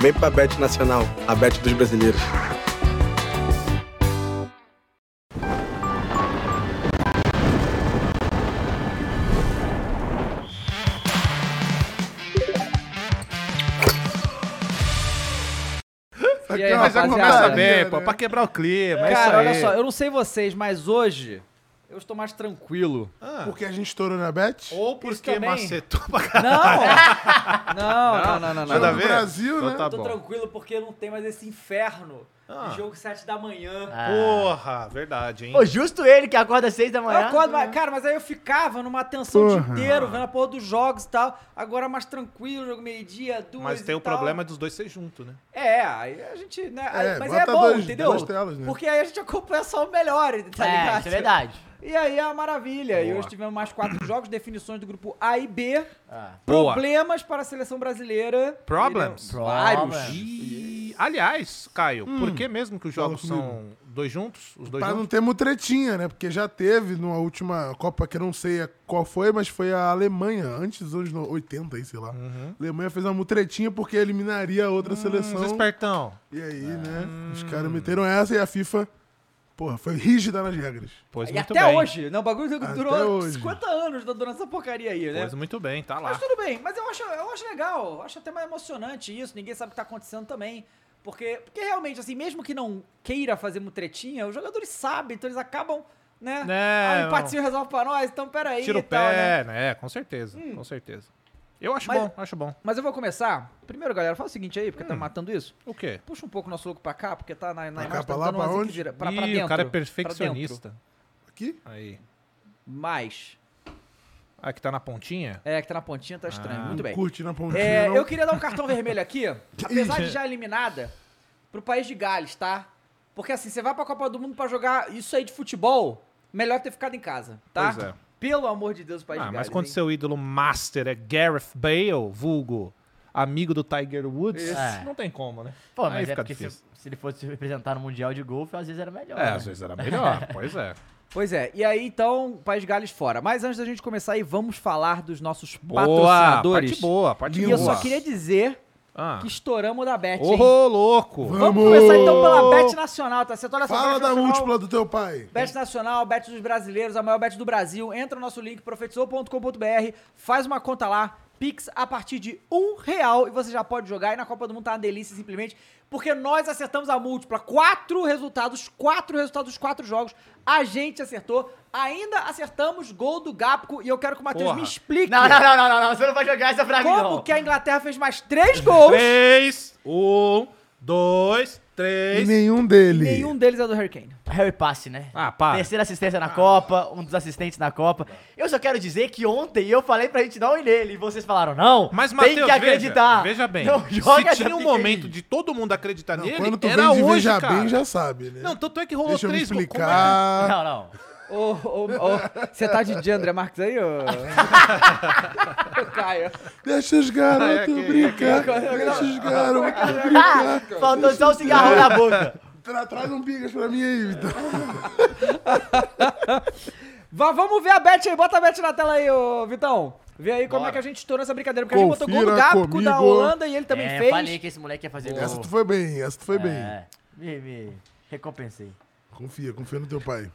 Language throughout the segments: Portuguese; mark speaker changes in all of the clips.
Speaker 1: Vem pra Bet Nacional, a Bet dos brasileiros.
Speaker 2: E aí,
Speaker 3: Mas já
Speaker 2: rapaziada? né?
Speaker 3: começa bem, pô, pra quebrar o clima. é
Speaker 2: Cara, olha
Speaker 3: isso aí.
Speaker 2: só, eu não sei vocês, mas hoje eu estou mais tranquilo.
Speaker 4: Porque a gente estourou na bet?
Speaker 3: Ah. Ou porque
Speaker 2: também.
Speaker 3: macetou pra caralho.
Speaker 2: Não! não, não, não, não, não.
Speaker 3: Nada a
Speaker 4: do
Speaker 3: ver?
Speaker 4: Brasil,
Speaker 3: Então
Speaker 4: né?
Speaker 3: Tá
Speaker 2: Eu tô
Speaker 3: bom.
Speaker 2: tranquilo porque não tem mais esse inferno
Speaker 3: Ah.
Speaker 2: de jogo 7 da manhã.
Speaker 3: Porra, verdade, hein?
Speaker 5: Pô, Ah. justo ele que acorda às seis da
Speaker 2: Eu
Speaker 5: manhã.
Speaker 2: acordo, mas- cara, mas aí eu ficava numa tensão o dia
Speaker 4: Porra.
Speaker 2: inteiro, vendo a porra dos jogos e tal. Agora mais tranquilo, jogo meio-dia, duas
Speaker 3: Mas tem
Speaker 2: é
Speaker 3: o
Speaker 2: e tal.
Speaker 3: problema dos dois ser junto, né?
Speaker 2: É, aí a gente, né? aí-
Speaker 4: É,
Speaker 2: mas é
Speaker 4: bota
Speaker 2: bom,
Speaker 4: dois-
Speaker 2: entendeu?
Speaker 4: duas telas, né?
Speaker 2: Porque aí a gente acompanha só o melhor, tá
Speaker 5: É,
Speaker 2: ligado?
Speaker 5: isso é verdade.
Speaker 2: E aí é uma maravilha. E hoje tivemos mais quatro jogos, definições do grupo A e B.
Speaker 5: Ah.
Speaker 3: Boa.
Speaker 2: Problemas para a seleção brasileira.
Speaker 3: Problems?
Speaker 2: Vários. Hum.
Speaker 5: Problems.
Speaker 3: E, aliás, Caio, por que mesmo que os jogos
Speaker 4: fala
Speaker 3: são dois juntos? Os dois
Speaker 4: Pra não
Speaker 3: juntos?
Speaker 4: termos tretinha, né? Porque já teve numa última Copa, que eu não sei qual foi, mas foi a Alemanha, antes dos anos 80, aí, sei lá. A Alemanha fez uma tretinha porque eliminaria a outra
Speaker 3: Uhum. Hum,
Speaker 4: seleção.
Speaker 3: espertão. Ah. Hum.
Speaker 4: E aí, né? Os caras meteram essa e a FIFA, porra, foi rígida nas regras.
Speaker 3: Pois
Speaker 2: E
Speaker 3: muito
Speaker 2: até
Speaker 3: bem.
Speaker 2: hoje, né? O bagulho
Speaker 4: Até
Speaker 2: durou
Speaker 4: hoje.
Speaker 2: 50 anos durante essa porcaria aí, né?
Speaker 3: Pois muito bem, tá lá.
Speaker 2: Mas tudo bem, mas eu acho, eu acho legal, eu acho até mais emocionante isso, ninguém sabe o que tá acontecendo também. Porque, porque realmente, assim, mesmo que não queira fazer mutretinha, os jogadores sabem, então eles acabam, né?
Speaker 3: Né,
Speaker 2: ah, o
Speaker 3: não.
Speaker 2: empatezinho resolve pra nós, então peraí.
Speaker 3: Tira
Speaker 2: e
Speaker 3: o
Speaker 2: tal, né? Hum.
Speaker 3: pé, né? Com certeza, com certeza. Eu acho
Speaker 2: Mas-
Speaker 3: bom, Hum. acho bom.
Speaker 2: Mas eu vou começar. Primeiro, galera, faz o seguinte aí, porque tá matando isso.
Speaker 3: O quê?
Speaker 2: Puxa um pouco o nosso louco pra cá, porque tá na, na
Speaker 4: Pra cá,
Speaker 2: imagem, tá
Speaker 4: pra lá,
Speaker 2: dando
Speaker 4: pra
Speaker 2: umas
Speaker 4: onde?
Speaker 2: equilibra- pra,
Speaker 3: Ih,
Speaker 2: pra dentro.
Speaker 3: o cara é
Speaker 2: pra dentro.
Speaker 3: perfeccionista.
Speaker 4: Aqui?
Speaker 3: Aí.
Speaker 2: Mas,
Speaker 3: Ah, que tá na pontinha?
Speaker 2: é que tá na pontinha, tá
Speaker 3: Ah.
Speaker 2: estranho. Muito bem.
Speaker 4: Curte na pontinha,
Speaker 2: É,
Speaker 4: não?
Speaker 2: eu queria dar um cartão vermelho aqui, apesar de
Speaker 3: é?
Speaker 2: já eliminada, pro país de Gales, tá? Porque assim, você vai pra Copa do Mundo pra jogar isso aí de futebol, melhor ter ficado em casa, tá?
Speaker 3: Pois é.
Speaker 2: Pelo amor de Deus, o país
Speaker 3: Ah,
Speaker 2: de
Speaker 3: mas
Speaker 2: Gales.
Speaker 3: quando
Speaker 2: hein?
Speaker 3: seu ídolo master é Gareth Bale, vulgo amigo do Tiger Woods,
Speaker 5: Isso.
Speaker 3: não tem como, né?
Speaker 5: É. Pô,
Speaker 3: Aí
Speaker 5: mas é
Speaker 3: fica
Speaker 5: porque se,
Speaker 3: difícil.
Speaker 5: se ele fosse representar no Mundial de Golfe, às vezes era melhor.
Speaker 3: É,
Speaker 5: né?
Speaker 3: às vezes era melhor, pois é.
Speaker 2: Pois é, e aí então, país de Gales fora. Mas antes da gente começar aí, vamos falar dos nossos
Speaker 3: Boa,
Speaker 2: patrocinadores.
Speaker 3: parte boa, parte
Speaker 2: e
Speaker 3: boa.
Speaker 2: eu só queria dizer
Speaker 3: Ah.
Speaker 2: que estouramos da Bet,
Speaker 3: Ô,
Speaker 2: hein?
Speaker 3: louco!
Speaker 2: Vamos começar então pela Bet Nacional, tá certo? Olha só,
Speaker 4: Fala
Speaker 2: Bet
Speaker 4: da
Speaker 2: Nacional-
Speaker 4: múltipla do teu pai.
Speaker 2: Bet Nacional, Bet dos Brasileiros, a maior bet do Brasil. Entra no nosso link, profetizou.com.br, faz uma conta lá, Pix a partir de um real e você já pode jogar. E na Copa do Mundo tá uma delícia simplesmente, porque nós acertamos a múltipla. Quatro resultados, quatro resultados dos quatro jogos. A gente acertou. Ainda acertamos gol do Gapco e eu quero que o Matheus
Speaker 3: Porra.
Speaker 2: me explique
Speaker 5: Não, não, não, não, não, não, você não vai jogar essa pra mim,
Speaker 2: como
Speaker 5: não.
Speaker 2: que a Inglaterra fez mais três gols.
Speaker 3: 3, 1, 2,
Speaker 4: E
Speaker 3: 3.
Speaker 4: nenhum dele.
Speaker 2: Nenhum deles é do Hurricane.
Speaker 5: Harry Passe, né?
Speaker 3: Ah, para.
Speaker 5: Terceira assistência na Copa, um dos assistentes na Copa. Eu só quero dizer que ontem eu falei pra gente não ir nele e vocês falaram, não,
Speaker 3: Mas,
Speaker 5: tem
Speaker 3: Matheus,
Speaker 5: que acreditar.
Speaker 3: Veja, veja bem,
Speaker 5: Não joga
Speaker 3: se tinha um momento de todo mundo acreditar
Speaker 4: Não,
Speaker 3: nele,
Speaker 4: quando tu
Speaker 3: era
Speaker 4: vem de
Speaker 3: hoje,
Speaker 4: veja
Speaker 3: cara.
Speaker 4: bem, já sabe, né?
Speaker 3: Não, tanto é que rolou
Speaker 4: Deixa eu me
Speaker 3: três gols. Como é que-
Speaker 4: explicar.
Speaker 5: Não, não.
Speaker 2: Ô, ô, ô, você tá de Diandra Marques aí, ô? Caio.
Speaker 4: Deixa os garotos
Speaker 3: Ah, é, que-
Speaker 4: brincar. Deixa os garotos brincar.
Speaker 5: Ah, Faltou só o cigarro na boca.
Speaker 4: Tra- Traz um bigas pra mim aí, Vitor.
Speaker 2: Vá, vamos ver a bet aí. Bota a bet na tela aí, ô Vitão. Vê aí como
Speaker 3: Bora.
Speaker 2: é que a gente estourou essa brincadeira. Porque a gente botou gol
Speaker 4: Confira
Speaker 2: do Gapco da
Speaker 4: comigo.
Speaker 2: Holanda e ele também
Speaker 5: é,
Speaker 2: fez.
Speaker 5: eu falei que esse moleque ia fazer
Speaker 4: Essa
Speaker 5: gol.
Speaker 4: tu foi bem, essa tu foi bem.
Speaker 5: É, me, me recompensei.
Speaker 4: Confia, confia no teu pai.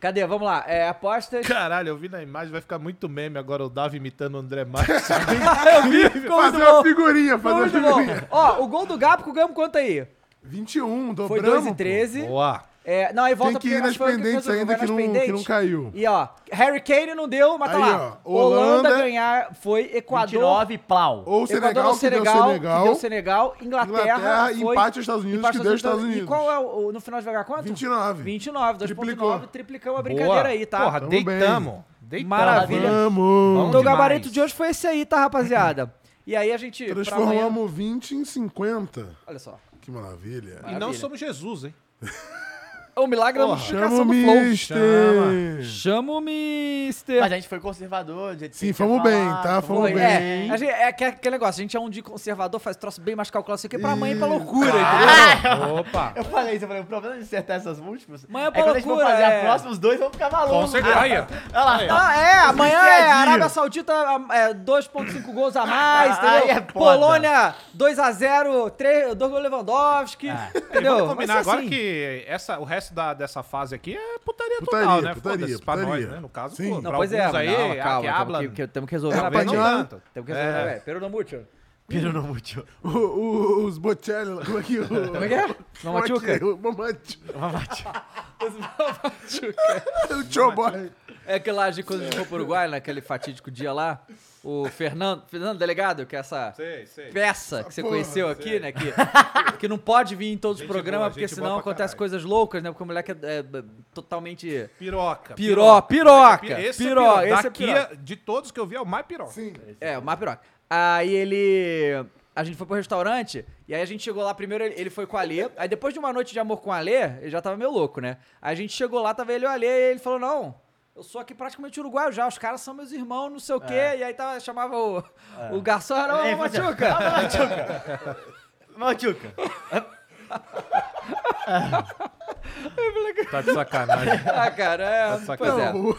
Speaker 2: Cadê? Vamos lá. É, apostas.
Speaker 3: Caralho, eu vi na imagem, vai ficar muito meme agora o Davi imitando o André Marques.
Speaker 2: eu vi, ficou muito
Speaker 4: Fazer uma
Speaker 2: bom.
Speaker 4: figurinha,
Speaker 2: Ficou
Speaker 4: fazer uma
Speaker 2: muito bom.
Speaker 4: figurinha.
Speaker 2: Ó, o gol do Gapco ganhamos quanto aí?
Speaker 4: 21,
Speaker 2: Foi
Speaker 4: dobramos.
Speaker 2: 2 e 13.
Speaker 3: Boa.
Speaker 2: É, não, aí
Speaker 4: Tem
Speaker 2: volta
Speaker 4: que
Speaker 2: pro-
Speaker 4: ir
Speaker 2: acho
Speaker 4: nas
Speaker 2: foi o que
Speaker 4: pendentes
Speaker 2: resolveu,
Speaker 4: ainda
Speaker 2: vai
Speaker 4: que
Speaker 2: nas
Speaker 4: não, que não
Speaker 2: pendentes.
Speaker 4: caiu.
Speaker 2: E ó, Harry Kane não deu, mas tá
Speaker 4: Aí,
Speaker 2: lá.
Speaker 4: ó,
Speaker 2: Holanda,
Speaker 4: Holanda
Speaker 2: ganhar foi Equador.
Speaker 5: 29, plau.
Speaker 4: Ou
Speaker 2: Equador
Speaker 4: Senegal, que deu Senegal.
Speaker 2: que deu Senegal, Inglaterra,
Speaker 4: Inglaterra,
Speaker 2: foi,
Speaker 4: empate aos Estados Unidos,
Speaker 2: empate
Speaker 4: que deu
Speaker 2: aos
Speaker 4: Estados
Speaker 2: E
Speaker 4: Unidos.
Speaker 2: qual é o, o- no final de jogar quanto?
Speaker 4: 29.
Speaker 2: 29, 2.9,
Speaker 4: Triplicou.
Speaker 2: triplicamos a brincadeira aí, tá?
Speaker 3: Porra,
Speaker 4: Tamo
Speaker 3: deitamos. Deitamos.
Speaker 2: Maravilha.
Speaker 4: Vamos.
Speaker 2: então o
Speaker 3: demais.
Speaker 2: gabarito de hoje foi esse aí, tá, rapaziada? E aí a gente... pra amanhã-
Speaker 4: Transformamos 20 em 50.
Speaker 2: Olha só.
Speaker 4: Que maravilha.
Speaker 3: E não somos Jesus, hein?
Speaker 2: É o milagre da
Speaker 4: Chama o
Speaker 2: multiplicação do flow.
Speaker 4: Mister.
Speaker 2: Chama o Mister.
Speaker 5: Mas a gente foi conservador. do jeito que
Speaker 4: Sim,
Speaker 5: você
Speaker 4: fomos
Speaker 5: falou.
Speaker 4: bem, tá? Fomos
Speaker 2: Foi,
Speaker 4: bem.
Speaker 2: é, a gente- é aquele aquele negócio, a gente é um de conservador, faz troço bem mais calculado, isso aqui pra amanhã é pra loucura, entendeu?
Speaker 3: Opa.
Speaker 5: Eu falei isso, eu falei, o problema de acertar essas múltiplas
Speaker 2: Mas é
Speaker 5: é quando a gente for
Speaker 2: loucura,
Speaker 5: fazer
Speaker 2: é.
Speaker 5: a próxima, os dois vão ficar malucos.
Speaker 3: Com certeza. Aí, ó.
Speaker 5: Olha lá.
Speaker 2: Ah, é, amanhã é
Speaker 5: Viciadinho.
Speaker 2: Arábia Saudita ah, é, 2.5 gols a mais, entendeu?
Speaker 5: Aí é foda.
Speaker 2: Polônia 2x0, 3, 2 gols Lewandowski,
Speaker 5: É.
Speaker 2: entendeu?
Speaker 3: É. Vamos
Speaker 2: Vai ser
Speaker 3: combinar agora
Speaker 2: assim.
Speaker 3: que essa, o resto da, dessa fase aqui é putaria,
Speaker 4: Putaria,
Speaker 3: total, né?
Speaker 4: putaria,
Speaker 3: Foda-se, pra
Speaker 4: putaria.
Speaker 3: nós, né? No caso,
Speaker 4: Sim.
Speaker 3: pô,
Speaker 2: Não,
Speaker 3: pra
Speaker 2: pois é,
Speaker 3: alguns aí, a
Speaker 2: calma, calma,
Speaker 3: que
Speaker 2: calma,
Speaker 3: habla,
Speaker 2: que, que temos que resolver
Speaker 4: É,
Speaker 2: na
Speaker 4: pra
Speaker 3: não
Speaker 2: partida.
Speaker 4: nós.
Speaker 3: tanto.
Speaker 2: Temos que resolver,
Speaker 3: É.
Speaker 2: é. pero no mucho.
Speaker 5: Piro no múltiplo.
Speaker 4: O- o- Os Bocelli. Como é que o.
Speaker 2: Como é que é? Não machuca?
Speaker 4: O Mamachuca. O Choboy.
Speaker 2: É que lá de quando a gente foi pro Uruguai, naquele fatídico dia lá, o Fernando, Fernando Delegado, que é essa
Speaker 3: Sei, sei.
Speaker 2: peça que você
Speaker 4: porra,
Speaker 2: conheceu aqui, né? Que, que não pode vir em todos os
Speaker 3: Gente
Speaker 2: programas,
Speaker 3: boa,
Speaker 2: porque
Speaker 3: gente
Speaker 2: senão
Speaker 3: boa pra
Speaker 2: acontece
Speaker 3: caralho.
Speaker 2: coisas loucas, né? Porque o moleque é, é, b- totalmente.
Speaker 3: Piroca.
Speaker 2: Piró, piroca,
Speaker 3: Esse
Speaker 2: piroca,
Speaker 3: é piroca.
Speaker 2: esse é
Speaker 3: Daqui,
Speaker 2: piroca.
Speaker 3: de todos que eu vi, é o mais piroca.
Speaker 4: Sim.
Speaker 2: É, uma piroca. Aí ele. A gente foi pro restaurante, e aí a gente chegou lá primeiro, ele ele foi com a Lê. Aí depois de uma noite de amor com a Lê, ele já tava meio louco, né? Aí a gente chegou lá, tava ele e o Alê, e ele falou: não. Eu sou aqui praticamente uruguaio já, os caras são meus irmãos, não sei o quê.
Speaker 3: É.
Speaker 2: E aí tava, chamava o, o garçom, era
Speaker 5: É,
Speaker 2: o
Speaker 5: fazia-
Speaker 2: Machuca.
Speaker 5: Machuca.
Speaker 3: Tá de sacanagem. Tá
Speaker 2: Ah, cara, é,
Speaker 3: de
Speaker 2: pois é.
Speaker 4: O,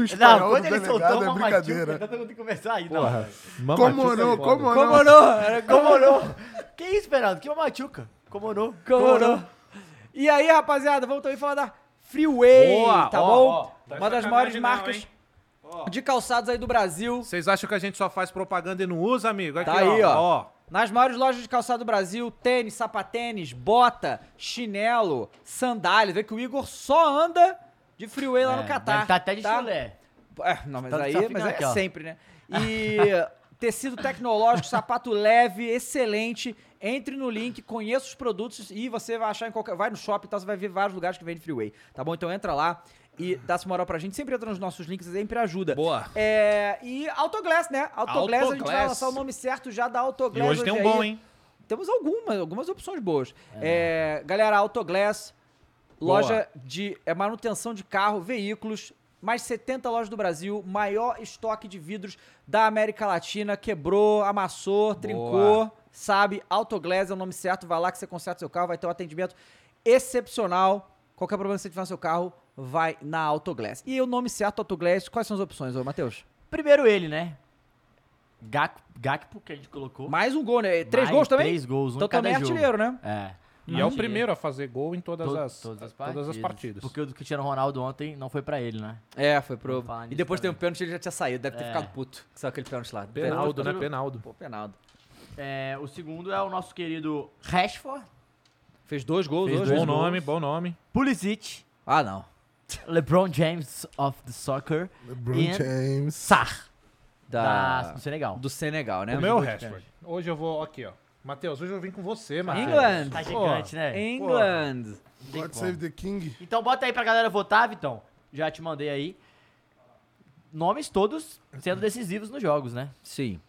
Speaker 4: o espanhol
Speaker 5: Não,
Speaker 4: do
Speaker 5: quando ele soltou
Speaker 4: delegado
Speaker 5: uma
Speaker 4: é
Speaker 5: machuca,
Speaker 4: brincadeira.
Speaker 5: então tem que começar aí, não.
Speaker 3: Porra.
Speaker 5: velho.
Speaker 3: Mamachuca é
Speaker 4: Comorou,
Speaker 3: foda.
Speaker 4: comorou.
Speaker 2: Comorou, era
Speaker 5: Comorou. que isso, Fernando? Que uma machuca? Comorou.
Speaker 2: Comorou. E aí, rapaziada, vamos também falar da Freeway,
Speaker 3: Boa,
Speaker 2: tá
Speaker 3: ó, ó.
Speaker 2: bom?
Speaker 3: Tá
Speaker 2: Uma das
Speaker 3: sacanagem
Speaker 2: maiores
Speaker 3: não,
Speaker 2: marcas
Speaker 3: hein?
Speaker 2: de calçados aí do Brasil.
Speaker 3: Vocês acham que a gente só faz propaganda e não usa, amigo? Aqui,
Speaker 2: Tá aí, ó. Nas maiores lojas de calçado do Brasil, tênis, sapatênis, bota, chinelo, sandália. Vê que o Igor só anda de freeway lá no
Speaker 5: É,
Speaker 2: Catar.
Speaker 5: deve Tá até de chulé.
Speaker 2: É, não, mas
Speaker 5: Tá-
Speaker 2: aí
Speaker 5: só fica
Speaker 2: mas é
Speaker 5: naquela.
Speaker 2: sempre, né? E tecido tecnológico, sapato leve, excelente. Entre no link, conheça os produtos e você vai achar em qualquer. Vai no shopping e tal, você vai ver vários lugares que vende freeway. Tá bom? Então entra lá e dá essa moral pra gente. Sempre entra nos nossos links, sempre ajuda.
Speaker 3: Boa.
Speaker 2: É, e Autoglass, né? Autoglass, a gente vai
Speaker 3: Autoglass.
Speaker 2: lançar o nome certo já da
Speaker 3: E
Speaker 2: Autoglass.
Speaker 3: hoje tem um
Speaker 2: aí.
Speaker 3: bom, hein?
Speaker 2: Temos algumas, algumas opções boas. É, galera, Autoglass,
Speaker 3: Boa.
Speaker 2: loja de é, manutenção de carro, veículos, mais 70 lojas do Brasil, maior estoque de vidros da América Latina, quebrou, amassou, trincou, sabe? Autoglass é o nome certo, vai lá que você conserta seu carro, vai ter um atendimento excepcional. Qualquer problema que você tiver no seu carro, vai na Autoglass. E o nome certo, Autoglass, quais são as opções, ô Matheus?
Speaker 5: Primeiro ele, né? Gak- Gakpo, que a gente colocou.
Speaker 2: Mais um gol, né? Três
Speaker 5: Mais
Speaker 2: gols também?
Speaker 5: Três gols, um
Speaker 2: então
Speaker 5: em cada
Speaker 2: também é
Speaker 5: jogo.
Speaker 2: artilheiro, né?
Speaker 5: É.
Speaker 3: E é o primeiro a fazer gol em todas,
Speaker 5: To-
Speaker 3: as,
Speaker 5: todas, as
Speaker 3: todas as partidas.
Speaker 5: Porque o do Cristiano Ronaldo ontem não foi pra ele, né?
Speaker 2: É, foi pro.
Speaker 5: Vamos falar
Speaker 2: E
Speaker 5: nisso
Speaker 2: depois tem um
Speaker 5: também.
Speaker 2: pênalti, ele já tinha saído, deve ter
Speaker 5: É.
Speaker 2: ficado puto. Só aquele pênalti lá.
Speaker 3: Penaldo, né?
Speaker 2: Pênalti.
Speaker 3: Penaldo.
Speaker 2: Pô, penaldo.
Speaker 5: É, o segundo é o nosso querido Rashford,
Speaker 2: Fez dois gols
Speaker 3: Fez
Speaker 2: hoje.
Speaker 3: bom nome, bom nome.
Speaker 5: Pulisic,
Speaker 2: Ah, não.
Speaker 5: LeBron James of the Soccer
Speaker 4: LeBron James.
Speaker 5: Sar,
Speaker 2: Da-
Speaker 5: da, do Senegal.
Speaker 2: Ah, Do Senegal, né?
Speaker 3: O meu Rashford. Hoje eu vou aqui, ó. Matheus, hoje eu vim com você, Matheus.
Speaker 2: England.
Speaker 5: Tá gigante, né?
Speaker 2: England.
Speaker 4: God save the king.
Speaker 5: Então bota aí pra galera votar, Vitão. Já te mandei aí. Nomes todos sendo decisivos nos jogos, né?
Speaker 2: Sim.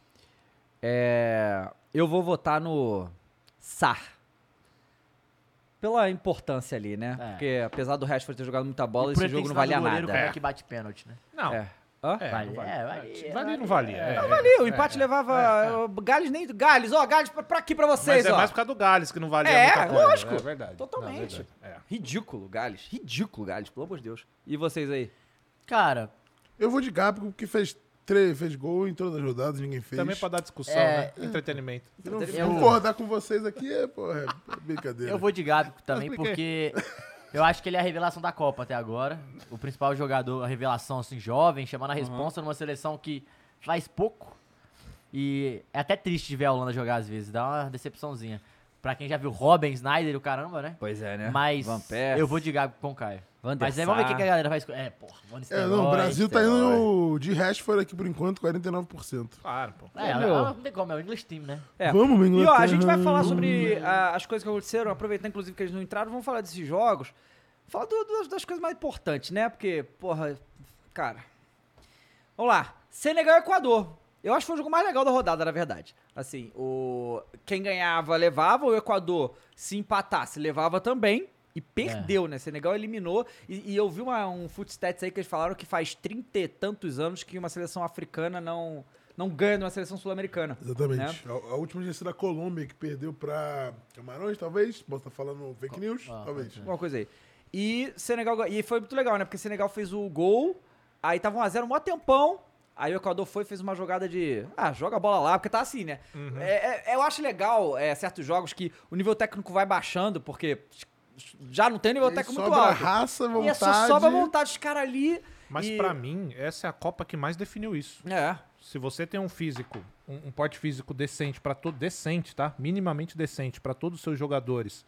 Speaker 2: É, Eu vou votar no Sar. Pela importância ali, né?
Speaker 5: É.
Speaker 2: Porque apesar do Rashford ter jogado muita bola,
Speaker 5: E por
Speaker 2: esse jogo não
Speaker 5: intensidade
Speaker 2: valia
Speaker 5: do goleiro,
Speaker 2: nada.
Speaker 5: Como é que bate pênalti, né?
Speaker 3: Não.
Speaker 2: É. Hã?
Speaker 3: É,
Speaker 5: Vale-
Speaker 3: não vale.
Speaker 5: é, vale-
Speaker 3: Vale, não valia. é, é.
Speaker 2: Ali, o empate levava. Gales nem. Gales, ó, Gales, pra, pra aqui pra vocês,
Speaker 3: Mas é
Speaker 2: ó.
Speaker 3: mais por causa do Gales que não valia
Speaker 2: É,
Speaker 3: muita coisa.
Speaker 2: lógico.
Speaker 3: É verdade.
Speaker 2: Totalmente.
Speaker 3: Não, é verdade. É.
Speaker 2: Ridículo, Gales. Ridículo, Gales, pelo amor de Deus. E vocês aí?
Speaker 5: Cara,
Speaker 4: Eu vou de Gapo porque fez, tre- fez gol em todas as rodadas, ninguém fez.
Speaker 3: Também pra dar discussão,
Speaker 5: É.
Speaker 3: né? Entretenimento.
Speaker 4: Se não
Speaker 5: Eu-
Speaker 4: concordar com vocês aqui é, porra, é brincadeira.
Speaker 5: eu vou de Gabi também
Speaker 3: Mas por
Speaker 5: porque eu acho que ele é a revelação da Copa até agora. O principal jogador, a revelação assim, jovem, chamando
Speaker 6: Uhum.
Speaker 5: a responsa numa seleção que faz pouco. E é até triste de ver a Holanda jogar às vezes, dá uma decepçãozinha. Pra quem já viu Robin, Snyder e o caramba, né?
Speaker 6: Pois é, né?
Speaker 5: Mas
Speaker 6: Van Persie,
Speaker 5: eu vou de Gago com o Caio.
Speaker 6: Van der
Speaker 5: Mas aí vamos ver o que
Speaker 6: Sar.
Speaker 5: que a galera vai escolher. É, porra, Van
Speaker 4: É,
Speaker 5: Nistelrooy.
Speaker 4: não, o Brasil tá indo
Speaker 6: Niterói.
Speaker 4: de Rashford aqui por enquanto, 49%.
Speaker 3: Claro, pô.
Speaker 5: É,
Speaker 6: meu.
Speaker 5: não tem como, é o English Team, né?
Speaker 2: É.
Speaker 4: Vamos, meu
Speaker 2: E ó, a gente vai
Speaker 4: Inglaterra.
Speaker 2: falar sobre ah, as coisas que aconteceram, aproveitar inclusive que eles não entraram, vamos falar desses jogos. Falar do- do- das coisas mais importantes, né? Porque, porra, cara. Vamos lá. Senegal e Equador. Eu acho que foi o jogo mais legal da rodada, na verdade. Assim, o quem ganhava levava, o Equador se empatasse levava também. E perdeu, né? Senegal eliminou. E, e eu vi uma- um footstats aí que eles falaram que faz trinta e tantos anos que uma seleção africana não, não ganha de uma seleção sul-americana.
Speaker 4: Exatamente.
Speaker 3: né?
Speaker 4: A, a última tinha sido a Colômbia, que perdeu pra Camarões, talvez. Posso estar falando fake
Speaker 2: ah,
Speaker 4: news,
Speaker 3: Ah,
Speaker 4: talvez.
Speaker 2: Uma coisa aí. E Senegal. ga- E foi muito legal, né? Porque Senegal fez o gol, aí tava 1x0 mó tempão. Aí o Equador foi e fez uma jogada de. Ah, joga a bola lá, porque tá assim, né?
Speaker 4: Uhum.
Speaker 2: É, é- eu acho legal é, certos jogos que o nível técnico vai baixando, porque já não tem nível
Speaker 4: E aí
Speaker 2: técnico muito
Speaker 4: sobra
Speaker 2: alto.
Speaker 4: raça, vontade.
Speaker 2: E é só sobe a vontade dos caras ali.
Speaker 3: Mas
Speaker 2: e...
Speaker 3: pra mim, essa é a Copa que mais definiu isso.
Speaker 2: É.
Speaker 3: Se você tem um físico, um, um porte físico decente para todo decente, tá? Minimamente decente para todos os seus jogadores.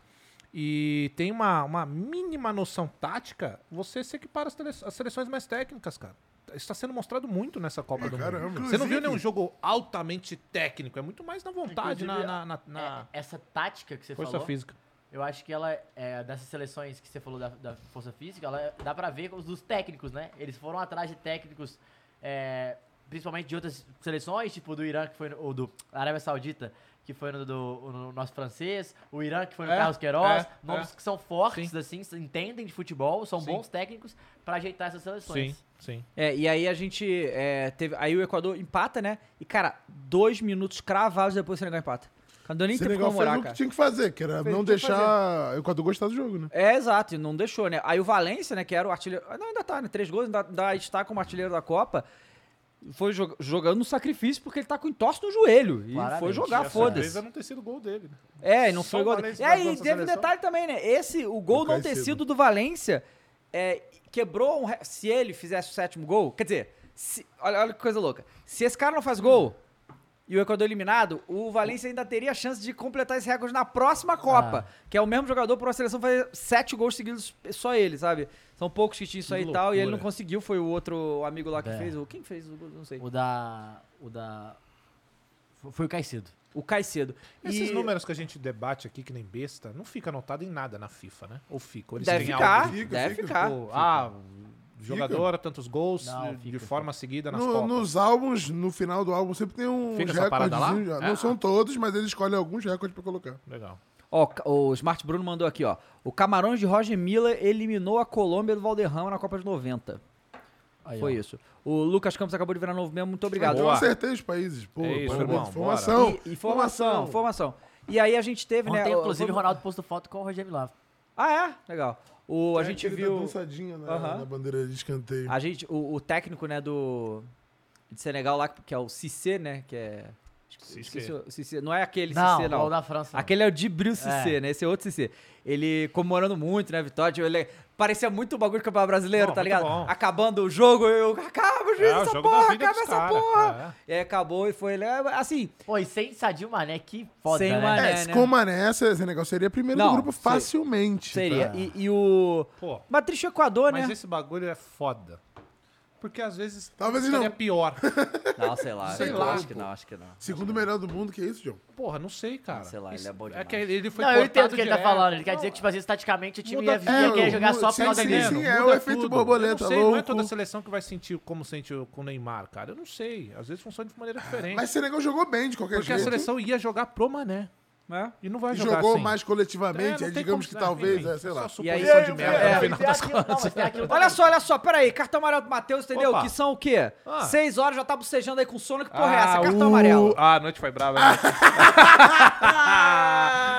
Speaker 3: E tem uma, uma mínima noção tática, você se equipara às tele- às seleções mais técnicas, cara. Está sendo mostrado muito nessa
Speaker 2: É,
Speaker 3: Copa do
Speaker 4: caramba.
Speaker 3: Mundo. Você não viu
Speaker 4: Inclusive-
Speaker 3: nenhum jogo altamente técnico, é muito mais na vontade, na,
Speaker 5: Inclusive,
Speaker 3: na, na- na
Speaker 5: É, essa tática que você
Speaker 3: força
Speaker 5: falou,
Speaker 3: física.
Speaker 5: eu acho que ela, é, dessas seleções que você falou da, da força física, ela, é, dá pra ver os dos técnicos, né? Eles foram atrás de técnicos, é, principalmente de outras seleções, tipo do Irã, que foi no, ou do Arábia Saudita, que foi no, do, no nosso francês, o Irã, que foi no
Speaker 3: É,
Speaker 5: Carlos Queiroz,
Speaker 3: é,
Speaker 5: nomes que são fortes, assim, se entendem de futebol, são
Speaker 3: Sim.
Speaker 5: bons técnicos pra ajeitar essas seleções.
Speaker 3: Sim, sim.
Speaker 2: É, e aí a gente é, teve. Aí o Equador empata, né? E, cara, dois minutos cravados depois o Senegal empata. Não deu nem tempo de
Speaker 4: Senegal fez
Speaker 2: comemorar,
Speaker 4: o que
Speaker 2: cara.
Speaker 4: tinha que fazer, que era
Speaker 2: Fez o
Speaker 4: não
Speaker 2: que tinha que
Speaker 4: deixar o Equador gostar do jogo, né?
Speaker 2: É, exato, e não deixou, né? Aí o Valência, né, que era o artilheiro. ah, Não, ainda tá, né? Três gols, ainda, ainda está tá como artilheiro da Copa. Foi jo- jogando no sacrifício porque ele tá com entorse no joelho. E
Speaker 5: Claramente,
Speaker 2: foi
Speaker 3: E
Speaker 2: jogar,
Speaker 3: a surpresa
Speaker 2: foda-se.
Speaker 3: não ter sido gol dele. né?
Speaker 2: É, e não
Speaker 3: Só
Speaker 2: foi
Speaker 3: o
Speaker 2: gol.
Speaker 3: Valência
Speaker 2: E aí,
Speaker 3: vai pra
Speaker 2: teve
Speaker 3: essa
Speaker 2: um
Speaker 3: seleção?
Speaker 2: detalhe também, né? Esse, o gol
Speaker 4: Do
Speaker 2: não ter
Speaker 4: Caicedo.
Speaker 2: sido do Valência é, quebrou um. re- Se ele fizesse o sétimo gol, quer dizer, se- olha, olha que coisa louca. Se esse cara não faz gol. E o Equador eliminado, o Valência ainda teria a chance de completar esse recorde na
Speaker 3: Ah.
Speaker 2: próxima Copa. Que é o mesmo jogador para uma seleção fazer sete gols seguidos, só ele, sabe? São poucos que tinham isso
Speaker 3: Que
Speaker 2: aí e tal, e ele não
Speaker 3: loucura.
Speaker 2: conseguiu. Foi o outro amigo lá que
Speaker 5: É.
Speaker 2: fez. o Quem fez o gol? Não sei.
Speaker 5: O
Speaker 3: Ah.
Speaker 5: da. O da. fo- Foi o Caicedo.
Speaker 2: O Caicedo.
Speaker 3: Esses
Speaker 2: E-
Speaker 3: números que a gente debate aqui, que nem besta, não fica anotado em nada na FIFA, né? Ou fica? Ou eles
Speaker 2: Deve
Speaker 3: têm
Speaker 2: ficar,
Speaker 3: algo de-
Speaker 4: Fica,
Speaker 2: deve
Speaker 4: fica.
Speaker 2: ficar.
Speaker 3: Tipo, ah, jogador, tantos gols
Speaker 5: Não,
Speaker 3: de-
Speaker 5: fica,
Speaker 3: de forma seguida nas
Speaker 4: No-
Speaker 3: Copas.
Speaker 4: nos álbuns, no final do álbum, sempre tem uns
Speaker 3: Fica essa parada lá?
Speaker 4: recordezinhos.
Speaker 3: Ah.
Speaker 4: Não são todos, mas ele escolhe alguns recordes pra colocar.
Speaker 3: Legal.
Speaker 2: Ó, ca- o Smart Bruno mandou aqui, ó. O Camarões de Roger Miller eliminou a Colômbia do Valderrama na Copa de 90.
Speaker 5: Aí,
Speaker 2: Foi
Speaker 5: ó.
Speaker 2: isso. O Lucas Campos acabou de virar novo mesmo. Muito obrigado.
Speaker 4: Eu
Speaker 3: Boa.
Speaker 4: acertei os países, pô.
Speaker 3: É isso,
Speaker 4: pô,
Speaker 3: irmão,
Speaker 4: informação,
Speaker 2: E- e formação, formação. E aí a gente teve, né?
Speaker 5: Ontem,
Speaker 2: o-
Speaker 5: inclusive, o
Speaker 2: foi-
Speaker 5: Ronaldo postou foto com o Rogério Milá.
Speaker 2: Ah, é? Legal. O, a
Speaker 4: É
Speaker 2: gente
Speaker 4: aquele da
Speaker 2: viu.
Speaker 4: dançadinha na,
Speaker 2: Aham.
Speaker 4: na bandeira de escanteio.
Speaker 2: A gente, o, o técnico, né, do. De Senegal lá, que é o Cissé, né? Que é.
Speaker 3: Cissé.
Speaker 2: esqueci o- Cissé. Não é aquele
Speaker 5: Não,
Speaker 2: Cissé,
Speaker 5: o
Speaker 2: não.
Speaker 5: da França.
Speaker 2: Aquele é o Dibril Cissé,
Speaker 5: É.
Speaker 2: né? Esse é outro Cissé. Ele comemorando muito, né, Vitória? Tipo, Ele parecia muito o bagulho do Campeonato Brasileiro,
Speaker 3: Bom,
Speaker 2: tá
Speaker 3: muito
Speaker 2: ligado?
Speaker 3: bom. É,
Speaker 2: Acabando o jogo, eu. Acaba, juiz,
Speaker 3: o
Speaker 2: essa
Speaker 3: jogo da
Speaker 2: porra,
Speaker 3: vida
Speaker 2: acaba
Speaker 3: dos
Speaker 2: essa
Speaker 3: cara, é.
Speaker 2: porra. E aí acabou e foi. ele- Assim,
Speaker 5: Pô, e sem Sadio Mané, que foda,
Speaker 2: Sem
Speaker 5: né?
Speaker 2: Mané.
Speaker 4: É,
Speaker 2: né,
Speaker 4: se
Speaker 2: né?
Speaker 4: com o Mané, Senegal seria primeiro
Speaker 2: Não,
Speaker 4: do grupo
Speaker 2: sei.
Speaker 4: facilmente.
Speaker 2: seria.
Speaker 4: tá?
Speaker 2: E, e o.
Speaker 3: Pô,
Speaker 2: Mas triste o Equador, né?
Speaker 3: mas esse bagulho é foda. Porque às vezes
Speaker 4: Talvez
Speaker 3: seria
Speaker 4: não.
Speaker 3: pior.
Speaker 2: Não, sei lá.
Speaker 3: Sei
Speaker 2: eu
Speaker 3: lá,
Speaker 2: acho que
Speaker 3: pô.
Speaker 2: não, acho que não.
Speaker 4: Segundo melhor do mundo, que isso, João?
Speaker 3: Porra, não sei, cara.
Speaker 2: Sei lá, ele é bom
Speaker 3: É que
Speaker 2: demais.
Speaker 3: ele foi
Speaker 5: Não, eu entendo o
Speaker 3: cortado
Speaker 5: que ele tá
Speaker 3: direto.
Speaker 5: falando. Ele quer
Speaker 3: Não,
Speaker 5: dizer que, tipo, às vezes, taticamente, o time
Speaker 3: Muda
Speaker 5: ia,
Speaker 3: tudo.
Speaker 5: ia querer jogar
Speaker 4: mu-
Speaker 5: só final
Speaker 4: sim,
Speaker 5: da
Speaker 4: sim,
Speaker 5: Liga.
Speaker 4: sim, é
Speaker 3: muda
Speaker 4: o efeito
Speaker 3: tudo.
Speaker 4: borboleta,
Speaker 3: Eu não sei, não é
Speaker 4: louco.
Speaker 3: toda seleção que vai sentir como sentiu com o Neymar, cara. Eu não sei. Às vezes funciona de maneira diferente.
Speaker 4: Mas Senegal jogou bem de qualquer
Speaker 3: porque a
Speaker 4: jeito.
Speaker 3: seleção ia jogar pro Mané.
Speaker 2: É.
Speaker 3: E não vai
Speaker 4: E
Speaker 3: jogar
Speaker 4: jogou
Speaker 3: assim.
Speaker 4: mais coletivamente,
Speaker 3: É,
Speaker 4: aí
Speaker 3: não tem
Speaker 4: digamos
Speaker 3: como-
Speaker 4: que talvez,
Speaker 3: enfim,
Speaker 4: é, sei lá.
Speaker 3: só
Speaker 2: E aí-
Speaker 3: suposição de merda,
Speaker 2: é,
Speaker 3: no final das
Speaker 2: Olha só, olha só, peraí, cartão amarelo do Matheus, entendeu?
Speaker 3: Opa.
Speaker 2: Que são o quê?
Speaker 3: Ah.
Speaker 2: Seis horas, já tá bocejando aí com sono, que porra é
Speaker 3: Ah,
Speaker 2: essa? Cartão
Speaker 3: o-
Speaker 2: amarelo.
Speaker 3: Ah, a noite foi brava. né?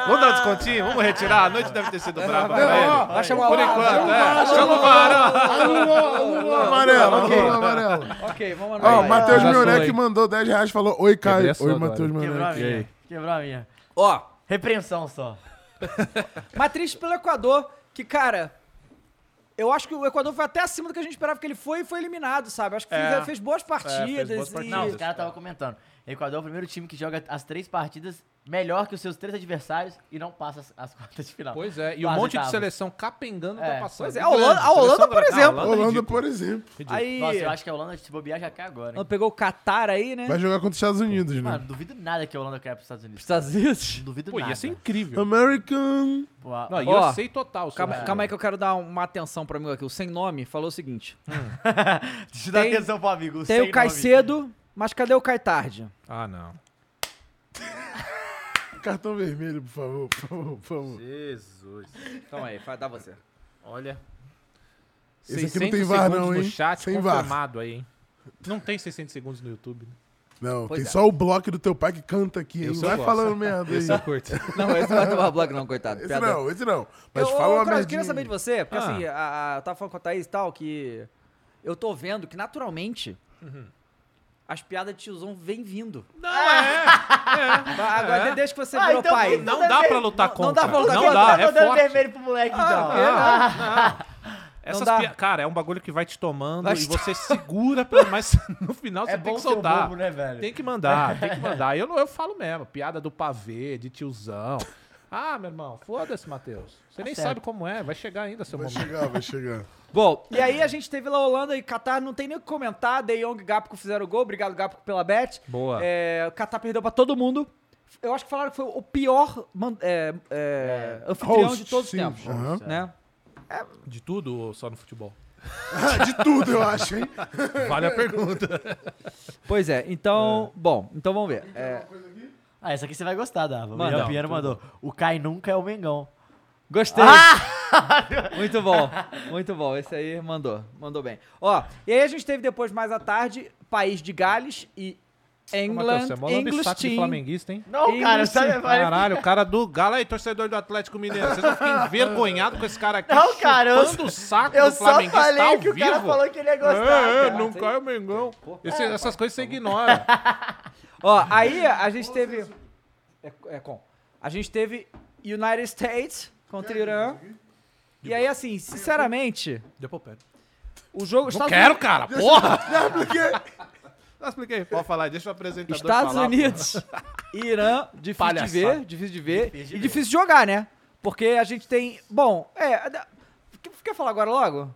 Speaker 3: vamos dar um descontinho? Vamos retirar? A noite deve ter sido brava. velho.
Speaker 2: Vai chamar
Speaker 3: Por
Speaker 2: o-
Speaker 3: enquanto, é.
Speaker 4: Alô, amarelo, alô, amarelo.
Speaker 2: Ok,
Speaker 3: é
Speaker 2: vamos
Speaker 4: Ó, o
Speaker 2: lá.
Speaker 4: Matheus
Speaker 6: Já sou
Speaker 4: Miorek
Speaker 6: aí.
Speaker 4: mandou 10 reais e falou: Oi, Caio.
Speaker 6: Quebrei a sua
Speaker 4: Oi,
Speaker 6: agora.
Speaker 4: Matheus
Speaker 5: Quebrou a
Speaker 4: Miorek.
Speaker 5: minha. Quebrou a minha.
Speaker 2: Ó,
Speaker 5: Repreensão só.
Speaker 2: mas triste pelo Equador, que, cara, eu acho que o Equador foi até acima do que a gente esperava, porque ele foi e foi eliminado, sabe? Acho que
Speaker 3: É.
Speaker 2: fez, fez boas partidas.
Speaker 3: fez boas
Speaker 2: e-
Speaker 3: partidas.
Speaker 5: Não, os
Speaker 3: Jesus,
Speaker 5: caras estavam comentando. Equador é o primeiro time que joga as três partidas melhor que os seus três adversários e não passa as, as quartas de final.
Speaker 3: Pois é, e um
Speaker 5: As
Speaker 3: monte de
Speaker 5: oitavas.
Speaker 3: seleção capengando
Speaker 5: É,
Speaker 3: tá passando.
Speaker 2: pois é, a Holanda- a Holanda,
Speaker 3: Seleção
Speaker 2: por
Speaker 3: gra-
Speaker 2: exemplo.
Speaker 3: Ah, a Holanda é
Speaker 4: Holanda,
Speaker 3: ridícula.
Speaker 4: por exemplo.
Speaker 5: Aí... Nossa, eu acho que a Holanda se bobear já cai agora,
Speaker 2: Ela
Speaker 5: hein?
Speaker 2: pegou o Catar aí, né?
Speaker 4: Vai jogar contra os Estados Unidos, né?
Speaker 5: Mano, duvido nada que a Holanda caia pros Estados Unidos.
Speaker 2: Estados Unidos.
Speaker 5: Não duvido
Speaker 3: Pô,
Speaker 5: nada.
Speaker 3: ia ser incrível.
Speaker 4: American.
Speaker 5: Pô, a-
Speaker 3: Não, e
Speaker 2: Ó,
Speaker 3: eu sei total. se
Speaker 2: Calma,
Speaker 3: não-
Speaker 2: calma aí que eu quero dar uma atenção pro amigo aqui. O Sem Nome falou o seguinte.
Speaker 5: Hum. Deixa eu dar
Speaker 2: tem-
Speaker 5: atenção pro amigo.
Speaker 2: Tem o Caicedo, mas cadê o Caitarde?
Speaker 3: Ah, não.
Speaker 4: Cartão vermelho, por favor, por favor, por favor.
Speaker 5: Jesus.
Speaker 2: Calma aí, dá você.
Speaker 5: Olha.
Speaker 4: Esse aqui não tem VAR não,
Speaker 3: segundos
Speaker 4: hein?
Speaker 3: no chat
Speaker 4: Sem VAR.
Speaker 3: confirmado aí, hein? Não tem 600 segundos no YouTube. né?
Speaker 4: Não,
Speaker 2: Pois
Speaker 4: tem
Speaker 2: é.
Speaker 4: só o bloco do teu pai que canta aqui, hein?
Speaker 3: Esse eu
Speaker 4: Vai
Speaker 3: gosto.
Speaker 4: falando merda aí.
Speaker 3: Esse eu curto.
Speaker 2: Não, esse não vai tomar bloco não, coitado.
Speaker 4: Esse
Speaker 2: piada.
Speaker 4: não, esse não. Mas
Speaker 2: eu,
Speaker 4: fala
Speaker 2: ô,
Speaker 4: uma
Speaker 2: Cross,
Speaker 4: merda.
Speaker 2: eu queria saber de você, porque
Speaker 3: Ah.
Speaker 2: assim, a, a- eu tava falando com a Thaís e tal, que eu tô vendo que naturalmente as piadas de tiozão vêm vindo. Não, é! Agora, desde que você
Speaker 5: Ah,
Speaker 2: virou
Speaker 5: então
Speaker 2: pai.
Speaker 5: foi-
Speaker 3: Não
Speaker 5: dá
Speaker 3: dá
Speaker 5: pra
Speaker 3: pra lutar
Speaker 2: não
Speaker 3: contra.
Speaker 2: dá pra lutar
Speaker 3: não
Speaker 2: contra, Ah, é,
Speaker 3: dá,
Speaker 5: tá
Speaker 3: é
Speaker 5: dando
Speaker 3: forte.
Speaker 5: vermelho pro moleque, então.
Speaker 3: Ah, Essas
Speaker 2: dá.
Speaker 3: pia- Cara, é um bagulho que vai te tomando
Speaker 2: Vai
Speaker 3: e
Speaker 2: te
Speaker 3: você segura, pelo- mas no final você
Speaker 5: É
Speaker 3: tem
Speaker 5: bom
Speaker 3: que
Speaker 5: ser um
Speaker 3: soltar.
Speaker 5: bobo, né, velho?
Speaker 3: Tem que mandar, tem que mandar. Eu, não, eu falo mesmo, piada do pavê, de tiozão. Ah, meu irmão, foda-se, Matheus. Você nem
Speaker 5: certo.
Speaker 3: sabe como é, vai chegar ainda seu
Speaker 4: Vai
Speaker 3: momento.
Speaker 4: chegar, Ah, vai chegar.
Speaker 2: Bom, e aí a gente teve lá Holanda e Qatar, não tem nem o que comentar. De Jong e Gapco fizeram o gol, obrigado Gapco pela bet.
Speaker 3: Boa.
Speaker 2: É, o Qatar perdeu pra todo mundo. Eu acho que falaram que foi o pior man- é, é, anfitrião
Speaker 4: Host,
Speaker 2: de todos os
Speaker 4: sim.
Speaker 2: tempos.
Speaker 4: Aham.
Speaker 2: Né?
Speaker 3: De tudo ou só no futebol?
Speaker 4: De tudo, eu acho, hein?
Speaker 3: Vale a pergunta.
Speaker 2: Pois é, então, bom, então vamos ver. É,
Speaker 5: Ah, essa aqui você vai gostar, Dava. O
Speaker 2: Manda.
Speaker 5: Miguel
Speaker 2: Não,
Speaker 5: Pinheiro mandou. O Cai Nunca é o Mengão. Ah!
Speaker 2: Gostei. muito bom, muito bom. Esse aí mandou, mandou bem. Ó, e aí a gente teve depois, mais à tarde, País de Gales e England,
Speaker 3: Matheus, você é mó
Speaker 2: English
Speaker 3: lambissaco de
Speaker 2: Team.
Speaker 3: flamenguista, hein?
Speaker 5: Não,
Speaker 2: Ih,
Speaker 5: cara,
Speaker 2: sim,
Speaker 5: sabe? Vai...
Speaker 3: Caralho, o cara do Gala aí, torcedor do Atlético Mineiro. Vocês vão ficar envergonhados com esse cara aqui.
Speaker 5: Não, cara, eu-
Speaker 3: chupando o saco
Speaker 5: Eu
Speaker 3: do
Speaker 5: só
Speaker 3: flamenguista
Speaker 5: falei
Speaker 3: ao
Speaker 5: que o
Speaker 3: vivo.
Speaker 5: cara falou que ele ia gostar.
Speaker 3: É, é,
Speaker 5: cara.
Speaker 3: não cai o Mengão. Esse-
Speaker 5: É,
Speaker 3: essas coisas você ignora.
Speaker 2: Ó, aí a gente teve... É, é com. A gente teve United States contra Irã. E aí, assim, sinceramente,
Speaker 3: Deu pra pé.
Speaker 2: o jogo... Estados
Speaker 3: Quero,
Speaker 2: Unidos-
Speaker 3: cara, porra! Já expliquei. Pode falar, deixa o apresentador
Speaker 2: Estados
Speaker 3: falar,
Speaker 2: Unidos e Irã, difícil
Speaker 3: Palhaçada.
Speaker 2: de ver, difícil de ver.
Speaker 5: Difícil de
Speaker 2: e
Speaker 5: ver.
Speaker 2: difícil de jogar, né? Porque a gente tem... Bom, é... da- quer- Quer falar agora logo?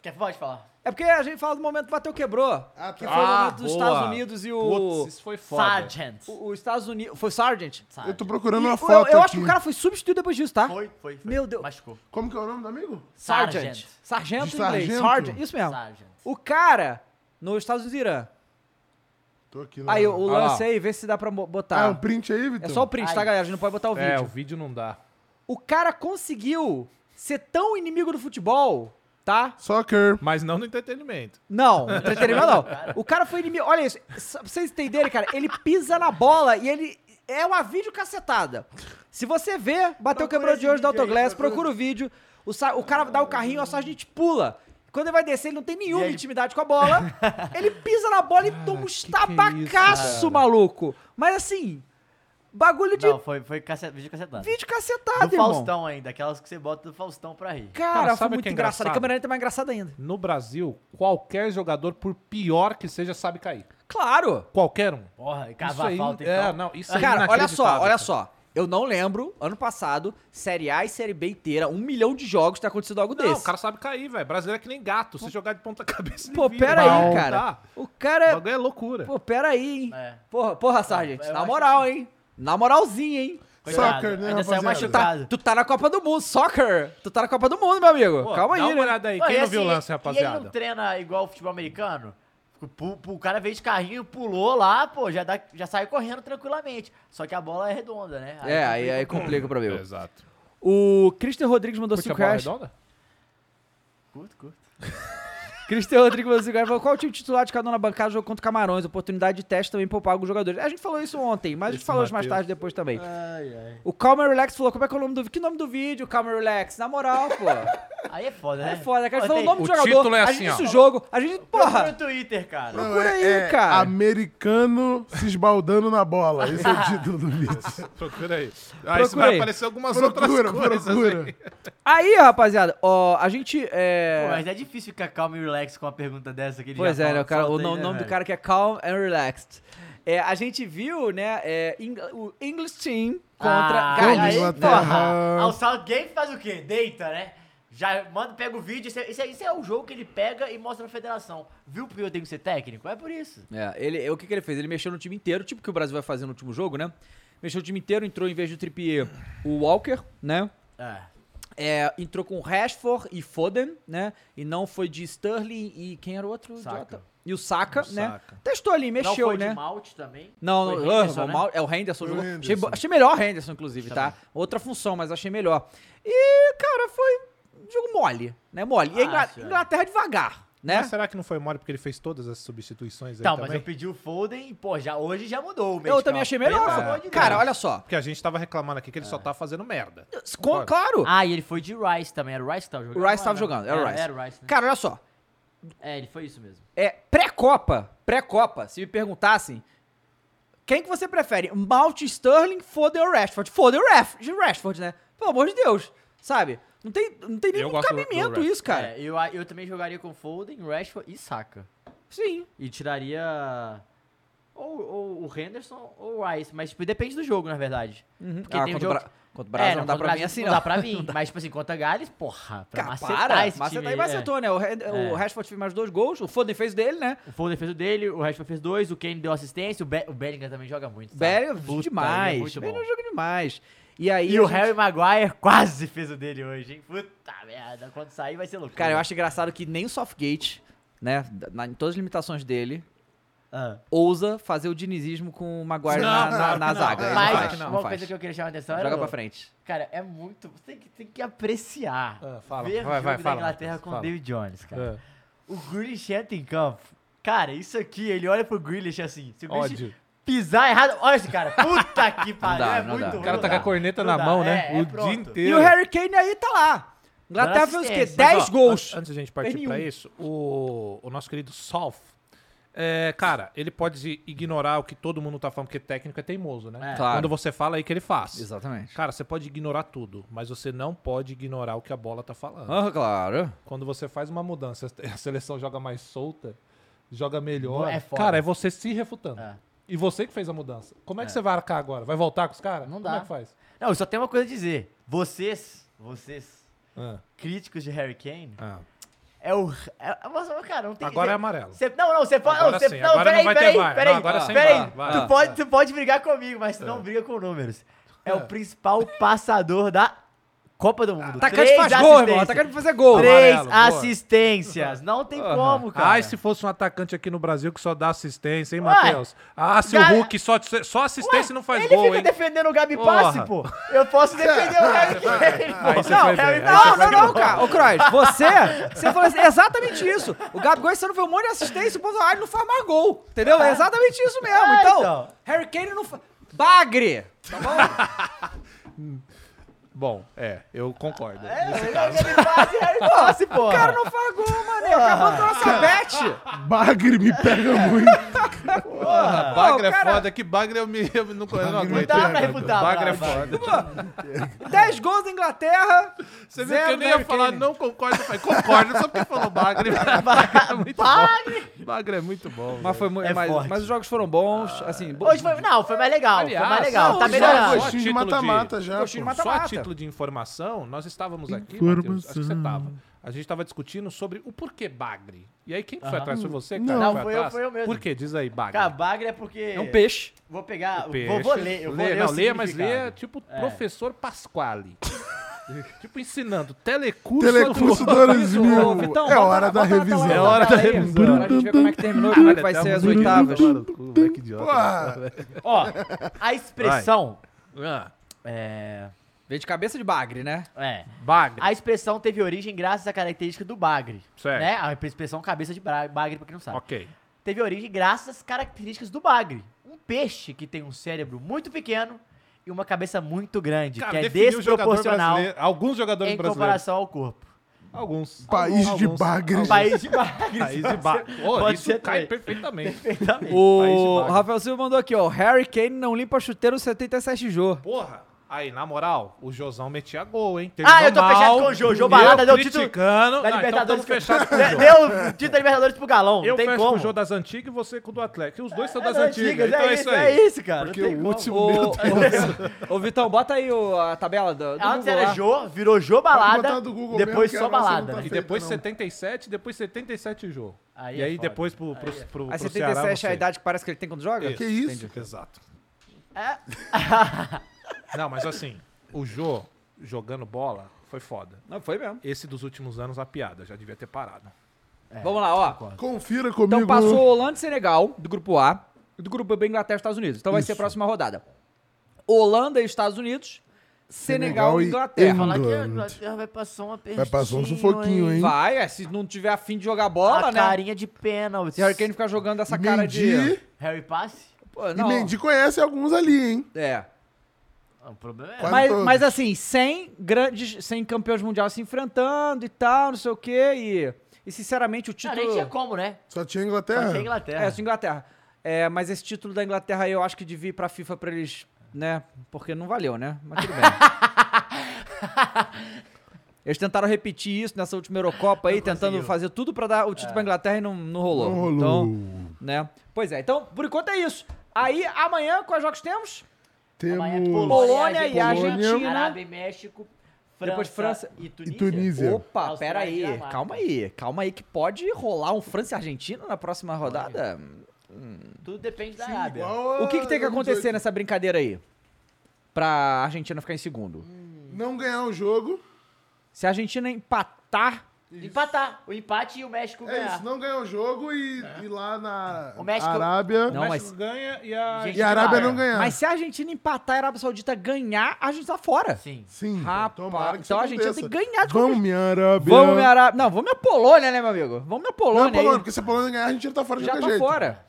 Speaker 5: Quer, pode falar.
Speaker 2: É porque a gente fala do momento que bateu quebrou. que foi o
Speaker 3: Ah,
Speaker 2: momento dos
Speaker 3: boa.
Speaker 2: Estados Unidos e o.
Speaker 3: Putz, isso foi foda.
Speaker 5: Sargent.
Speaker 2: o- Os Estados Unidos. Foi Sargent?
Speaker 5: Sargent.
Speaker 4: Eu tô procurando
Speaker 2: E
Speaker 4: uma
Speaker 2: eu-
Speaker 4: foto
Speaker 2: eu, acho que
Speaker 4: aqui.
Speaker 2: o cara foi substituído depois disso, tá?
Speaker 5: Foi, foi, foi.
Speaker 2: Meu Deus.
Speaker 5: Machucou.
Speaker 4: Como que é o nome do amigo?
Speaker 2: Sargent.
Speaker 5: Sargent.
Speaker 2: Sargento
Speaker 4: De
Speaker 2: em inglês.
Speaker 4: sargento?
Speaker 2: Sargent. Isso mesmo.
Speaker 5: Sargent.
Speaker 2: O cara nos Estados Unidos e Irã.
Speaker 4: Tô aqui. Lá.
Speaker 2: Aí o, o
Speaker 3: Ah lá.
Speaker 2: lance aí, vê se dá pra mo-
Speaker 4: Ah,
Speaker 2: botar.
Speaker 4: um print aí, Vitor?
Speaker 2: é só o print,
Speaker 5: Ai.
Speaker 2: tá, galera? A gente não pode botar o vídeo.
Speaker 3: É, o vídeo não dá.
Speaker 2: O cara conseguiu ser tão inimigo do futebol, tá?
Speaker 4: Soccer.
Speaker 3: Mas não no entretenimento.
Speaker 2: Não, entretenimento não. O cara foi inimigo. Olha isso. só Pra vocês entenderem, cara, ele pisa na bola e ele. É uma videocacetada. Se você vê, bateu quebrou de hoje da Autoglass, procura o vídeo. O, sa- o cara dá o carrinho, só a gente pula. Quando ele vai descer, ele não tem nenhuma
Speaker 5: ele-
Speaker 2: intimidade com a bola. Ele pisa na bola e toma uns
Speaker 3: que que é
Speaker 2: tabacaço,
Speaker 3: isso, cara?
Speaker 2: maluco. Mas assim, bagulho de
Speaker 5: Não, foi, foi cacet... vídeo cacetado.
Speaker 2: vídeo
Speaker 5: Do
Speaker 2: cacetado, irmão.
Speaker 5: Faustão ainda, aquelas que você bota do Faustão pra rir.
Speaker 2: Cara,
Speaker 3: Cara,
Speaker 2: foi
Speaker 3: sabe o
Speaker 2: muito
Speaker 3: que é
Speaker 2: engraçado.
Speaker 3: engraçado?
Speaker 2: A câmera tá mais engraçada ainda.
Speaker 3: No Brasil, qualquer jogador, por pior que seja, sabe cair.
Speaker 2: Claro.
Speaker 3: Qualquer um.
Speaker 5: Porra,
Speaker 3: Isso
Speaker 5: cavar
Speaker 3: aí,
Speaker 5: falta
Speaker 3: é,
Speaker 5: então.
Speaker 3: não, isso aí é
Speaker 2: Cara, olha só,
Speaker 3: inacreditável,
Speaker 2: olha
Speaker 3: cara.
Speaker 2: só. Eu não lembro, ano passado, Série A e Série B inteira, um milhão de jogos ter acontecido algo
Speaker 3: Não,
Speaker 2: desse.
Speaker 3: o cara sabe cair, velho. Brasileiro é que nem gato. Se jogar de ponta cabeça, ele
Speaker 2: Pô,
Speaker 3: vira. Tá.
Speaker 2: pera aí,
Speaker 3: Não
Speaker 2: cara.
Speaker 3: dá.
Speaker 2: O
Speaker 3: O
Speaker 2: cara.
Speaker 3: bagulho é loucura.
Speaker 2: Pô, pera aí, hein?
Speaker 5: É.
Speaker 2: Porra, porra, Sargent.
Speaker 5: eu
Speaker 2: Na
Speaker 5: acho
Speaker 2: moral, hein? Na moralzinha, hein?
Speaker 5: Coitado,
Speaker 4: Soccer, né,
Speaker 5: Ainda saiu
Speaker 4: rapaziada?
Speaker 2: Tá,
Speaker 5: machucado.
Speaker 2: tu tá na Copa do Mundo, soccer. Tu tá na Copa do Mundo, meu amigo.
Speaker 3: Pô,
Speaker 2: Calma aí,
Speaker 3: dá uma
Speaker 2: né?
Speaker 3: olhada aí.
Speaker 5: Pô,
Speaker 3: Quem
Speaker 5: e
Speaker 3: não viu o
Speaker 5: assim,
Speaker 3: lance,
Speaker 5: E ele
Speaker 3: rapaziada?
Speaker 5: não treina igual o futebol americano? O, pu- pu- o cara veio de carrinho, pulou lá, pô, já, dá, já saiu correndo tranquilamente. Só que a bola é redonda, né?
Speaker 2: É,
Speaker 5: complica
Speaker 2: aí, aí
Speaker 5: um pouco.
Speaker 2: complica pra mim.
Speaker 3: Exato. é
Speaker 2: O Christian Rodrigues mandou
Speaker 3: Curte a
Speaker 2: 5
Speaker 3: bola
Speaker 2: reais.
Speaker 3: redonda?
Speaker 5: Curto, curto.
Speaker 2: Cristian Rodrigues mandou 5 reais. Falou, Qual o time titular de cada um na bancada jogo contra o Camarões? Oportunidade de teste também poupar alguns jogadores. A gente falou isso ontem, mas a gente
Speaker 3: Esse
Speaker 2: falou isso mais
Speaker 3: Matheus.
Speaker 2: tarde depois também.
Speaker 5: Ai, ai.
Speaker 2: O Calma and Relax falou, como é que é o nome do vídeo? Que nome do vídeo, Calma and Relax? Na moral, pô.
Speaker 5: Aí é foda, né?
Speaker 2: É foda, cara.
Speaker 5: Pô,
Speaker 2: A gente falou o
Speaker 5: tem-
Speaker 2: nome do
Speaker 3: O
Speaker 2: jogador.
Speaker 3: título é
Speaker 2: a
Speaker 3: assim,
Speaker 2: gente
Speaker 3: ó.
Speaker 2: disse o jogo. A gente,
Speaker 5: Procura
Speaker 2: porra.
Speaker 5: no Twitter, cara.
Speaker 4: Não,
Speaker 3: é,
Speaker 4: é,
Speaker 2: Procura aí, cara.
Speaker 4: Americano se esbaldando na bola. Esse é o título do vídeo.
Speaker 3: Procura aí. Ah, isso
Speaker 2: Procura
Speaker 3: vai
Speaker 2: aí.
Speaker 3: aparecer algumas
Speaker 4: Procura,
Speaker 3: outras coisas.
Speaker 4: procura.
Speaker 3: aí.
Speaker 2: Aí, rapaziada, ó, a gente, é...
Speaker 5: Pô, mas é difícil ficar calmo e relax com uma pergunta dessa que ele
Speaker 2: pois
Speaker 5: já
Speaker 2: é,
Speaker 5: fala,
Speaker 2: né, o, cara, o
Speaker 5: solta aí,
Speaker 3: no-
Speaker 2: nome
Speaker 5: né,
Speaker 2: nome do
Speaker 5: velho?
Speaker 2: cara que é Calm and Relaxed.
Speaker 7: É, a gente viu, né, é, Eng- o English Team
Speaker 5: Ah,
Speaker 7: contra
Speaker 4: Vamos,
Speaker 5: aí,
Speaker 4: Inglaterra.
Speaker 5: porra. Ah, O Southgate faz o quê? Deita, né? Já manda, pega o vídeo. Esse é, esse é- esse é o jogo que ele pega e mostra na federação. Viu porque eu tenho que ser técnico? É por isso.
Speaker 2: É, ele, o que, que ele fez? Ele mexeu no time inteiro, tipo o que o Brasil vai fazer no último jogo, né? Mexeu o time inteiro, entrou em vez do Trippier o Walker, né?
Speaker 5: É.
Speaker 2: É, entrou com Rashford e Foden, né? E não foi de Sterling e quem era o outro?
Speaker 5: Saka.
Speaker 2: idiota? E o Saka,
Speaker 3: O
Speaker 2: né?
Speaker 3: Saka.
Speaker 2: Testou ali, mexeu,
Speaker 5: não foi
Speaker 2: né?
Speaker 5: de Malte também.
Speaker 2: Não,
Speaker 5: Foi
Speaker 2: não,
Speaker 5: Henderson,
Speaker 2: ah,
Speaker 5: né?
Speaker 2: mal- é o Henderson.
Speaker 4: Foi o
Speaker 2: jogou.
Speaker 4: Henderson.
Speaker 2: Achei, bo- achei melhor o Henderson, inclusive, tá?
Speaker 5: Também.
Speaker 2: Outra função, mas achei melhor. E, cara, foi jogo mole, né? Mole.
Speaker 3: Ah,
Speaker 2: E a Ingla-
Speaker 5: Fácil, é.
Speaker 2: Inglaterra devagar, né?
Speaker 3: Mas será que não foi mole porque ele fez todas as substituições aí
Speaker 5: Tá, mas
Speaker 3: também?
Speaker 5: eu pedi o Foden e, pô, já, hoje já mudou o meio
Speaker 2: Eu
Speaker 5: de
Speaker 2: também
Speaker 5: campo.
Speaker 2: achei melhor.
Speaker 5: Pelo
Speaker 2: foi-
Speaker 5: amor de
Speaker 2: cara,
Speaker 5: Deus.
Speaker 2: olha só.
Speaker 3: Porque a gente tava reclamando aqui que ele só tava fazendo merda.
Speaker 2: Com-
Speaker 3: Concordo.
Speaker 2: claro,
Speaker 5: É. Ah, e ele foi de Rice também. Era o Rice que tava jogando?
Speaker 2: O Rice
Speaker 5: Não,
Speaker 2: tava
Speaker 5: né?
Speaker 2: jogando, era o Rice.
Speaker 5: Era o Rice, né?
Speaker 2: cara, olha só.
Speaker 5: É, ele foi isso mesmo.
Speaker 2: É, pré-Copa, pré-Copa, se me perguntassem, quem que você prefere? Mount Sterling, Foden ou Rashford? Foden ou Raf- Rashford, né? Pelo amor de Deus, sabe? Não tem, não tem nenhum
Speaker 3: gosto do- do
Speaker 2: é um cabimento
Speaker 3: Rashford.
Speaker 2: isso, cara.
Speaker 5: É, eu, eu também jogaria com Foden, Rashford e Saka.
Speaker 2: Sim.
Speaker 5: E tiraria ou, ou o Henderson ou o Rice. Mas tipo, depende do jogo, na verdade. Porque
Speaker 2: Ah,
Speaker 5: tem um
Speaker 2: contra o
Speaker 5: jogo...
Speaker 2: Bra- contra o Brasil não dá
Speaker 5: contra o
Speaker 2: pra
Speaker 5: Brasil
Speaker 2: mim assim,
Speaker 5: não.
Speaker 2: não.
Speaker 5: dá pra mim. mas, tipo assim, contra Gales, porra. Pra
Speaker 2: Cara,
Speaker 5: macetar
Speaker 2: para.
Speaker 5: esse
Speaker 2: Macetar
Speaker 5: time,
Speaker 2: e
Speaker 5: é.
Speaker 2: macetou, né? O, Red- o Rashford fez mais dois gols, o Foden fez o dele, né?
Speaker 5: O Foden fez o dele, o Rashford fez dois, o Kane deu assistência, o, Be o Bellingham também joga muito. tá?
Speaker 2: Bellingham
Speaker 5: Puta, ele é
Speaker 2: demais.
Speaker 5: muito
Speaker 2: Bellingham
Speaker 5: bom.
Speaker 2: joga demais. E aí.
Speaker 5: E,
Speaker 2: a
Speaker 5: o
Speaker 2: gente-
Speaker 5: Harry Maguire quase fez o dele hoje, hein? Puta merda, quando sair vai ser louco.
Speaker 2: Cara, eu acho engraçado que nem o Southgate, né? na- em todas as limitações dele,
Speaker 5: Ah.
Speaker 2: ousa fazer o dinizismo com o Maguire
Speaker 3: Não,
Speaker 2: na, na-
Speaker 3: não,
Speaker 2: na
Speaker 3: não.
Speaker 2: zaga. Ele
Speaker 5: Mas
Speaker 2: não faz,
Speaker 5: uma
Speaker 2: não
Speaker 5: coisa
Speaker 2: faz.
Speaker 5: que eu queria chamar a atenção era
Speaker 2: Joga pra
Speaker 5: louco.
Speaker 2: frente.
Speaker 5: Cara, é muito. Você tem que, tem que apreciar.
Speaker 3: Ah, fala.
Speaker 5: Ver o
Speaker 3: Vai,
Speaker 5: jogo
Speaker 3: vai,
Speaker 5: da
Speaker 3: fala,
Speaker 5: Inglaterra
Speaker 3: Matheus,
Speaker 5: com o
Speaker 3: fala. É.
Speaker 5: David Jones, cara. O Grealish entra em campo. Cara, isso aqui, ele olha pro Grealish assim. Se o Grealish
Speaker 3: Ódio.
Speaker 5: pisar errado, olha esse cara. Puta que pariu,
Speaker 2: dá,
Speaker 5: é
Speaker 2: não
Speaker 5: muito
Speaker 2: dá.
Speaker 5: ruim.
Speaker 3: O cara tá com a corneta
Speaker 5: Não
Speaker 3: na
Speaker 5: dá,
Speaker 3: mão,
Speaker 5: é,
Speaker 3: né?
Speaker 5: é,
Speaker 3: o
Speaker 5: pronto.
Speaker 3: dia
Speaker 2: E
Speaker 3: inteiro.
Speaker 2: o Harry Kane aí tá lá. Inglaterra fez o quê?
Speaker 5: assistência.
Speaker 2: 10
Speaker 3: ó,
Speaker 2: gols.
Speaker 3: an- Antes da gente partir
Speaker 2: Fez
Speaker 3: pra
Speaker 2: nenhum.
Speaker 3: isso, o, o nosso querido Solf, é, cara, ele pode ignorar o que todo mundo tá falando, porque técnico é teimoso, né?
Speaker 2: É. Claro.
Speaker 3: Quando você fala aí que ele faz.
Speaker 2: Exatamente.
Speaker 3: Cara, você pode ignorar tudo, mas você não pode ignorar o que a bola tá falando.
Speaker 2: Ah, claro.
Speaker 3: Quando você faz uma mudança, a seleção joga mais solta, joga melhor.
Speaker 5: É foda.
Speaker 3: cara, é você se refutando.
Speaker 5: É.
Speaker 3: E você que fez a mudança. Como é que você vai arcar agora? Vai voltar com os caras?
Speaker 5: Não
Speaker 3: Como
Speaker 5: dá.
Speaker 3: é que faz?
Speaker 5: Não, eu só tenho uma coisa a dizer. Vocês, vocês,
Speaker 3: Ah,
Speaker 5: críticos de Harry Kane,
Speaker 3: ah.
Speaker 5: é o. É, é- nossa, cara, não tem
Speaker 3: Agora
Speaker 5: cê-
Speaker 3: é amarelo.
Speaker 5: cê- não, não, você pode. Não,
Speaker 3: Agora
Speaker 5: cê,
Speaker 3: sim,
Speaker 5: não
Speaker 3: agora não
Speaker 5: peraí,
Speaker 3: vai ter
Speaker 5: peraí,
Speaker 3: VAR.
Speaker 5: peraí.
Speaker 3: Não, agora é sem
Speaker 5: peraí.
Speaker 3: VAR, vai.
Speaker 5: Tu, pode, tu pode brigar comigo, mas tu não briga com números. É o principal passador da Copa do Mundo.
Speaker 2: Atacante
Speaker 5: Três
Speaker 2: faz gol, irmão.
Speaker 5: assistências.
Speaker 2: Atacante faz gol.
Speaker 5: Três
Speaker 3: Amarelo, boa.
Speaker 5: assistências. Não tem como, cara.
Speaker 3: Ai, se fosse um atacante aqui no Brasil que só dá assistência, hein,
Speaker 5: Ué,
Speaker 3: Matheus? Ah, se
Speaker 5: cara-
Speaker 3: o Hulk só, só assistência e não faz
Speaker 5: Ele
Speaker 3: gol,
Speaker 5: fica
Speaker 3: hein?
Speaker 5: defendendo o Gabi
Speaker 3: Porra.
Speaker 5: Passe, pô. Eu posso defender o Gabi Passe.
Speaker 3: Aí você
Speaker 2: Não,
Speaker 3: foi ver, aí
Speaker 2: Não,
Speaker 3: você
Speaker 2: não,
Speaker 3: foi
Speaker 2: não,
Speaker 3: ver.
Speaker 2: cara. Ô, Croix, você, você falou assim, exatamente isso. O Gabigol, você não vê um monte de assistência, o Bozo, ah, ele não faz mais gol. Entendeu? É exatamente isso mesmo.
Speaker 5: É,
Speaker 2: Então,
Speaker 5: então. Tá
Speaker 2: Harry Kane não faz... Bagre!
Speaker 3: Bom, é, eu concordo.
Speaker 5: É,
Speaker 2: É,
Speaker 5: Gabi Passe, Harry Passe, pô.
Speaker 2: O cara não faz gol,
Speaker 5: né?
Speaker 2: mané. Acabou com a nossa bet.
Speaker 4: Bagre me pega muito.
Speaker 3: Ah, Bagre
Speaker 2: Pô, cara-
Speaker 3: é foda, que Bagre eu, me, eu não, eu não
Speaker 4: Bagre
Speaker 3: aguento.
Speaker 4: não dá
Speaker 5: pra refutar,
Speaker 3: Bagre é
Speaker 5: vai, vai.
Speaker 3: foda.
Speaker 2: 10 gols da Inglaterra.
Speaker 3: Você viu
Speaker 2: Zero
Speaker 3: que eu nem
Speaker 2: Harry
Speaker 3: ia falar,
Speaker 2: Kane.
Speaker 3: não concordo, eu falei, concordo, só porque falou Bagre. Bagre é muito bom. Bagre é muito bom.
Speaker 2: Mas, foi, mu-
Speaker 5: É
Speaker 2: mas,
Speaker 5: forte.
Speaker 2: mas os jogos foram bons, assim... bo-
Speaker 5: Hoje foi, não, foi mais legal. foi mais legal.
Speaker 2: não,
Speaker 5: tá
Speaker 2: os
Speaker 5: melhorando.
Speaker 3: jogos-
Speaker 4: Gostinho de
Speaker 3: título de-
Speaker 4: mata-mata já.
Speaker 2: Gostinho de
Speaker 4: pô.
Speaker 2: mata-
Speaker 3: Só a título de informação, nós estávamos aqui, Matheus, acho que você estava. A gente estava discutindo sobre o porquê Bagre. E aí, quem que foi é atrás? Foi você, cara?
Speaker 5: Não,
Speaker 3: que
Speaker 5: foi eu,
Speaker 3: atrás?
Speaker 5: foi eu mesmo.
Speaker 3: Por quê? Diz aí, Bagre.
Speaker 5: Cara, Bagre é porque.
Speaker 2: É um peixe.
Speaker 5: Vou pegar.
Speaker 3: Peixe.
Speaker 5: Vou, vou ler. Eu vou ler.
Speaker 3: não,
Speaker 5: o
Speaker 3: leia, mas
Speaker 5: significado. É.
Speaker 3: leia tipo professor Pasquale. tipo ensinando, telecurso.
Speaker 4: Telecurso
Speaker 3: do-
Speaker 4: 2000.
Speaker 2: Ô, Vitão,
Speaker 4: é
Speaker 2: bota-
Speaker 4: hora da
Speaker 2: bota na
Speaker 4: revisão.
Speaker 2: tela,
Speaker 3: É hora
Speaker 2: bota
Speaker 3: da
Speaker 2: aí,
Speaker 3: revisão.
Speaker 2: Agora a gente vê como é que terminou e como é que vai
Speaker 3: Olha,
Speaker 2: ser
Speaker 3: tá
Speaker 2: as
Speaker 3: muito
Speaker 2: oitavas.
Speaker 3: tomar no cu, velho, que idiota.
Speaker 5: Ó, a expressão.
Speaker 3: Ah,
Speaker 5: É.
Speaker 2: Vem de cabeça de bagre, né?
Speaker 5: É.
Speaker 3: Bagre.
Speaker 5: A expressão teve origem graças à característica do bagre.
Speaker 3: Certo.
Speaker 5: Né? A expressão cabeça de bra- bagre, pra quem não sabe.
Speaker 3: Ok.
Speaker 5: Teve origem graças às características do bagre. Um peixe que tem um cérebro muito pequeno e uma cabeça muito grande,
Speaker 3: Cara,
Speaker 5: que é
Speaker 3: definiu o jogador
Speaker 5: desproporcional
Speaker 3: brasileiro- Alguns jogadores
Speaker 5: em
Speaker 3: brasileiros.
Speaker 5: comparação ao corpo.
Speaker 3: Alguns.
Speaker 4: País de
Speaker 3: Alguns.
Speaker 4: Bagre.
Speaker 3: Alguns.
Speaker 5: É um País de bagre.
Speaker 3: País de Bagre. Ô,
Speaker 5: Pode
Speaker 3: isso
Speaker 5: ser
Speaker 3: cai
Speaker 5: também.
Speaker 3: perfeitamente.
Speaker 5: Perfeitamente.
Speaker 2: O
Speaker 3: Bagre.
Speaker 2: Rafael Silva mandou aqui, ó. Harry Kane não limpa chuteiro 77 jô.
Speaker 3: Porra. Aí, na moral, o Josão metia gol, hein?
Speaker 5: Ah, eu tô fechado com o Jô. Jô Balada deu o título
Speaker 3: criticando.
Speaker 5: da
Speaker 3: Não,
Speaker 5: Libertadores.
Speaker 3: então tamo fechado com o
Speaker 5: deu,
Speaker 3: Jô.
Speaker 5: o título da Libertadores pro Galão.
Speaker 3: Eu
Speaker 5: não tem
Speaker 3: fecho
Speaker 5: como.
Speaker 3: com o Jô das antigas e você com o do Atlético. Os dois são
Speaker 5: É
Speaker 3: das
Speaker 5: das
Speaker 3: antigas.
Speaker 5: antigas,
Speaker 3: Então é, isso aí.
Speaker 5: É isso, cara.
Speaker 4: Porque
Speaker 5: não tem
Speaker 4: o
Speaker 5: como.
Speaker 4: último.
Speaker 2: Ô,
Speaker 4: Meu Deus.
Speaker 2: ô, ô, Vitão, bota aí o- a tabela do, do
Speaker 5: Antes
Speaker 2: Google
Speaker 5: era
Speaker 2: lá.
Speaker 5: Jô, virou Jô
Speaker 4: Pode
Speaker 5: Balada,
Speaker 4: botar do Google mesmo,
Speaker 5: depois
Speaker 4: que
Speaker 5: só
Speaker 4: a nossa não
Speaker 5: Balada,
Speaker 4: tá
Speaker 5: né?
Speaker 3: E depois
Speaker 4: Não.
Speaker 3: 77, depois 77 o Jô.
Speaker 5: Aí
Speaker 3: e
Speaker 5: é
Speaker 3: aí
Speaker 5: foda.
Speaker 3: depois pro, pro,
Speaker 5: Aí é
Speaker 3: pro, pro,
Speaker 2: A
Speaker 3: Ceará,
Speaker 2: 77 é a
Speaker 3: você.
Speaker 2: idade que parece que ele tem quando joga?
Speaker 4: Que isso?
Speaker 3: Exato.
Speaker 5: É.
Speaker 3: Não, mas assim, o Jô jogando bola foi foda.
Speaker 2: Não, foi mesmo.
Speaker 3: Esse dos últimos anos, a piada, já devia ter parado. É.
Speaker 2: Vamos lá, ó.
Speaker 4: Confira comigo.
Speaker 2: Então passou Holanda e Senegal, do grupo A, e do grupo B, Inglaterra e Estados Unidos. Então vai ser a
Speaker 4: Isso.
Speaker 2: próxima rodada. Holanda e Estados Unidos, Senegal,
Speaker 4: Senegal
Speaker 2: e
Speaker 4: e
Speaker 2: Inglaterra.
Speaker 4: Inglaterra.
Speaker 5: Falar que a
Speaker 4: Engano.
Speaker 5: Inglaterra vai passar um apertinho,
Speaker 4: Vai passar um sufoquinho, hein?
Speaker 2: Vai, é, se não tiver afim de jogar bola,
Speaker 5: A
Speaker 2: né?
Speaker 5: carinha de pênalti.
Speaker 2: Se Harry Kane ficar jogando essa cara de...
Speaker 4: Mendy.
Speaker 5: Harry Passe?
Speaker 2: Pô,
Speaker 4: E
Speaker 2: não.
Speaker 4: Mendy conhece alguns ali, hein?
Speaker 2: É.
Speaker 5: Ah, O problema é...
Speaker 4: Quase
Speaker 2: Mas,
Speaker 4: todos.
Speaker 2: mas assim, sem grandes, sem campeões mundial se enfrentando e tal, não sei o quê, e, e sinceramente o
Speaker 5: Não,
Speaker 2: título...
Speaker 5: nem tinha como, né?
Speaker 4: Só tinha
Speaker 5: Só
Speaker 4: Inglaterra.
Speaker 5: tinha
Speaker 2: É,
Speaker 5: Inglaterra.
Speaker 2: só Inglaterra. É, mas esse título da Inglaterra aí eu acho que devia ir pra FIFA pra eles, né? Porque não valeu, né? Mas tudo bem. eles tentaram repetir isso nessa última Eurocopa aí, tentando fazer tudo pra dar o
Speaker 5: É.
Speaker 2: título pra Inglaterra e não, não rolou.
Speaker 4: Não rolou.
Speaker 2: Então, né? Pois é, então, por enquanto é isso. Aí, amanhã, quais jogos temos?
Speaker 5: Amanhã, é
Speaker 4: Temos.
Speaker 2: Polônia e
Speaker 4: Polônia.
Speaker 2: Argentina.
Speaker 5: Arábia e México, França,
Speaker 2: Depois França
Speaker 5: e Tunísia.
Speaker 4: E Tunísia.
Speaker 2: Opa,
Speaker 5: Austrália
Speaker 2: pera aí.
Speaker 5: e Dinamarca.
Speaker 2: Calma aí, calma aí que pode rolar um França e Argentina na próxima rodada?
Speaker 5: Tudo depende da Arábia.
Speaker 4: Igual a
Speaker 2: O que, que tem que
Speaker 4: 2018.
Speaker 2: acontecer nessa brincadeira aí? Pra Argentina ficar em segundo.
Speaker 4: Não ganhar
Speaker 2: um
Speaker 4: o jogo.
Speaker 2: Se a Argentina empatar.
Speaker 5: Empatar. O empate e o México
Speaker 4: É
Speaker 5: ganhar. É.
Speaker 4: isso, não ganhar o jogo e ir lá na
Speaker 5: O México-
Speaker 4: Arábia.
Speaker 2: Não,
Speaker 3: o
Speaker 2: mas-
Speaker 3: México ganha e a...
Speaker 5: Gente,
Speaker 4: E a Arábia
Speaker 5: cara,
Speaker 4: não ganhar.
Speaker 2: Mas se a Argentina empatar e a Arábia Saudita ganhar, a gente tá fora.
Speaker 5: Sim.
Speaker 4: Sim.
Speaker 2: Rapaz,
Speaker 4: tomara que
Speaker 2: então
Speaker 4: isso
Speaker 2: a gente tem que
Speaker 4: aconteça.
Speaker 2: ganhar de
Speaker 4: Vamos, minha Arábia.
Speaker 2: Vamos, minha Arábia. Não, vamos minha Polônia, né, meu amigo? Vamos minha
Speaker 4: Não, é
Speaker 2: Polônia.
Speaker 4: Polônia,
Speaker 2: aí.
Speaker 4: porque se a Polônia ganhar, a gente já tá fora de
Speaker 2: Já tá
Speaker 4: qualquer jeito.
Speaker 2: fora.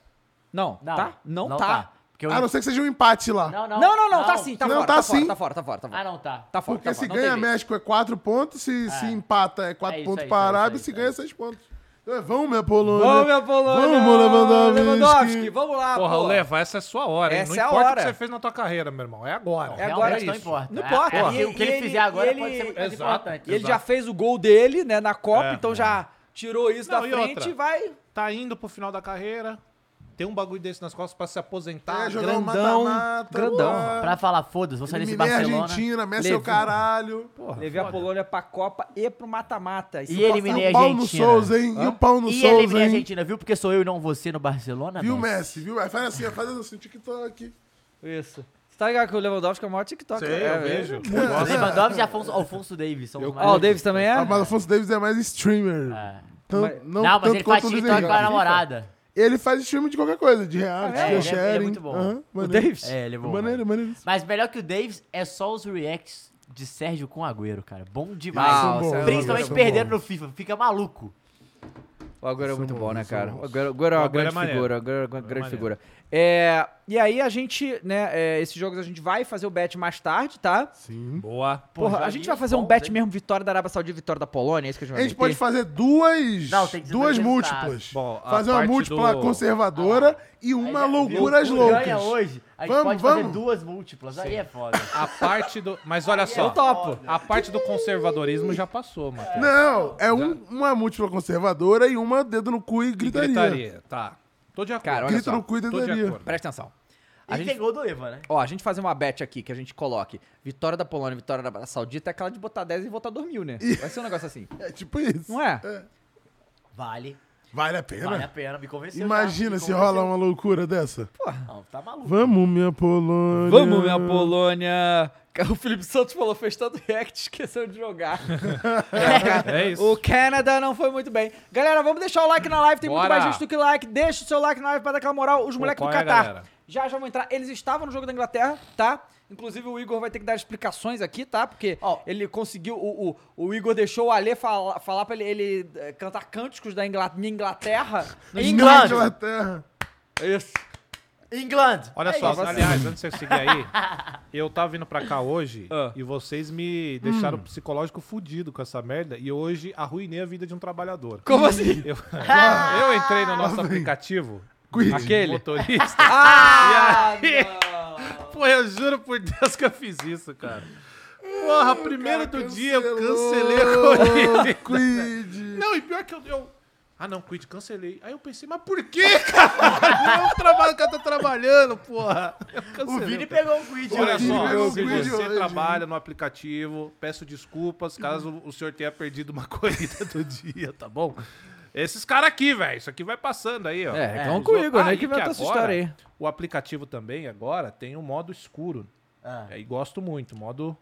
Speaker 2: Não, tá? Não, tá.
Speaker 5: Porque eu...
Speaker 4: A não ser que seja um empate lá.
Speaker 5: não,
Speaker 2: Não, não, não, tá sim, tá
Speaker 4: Não,
Speaker 2: fora.
Speaker 4: tá
Speaker 2: Tá fora,
Speaker 4: sim.
Speaker 2: tá fora, tá fora, tá
Speaker 5: Ah,
Speaker 2: fora.
Speaker 5: não tá.
Speaker 2: Tá fora,
Speaker 4: Porque
Speaker 2: tá
Speaker 4: se
Speaker 2: fora.
Speaker 4: ganha
Speaker 5: tem jeito.
Speaker 4: México é 4 pontos, se, se empata é 4
Speaker 5: É isso
Speaker 4: pontos
Speaker 5: aí,
Speaker 4: pra
Speaker 5: isso aí,
Speaker 4: Arábia,
Speaker 5: isso
Speaker 4: se
Speaker 5: aí,
Speaker 4: ganha
Speaker 5: isso
Speaker 4: 6 pontos. É, vamos, minha Polônia.
Speaker 2: Vamos, minha Polônia.
Speaker 4: Vamos, Lewandowski.
Speaker 2: Vamos lá,
Speaker 3: Porra,
Speaker 2: pô.
Speaker 3: Leva, essa é a sua hora, hein?
Speaker 2: Essa
Speaker 3: Não
Speaker 2: é a
Speaker 3: importa o
Speaker 2: hora.
Speaker 3: que você fez na tua carreira, meu irmão. É agora.
Speaker 2: É
Speaker 5: Realmente
Speaker 2: agora
Speaker 5: não
Speaker 2: isso.
Speaker 5: importa.
Speaker 2: Não
Speaker 5: É-
Speaker 2: importa.
Speaker 5: é
Speaker 2: E-
Speaker 5: que o que
Speaker 2: e
Speaker 5: ele,
Speaker 2: ele-
Speaker 5: fizer agora
Speaker 2: ele-
Speaker 5: pode ser muito mais
Speaker 3: Exato.
Speaker 5: importante.
Speaker 2: E ele
Speaker 3: Exato.
Speaker 2: já fez o gol dele, né, na Copa,
Speaker 3: É,
Speaker 2: então
Speaker 3: é.
Speaker 2: já tirou isso
Speaker 3: Não,
Speaker 2: da
Speaker 3: e
Speaker 2: frente
Speaker 3: outra?
Speaker 2: e vai.
Speaker 3: Tá indo pro final da carreira, tem um bagulho desse nas costas pra se aposentar.
Speaker 4: É, jogar
Speaker 3: grandão.
Speaker 4: um mata-mata.
Speaker 2: grandão.
Speaker 4: uá.
Speaker 5: Pra falar, foda-se, vou sair desse
Speaker 4: Eliminei a
Speaker 5: Barcelona.
Speaker 4: Argentina, Messi é
Speaker 2: Levou.
Speaker 4: o caralho.
Speaker 3: Porra,
Speaker 2: Levei a
Speaker 3: foda.
Speaker 2: Polônia pra Copa e pro mata-mata. Isso
Speaker 5: E um
Speaker 2: passa-
Speaker 4: E
Speaker 5: eliminei-
Speaker 4: o pau no
Speaker 5: Argentina.
Speaker 4: Souza, hein? E o pau no
Speaker 5: E
Speaker 4: Souza,
Speaker 5: eliminei a
Speaker 4: hein?
Speaker 5: Argentina, viu? Porque sou eu e não você no Barcelona,
Speaker 4: Viu,
Speaker 5: Messi?
Speaker 4: Messi? Viu? Aí Faz assim, ó, faz assim, TikTok.
Speaker 2: Isso. Você tá ligado que o Lewandowski é o maior TikTok?
Speaker 3: Sei,
Speaker 2: é,
Speaker 3: eu vejo.
Speaker 5: Lewandowski e Afonso, Alfonso Davis. São os mais-
Speaker 2: Ó, o Davis também é?
Speaker 4: Ah, mas Afonso Davis é mais streamer.
Speaker 5: É.
Speaker 4: Tan-
Speaker 2: Mas-
Speaker 4: não,
Speaker 5: Não, mas
Speaker 4: tanto
Speaker 5: ele faz
Speaker 4: quanto o Luiz
Speaker 5: TikTok com a
Speaker 4: Henrique.
Speaker 5: namorada.
Speaker 4: Ele faz stream de qualquer coisa, de reality,
Speaker 5: Ah,
Speaker 4: de
Speaker 5: é? Ele é- ele é
Speaker 4: sharing.
Speaker 5: muito bom.
Speaker 4: Aham,
Speaker 2: O
Speaker 4: maneiro.
Speaker 2: Davis?
Speaker 5: É, ele é bom.
Speaker 4: Maneiro, maneiro.
Speaker 5: Mas melhor que o Davis é só os reacts de Sérgio com Agüero, cara. Bom demais.
Speaker 2: Ah,
Speaker 4: Isso é
Speaker 2: o
Speaker 4: bom.
Speaker 2: Sérgio
Speaker 5: Principalmente
Speaker 4: Agüero.
Speaker 5: perdendo no FIFA. Fica maluco.
Speaker 2: O Agüero é muito bom, né, cara? O
Speaker 4: bons.
Speaker 2: Agüero, o Agüero é
Speaker 3: O Agüero
Speaker 2: uma
Speaker 3: é
Speaker 2: grande
Speaker 3: maneiro.
Speaker 2: figura. O Agüero é uma
Speaker 3: é
Speaker 2: grande
Speaker 3: maneiro.
Speaker 2: figura. É, e aí a gente, né, é, esses jogos a gente vai fazer o bet mais tarde, tá?
Speaker 4: Sim.
Speaker 3: Boa.
Speaker 5: Pô,
Speaker 2: Porra, a
Speaker 5: joguinhos
Speaker 2: gente vai fazer um
Speaker 5: bons,
Speaker 2: bet
Speaker 5: hein?
Speaker 2: mesmo, vitória da Arábia Saudita e vitória da Polônia, é isso que a gente
Speaker 4: A
Speaker 2: vai
Speaker 4: gente pode
Speaker 2: meter?
Speaker 4: fazer duas,
Speaker 5: Não, tem que ser
Speaker 4: duas
Speaker 5: dois
Speaker 4: múltiplas.
Speaker 5: resultados.
Speaker 3: Bom, a
Speaker 4: fazer uma
Speaker 3: parte
Speaker 4: múltipla
Speaker 3: do-
Speaker 4: conservadora e uma
Speaker 5: Ah, Aí,
Speaker 4: loucura às
Speaker 5: viu?
Speaker 4: loucas.
Speaker 5: Ganha hoje, a gente
Speaker 4: Vamos,
Speaker 5: pode fazer
Speaker 4: vamos.
Speaker 5: duas múltiplas. Aí é foda. é
Speaker 3: A parte do... Mas olha só.
Speaker 2: Eu topo.
Speaker 3: A parte do conservadorismo já passou, mano.
Speaker 4: Não, é um- uma múltipla conservadora e uma dedo no cu e gritaria.
Speaker 3: Gritaria, tá. Tô de acordo.
Speaker 2: Cara, olha
Speaker 4: Grito
Speaker 2: só.
Speaker 4: no cu e
Speaker 3: Tô de
Speaker 4: gritaria.
Speaker 3: acordo.
Speaker 2: Presta atenção.
Speaker 5: E
Speaker 2: A gente
Speaker 5: tem gol do Eva, né?
Speaker 2: Ó, a gente fazer uma bet aqui, que a gente coloque vitória da Polônia, vitória da Arábia Saudita, é aquela de botar 10 e voltar a dormir, né? Vai ser um negócio assim.
Speaker 4: É tipo isso.
Speaker 2: Não é?
Speaker 5: Vale.
Speaker 4: Vale a pena?
Speaker 5: Vale a pena, me convenceu.
Speaker 4: Imagina
Speaker 5: tá? Me
Speaker 4: se
Speaker 5: convenceu.
Speaker 4: rola uma loucura dessa.
Speaker 5: Não, tá maluco.
Speaker 4: Vamos, minha Polônia.
Speaker 2: Vamos, minha Polônia! O Felipe Santos falou, fez tanto react, esqueceu de jogar.
Speaker 3: É isso.
Speaker 2: o Canadá não foi muito bem. Galera, vamos deixar o like na live, tem muito
Speaker 3: Bora.
Speaker 2: mais gente do que like. Deixa o seu like na live pra dar aquela moral. Os moleques do
Speaker 3: Apoia a
Speaker 2: Catar
Speaker 3: galera.
Speaker 2: já já vão entrar. Eles estavam no jogo da Inglaterra, tá? Inclusive o Igor vai ter que dar explicações aqui, tá? Porque
Speaker 5: Ó.
Speaker 2: ele conseguiu. O, o, o Igor deixou o Alê falar, falar pra ele, ele, eh, cantar cânticos da Ingla- minha Inglaterra. No
Speaker 4: Inglaterra.
Speaker 5: England.
Speaker 4: Inglaterra.
Speaker 2: É Isso.
Speaker 5: England.
Speaker 3: Olha
Speaker 5: É
Speaker 3: só,
Speaker 5: isso.
Speaker 3: aliás, antes de você seguir aí, eu tava vindo pra cá hoje
Speaker 2: Ah.
Speaker 3: e vocês me
Speaker 2: Hum.
Speaker 3: deixaram psicológico fudido com essa merda e hoje arruinei a vida de um trabalhador.
Speaker 2: Como assim? Ah,
Speaker 3: Eu, eu entrei no nosso aplicativo,
Speaker 4: Quid.
Speaker 3: aquele motorista,
Speaker 2: Ah!
Speaker 3: e aí,
Speaker 2: não.
Speaker 3: Porra, eu juro por Deus que eu fiz isso, cara. Porra, primeiro do dia eu cancelei a corrida.
Speaker 4: Quid.
Speaker 3: Não, e pior que eu. eu- Ah, não, quit, cancelei. Aí eu pensei, mas por quê, cara? Eu trabalho, o cara tá trabalhando, porra. Eu
Speaker 5: O
Speaker 3: cancelei,
Speaker 5: Vini
Speaker 3: cara.
Speaker 5: pegou um quid.
Speaker 6: né?
Speaker 3: Olha
Speaker 4: Vini pegou
Speaker 6: um
Speaker 3: só,
Speaker 4: o
Speaker 3: se
Speaker 4: quid
Speaker 3: você
Speaker 4: hoje.
Speaker 3: trabalha no aplicativo, peço desculpas caso o senhor tenha perdido uma corrida do dia, tá bom? Esses caras aqui, velho, isso aqui vai passando aí, ó.
Speaker 6: É, reclama
Speaker 3: Os
Speaker 6: comigo,
Speaker 3: outros-
Speaker 6: né,
Speaker 3: e
Speaker 6: que inventa essa
Speaker 3: agora,
Speaker 6: história aí.
Speaker 3: O aplicativo também agora tem um modo escuro.
Speaker 4: Ah.
Speaker 3: É, E gosto muito, modo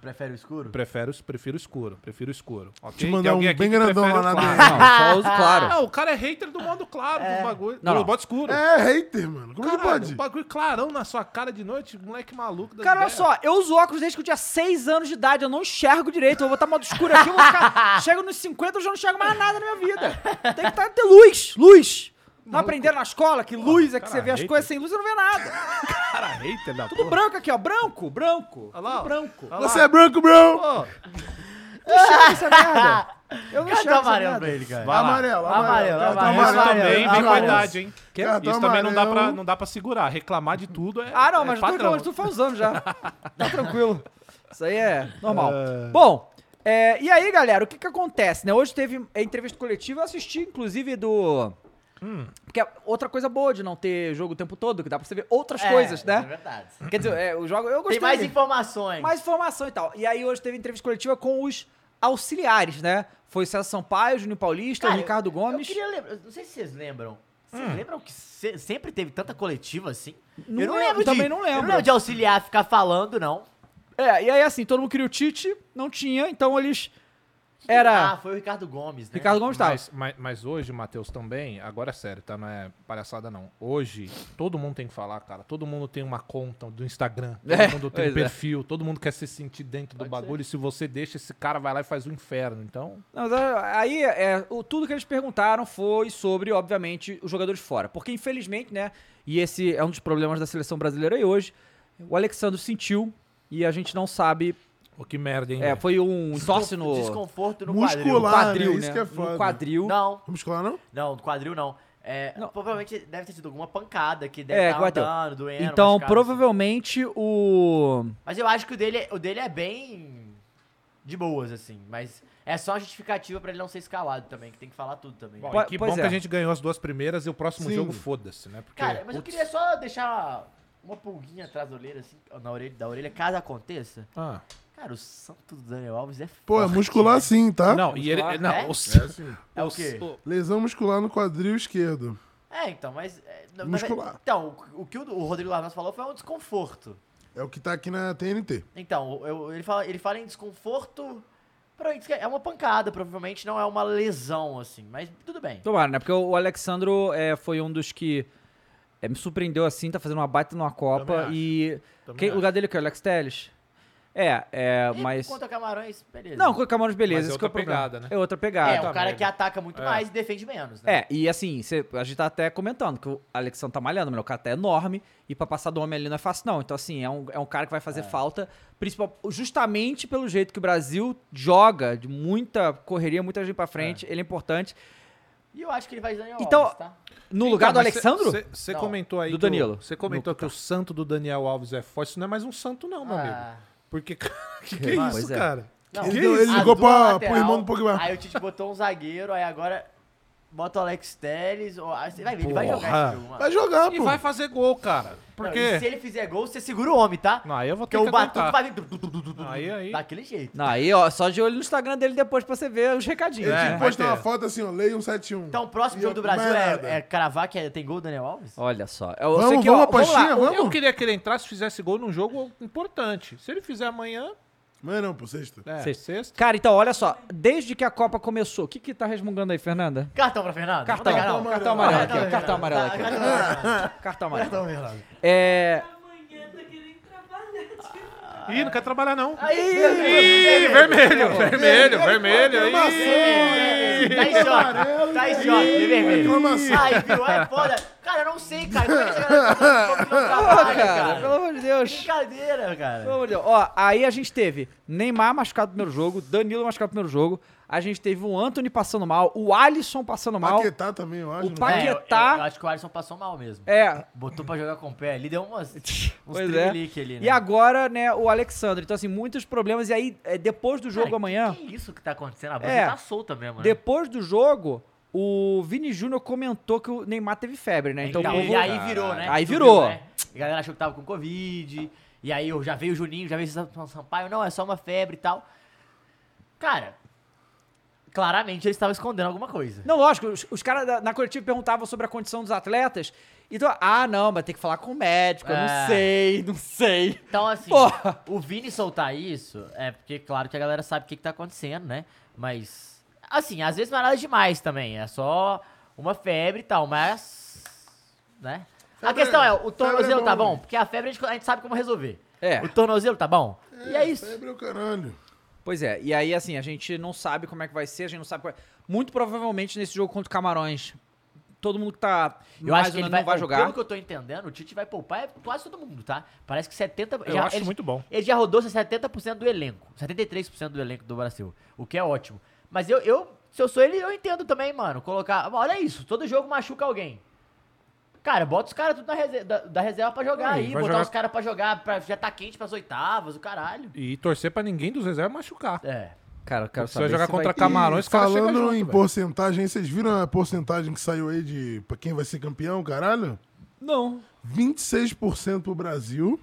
Speaker 5: Prefere o escuro?
Speaker 3: prefiro, prefiro escuro, prefiro escuro. ok?
Speaker 4: Te
Speaker 3: Tem
Speaker 4: mandar um
Speaker 3: alguém aqui
Speaker 4: bem
Speaker 3: que
Speaker 4: grandão
Speaker 3: prefere
Speaker 4: lá
Speaker 3: o
Speaker 4: na
Speaker 3: claro.
Speaker 4: DM.
Speaker 6: Não, só uso claro.
Speaker 3: Ah, o cara é hater do modo claro, do bagulho.
Speaker 6: Não,
Speaker 3: do
Speaker 6: não.
Speaker 3: modo escuro.
Speaker 4: É hater, mano. Como
Speaker 3: Caralho,
Speaker 4: que pode?
Speaker 3: Um bagulho clarão na sua cara de noite, moleque maluco. das
Speaker 2: Cara, olha
Speaker 3: ideias.
Speaker 2: só, eu uso óculos desde que eu tinha 6 anos de idade, eu não enxergo direito. Eu vou botar modo escuro aqui, eu vou ficar. Chego nos 50, eu já não enxergo mais nada na minha vida. Tem que tá- ter luz, luz. Não aprenderam na escola que luz é que
Speaker 3: cara,
Speaker 2: você vê as
Speaker 3: hater.
Speaker 2: coisas sem luz, você não vê nada.
Speaker 3: Cara, hater da
Speaker 2: Tudo
Speaker 3: porra.
Speaker 2: branco aqui, ó. Branco, branco.
Speaker 3: Tá Olha lá, ó.
Speaker 2: Tudo branco.
Speaker 3: Olha lá.
Speaker 4: Você é branco, bro!
Speaker 3: Pô,
Speaker 2: Eu não enxergo essa merda. Eu
Speaker 5: Cadê
Speaker 2: não
Speaker 5: o
Speaker 2: enxergo essa
Speaker 5: amarelo
Speaker 2: merda.
Speaker 5: pra ele, cara?
Speaker 3: vai lá.
Speaker 4: Amarelo, amarelo.
Speaker 5: Amarelo,
Speaker 4: cartão amarelo.
Speaker 3: Isso também
Speaker 5: amarelo.
Speaker 3: vem com a
Speaker 4: Amarelo.
Speaker 3: idade, hein?
Speaker 4: Cartão
Speaker 3: Isso também não dá, pra,
Speaker 4: amarelo.
Speaker 3: não dá pra segurar. Reclamar de tudo é.
Speaker 2: Ah, não,
Speaker 3: é
Speaker 2: mas eu tô
Speaker 3: padrão.
Speaker 2: reclamando, tu faz uns anos já. Tá tranquilo. Isso aí é normal. Bom, é, e aí, galera, o que que acontece, né? Hoje teve a entrevista coletiva, eu assisti, inclusive, do...
Speaker 3: Hum.
Speaker 2: Porque é outra coisa boa de não ter jogo o tempo todo, que dá pra você ver outras
Speaker 5: É,
Speaker 2: coisas,
Speaker 5: É
Speaker 2: né?
Speaker 5: verdade.
Speaker 2: Quer dizer, é, o jogo... Eu gostei.
Speaker 5: Tem mais informações.
Speaker 2: mais informação e tal. E aí hoje teve entrevista coletiva com os auxiliares, né? Foi César Sampaio, Juninho Paulista,
Speaker 5: Cara,
Speaker 2: Ricardo Gomes.
Speaker 5: Eu queria lembrar, não sei se vocês lembram. Vocês lembram que se- sempre teve tanta coletiva assim?
Speaker 2: Não
Speaker 5: eu não
Speaker 2: lembro,
Speaker 5: lembro, de,
Speaker 2: também não
Speaker 5: Eu não
Speaker 2: lembro.
Speaker 5: lembro de auxiliar ficar falando, não.
Speaker 2: É, e aí assim, todo mundo queria o Tite, não tinha, então eles... Era...
Speaker 5: Ah, foi o Ricardo Gomes, né?
Speaker 2: Ricardo Gomes tá. tava.
Speaker 3: É, Mas, mas, mas hoje, Matheus, também, agora é sério, tá? Não é palhaçada, não. Hoje, todo mundo tem que falar, cara. Todo mundo tem uma conta do Instagram, todo
Speaker 2: É,
Speaker 3: mundo tem
Speaker 2: pois é.
Speaker 3: um perfil, todo mundo quer se sentir dentro do bagulho. E se você deixa, esse cara vai lá e faz o inferno. Então,
Speaker 2: Não, mas aí, é, o, tudo que eles perguntaram foi sobre, obviamente, os jogadores fora. Porque, infelizmente, né? E esse é um dos problemas da seleção brasileira aí hoje. O Alexandre sentiu e a gente não sabe.
Speaker 3: pô, que merda, hein?
Speaker 2: É,
Speaker 3: velho?
Speaker 2: foi um entorse no, no
Speaker 5: Desconforto no
Speaker 4: Muscular.
Speaker 2: quadril,
Speaker 4: Ah, né,
Speaker 2: né?
Speaker 4: isso que é
Speaker 2: no
Speaker 4: foda.
Speaker 2: quadril.
Speaker 5: quadril. Não,
Speaker 4: Vamos colar, não?
Speaker 5: não, no quadril não. É,
Speaker 2: Não.
Speaker 5: Provavelmente deve ter sido alguma pancada que deve
Speaker 2: É,
Speaker 5: estar
Speaker 2: bateu.
Speaker 5: andando, doendo. assim.
Speaker 2: então,
Speaker 5: machucado,
Speaker 2: provavelmente, o...
Speaker 5: assim. Mas eu acho que o dele, o dele é bem de boas, assim. Mas é só a justificativa pra ele não ser escalado também, que tem que falar tudo também. né?
Speaker 3: Bom,
Speaker 2: po-
Speaker 3: e que
Speaker 2: pois
Speaker 3: bom que
Speaker 2: é.
Speaker 3: a gente ganhou as duas primeiras e o próximo
Speaker 4: Sim.
Speaker 3: jogo foda-se, né? Porque,
Speaker 5: Cara, mas eu
Speaker 3: putz,
Speaker 5: queria só deixar uma pulguinha atrás da orelha, assim, na orelha, da orelha, caso aconteça.
Speaker 3: ah.
Speaker 5: Cara, o santo do Daniel Alves é
Speaker 4: Pô, é
Speaker 5: forte,
Speaker 4: muscular
Speaker 5: né?
Speaker 4: sim, tá?
Speaker 3: Não, e ele. Não,
Speaker 5: É?
Speaker 3: o, s-
Speaker 5: É o
Speaker 3: s-
Speaker 5: quê?
Speaker 4: Lesão muscular no quadril esquerdo.
Speaker 5: É, então, mas... é, não, mas-
Speaker 4: Muscular.
Speaker 5: então, o, o que o, o Rodrigo Larnas falou foi um desconforto.
Speaker 4: É o que tá aqui na TNT.
Speaker 5: Então, eu- ele, fala, ele fala em desconforto... pra- É uma pancada, provavelmente não é uma lesão, assim, mas tudo bem.
Speaker 2: Tomara, né? Porque o Alexandro é, foi um dos que é, me surpreendeu assim, tá fazendo uma baita numa Copa
Speaker 3: acho.
Speaker 2: e...
Speaker 3: Também
Speaker 2: Quem, o
Speaker 3: acho.
Speaker 2: lugar dele é o quê? O Alex Telles? É, é,
Speaker 5: E
Speaker 2: mas...
Speaker 5: Quanto a Camarões, beleza.
Speaker 2: Não, com o Camarões, beleza.
Speaker 3: Mas é
Speaker 2: esse que
Speaker 3: outra
Speaker 2: o problema.
Speaker 3: pegada, né?
Speaker 2: É outra pegada.
Speaker 5: é, um
Speaker 3: tá,
Speaker 5: cara
Speaker 3: merda.
Speaker 5: que ataca muito
Speaker 3: É.
Speaker 5: mais e defende menos, né?
Speaker 2: É, e assim, cê- a gente tá até comentando que o Alexandre tá malhando, mas o cara tá enorme e pra passar do homem ali não é fácil, não. Então, assim, é um, é um cara que vai fazer falta, principal, justamente pelo jeito que o Brasil joga, de muita correria, muita gente pra frente, ele é importante.
Speaker 5: E eu acho que ele vai de Daniel
Speaker 2: Então-
Speaker 5: Alves, tá?
Speaker 2: No lugar do Alexandro?
Speaker 3: Você
Speaker 5: Não,
Speaker 3: comentou aí.
Speaker 2: do
Speaker 3: que
Speaker 2: Danilo.
Speaker 3: o- Você comentou que o santo do Daniel Alves é forte. Isso não é mais um santo, não, meu amigo.
Speaker 5: Ah.
Speaker 3: Porque, cara, que, que é
Speaker 2: Pois
Speaker 3: isso,
Speaker 2: é.
Speaker 3: cara?
Speaker 5: Não,
Speaker 4: Ele
Speaker 5: que
Speaker 4: deu-
Speaker 5: isso?
Speaker 4: ele
Speaker 5: A
Speaker 4: ligou
Speaker 5: dupla
Speaker 4: pra- pro irmão do Pogba.
Speaker 5: Aí o Tite botou um zagueiro, aí agora bota o Alex Telles. ou- aí Você vai ver, ele vai
Speaker 3: Porra.
Speaker 5: jogar esse jogo, mano.
Speaker 4: Vai jogar,
Speaker 3: E
Speaker 4: pô.
Speaker 3: vai fazer gol, cara.
Speaker 5: Não,
Speaker 3: Porque.
Speaker 5: e se ele fizer gol, você segura o homem, tá?
Speaker 3: Não, aí eu vou
Speaker 5: Porque
Speaker 3: ter
Speaker 5: o
Speaker 3: que
Speaker 5: Batuta
Speaker 3: aguentar.
Speaker 5: vai vir du- du- du- du- du- du-
Speaker 3: Aí, aí.
Speaker 5: daquele jeito.
Speaker 2: Não, aí, ó, só de olho no Instagram dele depois pra você ver os recadinhos.
Speaker 4: Ele
Speaker 3: É,
Speaker 4: tinha
Speaker 3: vai
Speaker 4: que postar
Speaker 3: ter.
Speaker 4: uma foto assim, ó. Leia 171.
Speaker 5: Então o próximo
Speaker 4: E
Speaker 5: jogo
Speaker 4: eu-
Speaker 5: do Brasil
Speaker 4: mais nada.
Speaker 5: é, é cravar que é- tem gol do Daniel Alves?
Speaker 2: Olha só. Eu
Speaker 4: Vamos,
Speaker 2: sei que,
Speaker 4: vamos,
Speaker 2: ó, vamos lá.
Speaker 4: Pachinha, vamos.
Speaker 3: Eu queria que ele entrasse e fizesse gol num jogo importante. Se ele fizer amanhã,
Speaker 4: Mas não, pô, sexta.
Speaker 3: é,
Speaker 2: Sexta.
Speaker 3: sexta. sexta.
Speaker 2: Cara, então, olha só. Desde que a Copa começou, o que que tá resmungando aí, Fernanda?
Speaker 5: Cartão pra Fernando?
Speaker 2: Cartão,
Speaker 5: Vamos dar
Speaker 2: cartão, amarelo aqui, ó, cartão amarelo
Speaker 5: Tá,
Speaker 2: aqui.
Speaker 4: Ah.
Speaker 5: cartão amarelo.
Speaker 2: Cartão amarelo.
Speaker 5: Cartão amarelo.
Speaker 2: É...
Speaker 3: Ih, não quer trabalhar, não.
Speaker 5: Ih,
Speaker 3: Ih, vermelho, vermelho, vermelho.
Speaker 5: É, Tá em choque. Tá em choque. de vermelho.
Speaker 4: assim?
Speaker 5: Ai, viu? É foda. Cara, eu não sei, cara. Como é que esse cara tá falando sobre o trabalho,
Speaker 2: Cara,
Speaker 5: cara?
Speaker 2: pelo amor de Deus.
Speaker 5: Brincadeira, cara.
Speaker 2: Pelo amor de Deus. Ó, aí a gente teve Neymar machucado no primeiro jogo, Danilo machucado no primeiro jogo, a gente teve o Anthony passando mal, o Alisson passando mal.
Speaker 4: Paquetá também, eu acho.
Speaker 2: O
Speaker 4: não
Speaker 2: Pa-
Speaker 4: tem?
Speaker 5: É, eu-
Speaker 2: Paquetá-
Speaker 5: eu, acho que o Alisson passou mal mesmo.
Speaker 2: É.
Speaker 5: Botou pra jogar com o pé ali, deu umas, uns
Speaker 2: Pois é.
Speaker 5: tremelique ali, né?
Speaker 2: E agora, né, o Alexandre. Então, assim, muitos problemas. E aí, é, depois do
Speaker 5: Cara,
Speaker 2: jogo amanhã,
Speaker 5: Que, que isso que tá acontecendo? A bola
Speaker 2: É.
Speaker 5: tá solta mesmo, né?
Speaker 2: depois do jogo, o Vini Júnior comentou que o Neymar teve febre, né? Então, o
Speaker 5: Então,
Speaker 2: povo...
Speaker 5: e aí virou, né?
Speaker 2: Aí
Speaker 5: Tu
Speaker 2: virou.
Speaker 5: viu, né? A galera achou que tava com Covid. E aí eu já veio o Juninho, já veio o Sam- Sampaio. Não, é só uma febre e tal. Cara, claramente eles estavam escondendo alguma coisa.
Speaker 2: Não, lógico, os, os caras da- na coletiva perguntavam sobre a condição dos atletas. Então, ah, não, mas tem que falar com o médico, eu não
Speaker 5: É.
Speaker 2: sei, não sei.
Speaker 5: Então, assim,
Speaker 2: Porra!
Speaker 5: o Vini soltar isso, é porque, claro, que a galera sabe o que, que tá acontecendo, né? Mas, assim, às vezes não é nada demais também. É só uma febre e tal, mas. Né? a
Speaker 4: Febre-
Speaker 5: questão é, o
Speaker 4: febre
Speaker 5: tornozelo
Speaker 4: é
Speaker 5: tá
Speaker 4: bom.
Speaker 5: bom? Porque a febre a gente, a gente sabe como resolver.
Speaker 2: É.
Speaker 5: O tornozelo tá bom? e é isso.
Speaker 4: Febre é o caralho.
Speaker 2: Pois é, e aí assim, a gente não sabe como é que vai ser, a gente não sabe qual é. Muito provavelmente nesse jogo contra o Camarões, todo mundo que tá
Speaker 5: Eu
Speaker 2: mais
Speaker 5: acho que
Speaker 2: ou
Speaker 5: ele
Speaker 2: menos
Speaker 5: vai,
Speaker 2: não vai jogar.
Speaker 5: Pelo que eu tô entendendo, Né? o Tite vai poupar quase todo mundo, tá? Parece que 70%.
Speaker 3: Eu acho
Speaker 5: ele,
Speaker 3: muito bom.
Speaker 5: Ele já rodou 70% do elenco. 73% do elenco do Brasil. O que é ótimo. Mas eu, eu, se eu sou ele, eu entendo também, mano. Colocar. Olha isso, todo jogo machuca alguém. Cara, bota os caras tudo na reserva, da, da reserva pra jogar
Speaker 3: Aí,
Speaker 5: aí,
Speaker 3: vai
Speaker 5: botar
Speaker 3: jogar-
Speaker 5: os caras pra jogar, pra, já tá quente pras oitavas, o caralho.
Speaker 3: E torcer pra ninguém dos reservas machucar.
Speaker 5: É.
Speaker 2: Cara, eu quero
Speaker 3: Você vai
Speaker 2: saber
Speaker 3: jogar
Speaker 2: se
Speaker 3: contra
Speaker 2: ter-
Speaker 3: Camarões, os caras chegam
Speaker 4: Falando
Speaker 3: junto,
Speaker 4: em
Speaker 3: velho.
Speaker 4: porcentagem, vocês viram a porcentagem que saiu aí de pra quem vai ser campeão, caralho?
Speaker 2: Não.
Speaker 4: 26% pro Brasil,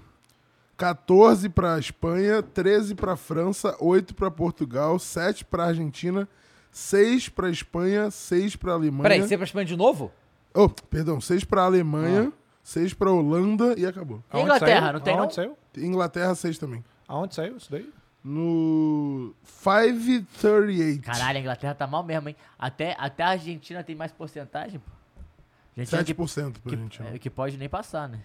Speaker 4: 14 pra Espanha, 13 pra França, 8 pra Portugal, 7 pra Argentina, 6 pra Espanha, 6 pra Alemanha.
Speaker 2: Peraí, você vai pra Espanha de novo?
Speaker 4: Oh, perdão, 6 pra Alemanha, 6 pra Holanda e acabou.
Speaker 5: E
Speaker 3: Ah. Aonde
Speaker 5: Inglaterra,
Speaker 3: saiu?
Speaker 5: não tem,
Speaker 3: Aonde
Speaker 5: não?
Speaker 3: saiu?
Speaker 4: Inglaterra, 6 também.
Speaker 3: Aonde saiu isso daí?
Speaker 4: No 538.
Speaker 5: Caralho, a Inglaterra tá mal mesmo, hein? Até, até a Argentina tem mais porcentagem, pô. Argentina que,
Speaker 4: 7% pra gente.
Speaker 5: que, que pode nem passar, né?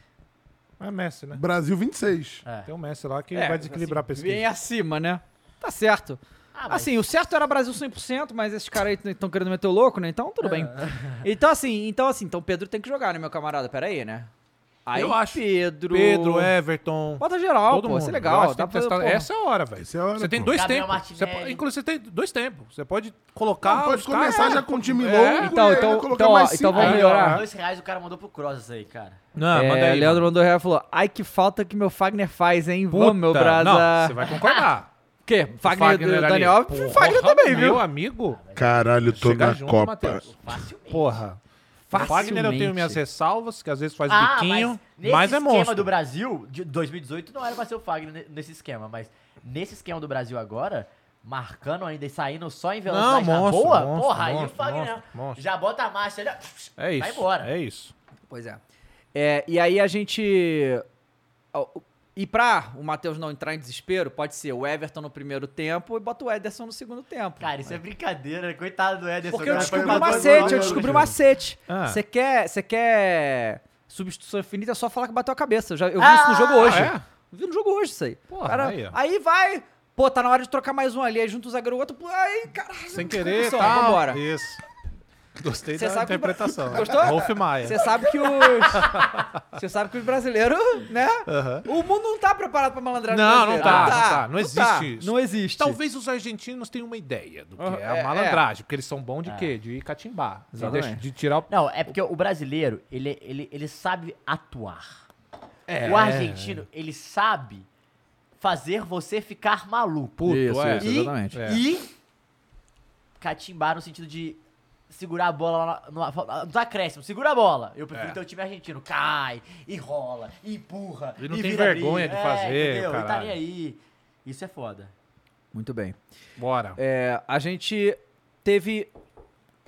Speaker 3: É Messi, né?
Speaker 4: Brasil, 26.
Speaker 5: É.
Speaker 3: Tem um Messi lá que
Speaker 2: É,
Speaker 3: vai desequilibrar a pesquisa.
Speaker 2: Bem acima, né? Tá certo.
Speaker 5: Ah, mas-
Speaker 2: Assim, o certo era Brasil 100%, mas esses caras aí estão querendo meter o louco, né? Então, tudo bem. Então, assim, então, assim, então o Pedro tem que jogar, né, meu camarada? Pera aí, né? Aí,
Speaker 3: Eu acho.
Speaker 2: Pedro...
Speaker 3: Pedro,
Speaker 4: é
Speaker 3: Everton.
Speaker 2: Bota geral,
Speaker 3: todo
Speaker 2: pô,
Speaker 3: mundo.
Speaker 2: isso é
Speaker 3: Eu
Speaker 2: legal.
Speaker 3: acho que
Speaker 2: Dá
Speaker 3: tem
Speaker 2: pra
Speaker 3: que testar-
Speaker 2: testar
Speaker 3: Essa é a hora, velho.
Speaker 4: Essa é a hora,
Speaker 3: Você tem
Speaker 4: pô.
Speaker 3: dois
Speaker 5: Gabriel
Speaker 3: tempos. Você
Speaker 5: Martinelli.
Speaker 3: po- inclusive, você tem dois tempos. Você pode colocar.
Speaker 4: Não, pode
Speaker 3: os caras-
Speaker 4: começar
Speaker 3: É.
Speaker 4: já com um time
Speaker 3: É.
Speaker 4: louco
Speaker 2: Então,
Speaker 4: e aí
Speaker 2: então-
Speaker 4: vai colocar
Speaker 2: então, ó,
Speaker 4: mais cinco.
Speaker 2: então vamos
Speaker 3: Aí, ó.
Speaker 2: melhorar.
Speaker 5: Dois reais o cara mandou pro Cross aí, cara.
Speaker 3: Não, manda aí.
Speaker 2: É, Leandro
Speaker 3: mano.
Speaker 2: mandou real e falou: Ai, que falta que meu Fagner faz, hein?
Speaker 3: Puta,
Speaker 2: Vamos, meu brasa.
Speaker 3: Não, você vai concordar.
Speaker 2: O ah. quê? Fagner,
Speaker 3: ali.
Speaker 2: do Daniel?
Speaker 3: Porra,
Speaker 2: Fagner também, viu?
Speaker 3: Meu amigo.
Speaker 4: Caralho, tô
Speaker 3: Chega
Speaker 4: na
Speaker 3: junto,
Speaker 4: Copa.
Speaker 3: Matheus.
Speaker 5: Facilmente.
Speaker 3: Porra. O Fagner eu tenho
Speaker 2: Facilmente.
Speaker 3: minhas ressalvas, que às vezes faz
Speaker 5: Ah,
Speaker 3: biquinho,
Speaker 5: mas, nesse
Speaker 3: mas, é
Speaker 5: esquema
Speaker 3: monstro.
Speaker 5: do Brasil, de 2018 não era pra ser o Fagner ne- nesse esquema, mas nesse esquema do Brasil agora, marcando ainda e saindo só em velocidade
Speaker 3: Não, monstro,
Speaker 5: na boa,
Speaker 3: monstro,
Speaker 5: porra, aí o
Speaker 3: monstro,
Speaker 5: Fagner
Speaker 3: monstro, monstro.
Speaker 5: já bota a marcha, ele
Speaker 3: É isso.
Speaker 5: vai embora.
Speaker 3: É isso.
Speaker 2: Pois é. É, E aí a gente. ó, o- E pra o Matheus não entrar em desespero, pode ser o Everton no primeiro tempo e bota o Ederson no segundo tempo.
Speaker 5: Cara, isso é brincadeira, coitado do Ederson.
Speaker 2: Porque eu
Speaker 5: cara,
Speaker 2: descobri
Speaker 5: foi
Speaker 2: um
Speaker 5: pra-
Speaker 2: macete, eu descobri um macete.
Speaker 3: Ah.
Speaker 2: Você quer. Você quer. Substituição infinita é só falar que bateu a cabeça. Eu, já, eu vi
Speaker 5: Ah,
Speaker 2: isso no jogo hoje.
Speaker 3: é?
Speaker 2: Eu vi no jogo hoje isso aí.
Speaker 3: Porra,
Speaker 2: Cara,
Speaker 3: aí, ó.
Speaker 2: aí vai. Pô, tá na hora de trocar mais um ali. Aí junta o zagueiro outro. pô, Aí, caralho.
Speaker 3: Sem querer,
Speaker 2: Só,
Speaker 3: tá.
Speaker 2: vambora.
Speaker 3: Isso. Gostei
Speaker 2: Você
Speaker 3: da
Speaker 2: sabe que o Bra-
Speaker 3: interpretação.
Speaker 2: Gostou?
Speaker 3: Rolf Maia.
Speaker 2: Você sabe que os. Você sabe que os brasileiros, né? O mundo não tá preparado pra malandragem
Speaker 3: Não, não
Speaker 2: brasileira.
Speaker 3: tá, não tá. Não existe
Speaker 2: tá,
Speaker 3: isso.
Speaker 2: Não existe.
Speaker 3: Talvez os argentinos tenham uma ideia do que
Speaker 2: Ah,
Speaker 3: é a
Speaker 2: é,
Speaker 3: malandragem, porque eles são bons de quê? De catimbar. De,
Speaker 2: Exatamente.
Speaker 3: deixar- de tirar o...
Speaker 5: É. Não, é porque o brasileiro, ele, ele, ele sabe atuar.
Speaker 3: É.
Speaker 5: O argentino, ele sabe fazer você ficar maluco.
Speaker 3: Puto,
Speaker 2: Isso,
Speaker 3: é.
Speaker 2: isso.
Speaker 5: E,
Speaker 2: exatamente.
Speaker 3: É.
Speaker 5: e catimbar no sentido de segurar a bola lá no, no, no acréscimo. Segura a bola. Eu prefiro
Speaker 3: É.
Speaker 5: ter o time argentino. Cai, e rola, e empurra.
Speaker 3: E não
Speaker 5: e
Speaker 3: tem
Speaker 5: vira
Speaker 3: vergonha de
Speaker 5: briga.
Speaker 3: fazer,
Speaker 5: É, entendeu? E tá
Speaker 3: caralho.
Speaker 5: nem aí. Isso é foda.
Speaker 2: Muito bem.
Speaker 3: Bora.
Speaker 2: É, a gente teve.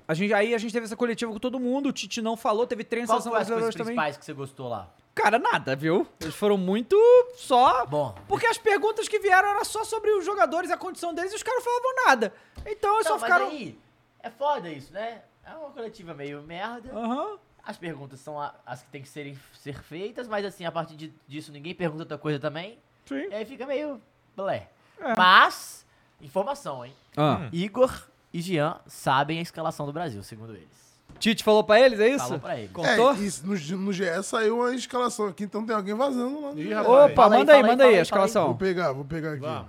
Speaker 2: A gente, aí a gente teve essa coletiva com todo mundo, o Tite não falou, teve treino
Speaker 5: Qual
Speaker 2: seleção
Speaker 5: foi as
Speaker 2: brasileira
Speaker 5: coisas
Speaker 2: hoje também.
Speaker 5: principais que você gostou lá?
Speaker 2: Cara, nada, viu? Eles foram muito só.
Speaker 5: Bom.
Speaker 2: Porque as perguntas que vieram eram só sobre os jogadores, a condição deles, e os caras falavam nada. Então eles
Speaker 5: Não,
Speaker 2: só
Speaker 5: mas
Speaker 2: ficaram.
Speaker 5: aí, é foda isso, né? É uma coletiva meio merda.
Speaker 2: Aham.
Speaker 5: As perguntas são a- as que tem que serem ser feitas, mas assim, a partir de- disso ninguém pergunta outra coisa também.
Speaker 2: Sim.
Speaker 5: E aí fica meio blé. Mas, informação, hein?
Speaker 2: Ah.
Speaker 4: Hum.
Speaker 5: Igor e Jean sabem a escalação do Brasil, segundo eles.
Speaker 2: Tite falou pra eles, é isso?
Speaker 5: Falou pra eles.
Speaker 2: Contou?
Speaker 4: É, isso, no, G- no GE saiu a escalação aqui, então tem alguém vazando lá.
Speaker 3: Ih,
Speaker 4: Vou
Speaker 3: rapaz.
Speaker 2: Opa,
Speaker 5: Fala aí, fala
Speaker 2: manda aí,
Speaker 5: aí,
Speaker 2: manda aí,
Speaker 5: fala aí,
Speaker 2: a
Speaker 4: Vou
Speaker 2: escalação.
Speaker 4: pegar, vou pegar aqui.
Speaker 3: Vamos.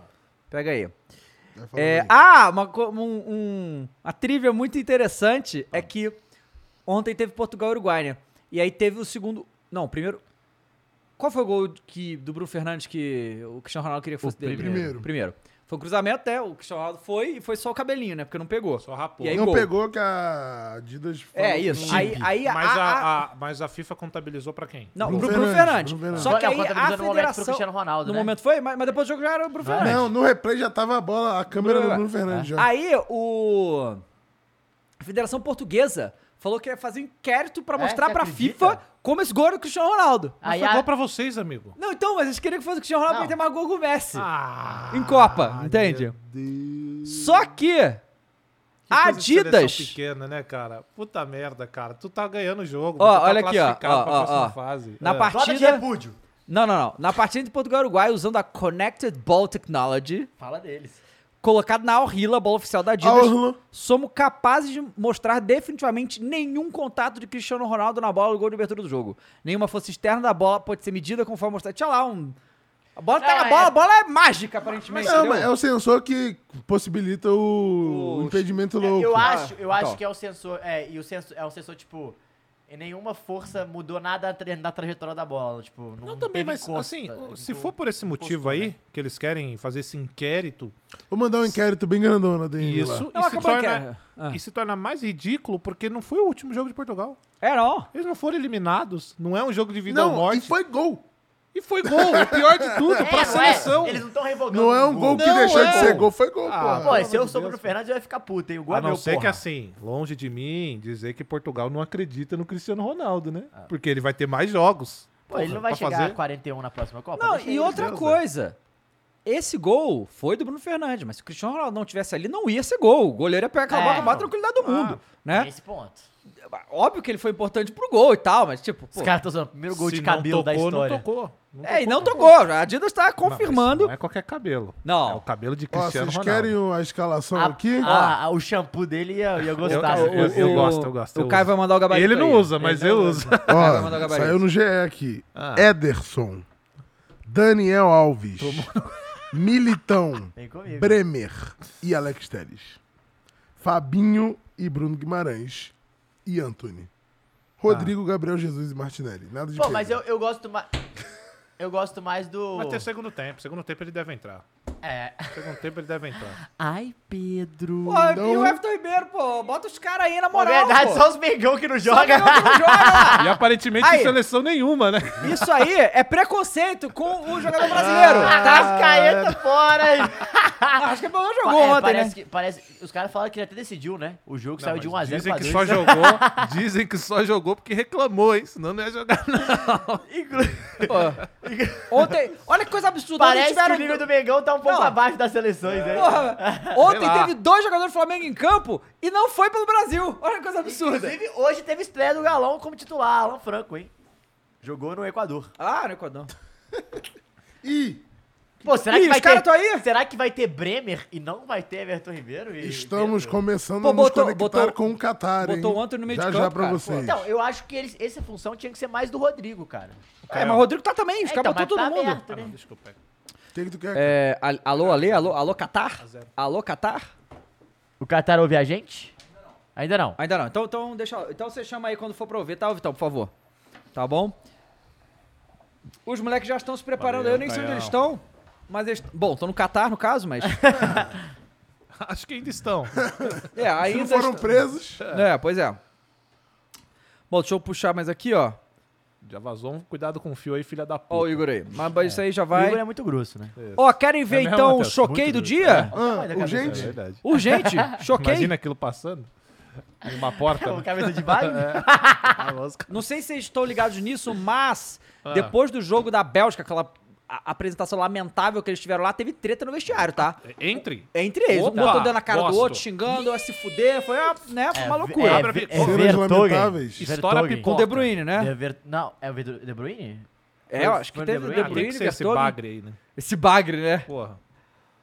Speaker 2: Pega aí.
Speaker 4: Vai falando
Speaker 2: É,
Speaker 4: aí.
Speaker 2: ah, uma, co- um- um- uma trivia muito interessante é que ontem teve Portugal e Uruguai, né? E aí teve o segundo. Não, o primeiro. Qual foi o gol que, do Bruno Fernandes que o Cristiano Ronaldo queria que fosse dele?
Speaker 4: primeiro.
Speaker 2: Primeiro. Foi um cruzamento até, o Cristiano Ronaldo foi e foi só o cabelinho, né? Porque não pegou.
Speaker 3: Só rapou.
Speaker 2: E aí,
Speaker 4: não
Speaker 2: gol.
Speaker 4: pegou que a Adidas falou
Speaker 2: É
Speaker 4: que
Speaker 2: isso.
Speaker 4: não-
Speaker 2: Aí, aí a-
Speaker 3: mas, a,
Speaker 2: a-
Speaker 3: a- mas a FIFA contabilizou pra quem?
Speaker 2: Não,
Speaker 4: Bruno
Speaker 2: pro Bruno
Speaker 4: Fernandes,
Speaker 2: Fernandes.
Speaker 4: Bruno Fernandes.
Speaker 2: Só que
Speaker 5: Não,
Speaker 2: aí
Speaker 5: contabilizou no
Speaker 2: a
Speaker 5: momento pro
Speaker 2: federação...
Speaker 5: Cristiano Ronaldo,
Speaker 2: No
Speaker 5: né?
Speaker 2: momento foi, mas, mas depois do jogo já era o Bruno Fernandes.
Speaker 4: Não, no replay já tava a bola, a câmera do Bruno Fernandes já.
Speaker 2: Aí o a Federação Portuguesa falou que ia fazer um inquérito pra
Speaker 5: É,
Speaker 2: mostrar
Speaker 5: você
Speaker 2: pra
Speaker 5: acredita?
Speaker 2: FIFA como esse gol era do Cristiano Ronaldo.
Speaker 3: Mas
Speaker 5: Aí
Speaker 3: foi
Speaker 5: a-
Speaker 3: gol pra vocês, amigo.
Speaker 2: Não, então, mas eles queriam que fosse o Cristiano Ronaldo
Speaker 5: Não.
Speaker 2: pra ter mais gol que o Messi.
Speaker 3: Ah,
Speaker 2: em Copa, entende? Só que
Speaker 3: que
Speaker 2: a
Speaker 3: coisa de seleção
Speaker 2: Adidas...
Speaker 3: pequena, né, cara? Puta merda, cara. Tu tá ganhando o jogo.
Speaker 2: Ó,
Speaker 3: tu tá
Speaker 2: olha aqui, ó,
Speaker 3: classificado
Speaker 2: ó,
Speaker 3: pra
Speaker 2: ó,
Speaker 3: próxima
Speaker 2: ó.
Speaker 3: fase.
Speaker 2: Na
Speaker 3: É.
Speaker 5: Nota de
Speaker 2: partida...
Speaker 5: repúdio.
Speaker 2: Não, não, não. Na partida de Portugal e Uruguai, usando a Connected Ball Technology,
Speaker 5: Fala deles.
Speaker 2: colocado na Orhila, a bola oficial da Adidas,
Speaker 4: Orlo.
Speaker 2: somos capazes de mostrar definitivamente nenhum contato de Cristiano Ronaldo na bola no gol de abertura do jogo. Nenhuma força externa da bola pode ser medida conforme mostrado. Tinha lá um... A bola tá
Speaker 5: Não,
Speaker 2: na bola,
Speaker 5: é-
Speaker 2: a bola é mágica, aparentemente.
Speaker 4: Não,
Speaker 2: entendeu?
Speaker 4: mas é o sensor que possibilita o,
Speaker 2: O-
Speaker 4: impedimento
Speaker 5: É,
Speaker 4: louco. Tá.
Speaker 5: Eu acho,
Speaker 4: Ah,
Speaker 5: eu
Speaker 2: Então.
Speaker 5: acho que é o sensor. É, e o sensor é um sensor, tipo. e Nenhuma força mudou nada na tra- na trajetória da bola. Tipo, não,
Speaker 3: Não, também,
Speaker 5: teve
Speaker 3: mas
Speaker 5: encosta,
Speaker 3: assim,
Speaker 2: né?
Speaker 5: não
Speaker 3: se
Speaker 5: teve-
Speaker 3: for por esse motivo aí, que eles querem fazer esse inquérito,
Speaker 4: Vou mandar um inquérito bem grandão na DM
Speaker 3: isso,
Speaker 4: lá.
Speaker 2: Não,
Speaker 3: e se
Speaker 2: acabou que
Speaker 3: torna,
Speaker 2: é. Ah.
Speaker 3: e se torna mais ridículo porque não foi o último jogo de Portugal.
Speaker 2: É, não.
Speaker 3: Eles não foram eliminados, não é um jogo de vida
Speaker 4: Não,
Speaker 3: ou morte.
Speaker 4: e foi gol.
Speaker 3: E foi gol, o pior de tudo,
Speaker 5: É,
Speaker 3: pra
Speaker 5: não é,
Speaker 3: seleção.
Speaker 5: Eles não estão revogando.
Speaker 4: Não é um gol que
Speaker 3: Não,
Speaker 4: deixou de
Speaker 3: é.
Speaker 4: ser gol, foi gol,
Speaker 3: Ah,
Speaker 4: porra.
Speaker 5: Pô,
Speaker 3: pelo
Speaker 5: se eu
Speaker 3: amor de
Speaker 5: sou o Bruno
Speaker 3: Deus.
Speaker 5: Fernandes, eu ia ficar puto, hein? O gol
Speaker 3: A
Speaker 5: é meu,
Speaker 3: não ser
Speaker 5: porra.
Speaker 3: que assim, longe de mim dizer que Portugal não acredita no Cristiano Ronaldo, né? Porque ele vai ter mais jogos.
Speaker 5: Ah. Pô, ele não vai
Speaker 3: Porra, pra
Speaker 5: chegar a
Speaker 3: fazer.
Speaker 5: 41 na próxima Copa?
Speaker 2: Não,
Speaker 5: Deixa
Speaker 2: e
Speaker 5: ele.
Speaker 2: outra
Speaker 3: Deus, né?
Speaker 2: coisa. Esse gol foi do Bruno Fernandes, mas se o Cristiano Ronaldo não tivesse ali, não ia ser gol. O goleiro ia pegar aquela
Speaker 5: É.
Speaker 2: bola com a maior tranquilidade do mundo,
Speaker 5: Tem
Speaker 2: né?
Speaker 5: Esse ponto.
Speaker 2: Óbvio que ele foi importante pro gol e tal, mas tipo...
Speaker 5: Os
Speaker 2: pô,
Speaker 5: caras estão usando o primeiro gol
Speaker 3: Se
Speaker 5: de
Speaker 3: não
Speaker 5: cabelo da
Speaker 3: tocou,
Speaker 5: história.
Speaker 3: Não tocou. Não
Speaker 2: é, e não
Speaker 3: tocou.
Speaker 2: tocou. A Adidas tá
Speaker 3: Não, mas
Speaker 2: confirmando.
Speaker 3: Não é qualquer cabelo.
Speaker 2: Não.
Speaker 3: É o cabelo de
Speaker 4: Ó,
Speaker 3: Cristiano
Speaker 4: vocês
Speaker 3: Ronaldo.
Speaker 4: querem a escalação
Speaker 5: A-
Speaker 4: aqui?
Speaker 5: a- a- o shampoo dele ia, ia gostar. né?
Speaker 3: Eu- eu- eu- gosto, gosto,
Speaker 2: O
Speaker 3: eu
Speaker 2: Caio
Speaker 3: uso.
Speaker 2: vai mandar o gabarito
Speaker 3: Ele não
Speaker 2: aí.
Speaker 3: usa, mas
Speaker 2: Ele
Speaker 3: eu
Speaker 2: não
Speaker 3: uso.
Speaker 2: O Caio vai mandar o
Speaker 4: Ó,
Speaker 2: gabarito.
Speaker 4: saiu no GE aqui.
Speaker 3: Ah.
Speaker 4: Ederson, Daniel Alves, Militão,
Speaker 5: Vem comigo.
Speaker 4: Bremer e Alex Teles. Fabinho e Bruno Guimarães e Anthony.
Speaker 3: Ah.
Speaker 4: Rodrigo, Gabriel Jesus e Martinelli. Nada de
Speaker 5: Pô, mas eu,
Speaker 4: Pedro.
Speaker 5: eu gosto mais... Eu gosto mais do...
Speaker 3: Vai ter segundo tempo. Segundo tempo ele deve entrar.
Speaker 5: É.
Speaker 3: Segundo tempo ele deve entrar.
Speaker 5: Ai, Pedro.
Speaker 2: Pô, e o
Speaker 4: Não.
Speaker 2: Everton Ribeiro, pô? Bota os caras aí na
Speaker 5: Na
Speaker 2: moral,
Speaker 5: verdade,
Speaker 2: pô.
Speaker 5: só os Mengão que não joga.
Speaker 2: Não joga.
Speaker 3: E aparentemente
Speaker 2: Aí.
Speaker 3: seleção nenhuma, né?
Speaker 2: Isso aí é preconceito com o jogador brasileiro,
Speaker 4: Ah,
Speaker 2: tá?
Speaker 5: Arrascaeta fora. hein?
Speaker 2: Acho que o Pelão
Speaker 5: Pa-
Speaker 2: jogou
Speaker 5: é,
Speaker 2: ontem, né?
Speaker 5: parece que, parece, os caras falaram que ele até decidiu, né? O jogo
Speaker 3: Não,
Speaker 5: saiu de
Speaker 3: mas
Speaker 5: 1x0
Speaker 3: dizem
Speaker 5: pra
Speaker 3: que
Speaker 5: 2.
Speaker 3: só jogou, dizem que só jogou porque reclamou, hein? Senão não ia jogar nada.
Speaker 2: Pô, Ontem, olha que coisa absurda.
Speaker 5: Parece
Speaker 2: ontem tiveram
Speaker 5: que o nível do Mengão tá um pouco
Speaker 2: Não.
Speaker 5: abaixo das seleções, né?
Speaker 2: Porra,
Speaker 3: Sei
Speaker 2: ontem
Speaker 3: lá.
Speaker 2: teve dois jogadores do Flamengo em campo e não foi pelo Brasil. Olha que coisa absurda.
Speaker 5: Inclusive, hoje teve estreia do Galão como titular, Alan Franco, hein? Jogou no Equador.
Speaker 2: Ah, no Equador.
Speaker 4: E
Speaker 5: Pô, será
Speaker 2: Ih,
Speaker 5: que vai
Speaker 2: os caras
Speaker 5: ter...
Speaker 2: tão aí?
Speaker 5: Será que vai ter Bremer e não vai ter Everton Ribeiro? E-
Speaker 4: estamos
Speaker 5: Pedro?
Speaker 4: começando
Speaker 2: Pô,
Speaker 4: a nos
Speaker 2: botou-
Speaker 4: conectar
Speaker 2: botou-
Speaker 4: com o Catar, hein?
Speaker 2: botou o Antony no meio
Speaker 4: já,
Speaker 2: de
Speaker 4: Já
Speaker 2: campo,
Speaker 4: pra
Speaker 2: cara, pô.
Speaker 4: vocês.
Speaker 5: Então, eu acho que eles- essa função tinha que ser mais do Rodrigo, cara.
Speaker 2: É, mas o Rodrigo tá também, os
Speaker 5: É,
Speaker 2: caras
Speaker 5: então, mas
Speaker 2: botou
Speaker 5: tá
Speaker 2: todo mundo.
Speaker 5: aberto, né?
Speaker 3: Ah, Desculpa. é.
Speaker 4: O que, que tu quer?
Speaker 2: É, al- alô, Ale? Alô, alô, Catar? Alô, Catar?
Speaker 5: O Catar ouve a gente? Ainda não.
Speaker 2: Ainda não. Então, então, deixa, eu- então você chama aí quando for pra ouvir, tá, Vitão, por favor? Tá bom? Os moleques já estão se preparando,
Speaker 3: Valeu,
Speaker 2: eu nem sei onde
Speaker 3: Caião.
Speaker 2: eles estão. Mas eles. Bom, estão no Catar, no caso, mas.
Speaker 3: Acho que ainda estão.
Speaker 2: É,
Speaker 4: Se
Speaker 2: ainda.
Speaker 4: não foram presos,
Speaker 2: É, pois é. Bom, deixa eu puxar mais aqui, ó.
Speaker 3: Já vazou. um Cuidado com o fio aí, filha da
Speaker 2: Ó, o
Speaker 3: puta.
Speaker 2: Igor aí. Mas mas isso aí já
Speaker 5: O
Speaker 2: vai.
Speaker 5: Igor é muito grosso, né?
Speaker 2: Ó, querem ver
Speaker 3: É mesmo,
Speaker 2: então o
Speaker 3: Matheus?
Speaker 2: choquei
Speaker 3: Muito
Speaker 2: do
Speaker 3: justo.
Speaker 2: dia?
Speaker 4: ah, urgente.
Speaker 3: verdade.
Speaker 2: Urgente, choquei.
Speaker 3: Imagina aquilo passando. Em uma porta. né? É.
Speaker 5: O cabeça de baile? Ah,
Speaker 2: Não sei se vocês estão ligados nisso, mas
Speaker 3: Ah.
Speaker 2: depois do jogo da Bélgica, aquela a- apresentação lamentável que eles tiveram lá, teve treta no vestiário, tá?
Speaker 3: É, Entre.
Speaker 2: Entre eles,
Speaker 3: Opa,
Speaker 2: um outro dando na cara do
Speaker 3: gosto.
Speaker 2: outro, xingando, a se fuder, foi uma, né, foi uma loucura.
Speaker 3: é,
Speaker 2: Com
Speaker 3: vi-
Speaker 5: é
Speaker 4: Cenas
Speaker 5: Vertonghen.
Speaker 4: lamentáveis.
Speaker 3: Estoura a
Speaker 5: Vertonghen.
Speaker 3: pipoca.
Speaker 2: o De Bruyne, né?
Speaker 5: É Ver- Não, é o Ver- De Bruyne?
Speaker 2: É, eu acho que
Speaker 5: Foi o De
Speaker 2: teve o
Speaker 5: Bruyne?
Speaker 2: De
Speaker 3: Ah, tem
Speaker 2: Bruyne,
Speaker 3: que ser esse
Speaker 2: Vertonghen.
Speaker 3: bagre aí, né?
Speaker 2: Esse bagre, né?
Speaker 3: Porra.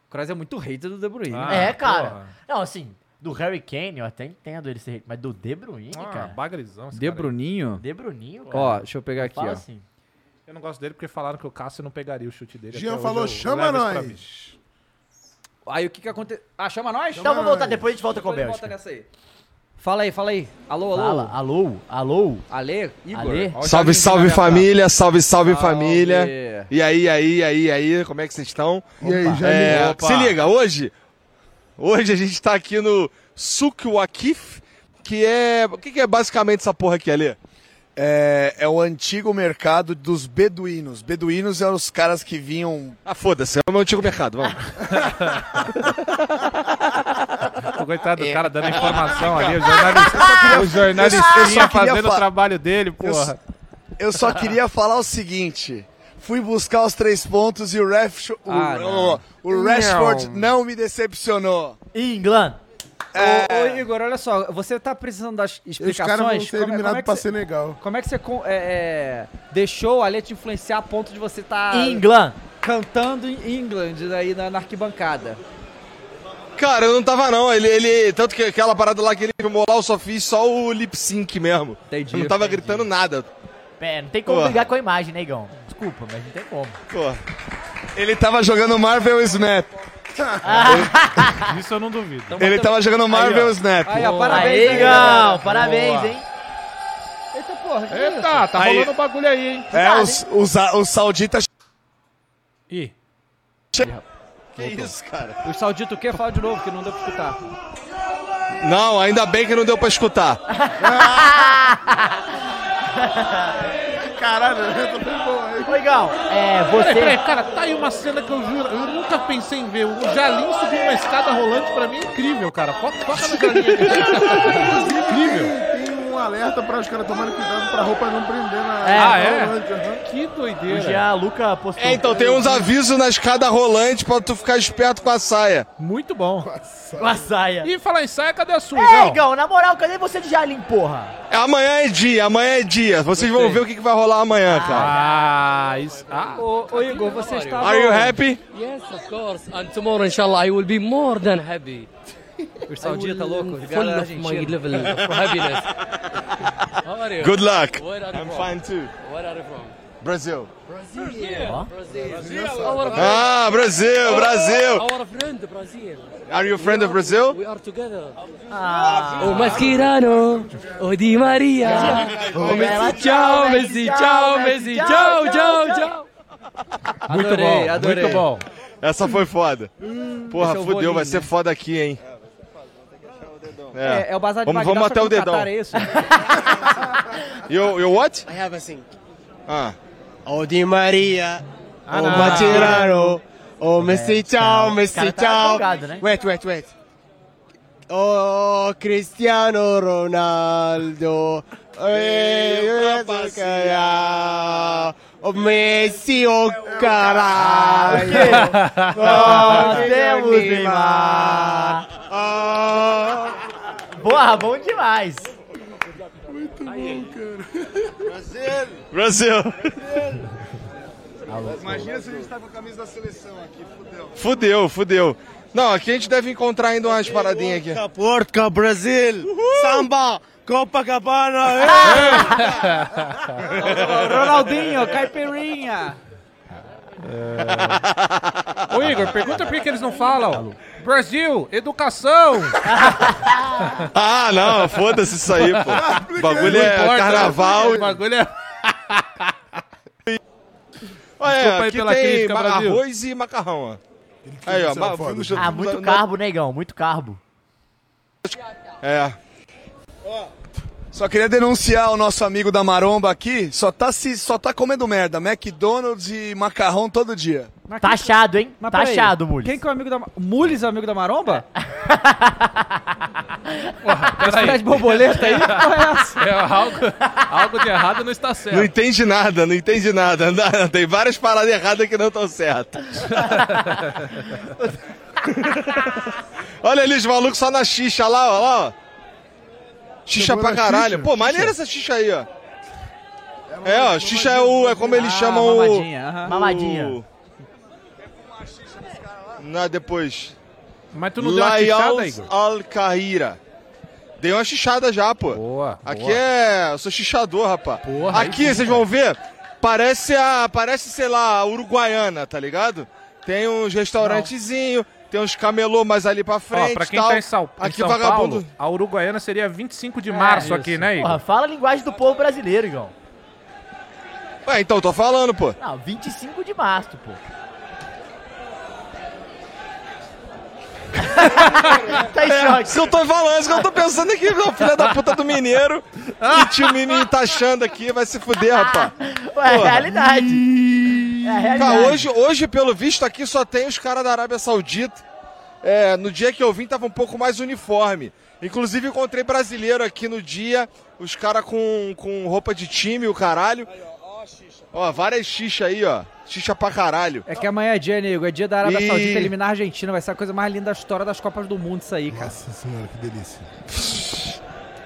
Speaker 2: O Kroos é muito hater do De Bruyne.
Speaker 3: Ah,
Speaker 2: né?
Speaker 5: é, cara.
Speaker 3: porra.
Speaker 5: Não, assim, Do Harry Kane, eu até entendo ele ser. Mas do De Bruyne,
Speaker 3: Ah,
Speaker 5: cara.
Speaker 3: bagrizão. esse
Speaker 2: De
Speaker 3: cara aí.
Speaker 2: Bruninho.
Speaker 5: De Bruninho, cara.
Speaker 2: Ó, deixa eu pegar aqui,
Speaker 5: Fala
Speaker 2: ó.
Speaker 5: assim.
Speaker 3: Eu não gosto dele porque falaram que o Cássio não pegaria o chute dele.
Speaker 4: Jean
Speaker 3: até
Speaker 4: falou,
Speaker 3: hoje eu
Speaker 4: chama
Speaker 3: levo isso pra mim."
Speaker 4: nós.
Speaker 2: Aí o que que aconteceu?
Speaker 8: Ah, chama nós?
Speaker 5: Então vamos voltar,
Speaker 4: Mas-
Speaker 5: depois a gente volta com o
Speaker 8: Depois volta
Speaker 5: Bélgica.
Speaker 8: nessa aí.
Speaker 2: Fala aí, fala aí. Alô, alô.
Speaker 5: Fala, alô, alô.
Speaker 2: Ale, Igor.
Speaker 5: Alê?
Speaker 3: Ó, o
Speaker 9: Salve,
Speaker 3: Jorginho
Speaker 9: salve
Speaker 3: vai
Speaker 9: família, salve, salve
Speaker 2: Salve.
Speaker 9: família. E aí, aí, aí, aí, como é que vocês estão?
Speaker 4: E aí, já
Speaker 9: É,
Speaker 4: ligou?
Speaker 9: se liga, hoje, hoje a gente tá aqui no Suk Wakif, que é, o que, que é basicamente essa porra aqui, Alê?
Speaker 10: É, é o antigo mercado dos beduínos. Beduínos eram os caras que vinham.
Speaker 9: Ah, foda-se, é o meu antigo mercado, vamos.
Speaker 3: O coitado
Speaker 5: É.
Speaker 3: do cara dando informação ali, o jornalista, o jornalistinha
Speaker 10: queria
Speaker 3: fazendo o
Speaker 10: fa-
Speaker 3: trabalho dele, porra.
Speaker 10: Eu só queria falar o seguinte: fui buscar os três pontos e o, Rashford, o,
Speaker 2: Ah, não.
Speaker 10: o- o Rashford não me decepcionou.
Speaker 5: England.
Speaker 2: Ô, ô, Igor, olha só, você tá precisando das
Speaker 4: É. Os caras vão
Speaker 2: explicações.
Speaker 4: ser
Speaker 2: Como é- como
Speaker 4: eliminados
Speaker 2: é que
Speaker 4: pra
Speaker 2: você-
Speaker 4: Senegal.
Speaker 2: Como é que você com- é, é, deixou a Lê te influenciar a ponto de você tá
Speaker 5: England.
Speaker 2: cantando em England aí na, na arquibancada?
Speaker 9: Cara, eu não tava não, ele, ele, tanto que aquela parada lá que ele filmou lá, eu só fiz só o lip sync mesmo.
Speaker 2: Entendi.
Speaker 9: Eu não tava gritando nada,
Speaker 5: É, não tem como
Speaker 9: Porra.
Speaker 5: brigar com a imagem, né, Igão? Desculpa, mas não tem como.
Speaker 9: pô. Ele tava jogando Marvel Snap.
Speaker 3: Isso eu não duvido.
Speaker 9: Ele tava jogando Marvel Snap.
Speaker 2: Aí,
Speaker 5: Parabéns,
Speaker 2: ó, parabéns,
Speaker 5: Aê,
Speaker 2: aí,
Speaker 5: Igão.
Speaker 2: galera.
Speaker 5: Parabéns,
Speaker 3: Boa.
Speaker 5: hein?
Speaker 2: Eita porra, que isso?
Speaker 3: Eita, tá
Speaker 9: Aí.
Speaker 3: rolando um bagulho aí, hein?
Speaker 10: É, os, os, os sauditas.
Speaker 3: Ih,
Speaker 9: Que isso, cara?
Speaker 2: O Saudito o quê? Fala de novo, que não deu pra escutar.
Speaker 9: Não, ainda bem que não deu pra escutar.
Speaker 5: Ô, Igão, é, você.
Speaker 3: peraí, cara, tá aí uma cena que eu juro, eu nunca pensei em ver. O Jalim subir uma escada rolante pra mim é incrível, cara. Foca, foca no Jalim. incrível.
Speaker 4: Tem um alerta para os caras tomarem cuidado pra roupa não prender na.
Speaker 5: É,
Speaker 4: na
Speaker 3: ah, é?
Speaker 4: Holândia, aham.
Speaker 3: Que
Speaker 5: O
Speaker 3: doideira.
Speaker 5: Jean Luca postou.
Speaker 9: É, então tem uns avisos na escada rolante pra tu ficar esperto com a saia.
Speaker 3: Muito bom.
Speaker 5: uma saia.
Speaker 3: E falar em saia, cadê a sua,
Speaker 5: É,
Speaker 3: Igão?
Speaker 5: Igão, na moral, cadê você de Jalim, porra?
Speaker 9: É, Amanhã é dia, amanhã é dia. Vocês vão ver o que, que vai rolar amanhã, cara.
Speaker 3: Ah,
Speaker 5: é
Speaker 3: isso. Ah,
Speaker 2: Ô, ô, Igor, você estava...
Speaker 9: Are you happy?
Speaker 11: Yes, of course. And tomorrow, inshallah, I will be more than happy.
Speaker 2: O Saudita, tá
Speaker 11: I will
Speaker 2: louco,
Speaker 11: Full
Speaker 2: ligado na
Speaker 11: of my
Speaker 2: Argentina.
Speaker 11: level of happiness. How are you?
Speaker 9: Good luck.
Speaker 11: Where are you
Speaker 9: I'm
Speaker 11: from?
Speaker 9: fine too.
Speaker 11: Where are you from?
Speaker 9: Brasil.
Speaker 11: Brazil. Yeah, Brazil. Our,
Speaker 9: Ah, Brasil, Brasil.
Speaker 11: our friend, Brazil.
Speaker 9: Are you a friend of Brazil?
Speaker 11: We are together. Ah. Oh, Mascherano. Oh, Di Maria. Oh, Messi. Tchau, Messi. Tchau, Messi. Tchau, tchau, tchau.
Speaker 3: muito
Speaker 2: adorei,
Speaker 3: bom,
Speaker 2: adorei.
Speaker 3: muito bom.
Speaker 9: Essa foi foda. Porra,
Speaker 2: é o
Speaker 9: fudeu, vai
Speaker 2: bolinho,
Speaker 9: ser foda aqui, hein?
Speaker 2: É, é o bazar de
Speaker 9: Vamos- vamos
Speaker 2: Bagdá, só
Speaker 9: até
Speaker 2: que
Speaker 9: o
Speaker 2: no
Speaker 9: dedão.
Speaker 2: Catar, é isso?
Speaker 11: é
Speaker 9: You, you what?
Speaker 11: I have a thing.
Speaker 9: Ah.
Speaker 11: Oh, Di Maria.
Speaker 3: Ah,
Speaker 11: oh,
Speaker 3: não.
Speaker 11: Mascherano. Oh, Messi. Tchau, Messi.
Speaker 5: É, cara tá
Speaker 11: Tchau.
Speaker 5: empolgado, né?
Speaker 11: Wait, wait, wait. Oh, Cristiano Ronaldo.
Speaker 9: Eh,
Speaker 11: Eh, Ei, eu sou o cara. Oh, Messi,
Speaker 9: Eh,
Speaker 11: o caralho. Oh, temos Neymar. Oh,
Speaker 5: Porra, Ah, bom demais.
Speaker 9: Brasil.
Speaker 10: Imagina se a gente tá com a camisa da seleção aqui, fudeu.
Speaker 9: Fudeu, fudeu. Não, aqui a gente deve encontrar ainda umas paradinhas aqui.
Speaker 10: Porca, Brasil! Samba! Copacabana!
Speaker 2: Ronaldinho, Caipirinha.
Speaker 3: Ô, Igor, pergunta por que, que eles não falam. Brasil, educação.
Speaker 9: Ah, não, foda-se isso aí, pô. O bagulho é
Speaker 3: Não importa.
Speaker 9: carnaval.
Speaker 3: O bagulho é...
Speaker 9: Olha,
Speaker 3: Desculpa aí
Speaker 9: aqui
Speaker 3: pela
Speaker 9: tem
Speaker 3: crítica,
Speaker 9: ma-
Speaker 3: Brasil.
Speaker 9: arroz e macarrão, ó. Aí, ó, ma- fui no show-
Speaker 5: Ah,
Speaker 9: fui
Speaker 5: muito
Speaker 9: na-
Speaker 5: carbo, negão, muito carbo.
Speaker 9: É.
Speaker 10: Só queria denunciar o nosso amigo da Maromba aqui, só tá, se, só tá comendo merda, McDonald's e macarrão todo dia.
Speaker 2: Mas quem-
Speaker 5: Taxado, Tá hein?
Speaker 2: mas peraí,
Speaker 5: Taxado, Mules.
Speaker 2: Quem que é o amigo da... Ma- Mules é o amigo da Maromba? Tá de
Speaker 3: Peraí,
Speaker 2: borboleta aí? Que porra é essa?
Speaker 3: é, algo, algo de errado não está certo.
Speaker 9: Não entende nada, não entende nada. Não, Tem várias paradas erradas que não estão certas. Olha ali os malucos só na xixa lá, ó, lá, ó. Xixa
Speaker 4: Chegou
Speaker 9: pra
Speaker 4: na
Speaker 9: caralho.
Speaker 4: xixa?
Speaker 9: Pô, maneira essa xixa aí, ó. É, ó, xixa é o. É como
Speaker 12: Ah,
Speaker 9: eles chamam o.
Speaker 2: mamadinha, aham.
Speaker 5: Mamadinha.
Speaker 9: O- Não, é depois.
Speaker 3: Mas tu não deu uma chichada, Igor?
Speaker 9: Alcaíra. Dei uma chichada já, pô.
Speaker 3: Boa.
Speaker 9: Aqui
Speaker 3: boa.
Speaker 9: é. Eu sou chichador, rapá.
Speaker 3: Porra,
Speaker 9: Aqui,
Speaker 3: aí sim,
Speaker 9: vocês vão ver, parece a. Parece, sei lá, a uruguaiana, tá ligado? Tem uns restaurantezinhos, tem uns camelô mais ali pra frente.
Speaker 3: Ó, pra quem
Speaker 9: tal.
Speaker 3: tá em São, em
Speaker 9: Aqui
Speaker 3: São
Speaker 9: vagabundo.
Speaker 3: Paulo, a Uruguaiana seria 25 de março aqui, né, Igor?
Speaker 5: Porra, É fala a linguagem do povo brasileiro, Igão.
Speaker 9: Ué, então tô falando, pô.
Speaker 5: Não, 25 de março, pô. tá em
Speaker 9: É,
Speaker 5: choque.
Speaker 9: se eu tô falando, isso que eu tô pensando aqui, meu filho da puta do mineiro. Que tio menino tá achando aqui, vai se fuder, rapaz.
Speaker 5: Ué, é
Speaker 9: Porra.
Speaker 5: a realidade. É a realidade.
Speaker 9: Cara, hoje, hoje, pelo visto, aqui só tem os caras da Arábia Saudita. É, no dia que eu vim, tava um pouco mais uniforme. Inclusive, encontrei brasileiro aqui no dia, os caras com, com roupa de time, o caralho. Ó, várias xixas aí, ó. Xixa pra caralho.
Speaker 2: É que amanhã é dia, nego. É dia da Arábia
Speaker 9: E-
Speaker 2: Saudita eliminar a Argentina. Vai ser a coisa mais linda da história das Copas do Mundo, isso aí, cara.
Speaker 4: Nossa senhora, que delícia.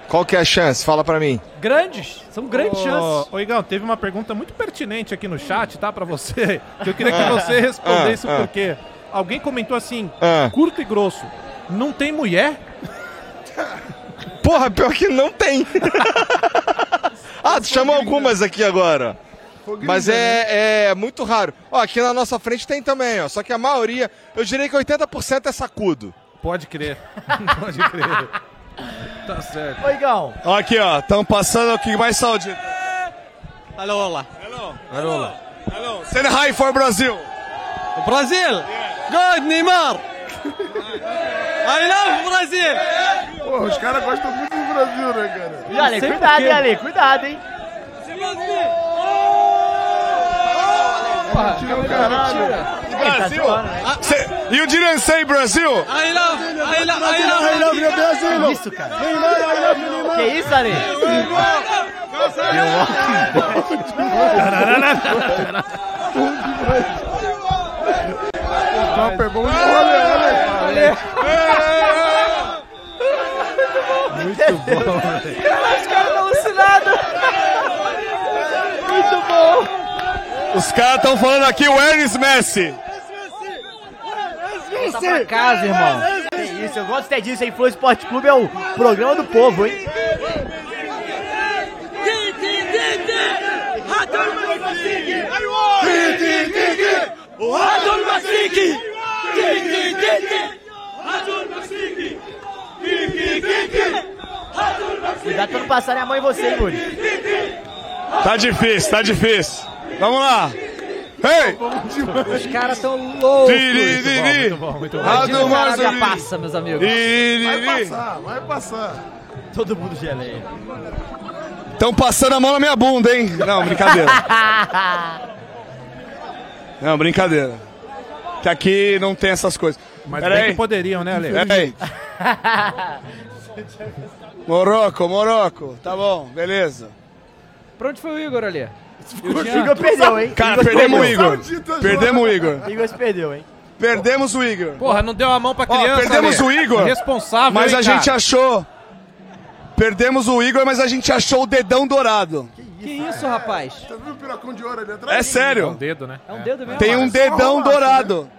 Speaker 9: Qual que é a chance? Fala pra mim.
Speaker 2: Grandes. São grandes chances.
Speaker 3: Ô, Igão, teve uma pergunta muito pertinente aqui no chat, tá? Pra você. Que eu queria que você respondesse,
Speaker 9: ah, ah.
Speaker 3: porque alguém comentou assim,
Speaker 9: Ah.
Speaker 3: curto e grosso. Não tem mulher?
Speaker 9: Porra, pior que não tem. ah, tu chamou algumas aqui agora. Mas é, é muito raro. Ó, aqui na nossa frente tem também, ó. Só que a maioria, eu diria que 80% é sacudo.
Speaker 3: Pode crer. Pode crer. Tá certo.
Speaker 5: Ô, Igão.
Speaker 10: Ó aqui, ó. Estão passando aqui mais saudita.
Speaker 13: Alô,
Speaker 9: Tá.
Speaker 13: olá.
Speaker 10: Arola. Send high for Brasil.
Speaker 13: Brazil! God, Neymar! I love Brazil!
Speaker 4: Pô, os caras gostam muito do Brasil, né, cara?
Speaker 5: E, Ale,
Speaker 2: sei
Speaker 5: cuidado,
Speaker 2: por quê.
Speaker 5: hein, Ale, cuidado, hein.
Speaker 4: Porra, o cara.
Speaker 10: Brasil! Ah, Cê- You didn't say Brasil?
Speaker 13: I love, I love, I love,
Speaker 4: I love you, Brasil!
Speaker 5: Isso, cara.
Speaker 4: Neymar, I love you, Neymar!
Speaker 5: Que isso, Ale?
Speaker 4: Não, pegou um olha, olha.
Speaker 10: Os caras estão falando aqui, where is Messi?
Speaker 2: Tá pra casa, irmão.
Speaker 5: é, Que isso, eu gosto até disso, hein? Flow Esporte Clube é o programa do povo, hein? Cuidado pra não passarem a mão em você, hein, Muri?
Speaker 10: Tá difícil, tá difícil. Vamos lá. Hey!
Speaker 2: Os caras tão loucos.
Speaker 10: Diri, diri.
Speaker 3: Muito bom, muito bom.
Speaker 10: Ah,
Speaker 2: Imagina
Speaker 10: do
Speaker 2: se a
Speaker 10: mais
Speaker 2: Arábia
Speaker 10: diri.
Speaker 2: passa, meus amigos.
Speaker 10: Diri, diri.
Speaker 4: Passar, vai passar.
Speaker 5: Todo mundo geleia.
Speaker 10: Estão passando a mão na minha bunda, hein? Não, brincadeira. Não, brincadeira. Que aqui não tem essas coisas.
Speaker 3: Mas
Speaker 10: Pera
Speaker 3: bem
Speaker 10: aí.
Speaker 3: que poderiam, né, Ale?
Speaker 10: Peraí. Morocco, Morocco. Tá bom, beleza.
Speaker 2: Pra onde foi o Igor ali?
Speaker 5: O Igor perdeu, hein?
Speaker 10: Cara,
Speaker 5: Igor
Speaker 10: perdemos o
Speaker 5: perdeu.
Speaker 10: Igor. Perdemos o Igor.
Speaker 5: Igor se perdeu, hein?
Speaker 10: Perdemos o Igor.
Speaker 3: Porra, não deu a mão pra
Speaker 10: Ó,
Speaker 3: criança,
Speaker 10: perdemos
Speaker 3: Ale.
Speaker 10: o Igor,
Speaker 3: Responsável,
Speaker 10: mas
Speaker 3: hein,
Speaker 10: a
Speaker 3: cara?
Speaker 10: gente achou. Perdemos o Igor, mas a gente achou o dedão dourado.
Speaker 2: Que isso, rapaz?
Speaker 4: Tá vendo o pirocão de ouro ali atrás?
Speaker 10: É
Speaker 3: Um
Speaker 10: sério.
Speaker 3: dedo, né?
Speaker 2: É um dedo mesmo?
Speaker 10: Tem um dedão
Speaker 4: arrumaço,
Speaker 10: dourado.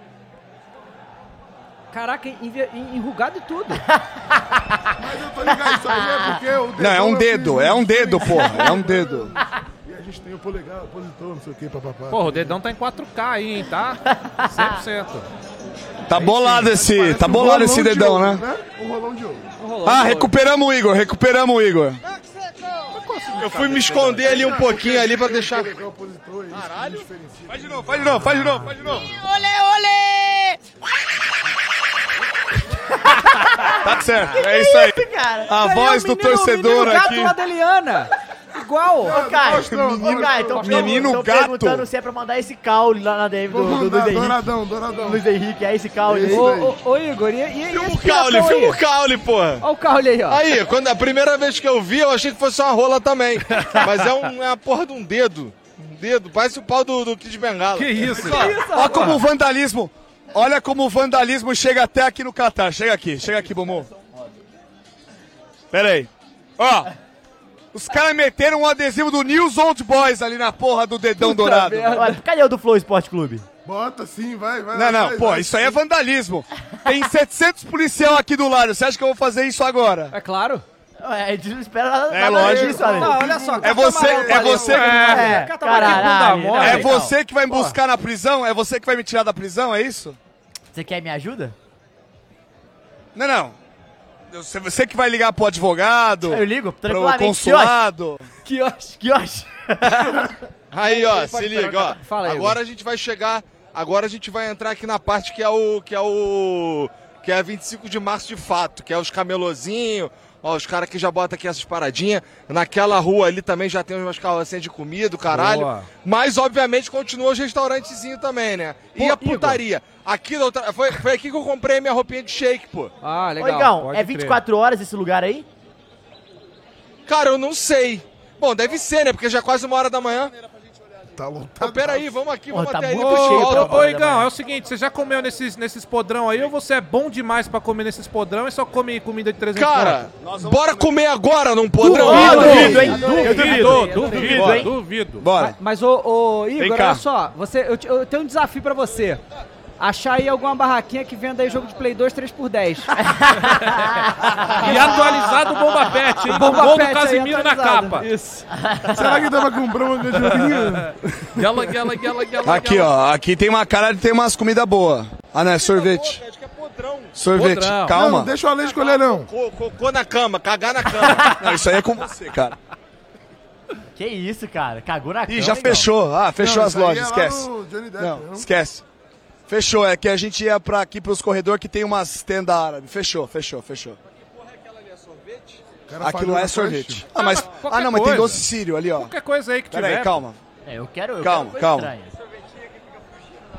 Speaker 2: Caraca, envi- en- enrugado e tudo.
Speaker 4: Mas eu tô ligado, isso aí é porque o dedão
Speaker 10: Não, é um
Speaker 4: eu
Speaker 10: dedo,
Speaker 4: fiz
Speaker 10: é um
Speaker 4: isso
Speaker 10: dedo,
Speaker 4: aí.
Speaker 10: porra. É um dedo.
Speaker 4: E a gente tem o polegar, o positor, não sei o que, papapá.
Speaker 3: Porra, o dedão tá em 4K aí, hein, tá? 100%.
Speaker 10: Tá bolado esse. Tá bolado esse dedão, né?
Speaker 4: Um rolão de ouro.
Speaker 10: Ah, recuperamos o Igor, recuperamos o Igor.
Speaker 9: Eu fui me esconder ali um pouquinho ali pra deixar.
Speaker 4: Pegar o positor e Caralho. diferencia.
Speaker 10: Faz de novo, faz de novo, faz de novo, faz de novo. Tá certo, é isso aí.
Speaker 5: Cara,
Speaker 10: A voz do torcedor aqui.
Speaker 2: gato lá da Eliana. Igual.
Speaker 5: ô, Caio, então
Speaker 4: Faustão,
Speaker 5: Caio, tão-
Speaker 10: Faustão. Menino
Speaker 5: tão
Speaker 10: gato.
Speaker 5: perguntando se é pra mandar esse caule lá na DM do,
Speaker 4: Vou
Speaker 5: do Luiz
Speaker 4: mandar,
Speaker 5: Henrique.
Speaker 4: douradão, douradão.
Speaker 5: Luiz Henrique, é esse caule.
Speaker 4: Esse
Speaker 5: aí.
Speaker 2: Ô, ô, ô, Igor, e, e, e
Speaker 9: Filma o
Speaker 2: esse
Speaker 9: caule,
Speaker 2: piratão aí?
Speaker 9: filma o caule, porra.
Speaker 2: Olha o carro ali, ó.
Speaker 9: Aí, quando a primeira vez que eu vi, eu achei que fosse uma rola também. Mas é, um, é uma porra de um dedo. Um dedo, parece o pau do, do Kid Bengala.
Speaker 3: Que isso?
Speaker 10: Olha como o vandalismo. Olha como o vandalismo chega até aqui no Catar. Chega aqui, chega aqui, Bumu. Pera aí. Ó, Os caras meteram um adesivo do News Old Boys ali na porra do dedão
Speaker 5: Puta
Speaker 10: dourado.
Speaker 5: merda. Olha, cadê o do Flow Esporte Clube?
Speaker 4: Bota sim, vai, vai. né?
Speaker 10: Não,
Speaker 4: lá,
Speaker 10: não,
Speaker 4: vai,
Speaker 10: pô,
Speaker 4: vai.
Speaker 10: isso aí
Speaker 3: assim-
Speaker 10: é vandalismo. Tem 700 policial aqui do lado, você acha que eu vou fazer isso agora?
Speaker 2: É claro.
Speaker 5: A gente não espera nada,
Speaker 10: É
Speaker 5: nada
Speaker 10: lógico.
Speaker 5: disso, Ale.
Speaker 10: Não, olha só, É cartão você- amarelo, é valeu. você-
Speaker 5: É,
Speaker 10: É,
Speaker 5: caralho.
Speaker 10: É você que vai me buscar na prisão? É você que vai me tirar da prisão, é isso?
Speaker 5: Você quer me ajuda?
Speaker 10: Não, não. Você, você que vai ligar pro advogado.
Speaker 5: Eu ligo,
Speaker 10: pro
Speaker 5: tranquilamente,
Speaker 10: consulado.
Speaker 5: Que ótimo, que ótimo.
Speaker 9: Aí, ó,
Speaker 10: Ele
Speaker 9: se
Speaker 10: pode
Speaker 9: liga, ó.
Speaker 10: pegar. Fala aí,
Speaker 9: agora
Speaker 10: Hugo.
Speaker 9: a gente vai chegar, agora a gente vai entrar aqui na parte que é o que é o que é 25 de março de fato, que é os camelozinho, ó, os caras que já botam aqui essas paradinhas. Naquela rua ali também já tem umas carrocinhas de comida, o caralho.
Speaker 3: Boa.
Speaker 9: Mas obviamente continua os restaurantezinhos também, né? e
Speaker 5: Pô,
Speaker 9: a putaria. Aqui na outra- foi, foi aqui que eu comprei minha roupinha de shake, pô.
Speaker 3: Ah,
Speaker 5: Ô, Igão, é 24 horas esse lugar aí?
Speaker 9: Cara, eu não sei. Bom, deve ser, né? Porque já é quase uma hora da manhã.
Speaker 4: Tá
Speaker 9: Pô, peraí, vamos aqui, vamos até ali
Speaker 3: Ô,
Speaker 9: pro shake.
Speaker 3: ô, ô,
Speaker 9: né,
Speaker 3: Igão, é o seguinte, você já comeu nesses, nesses podrão aí ou você é bom demais pra comer nesses podrão e só come comida de 300
Speaker 9: Cara,
Speaker 3: conto?
Speaker 9: bora comer agora num podrão.
Speaker 3: Duvido, duvido, hein? Duvido.
Speaker 10: Bora.
Speaker 2: Mas, ô, ô Igor,
Speaker 3: Vem cá.
Speaker 2: olha só. Você, eu, te- eu tenho um desafio pra você. Achar aí alguma barraquinha que venda aí jogo de Play 2 3 por 10
Speaker 3: E atualizado o Bomba Pet, hein? O
Speaker 2: Bomba
Speaker 3: gol do
Speaker 2: Pet aí,
Speaker 3: Casimiro na
Speaker 2: atualizado.
Speaker 3: capa.
Speaker 2: Isso.
Speaker 4: Será que tava com broma de joguinho?
Speaker 3: Gala, gala, gala, gala.
Speaker 10: Aqui, ó, aqui tem uma cara de ter umas comidas boas. Ah, não, é sorvete. Sorvete,
Speaker 9: Podrão.
Speaker 10: calma.
Speaker 9: Não,
Speaker 4: deixa o Ale escolher, não.
Speaker 9: Cocô, cocô na cama, cagar na cama.
Speaker 10: Não, isso aí é com você, cara.
Speaker 5: Que isso, cara? Cagou na cama. então?
Speaker 10: Ih, já
Speaker 5: Igão.
Speaker 10: fechou. Ah, fechou
Speaker 5: Não,
Speaker 10: as
Speaker 5: isso aí é
Speaker 10: lojas,
Speaker 5: lá
Speaker 10: esquece.
Speaker 5: no Johnny
Speaker 3: Tá
Speaker 5: Depp,
Speaker 10: não,
Speaker 5: não?
Speaker 10: esquece. Fechou, é que a gente ia pra aqui pros corredores que tem umas tendas árabes. Fechou, fechou, fechou.
Speaker 9: cara
Speaker 10: Aquilo
Speaker 9: falhou
Speaker 10: lá é
Speaker 9: na
Speaker 10: sorvete.
Speaker 9: frente.
Speaker 10: Ah, mas.
Speaker 9: Qualquer
Speaker 10: Ah, não, mas tem
Speaker 9: coisa.
Speaker 10: doce sírio ali, ó.
Speaker 3: Qualquer coisa aí que tiver.
Speaker 10: Peraí, calma.
Speaker 5: É, eu quero, eu
Speaker 10: Calma,
Speaker 5: quero
Speaker 10: calma.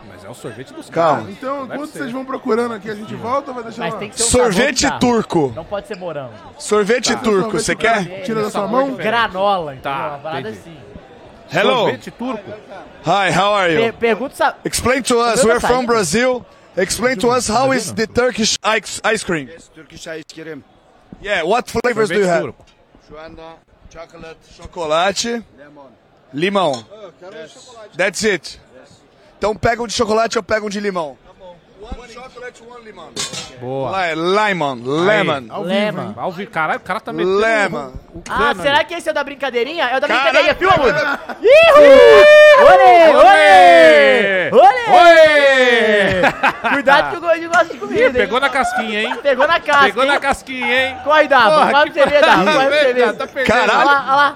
Speaker 3: Mas é o sorvete dos
Speaker 10: Calma.
Speaker 3: caras.
Speaker 4: Então,
Speaker 3: Deve
Speaker 4: enquanto
Speaker 3: ser.
Speaker 4: vocês vão procurando aqui, a gente volta ou vai deixar
Speaker 5: Mas
Speaker 4: lá?
Speaker 5: tem que ter um
Speaker 10: Sorvete
Speaker 5: sabor que dá.
Speaker 10: turco.
Speaker 5: Não pode ser morango.
Speaker 10: Sorvete
Speaker 4: então,
Speaker 5: Tá.
Speaker 10: turco, você quer? Tá,
Speaker 4: Tira da sua
Speaker 5: Sabor
Speaker 4: mão?
Speaker 5: diferente. Granola, entendeu?
Speaker 3: Tá,
Speaker 5: Uma parada
Speaker 3: entendi.
Speaker 5: assim.
Speaker 10: Hello.
Speaker 3: Sorvete turco.
Speaker 10: Hi, how are you?
Speaker 5: Per- pergunta se a-
Speaker 10: Explain to us,
Speaker 5: Tá
Speaker 10: we're
Speaker 5: saindo?
Speaker 10: from Brazil. Explain to us how is the Turkish ice ice cream?
Speaker 14: Turkish ice
Speaker 3: é
Speaker 14: cream.
Speaker 10: Yeah, what flavors do you have?
Speaker 14: Şu anda chocolate,
Speaker 10: Chocolate,
Speaker 14: lemon.
Speaker 10: limão.
Speaker 3: Ah,
Speaker 14: Yes.
Speaker 10: That's it. Então pega um de chocolate, eu pego um de limão.
Speaker 4: um
Speaker 10: One chocolate, one limon.
Speaker 3: Boa.
Speaker 10: Li- Lemon, lemon.
Speaker 3: Ao
Speaker 5: Lema.
Speaker 3: vivo, hein? Ao vivo. Caralho, o cara tá metendo...
Speaker 10: Lema.
Speaker 5: Ah, será que esse é o da brincadeirinha? É o da
Speaker 10: Caraca.
Speaker 5: brincadeirinha, filma, mano! Olê, olê! Olê! Cuidado que o gordinho gosta de comida, hein?
Speaker 3: Tá. Pegou na casquinha, hein?
Speaker 5: Pegou na casca,
Speaker 3: Pegou na
Speaker 5: hein?
Speaker 3: casquinha, hein?
Speaker 5: Corre, Dava.
Speaker 3: Porra,
Speaker 5: Vai
Speaker 3: que
Speaker 5: pra TV, Dava.
Speaker 3: maravilha,
Speaker 5: Vai pra TV.
Speaker 3: tá perdendo.
Speaker 10: Caralho.
Speaker 5: Olha lá,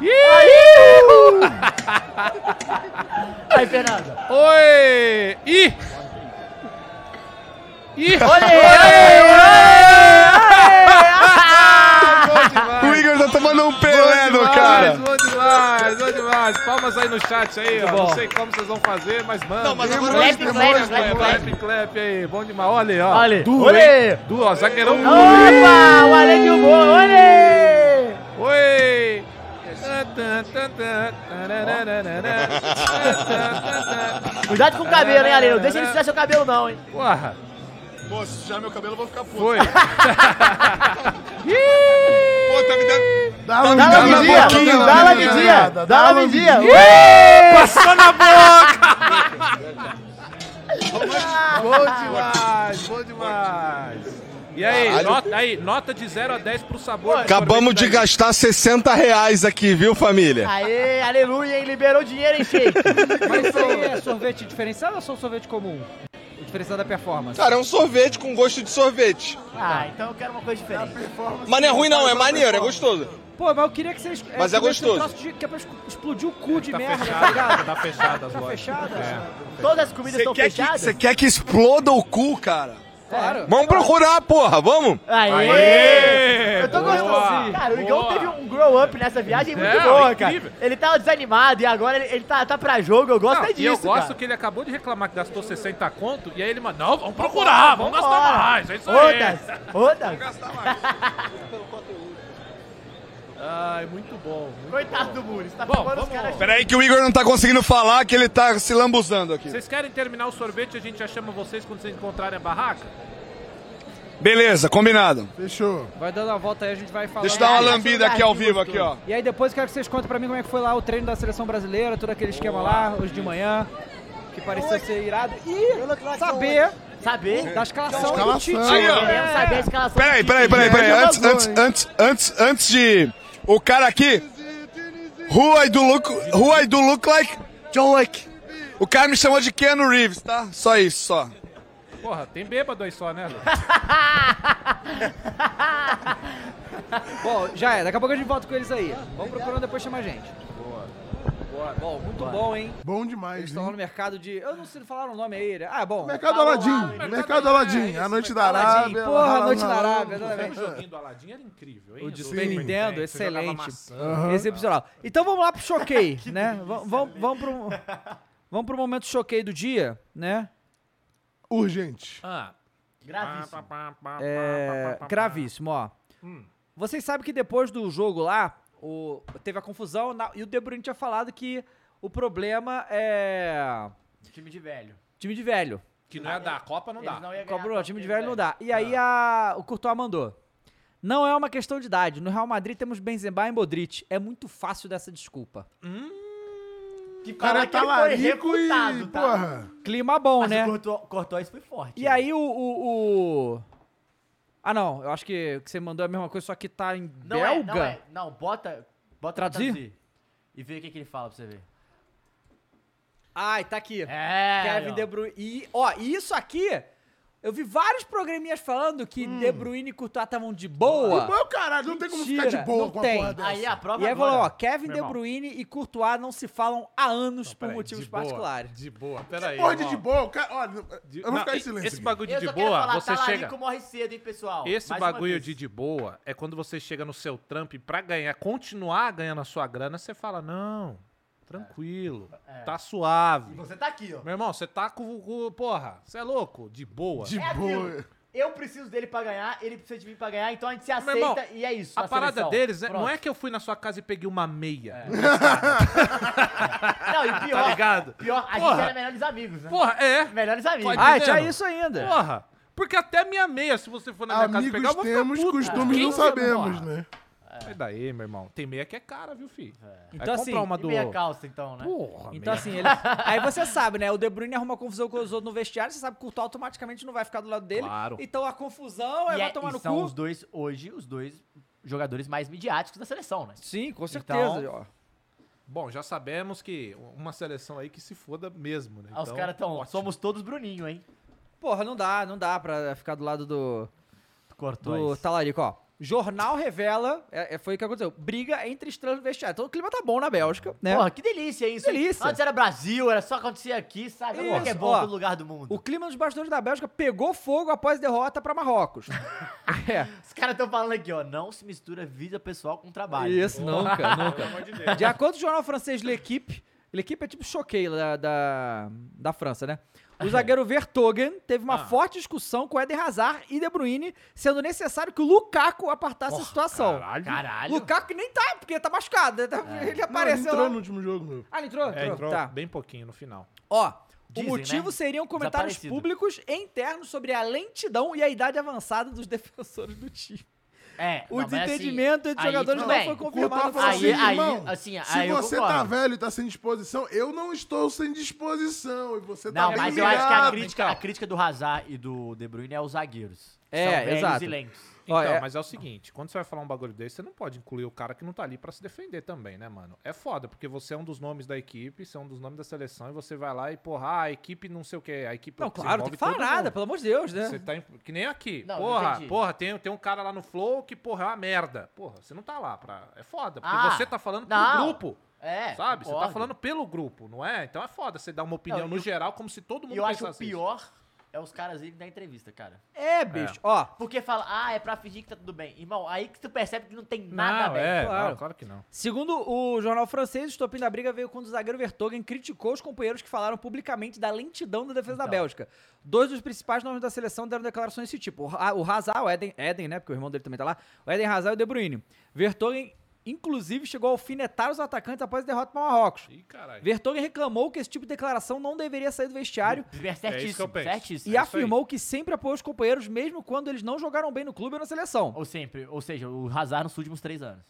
Speaker 5: olha lá. Aí, Fernando.
Speaker 3: Oi! Ih! Ih!
Speaker 10: O Igor tá tomando um pelé no cara.
Speaker 3: Bom demais, bom demais. Palmas aí no chat aí, ó. Não sei como vocês vão fazer, mas um mano. Não, mas
Speaker 9: agora-
Speaker 5: Clap, clap, clap, clap.
Speaker 3: clap, clap aí. Bom demais. Olha aí, ó.
Speaker 5: Olha.
Speaker 3: Du,
Speaker 5: Olha.
Speaker 3: hein? Du, ó, zagueirão Du.
Speaker 5: Opa, o Ale de humor. Olê!
Speaker 3: Oi!
Speaker 5: Cuidado com o cabelo, hein, Ale? Não deixa ele sujar seu cabelo, não, hein?
Speaker 3: Porra,
Speaker 10: Pô, se sujar meu cabelo, eu vou ficar puto.
Speaker 3: foi.
Speaker 10: Pô, tá me dando...
Speaker 4: Dá
Speaker 5: Dá lá
Speaker 10: na
Speaker 5: de dia,
Speaker 10: boquinha,
Speaker 5: dá lá
Speaker 10: né?
Speaker 5: de dia, dá lá de dia.
Speaker 3: Passou na boca! bom demais, bom demais. E aí,
Speaker 9: Caralho.
Speaker 3: nota, aí, nota de 0 a 10 pro sabor. do
Speaker 9: Acabamos de
Speaker 3: sorvete daí.
Speaker 9: gastar 60 reais aqui, viu, família?
Speaker 5: Aê, aleluia, hein? Liberou dinheiro, hein, Sheik?
Speaker 2: Mas isso aí é sorvete diferenciado ou só um sorvete comum? O diferenciado da performance.
Speaker 9: Cara, é um sorvete com gosto de sorvete.
Speaker 5: Ah, então eu quero uma coisa diferente.
Speaker 9: Mas não é ruim, não, é maneiro, é gostoso.
Speaker 2: Pô, mas eu queria que vocês.
Speaker 9: Mas é
Speaker 2: que esse
Speaker 9: gostoso.
Speaker 2: troço de- Que é pra es- explodir o cu de
Speaker 3: Tá
Speaker 2: merda, tá
Speaker 3: fechado,
Speaker 2: ligado?
Speaker 3: tá fechado as lojas.
Speaker 2: fechado?
Speaker 3: É.
Speaker 5: Todas as comidas estão fechadas?
Speaker 10: Você quer que exploda o cu, cara?
Speaker 2: Claro.
Speaker 9: Vamos procurar, porra, vamos?
Speaker 5: Aê!
Speaker 3: Aê!
Speaker 5: Eu tô
Speaker 3: É, Boa!
Speaker 5: gostando. Cara, o Igão
Speaker 3: Boa!
Speaker 5: teve um grow up nessa viagem muito
Speaker 3: Não,
Speaker 5: boa,
Speaker 3: incrível.
Speaker 5: cara. Ele tava desanimado e agora ele, ele tá, tá pra jogo. Eu gosto
Speaker 3: Não,
Speaker 5: é
Speaker 3: e eu
Speaker 5: disso,
Speaker 3: gosto
Speaker 5: cara.
Speaker 3: que ele acabou de reclamar que gastou 60 conto, e aí ele mandou, não, vamos procurar, vamos gastar
Speaker 5: Vambora.
Speaker 3: mais, é isso aí.
Speaker 5: Outras, outras.
Speaker 3: Ai, muito bom. muito
Speaker 5: Coitado
Speaker 3: bom.
Speaker 5: do Muris, tá
Speaker 3: Bom,
Speaker 5: formando os
Speaker 3: vamos-
Speaker 5: caras.
Speaker 10: Peraí que o Igor não tá conseguindo falar que ele tá se lambuzando aqui.
Speaker 3: Vocês querem terminar o sorvete e a gente já chama vocês quando vocês encontrarem a barraca?
Speaker 15: Beleza, combinado.
Speaker 4: Fechou.
Speaker 2: Vai dando a volta aí, a gente vai falar.
Speaker 15: Deixa eu dar uma lambida aqui ao vivo, aqui, ó.
Speaker 2: E aí depois eu quero que vocês contem pra mim como é que foi lá o treino da seleção brasileira, todo aquele esquema lá, hoje de manhã, que parecia ser irado. E saber...
Speaker 5: Saber
Speaker 2: da escalação,
Speaker 15: Escalação.
Speaker 2: do Tite. É.
Speaker 15: Aí, ó.
Speaker 2: Queremos saber a escalação do
Speaker 15: Peraí,
Speaker 5: Tite.
Speaker 15: peraí, peraí, peraí.
Speaker 5: Ele
Speaker 15: Antes,
Speaker 5: vazou,
Speaker 15: antes, antes, antes, antes de. O cara aqui. Who I do look, who I do look like? John Wick. O cara me chamou de Keanu Reeves, tá? Só isso, só.
Speaker 3: Porra, tem bêbado aí só, né? Lu?
Speaker 2: Bom, já é. Daqui a pouco a gente volta com eles aí. Vamos procurando depois chamar a gente. Boa. Boa. Bom, muito bom, hein?
Speaker 4: Bom demais.
Speaker 2: Eles estão lá no mercado de... Eu não sei falar o nome aí. né? Ah, é bom.
Speaker 4: Mercado Aladim. Mercado Aladim.
Speaker 2: É,
Speaker 4: A noite da
Speaker 2: Aladdin.
Speaker 4: Arábia.
Speaker 2: Porra,
Speaker 4: lá,
Speaker 2: a noite
Speaker 4: lá,
Speaker 2: da
Speaker 4: lá, lá.
Speaker 2: Arábia.
Speaker 3: O joguinho do Aladdin era incrível, hein?
Speaker 2: O de
Speaker 3: Do
Speaker 2: Super Nintendo,
Speaker 3: que você jogava
Speaker 2: excelente.
Speaker 3: maçã.
Speaker 2: Aham. Excepcional. Então vamos lá pro choquei, né? Vamos, vamos, vamos, pro, vamos pro momento choquei do dia, né?
Speaker 4: Urgente.
Speaker 3: Ah.
Speaker 5: Gravíssimo.
Speaker 2: É, gravíssimo, ó.
Speaker 5: Hum,
Speaker 2: Vocês sabem que depois do jogo lá, o- teve a confusão na- e o De Bruyne tinha falado que o problema é
Speaker 5: Time de velho.
Speaker 2: time de velho.
Speaker 3: Que não ia dar. A Copa não dá.
Speaker 5: Eles não iam ganhar
Speaker 2: Cobrou,
Speaker 5: a
Speaker 2: time de
Speaker 5: Copa,
Speaker 2: velho não dá. E aí a, o Courtois mandou. Não é uma questão de idade. No Real Madrid temos Benzema e Modric. É muito fácil dessa desculpa.
Speaker 5: Que
Speaker 4: O cara
Speaker 5: falar Hum, que
Speaker 4: tá
Speaker 5: ele
Speaker 4: lá
Speaker 5: foi
Speaker 4: rico e.
Speaker 5: refutado, tá?
Speaker 4: Porra.
Speaker 2: Clima bom,
Speaker 5: Mas
Speaker 2: né?
Speaker 5: o Courtois- Courtois foi forte.
Speaker 2: E aí o, o- o- Ah, não. Eu acho que o que você mandou é a mesma coisa, só que tá em
Speaker 5: Não
Speaker 2: belga.
Speaker 5: é, não é. Não, bota, bota pra
Speaker 2: Traduzir?
Speaker 5: E vê o que, que ele fala pra você ver.
Speaker 2: Ai, tá aqui.
Speaker 5: É.
Speaker 2: Kevin
Speaker 5: ó.
Speaker 2: De Bruyne. E, ó, e isso aqui... Eu vi vários programinhas falando que
Speaker 5: Hum.
Speaker 2: De Bruyne e Courtois estavam de boa.
Speaker 4: Meu caralho, não tem como ficar de
Speaker 2: Mentira,
Speaker 4: boa
Speaker 2: não
Speaker 4: com a
Speaker 2: tem.
Speaker 4: porra dessa.
Speaker 5: Aí a prova
Speaker 2: E aí
Speaker 5: agora.
Speaker 2: falou, ó, Kevin
Speaker 3: Meu
Speaker 2: De
Speaker 3: irmão.
Speaker 2: Bruyne e Courtois não se falam há anos por
Speaker 3: Peraí,
Speaker 2: motivos
Speaker 3: de boa,
Speaker 2: particulares.
Speaker 3: De boa, peraí.
Speaker 4: Porra de
Speaker 3: irmão.
Speaker 4: de boa, o cara. Olha, eu vou
Speaker 3: Não,
Speaker 4: ficar em
Speaker 3: e-
Speaker 4: silêncio.
Speaker 3: Esse
Speaker 4: aqui.
Speaker 3: bagulho
Speaker 5: Eu
Speaker 3: de
Speaker 5: só quero
Speaker 3: boa,
Speaker 5: falar,
Speaker 3: você
Speaker 5: talarico
Speaker 3: chega.
Speaker 5: morre cedo, hein, pessoal?
Speaker 3: Esse
Speaker 5: Mais uma
Speaker 3: bagulho
Speaker 5: vez.
Speaker 3: de de boa é quando você chega no seu trampo e pra ganhar, continuar ganhando a sua grana, você fala, não, tranquilo,
Speaker 5: É.
Speaker 3: tá suave.
Speaker 5: Você tá aqui, ó.
Speaker 3: Meu irmão, você tá com, com- porra, você é louco, de boa.
Speaker 4: De
Speaker 5: É aquilo.
Speaker 4: boa.
Speaker 5: Eu preciso dele pra ganhar, ele precisa de mim pra ganhar, então a gente se aceita
Speaker 3: irmão,
Speaker 5: e é isso.
Speaker 3: A
Speaker 5: na
Speaker 3: parada
Speaker 5: seleção.
Speaker 3: deles né, não é
Speaker 5: Pronto.
Speaker 3: que eu fui na sua casa e peguei uma meia,
Speaker 5: Não, e pior,
Speaker 3: tá ligado?
Speaker 5: pior a gente
Speaker 3: Porra.
Speaker 5: era melhores amigos, né?
Speaker 3: Porra, é.
Speaker 5: Melhores amigos.
Speaker 3: Pode-
Speaker 2: Ah,
Speaker 3: entendendo?
Speaker 2: tinha isso ainda.
Speaker 3: Porra, porque até minha meia, se você for na minha casa pegar, eu
Speaker 4: Amigos
Speaker 3: vou ficar
Speaker 4: temos,
Speaker 3: puto.
Speaker 4: costumes
Speaker 5: Ah,
Speaker 3: Quem
Speaker 4: não
Speaker 3: você-
Speaker 4: sabemos,
Speaker 3: Porra,
Speaker 4: né?
Speaker 3: Sai É. daí, meu irmão. Tem meia que é cara, viu, filho? Vai
Speaker 2: Então, assim,
Speaker 3: comprar uma
Speaker 5: E
Speaker 3: do...
Speaker 5: meia calça, então, né?
Speaker 3: Porra,
Speaker 2: Então,
Speaker 3: meia
Speaker 2: assim, ele... aí você sabe, né? O De Bruyne arruma confusão com os outros no vestiário, você sabe que o Courtois automaticamente não vai ficar do lado dele.
Speaker 3: Claro.
Speaker 2: Então a confusão é,
Speaker 5: e, é-
Speaker 2: vai tomar
Speaker 5: e
Speaker 2: no
Speaker 5: são
Speaker 2: cu.
Speaker 5: os dois, hoje, os dois jogadores mais midiáticos da seleção, né?
Speaker 2: Sim, com certeza.
Speaker 5: Então,
Speaker 2: ó.
Speaker 3: Bom, já sabemos que uma seleção aí que se foda mesmo, né?
Speaker 5: Ah, os
Speaker 3: Então,
Speaker 5: caras tão,
Speaker 3: ótimo.
Speaker 5: somos todos Bruninho, hein?
Speaker 2: Porra, não dá, não dá pra ficar do lado do, do talarico, ó. Jornal revela, é, é- foi o que aconteceu, briga entre estranhos no vestiário. Então o clima tá bom na Bélgica, né?
Speaker 5: Porra, que delícia isso. hein?
Speaker 2: Delícia.
Speaker 5: Antes era Brasil, era só acontecer aqui, sabe? Agora
Speaker 2: Isso,
Speaker 5: que é bom
Speaker 2: ó.
Speaker 5: todo lugar do mundo.
Speaker 2: O clima dos bastidores da Bélgica pegou fogo após derrota pra Marrocos. é.
Speaker 5: Os caras estão falando aqui, ó, não se mistura vida pessoal com trabalho.
Speaker 2: Isso, nunca, nunca.
Speaker 3: Pelo amor de Deus.
Speaker 2: De acordo com o jornal francês L'Equipe, L'Equipe é tipo choquei da, da, da França, né? O zagueiro Vertogen teve uma
Speaker 3: É. Ah.
Speaker 2: forte discussão com Eden Hazard e De Bruyne, sendo necessário que o Lukaku apartasse a situação.
Speaker 3: Caralho.
Speaker 5: Caralho.
Speaker 2: Lukaku que nem tá, porque tá machucado. né? Tá- Ele
Speaker 4: Não, ele
Speaker 2: apareceu
Speaker 4: entrou
Speaker 2: lá.
Speaker 4: no último jogo, meu.
Speaker 2: Ah, ele entrou?
Speaker 3: É, entrou
Speaker 2: Tá.
Speaker 3: bem pouquinho no final.
Speaker 2: Ó,
Speaker 5: Dizem,
Speaker 2: o motivo
Speaker 5: né?
Speaker 2: seriam comentários
Speaker 5: Desaparecido.
Speaker 2: públicos e internos sobre a lentidão e a idade avançada dos defensores do time.
Speaker 5: É,
Speaker 2: O
Speaker 5: não, mas assim,
Speaker 2: desentendimento entre
Speaker 5: aí
Speaker 2: jogadores
Speaker 5: tudo
Speaker 2: não
Speaker 5: bem.
Speaker 2: foi
Speaker 4: O Courtois
Speaker 2: confirmado.
Speaker 4: falou
Speaker 5: Aí-
Speaker 4: assim,
Speaker 5: aí,
Speaker 4: irmão,
Speaker 5: assim,
Speaker 4: se
Speaker 5: aí eu
Speaker 4: você
Speaker 5: concordo.
Speaker 4: tá velho e tá sem disposição, eu não estou sem disposição. E você tá
Speaker 5: Não,
Speaker 4: bem
Speaker 5: mas eu acho que a
Speaker 4: mirado.
Speaker 5: crítica, a crítica do Hazard e do De Bruyne é os zagueiros.
Speaker 2: É,
Speaker 5: São velhos
Speaker 2: exato.
Speaker 5: e lentos.
Speaker 3: Então,
Speaker 2: Ó, é-
Speaker 3: mas é o seguinte, quando você vai falar um bagulho desse, você não pode incluir o cara que não tá ali pra se defender também, né, mano? É foda, porque você é um dos nomes da equipe, você é um dos nomes da seleção, e você vai lá e, porra, ah, a equipe não sei o quê, a equipe
Speaker 2: Não, claro, tem que falar nada, pelo amor de Deus, né?
Speaker 3: Você tá em- que nem aqui.
Speaker 5: Não, não
Speaker 3: porra,
Speaker 5: entendi.
Speaker 3: porra, tem, tem um cara lá no Flow que, porra, é uma merda. Porra, você não tá lá pra. É foda, porque
Speaker 5: Ah,
Speaker 3: você tá falando
Speaker 5: não.
Speaker 3: pro grupo.
Speaker 5: É,
Speaker 3: sabe? Você tá
Speaker 5: concordo.
Speaker 3: falando pelo grupo, não é? Então é foda você dar uma opinião
Speaker 5: Não,
Speaker 3: no
Speaker 5: eu-
Speaker 3: geral, como se todo
Speaker 5: E
Speaker 3: mundo
Speaker 5: eu acho o
Speaker 3: pensasse
Speaker 5: pior é os caras irem da entrevista, cara.
Speaker 2: É, bicho. Ó,
Speaker 5: Porque fala, ah, é pra fingir que tá tudo bem. Irmão, aí que tu percebe que não tem nada
Speaker 3: não,
Speaker 5: bem.
Speaker 3: é,
Speaker 2: claro.
Speaker 3: não, claro que não.
Speaker 2: segundo o jornal francês, o estopim da briga veio quando o zagueiro Vertogen criticou os companheiros que falaram publicamente da lentidão da defesa da
Speaker 5: Então.
Speaker 2: Bélgica. Dois dos principais nomes da seleção deram declarações desse tipo. O Ha- O Hazard, o Eden, Eden, né? Porque o irmão dele também tá lá. O Eden Hazard e o De Bruyne. Vertogen inclusive chegou a alfinetar os atacantes após a derrota para o Marrocos.
Speaker 3: caralho.
Speaker 2: Vertonghen reclamou que esse tipo de declaração não deveria sair do vestiário.
Speaker 5: É certíssimo, isso que eu penso. certíssimo.
Speaker 2: E
Speaker 5: É isso
Speaker 2: afirmou que sempre apoiou os companheiros, mesmo quando eles não jogaram bem no clube ou na seleção.
Speaker 5: Ou sempre, ou seja, o Hazard nos últimos três anos.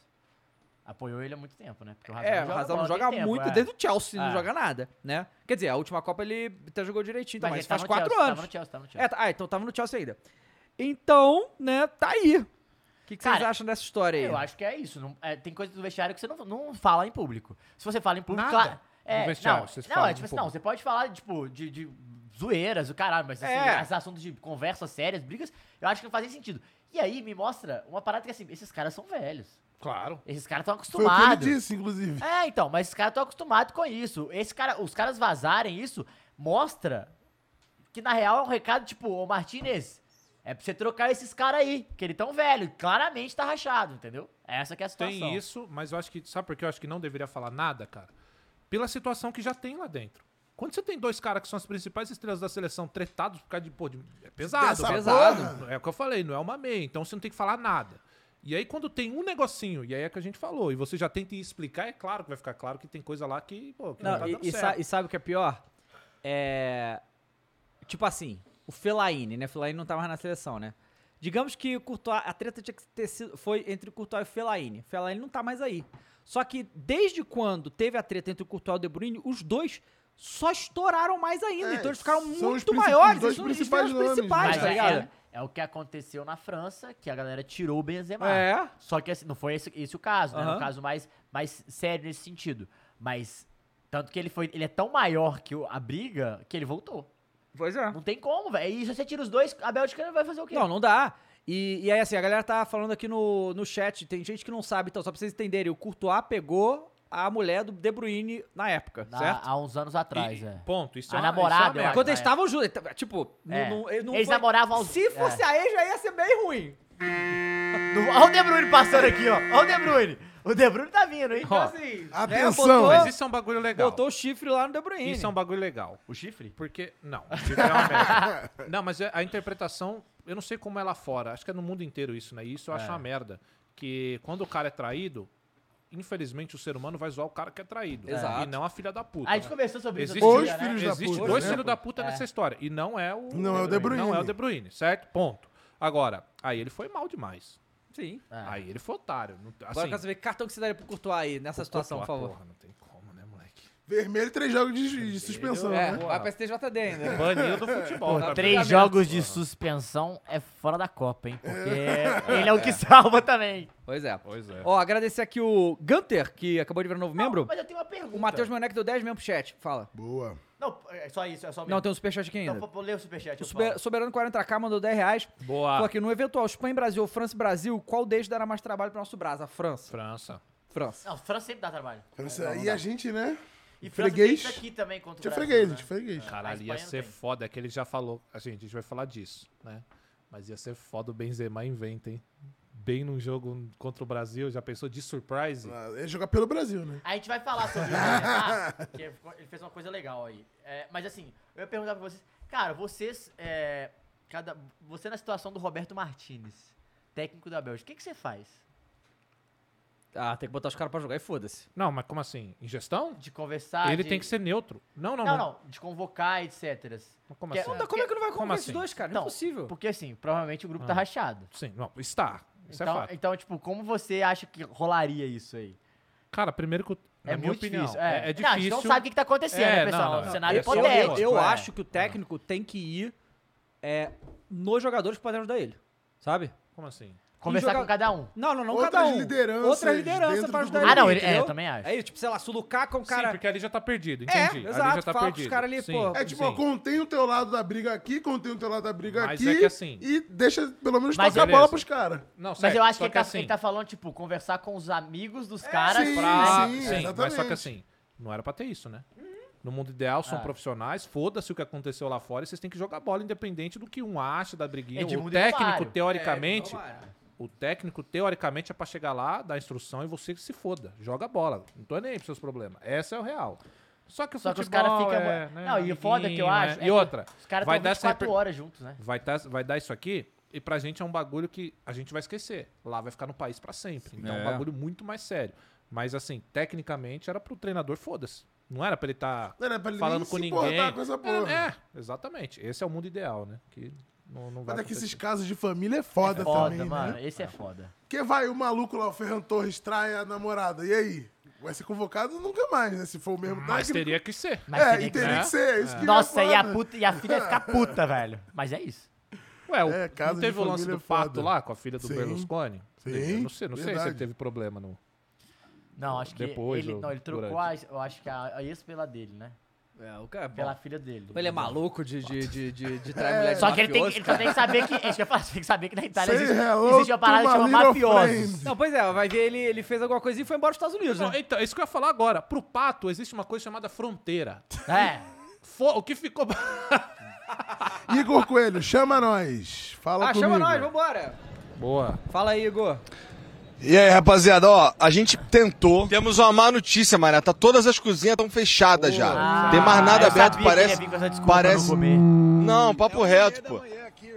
Speaker 5: Apoiou ele há muito tempo, né? Porque
Speaker 2: É, o
Speaker 5: joga
Speaker 2: Hazard não
Speaker 5: bola, tem
Speaker 2: joga
Speaker 5: tempo,
Speaker 2: muito,
Speaker 5: é.
Speaker 2: desde o Chelsea não
Speaker 5: É.
Speaker 2: joga nada, né? Quer dizer, a última Copa ele até jogou direitinho, então,
Speaker 5: Mas
Speaker 2: mas,
Speaker 5: ele
Speaker 2: faz
Speaker 5: tava no
Speaker 2: quatro
Speaker 5: Chelsea,
Speaker 2: anos.
Speaker 5: tava no Chelsea, tava no Chelsea.
Speaker 2: É, tá- ah, então tava no Chelsea ainda. Então, né, tá aí. O que, que vocês
Speaker 5: Cara,
Speaker 2: acham dessa história aí?
Speaker 5: Eu acho que é isso. não- é, tem coisa do vestiário que você não, não fala em público. Se você fala em público,
Speaker 2: Nada.
Speaker 5: claro. É,
Speaker 2: No vestiário,
Speaker 5: não,
Speaker 2: vocês
Speaker 5: não,
Speaker 2: falam
Speaker 5: é,
Speaker 2: em
Speaker 5: tipo assim,
Speaker 2: público.
Speaker 5: não, você pode falar, tipo, de, de zoeiras, o caralho, mas assim,
Speaker 2: É.
Speaker 5: esses assuntos de conversas sérias, brigas, eu acho que não faz nem sentido. E aí me mostra uma parada que assim, esses caras são velhos.
Speaker 3: Claro.
Speaker 5: Esses caras estão
Speaker 4: Foi o que ele
Speaker 5: acostumados.
Speaker 4: disse, inclusive.
Speaker 5: É, então, mas esses caras estão acostumados com isso. Esse cara, os caras vazarem isso mostra que, na real, é um recado tipo, ô Martinez, é pra você trocar esses caras aí, que ele tão velho, claramente tá rachado, entendeu? Essa que é a situação.
Speaker 3: Tem isso, mas eu acho que. Sabe por que eu acho que não deveria falar nada, cara? Pela situação que já tem lá dentro. Quando você tem dois caras que são as principais estrelas da seleção tretados por causa de. Pô, de- é pesado,
Speaker 2: Essa
Speaker 3: pesado. É o que eu falei, não é uma meia, então você não tem que falar nada. E aí, quando tem um negocinho, e aí é que a gente falou, e você já tenta explicar, é claro que vai ficar claro que tem coisa lá que, pô, que não,
Speaker 6: Não,
Speaker 3: tá
Speaker 6: e,
Speaker 3: dando
Speaker 6: e sa-
Speaker 3: certo.
Speaker 6: e sabe o que é pior? É. Tipo assim, o Felaine, né? O Felaine não tá mais na seleção, né? Digamos que o Courtois, a treta tinha que ter sido, foi entre o Courtois e o Felaine. O Felaine não tá mais aí. Só que desde quando teve a treta entre o Courtois e o De Bruyne, os dois só estouraram mais ainda.
Speaker 2: É,
Speaker 6: então eles ficaram
Speaker 2: são os
Speaker 6: muito
Speaker 2: princip-
Speaker 6: maiores.
Speaker 2: os dois
Speaker 6: eles não- eles
Speaker 2: principais
Speaker 6: viraram os
Speaker 2: nomes, né?
Speaker 6: principais,
Speaker 5: Mas
Speaker 6: tá
Speaker 5: é-
Speaker 6: ligado?
Speaker 5: É, o que aconteceu na França, que a galera tirou o Benzema.
Speaker 6: É.
Speaker 5: Só que assim, não foi esse, esse o caso, né? Era um
Speaker 6: Aham.
Speaker 5: caso mais, mais sério nesse sentido. Mas, tanto que ele foi. Ele é tão maior que o- a briga que ele voltou.
Speaker 2: Pois é.
Speaker 5: Não tem como, velho. E se você tira os dois, a Bélgica vai fazer o quê?
Speaker 6: Não, não dá. E, e aí, assim, a galera tá falando aqui no, no chat, tem gente que não sabe, então, só pra vocês entenderem, o Courtois pegou a mulher do De Bruyne na época,
Speaker 5: Na-
Speaker 6: certo?
Speaker 5: há uns anos atrás,
Speaker 6: E-
Speaker 5: é.
Speaker 3: Ponto,
Speaker 5: isso A é uma- namorada, isso é uma eu merda. acho.
Speaker 6: Quando eles estavam juntos, ele tava- tipo, não,
Speaker 5: É.
Speaker 6: não, ele não
Speaker 5: Eles
Speaker 6: foi-
Speaker 5: namoravam aos-
Speaker 6: Se fosse
Speaker 5: é.
Speaker 6: a ex, já ia ser bem ruim.
Speaker 5: Olha o De Bruyne passando aqui, ó. Olha o De Bruyne. O De Bruyne tá vindo, hein?
Speaker 3: Ó,
Speaker 6: atenção.
Speaker 3: mas isso é um bagulho legal.
Speaker 6: Botou o chifre lá no De Bruyne.
Speaker 3: Isso é um bagulho legal.
Speaker 5: O chifre?
Speaker 3: Porque. Não, o chifre é uma merda. Não, mas é- a interpretação, eu não sei como é lá fora. Acho que é no mundo inteiro isso, né? E Isso eu acho
Speaker 5: É.
Speaker 3: uma merda. Que quando o cara é traído, infelizmente o ser humano vai zoar o cara que é traído.
Speaker 5: Exato.
Speaker 3: E não a filha da puta.
Speaker 5: A gente conversou sobre isso
Speaker 3: Existe,
Speaker 5: outro dia, né?
Speaker 3: filhos da puta. dois filhos da puta nessa história. E não é o.
Speaker 4: Não é o De Bruyne.
Speaker 3: Não é o De Bruyne, certo? Ponto. Agora, aí ele foi mal demais.
Speaker 6: Sim.
Speaker 3: Aí ele foi otário. Não-
Speaker 6: Agora eu
Speaker 3: Assim,
Speaker 6: quero saber que cartão que você daria pro Courtois aí, nessa situação, por
Speaker 3: Courtois,
Speaker 6: favor.
Speaker 3: porra, não tem como, né, moleque?
Speaker 4: Vermelho, três jogos de, de suspensão,
Speaker 6: É,
Speaker 4: né?
Speaker 6: vai pra STJD ainda.
Speaker 3: Banido do futebol.
Speaker 4: Tá
Speaker 5: Três
Speaker 4: pegado.
Speaker 5: jogos de suspensão é fora da Copa, hein? Porque ele é o que salva também.
Speaker 6: Pois é.
Speaker 3: Pois é.
Speaker 6: Ó, agradecer aqui o Gunter, que acabou de virar novo membro.
Speaker 5: Mas eu tenho uma pergunta.
Speaker 6: O Matheus Manek deu 10 membros pro chat. Fala.
Speaker 4: Boa.
Speaker 5: Não, é só isso, é só
Speaker 6: Não, tem um superchat aqui ainda.
Speaker 5: Não, vou- vou ler o
Speaker 6: O
Speaker 5: superchat. eu
Speaker 6: Sober-
Speaker 5: falo.
Speaker 6: Soberano 40k mandou 10 reais.
Speaker 3: Boa.
Speaker 6: Falou aqui, no eventual Espanha e Brasil, França e Brasil, qual deles dará mais trabalho pro nosso Brasa? França.
Speaker 3: França.
Speaker 6: França.
Speaker 5: Não, França sempre dá trabalho.
Speaker 4: França-
Speaker 5: Não, não
Speaker 4: e
Speaker 5: dá.
Speaker 4: a gente, né?
Speaker 5: E França tem
Speaker 4: freguês.
Speaker 5: isso aqui também contra o
Speaker 4: Tinha
Speaker 5: Brasil,
Speaker 4: freguês,
Speaker 5: né?
Speaker 4: tinha freguês.
Speaker 3: Caralho,
Speaker 5: A
Speaker 3: ia
Speaker 5: Espanha não
Speaker 3: ser
Speaker 5: tem.
Speaker 3: foda. É que ele já falou. A gente, a gente vai falar disso, né? Mas ia ser foda o Benzema inventa, hein? Bem num jogo contra o Brasil, já pensou de surprise?
Speaker 4: É jogar pelo Brasil, né?
Speaker 5: A gente vai falar sobre isso, né? Ah, que ele fez uma coisa legal aí. É, mas assim, eu ia perguntar pra vocês. Cara, vocês. é, cada, você na situação do Roberto Martinez, técnico da Bélgica, o que, que você faz?
Speaker 6: Ah, tem que botar os caras pra jogar e foda-se.
Speaker 3: Não, mas como assim? Ingestão?
Speaker 5: De conversar.
Speaker 3: ele
Speaker 5: de-
Speaker 3: tem que ser neutro. Não, não,
Speaker 5: Não, não, de convocar, etc.
Speaker 3: como
Speaker 5: Que-
Speaker 3: assim?
Speaker 6: Não dá- como é que não vai
Speaker 3: Como
Speaker 6: convocar esses
Speaker 3: assim?
Speaker 6: dois, cara? Não, é
Speaker 5: Não,
Speaker 6: possível.
Speaker 5: Porque assim, provavelmente o grupo tá
Speaker 3: Ah.
Speaker 5: rachado.
Speaker 3: Sim, não, está. Isso é
Speaker 5: então,
Speaker 3: fato.
Speaker 5: então, tipo, como você acha que rolaria isso aí?
Speaker 3: Cara, primeiro que. eu- Na
Speaker 5: é
Speaker 3: minha
Speaker 5: muito
Speaker 3: opinião,
Speaker 5: difícil.
Speaker 3: É, é difícil.
Speaker 5: Não, a gente não sabe o que, que tá acontecendo,
Speaker 3: É,
Speaker 5: né, pessoal?
Speaker 3: não,
Speaker 5: É
Speaker 3: não,
Speaker 5: um
Speaker 3: não.
Speaker 5: cenário
Speaker 3: Eu- eu-
Speaker 5: hipotético.
Speaker 6: Eu
Speaker 5: é.
Speaker 6: acho que o técnico tem que ir é, nos jogadores que podem ajudar ele. Sabe?
Speaker 3: Como assim?
Speaker 5: Conversar
Speaker 6: joga-
Speaker 5: com cada um.
Speaker 6: Não, não, não
Speaker 4: Outras
Speaker 6: cada um.
Speaker 4: lideranças
Speaker 6: Outra
Speaker 4: dentro
Speaker 6: liderança
Speaker 4: do
Speaker 6: pra ajudar ele.
Speaker 4: grupo.
Speaker 5: Ah, não, ele- é,
Speaker 6: entendeu?
Speaker 5: eu também acho.
Speaker 6: Aí, tipo, sei lá, se o Lucas com o
Speaker 3: Sim,
Speaker 6: cara...
Speaker 3: porque ali já tá perdido,
Speaker 6: É,
Speaker 3: entendi. ali
Speaker 6: exato,
Speaker 3: já tá
Speaker 6: fala com os
Speaker 3: perdido.
Speaker 6: caras ali,
Speaker 3: Sim.
Speaker 6: pô.
Speaker 4: É tipo,
Speaker 3: Sim.
Speaker 4: ó, contém o teu lado da briga aqui, contém o teu lado da briga
Speaker 3: Mas
Speaker 4: aqui.
Speaker 3: é que assim-
Speaker 4: E deixa pelo menos
Speaker 5: Mas
Speaker 4: tocar a
Speaker 3: beleza.
Speaker 4: bola pros caras.
Speaker 3: Não,
Speaker 5: Mas
Speaker 3: certo,
Speaker 5: eu acho
Speaker 3: só
Speaker 5: que, ele, tá,
Speaker 3: assim,
Speaker 5: ele tá falando, tipo, conversar com os amigos
Speaker 6: É,
Speaker 5: dos caras
Speaker 4: sim,
Speaker 5: pra...
Speaker 4: sim.
Speaker 3: Sim, mas só que
Speaker 4: exatamente.
Speaker 3: assim, não era pra ter isso, né? No mundo ideal são
Speaker 5: Ah.
Speaker 3: profissionais, foda-se o que aconteceu lá fora e vocês têm que jogar bola independente do que um acha da briguinha.
Speaker 5: É de
Speaker 3: o
Speaker 5: mundo
Speaker 3: técnico,
Speaker 5: igualário.
Speaker 3: teoricamente, o técnico, teoricamente, é pra chegar lá, dar instrução e você que se foda. Joga bola. Não tô nem aí pros seus problemas. Essa é o real. Só que o
Speaker 5: Só
Speaker 3: futebol
Speaker 5: que os caras ficam...
Speaker 3: é, né,
Speaker 5: não, e o foda que eu
Speaker 3: amiguinho,
Speaker 5: acho...
Speaker 3: né?
Speaker 5: é
Speaker 3: E
Speaker 5: que
Speaker 3: outra,
Speaker 5: Os caras
Speaker 3: vai
Speaker 5: estão
Speaker 3: dar essa
Speaker 5: 24
Speaker 3: reper-
Speaker 5: horas juntos, né?
Speaker 3: vai, tá- vai dar isso aqui, E pra gente é um bagulho que a gente vai esquecer. Lá vai ficar no país pra sempre. Então é um
Speaker 16: É.
Speaker 3: bagulho muito mais sério. Mas assim, tecnicamente era pro treinador, foda-se. Não era pra ele estar
Speaker 4: Não era pra ele
Speaker 3: falando
Speaker 4: nem
Speaker 3: com
Speaker 4: se
Speaker 3: ninguém.
Speaker 4: importar com essa porra.
Speaker 3: É, é, exatamente. Esse é o mundo ideal, né? Que não, não vai
Speaker 4: Mas é que
Speaker 3: acontecer.
Speaker 4: esses casos de família é foda,
Speaker 3: É foda,
Speaker 4: também,
Speaker 3: mano.
Speaker 4: né?
Speaker 5: Esse é foda.
Speaker 4: Porque vai o maluco lá, o Ferran Torres, trai a namorada. E aí? Vai ser convocado nunca mais, né? Se for o mesmo
Speaker 3: Mas
Speaker 4: técnico.
Speaker 3: teria que ser. Né?
Speaker 5: Mas
Speaker 4: é,
Speaker 5: teria
Speaker 4: e teria que ser. é Isso que
Speaker 5: Nossa,
Speaker 4: é
Speaker 5: e a,
Speaker 4: foda.
Speaker 5: puta, e a filha ia ficar puta, velho. Mas é isso.
Speaker 3: Ué, o-
Speaker 4: É, casa
Speaker 3: não
Speaker 4: de
Speaker 3: teve o lance
Speaker 4: família
Speaker 3: do
Speaker 4: é
Speaker 3: pato
Speaker 4: foda.
Speaker 3: lá com a filha do
Speaker 4: Sim.
Speaker 3: Berlusconi?
Speaker 4: Sim,
Speaker 3: Eu não sei, não sei se ele
Speaker 4: verdade.
Speaker 3: teve problema no.
Speaker 5: Não, acho que
Speaker 3: Depois
Speaker 5: ele,
Speaker 3: ou
Speaker 5: não, ele trocou a,
Speaker 3: durante.
Speaker 5: eu acho que a, a ex pela dele, né?
Speaker 2: É, o cara é bom.
Speaker 5: Pela filha dele.
Speaker 2: Ele é maluco de, de, de, de, de
Speaker 3: É.
Speaker 2: trair mulher de
Speaker 5: Só que ele tem,
Speaker 2: mafioso,
Speaker 5: ele só tem que
Speaker 2: cara.
Speaker 5: saber que. Ele tem que saber que na Itália
Speaker 2: Say
Speaker 5: existe,
Speaker 3: é
Speaker 2: hello
Speaker 5: existe uma
Speaker 2: to
Speaker 5: parada que
Speaker 2: my
Speaker 5: chama
Speaker 2: little
Speaker 5: mafiosos.
Speaker 2: friend. Não, pois é, vai ver ele, ele fez alguma coisinha e foi embora dos Estados Unidos,
Speaker 3: Não,
Speaker 2: né?
Speaker 3: então, isso que eu ia falar agora. Pro pato existe uma coisa chamada fronteira.
Speaker 5: É.
Speaker 3: o que ficou.
Speaker 4: Igor Coelho, chama nós. Fala
Speaker 2: Ah,
Speaker 4: comigo.
Speaker 2: chama nós, vambora.
Speaker 3: Boa.
Speaker 2: Fala aí, Igor.
Speaker 9: E aí, rapaziada, ó, a gente tentou. Temos uma má notícia, Maria. Tá, todas as cozinhas estão fechadas já. Tem mais nada
Speaker 17: eu
Speaker 9: aberto,
Speaker 17: sabia que
Speaker 9: parece.
Speaker 17: ele ia vir com essa desculpa
Speaker 9: parece.
Speaker 17: pra não
Speaker 9: Não, papo reto, pô.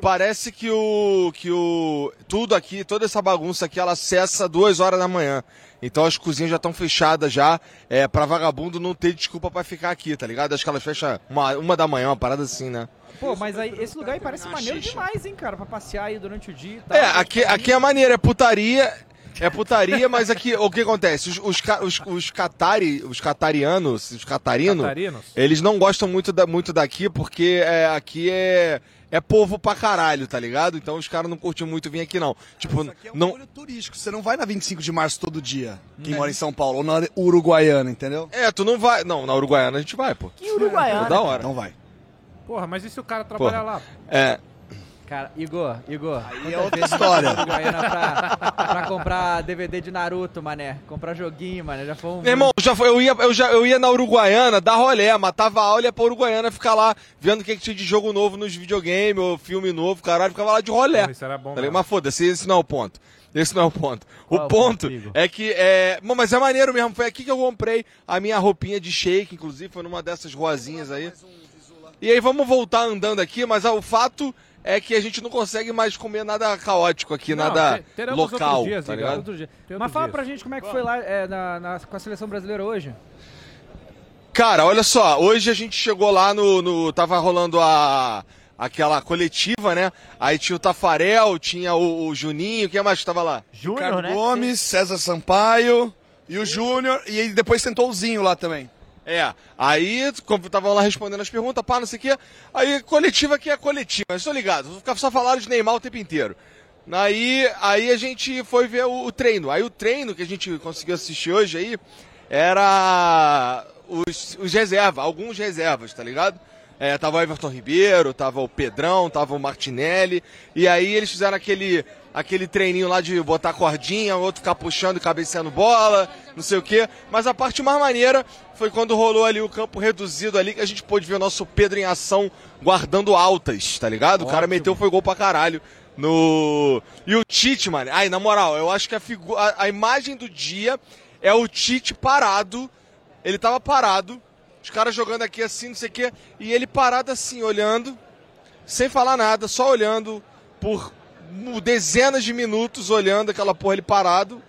Speaker 9: Parece que o. que o. Tudo aqui, toda essa bagunça aqui, ela cessa duas horas da manhã. Então as cozinhas já estão fechadas já. É, pra vagabundo não ter desculpa pra ficar aqui, tá ligado? Acho que elas fecham uma, uma da manhã, uma parada assim, né?
Speaker 2: Pô, mas aí esse lugar aí parece maneiro demais, hein, cara, pra passear aí durante o dia e tal.
Speaker 9: É, aqui, aqui é maneiro, é putaria. É putaria, mas aqui o que acontece? Os, os, ca- os, os catari, os catarianos, os catarinos,
Speaker 3: Catarinos?
Speaker 9: eles não gostam muito, da, muito daqui porque é, aqui é, é povo pra caralho, tá ligado? Então os caras não curtem muito vir aqui não. Tipo, não,
Speaker 10: é um turístico. Você não vai na 25 de março todo dia,
Speaker 5: Hum.
Speaker 10: quem mora em São Paulo, ou na Uruguaiana, entendeu?
Speaker 9: é, tu não vai, não, na Uruguaiana a gente vai, pô. É
Speaker 5: Que Uruguaiana,
Speaker 9: Da hora.
Speaker 10: Então vai.
Speaker 3: Porra, mas e se o cara
Speaker 9: Porra.
Speaker 3: trabalhar lá?
Speaker 9: É,
Speaker 2: Cara, Igor, Igor. Aí
Speaker 10: é outra história.
Speaker 2: pra, pra comprar DVD de Naruto, mané. Comprar joguinho, mané. Já foi um.
Speaker 9: Meu irmão, já foi, eu, ia, eu, já, eu ia na Uruguaiana dar rolé, matava a aula e ia pra Uruguaiana ficar lá vendo o que, que tinha de jogo novo nos videogames ou filme novo, caralho, ficava lá de rolé.
Speaker 3: Porra, isso era bom
Speaker 9: Tá ligado?
Speaker 3: mesmo.
Speaker 9: mas foda-se, esse não é o ponto. Esse não é o ponto. O
Speaker 3: Qual é o
Speaker 9: ponto
Speaker 3: ponto, Igor?
Speaker 9: é que. É... Bom, Mas é maneiro mesmo. Foi aqui que eu comprei a minha roupinha de shake, inclusive, foi numa dessas ruazinhas aí. E aí vamos voltar andando aqui, mas ah, o fato é que a gente não consegue mais comer nada caótico aqui,
Speaker 2: Não,
Speaker 9: nada
Speaker 2: te- teremos outros
Speaker 9: local.
Speaker 2: dias,
Speaker 9: tá
Speaker 2: Igor,
Speaker 9: ligado?
Speaker 2: outros dias.
Speaker 3: Tem
Speaker 2: Mas
Speaker 3: outros
Speaker 2: fala
Speaker 3: dias.
Speaker 2: pra gente como é que foi lá é, na- na- com a seleção brasileira hoje.
Speaker 9: Cara, olha só, hoje a gente chegou lá no. no- tava rolando a. aquela coletiva, né? Aí tinha o Tafarel, tinha o, o Juninho, quem mais que tava lá?
Speaker 10: Ricardo
Speaker 9: né?
Speaker 10: Gomes, César Sampaio e o Júnior. E ele depois tentou o Zinho lá também.
Speaker 9: É, aí como estavam lá respondendo as perguntas, pá, não sei o quê. Aí coletiva que é coletiva, mas tô ligado, vou ficar só falando de Neymar o tempo inteiro. Aí, aí a gente foi ver o, o treino. Aí o treino que a gente conseguiu assistir hoje aí era os, os reservas, alguns reservas, tá ligado? É, tava o Everton Ribeiro, tava o Pedrão, tava o Martinelli. E aí eles fizeram aquele, aquele treininho lá de botar cordinha, o outro ficar puxando e cabeceando bola, não sei o quê. Mas a parte mais maneira foi quando rolou ali o campo reduzido ali, que a gente pôde ver o nosso Pedro em ação guardando altas, tá ligado? O cara meteu, foi gol pra caralho. No. E o Tite, mano. Ai, na moral, eu acho que a, figu... a, a imagem do dia é o Tite parado. Ele tava parado. Os caras jogando aqui assim, não sei o quê. E ele parado assim, olhando sem falar nada, só olhando por mu- dezenas de minutos, olhando aquela porra ele parado.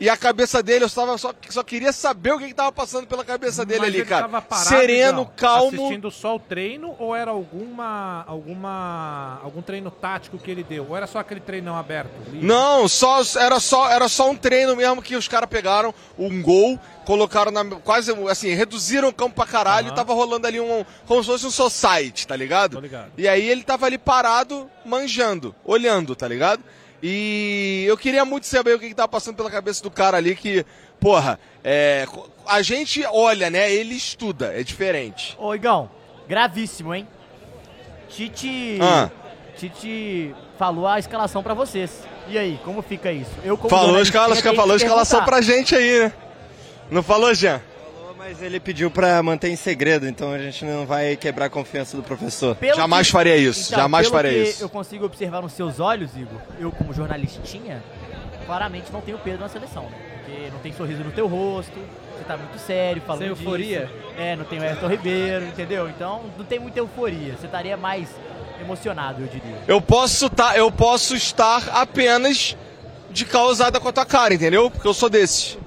Speaker 9: E a cabeça dele, eu tava só, só queria saber o que, que tava passando pela cabeça dele
Speaker 3: Mas
Speaker 9: ali,
Speaker 3: ele
Speaker 9: cara.
Speaker 3: tava parado,
Speaker 9: Sereno,
Speaker 3: Igão,
Speaker 9: calmo.
Speaker 3: Assistindo só o treino ou era alguma, alguma, algum treino tático que ele deu? Ou era só aquele treinão aberto? livre?
Speaker 9: Não, só, era, só, era só um treino mesmo que os caras pegaram um gol, colocaram na. Quase assim, reduziram o campo pra caralho e tava rolando ali um. Como se fosse um society, tá ligado?
Speaker 3: ligado.
Speaker 9: E aí ele tava ali parado, manjando, olhando, tá ligado? E eu queria muito saber o que, que tava passando pela cabeça do cara ali que. Porra, é. co- A gente olha, né? Ele estuda, é diferente.
Speaker 5: Ô, Igão, gravíssimo, hein? Tite.
Speaker 9: Ah.
Speaker 5: Tite falou a escalação pra vocês. E aí, como fica isso? Eu como
Speaker 9: Falou,
Speaker 5: jornalista,
Speaker 9: escala,
Speaker 5: tenho que
Speaker 9: falou escalação
Speaker 5: perguntar.
Speaker 9: pra gente aí, né? Não falou, Jean?
Speaker 18: Mas ele pediu pra manter em segredo, então a gente não vai quebrar a confiança do professor.
Speaker 5: Pelo
Speaker 9: Jamais
Speaker 5: que-
Speaker 9: faria isso,
Speaker 5: Então,
Speaker 9: jamais
Speaker 5: pelo
Speaker 9: faria
Speaker 5: que
Speaker 9: isso.
Speaker 5: Eu consigo observar nos seus olhos, Igor. Eu como jornalistinha, claramente não tenho Pedro na seleção, né? Porque não tem sorriso no teu rosto, você tá muito sério falando
Speaker 2: Sem
Speaker 5: disso.
Speaker 2: euforia?
Speaker 5: É, não tem o Everton Ribeiro, entendeu? Então não tem muita euforia. Você estaria mais emocionado, eu diria.
Speaker 9: Eu posso, tá, eu posso estar apenas de causada com a tua cara, entendeu? Porque eu sou desse.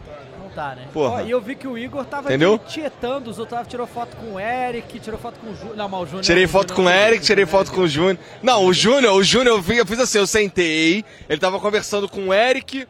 Speaker 5: Não tá, né?
Speaker 9: Porra.
Speaker 2: Ó, e eu vi que o Igor tava
Speaker 9: Entendeu?
Speaker 2: aqui tietando os outros. tava- Tirou foto com o Eric, tirou foto com o Júnior. Não, mas o Júnior.
Speaker 9: Tirei foto com o Eric, tirei foto com o Júnior. Não, o Júnior, o Júnior, eu vi- eu fiz assim, eu sentei, ele tava conversando com o Eric,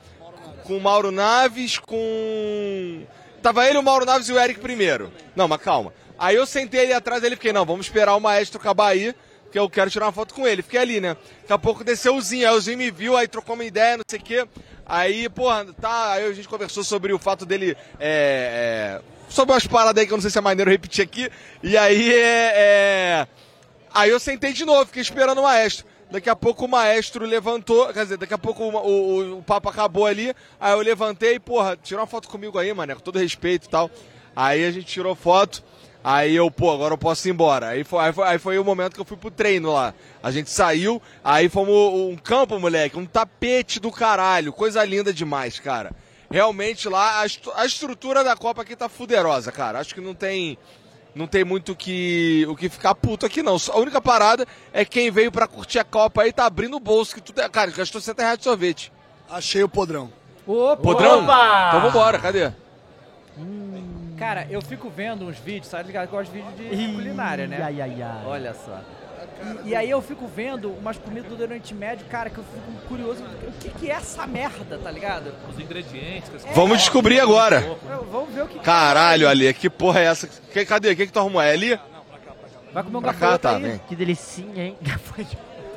Speaker 9: com o Mauro Naves, com... Tava ele, o Mauro Naves e o Eric primeiro. Não, mas calma. Aí eu sentei ali atrás dele e fiquei, não, vamos esperar o maestro acabar aí, que eu quero tirar uma foto com ele. Fiquei ali, né? Daqui a pouco desceu o Zinho, aí o Zinho me viu, aí trocou uma ideia, não sei o quê. Aí, porra, tá, aí a gente conversou sobre o fato dele, é... é sobre umas paradas aí que eu não sei se é maneiro repetir aqui. E aí, é... é... Aí eu sentei de novo, fiquei esperando o maestro. Daqui a pouco o maestro levantou, quer dizer, daqui a pouco o, o- o papo acabou ali. Aí eu levantei, porra, tirou uma foto comigo aí, mano, com todo respeito e tal. Aí a gente tirou foto. Aí eu, pô, agora eu posso ir embora. Aí foi, aí, foi, aí foi o momento que eu fui pro treino lá. A gente saiu, aí fomos um campo, moleque, um tapete do caralho. Coisa linda demais, cara. Realmente lá, a, estru- a estrutura da Copa aqui tá fuderosa, cara. Acho que não tem não tem muito o que, o que ficar puto aqui, não. Só- A única parada é quem veio pra curtir a Copa aí tá abrindo o bolso, que tudo é. Cara, gastou 70 reais de sorvete.
Speaker 11: Achei o podrão.
Speaker 2: Opa! É.
Speaker 9: Podrão? Então vambora, cadê?
Speaker 2: Cara, eu fico vendo uns vídeos, sabe ligado? Eu gosto de vídeo de culinária, né?
Speaker 5: ai, ai, ai.
Speaker 2: Olha só. E, e aí eu fico vendo umas comidas do Oriente Médio, cara, que eu fico curioso. O que, que é essa merda, tá ligado?
Speaker 19: Os ingredientes. Que as
Speaker 9: Vamos descobrir
Speaker 3: né?
Speaker 9: agora.
Speaker 2: Vamos ver o que.
Speaker 9: Caralho, Ale, que porra é essa? Que- cadê? O que, que tu arrumou? É ali?
Speaker 2: Vai comer um
Speaker 9: Pra cá,
Speaker 2: gafanhoto
Speaker 9: tá,
Speaker 2: aí?
Speaker 9: vem.
Speaker 5: Que delicinha, hein?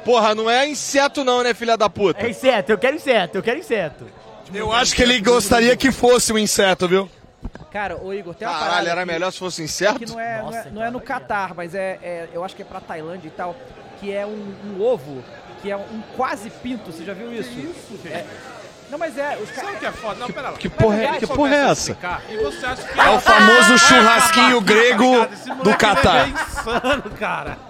Speaker 9: Porra, não é inseto não, né, filha da puta?
Speaker 5: É inseto, eu quero inseto, eu quero inseto.
Speaker 11: Eu acho que ele gostaria que fosse um inseto, viu?
Speaker 2: Cara, ô Igor, tem uma
Speaker 9: Caralho,
Speaker 2: parada
Speaker 9: era
Speaker 2: aqui
Speaker 9: melhor se fosse
Speaker 2: Que
Speaker 9: inseto?
Speaker 2: não é, não é, não
Speaker 9: então,
Speaker 2: é no Catar, mas é, é- Eu acho que é pra Tailândia e tal. Que é um, um ovo, que é um quase pinto, você já viu isso? É- não, mas é. Os
Speaker 3: Sabe o que é foda? Não, pera lá.
Speaker 2: Que
Speaker 9: porra é- que porra é essa?
Speaker 3: E você acha que
Speaker 11: É o famoso churrasquinho grego
Speaker 3: Tá ligado? Esse
Speaker 11: do
Speaker 3: moleque, ele
Speaker 11: Catar.
Speaker 3: É meio insano, cara.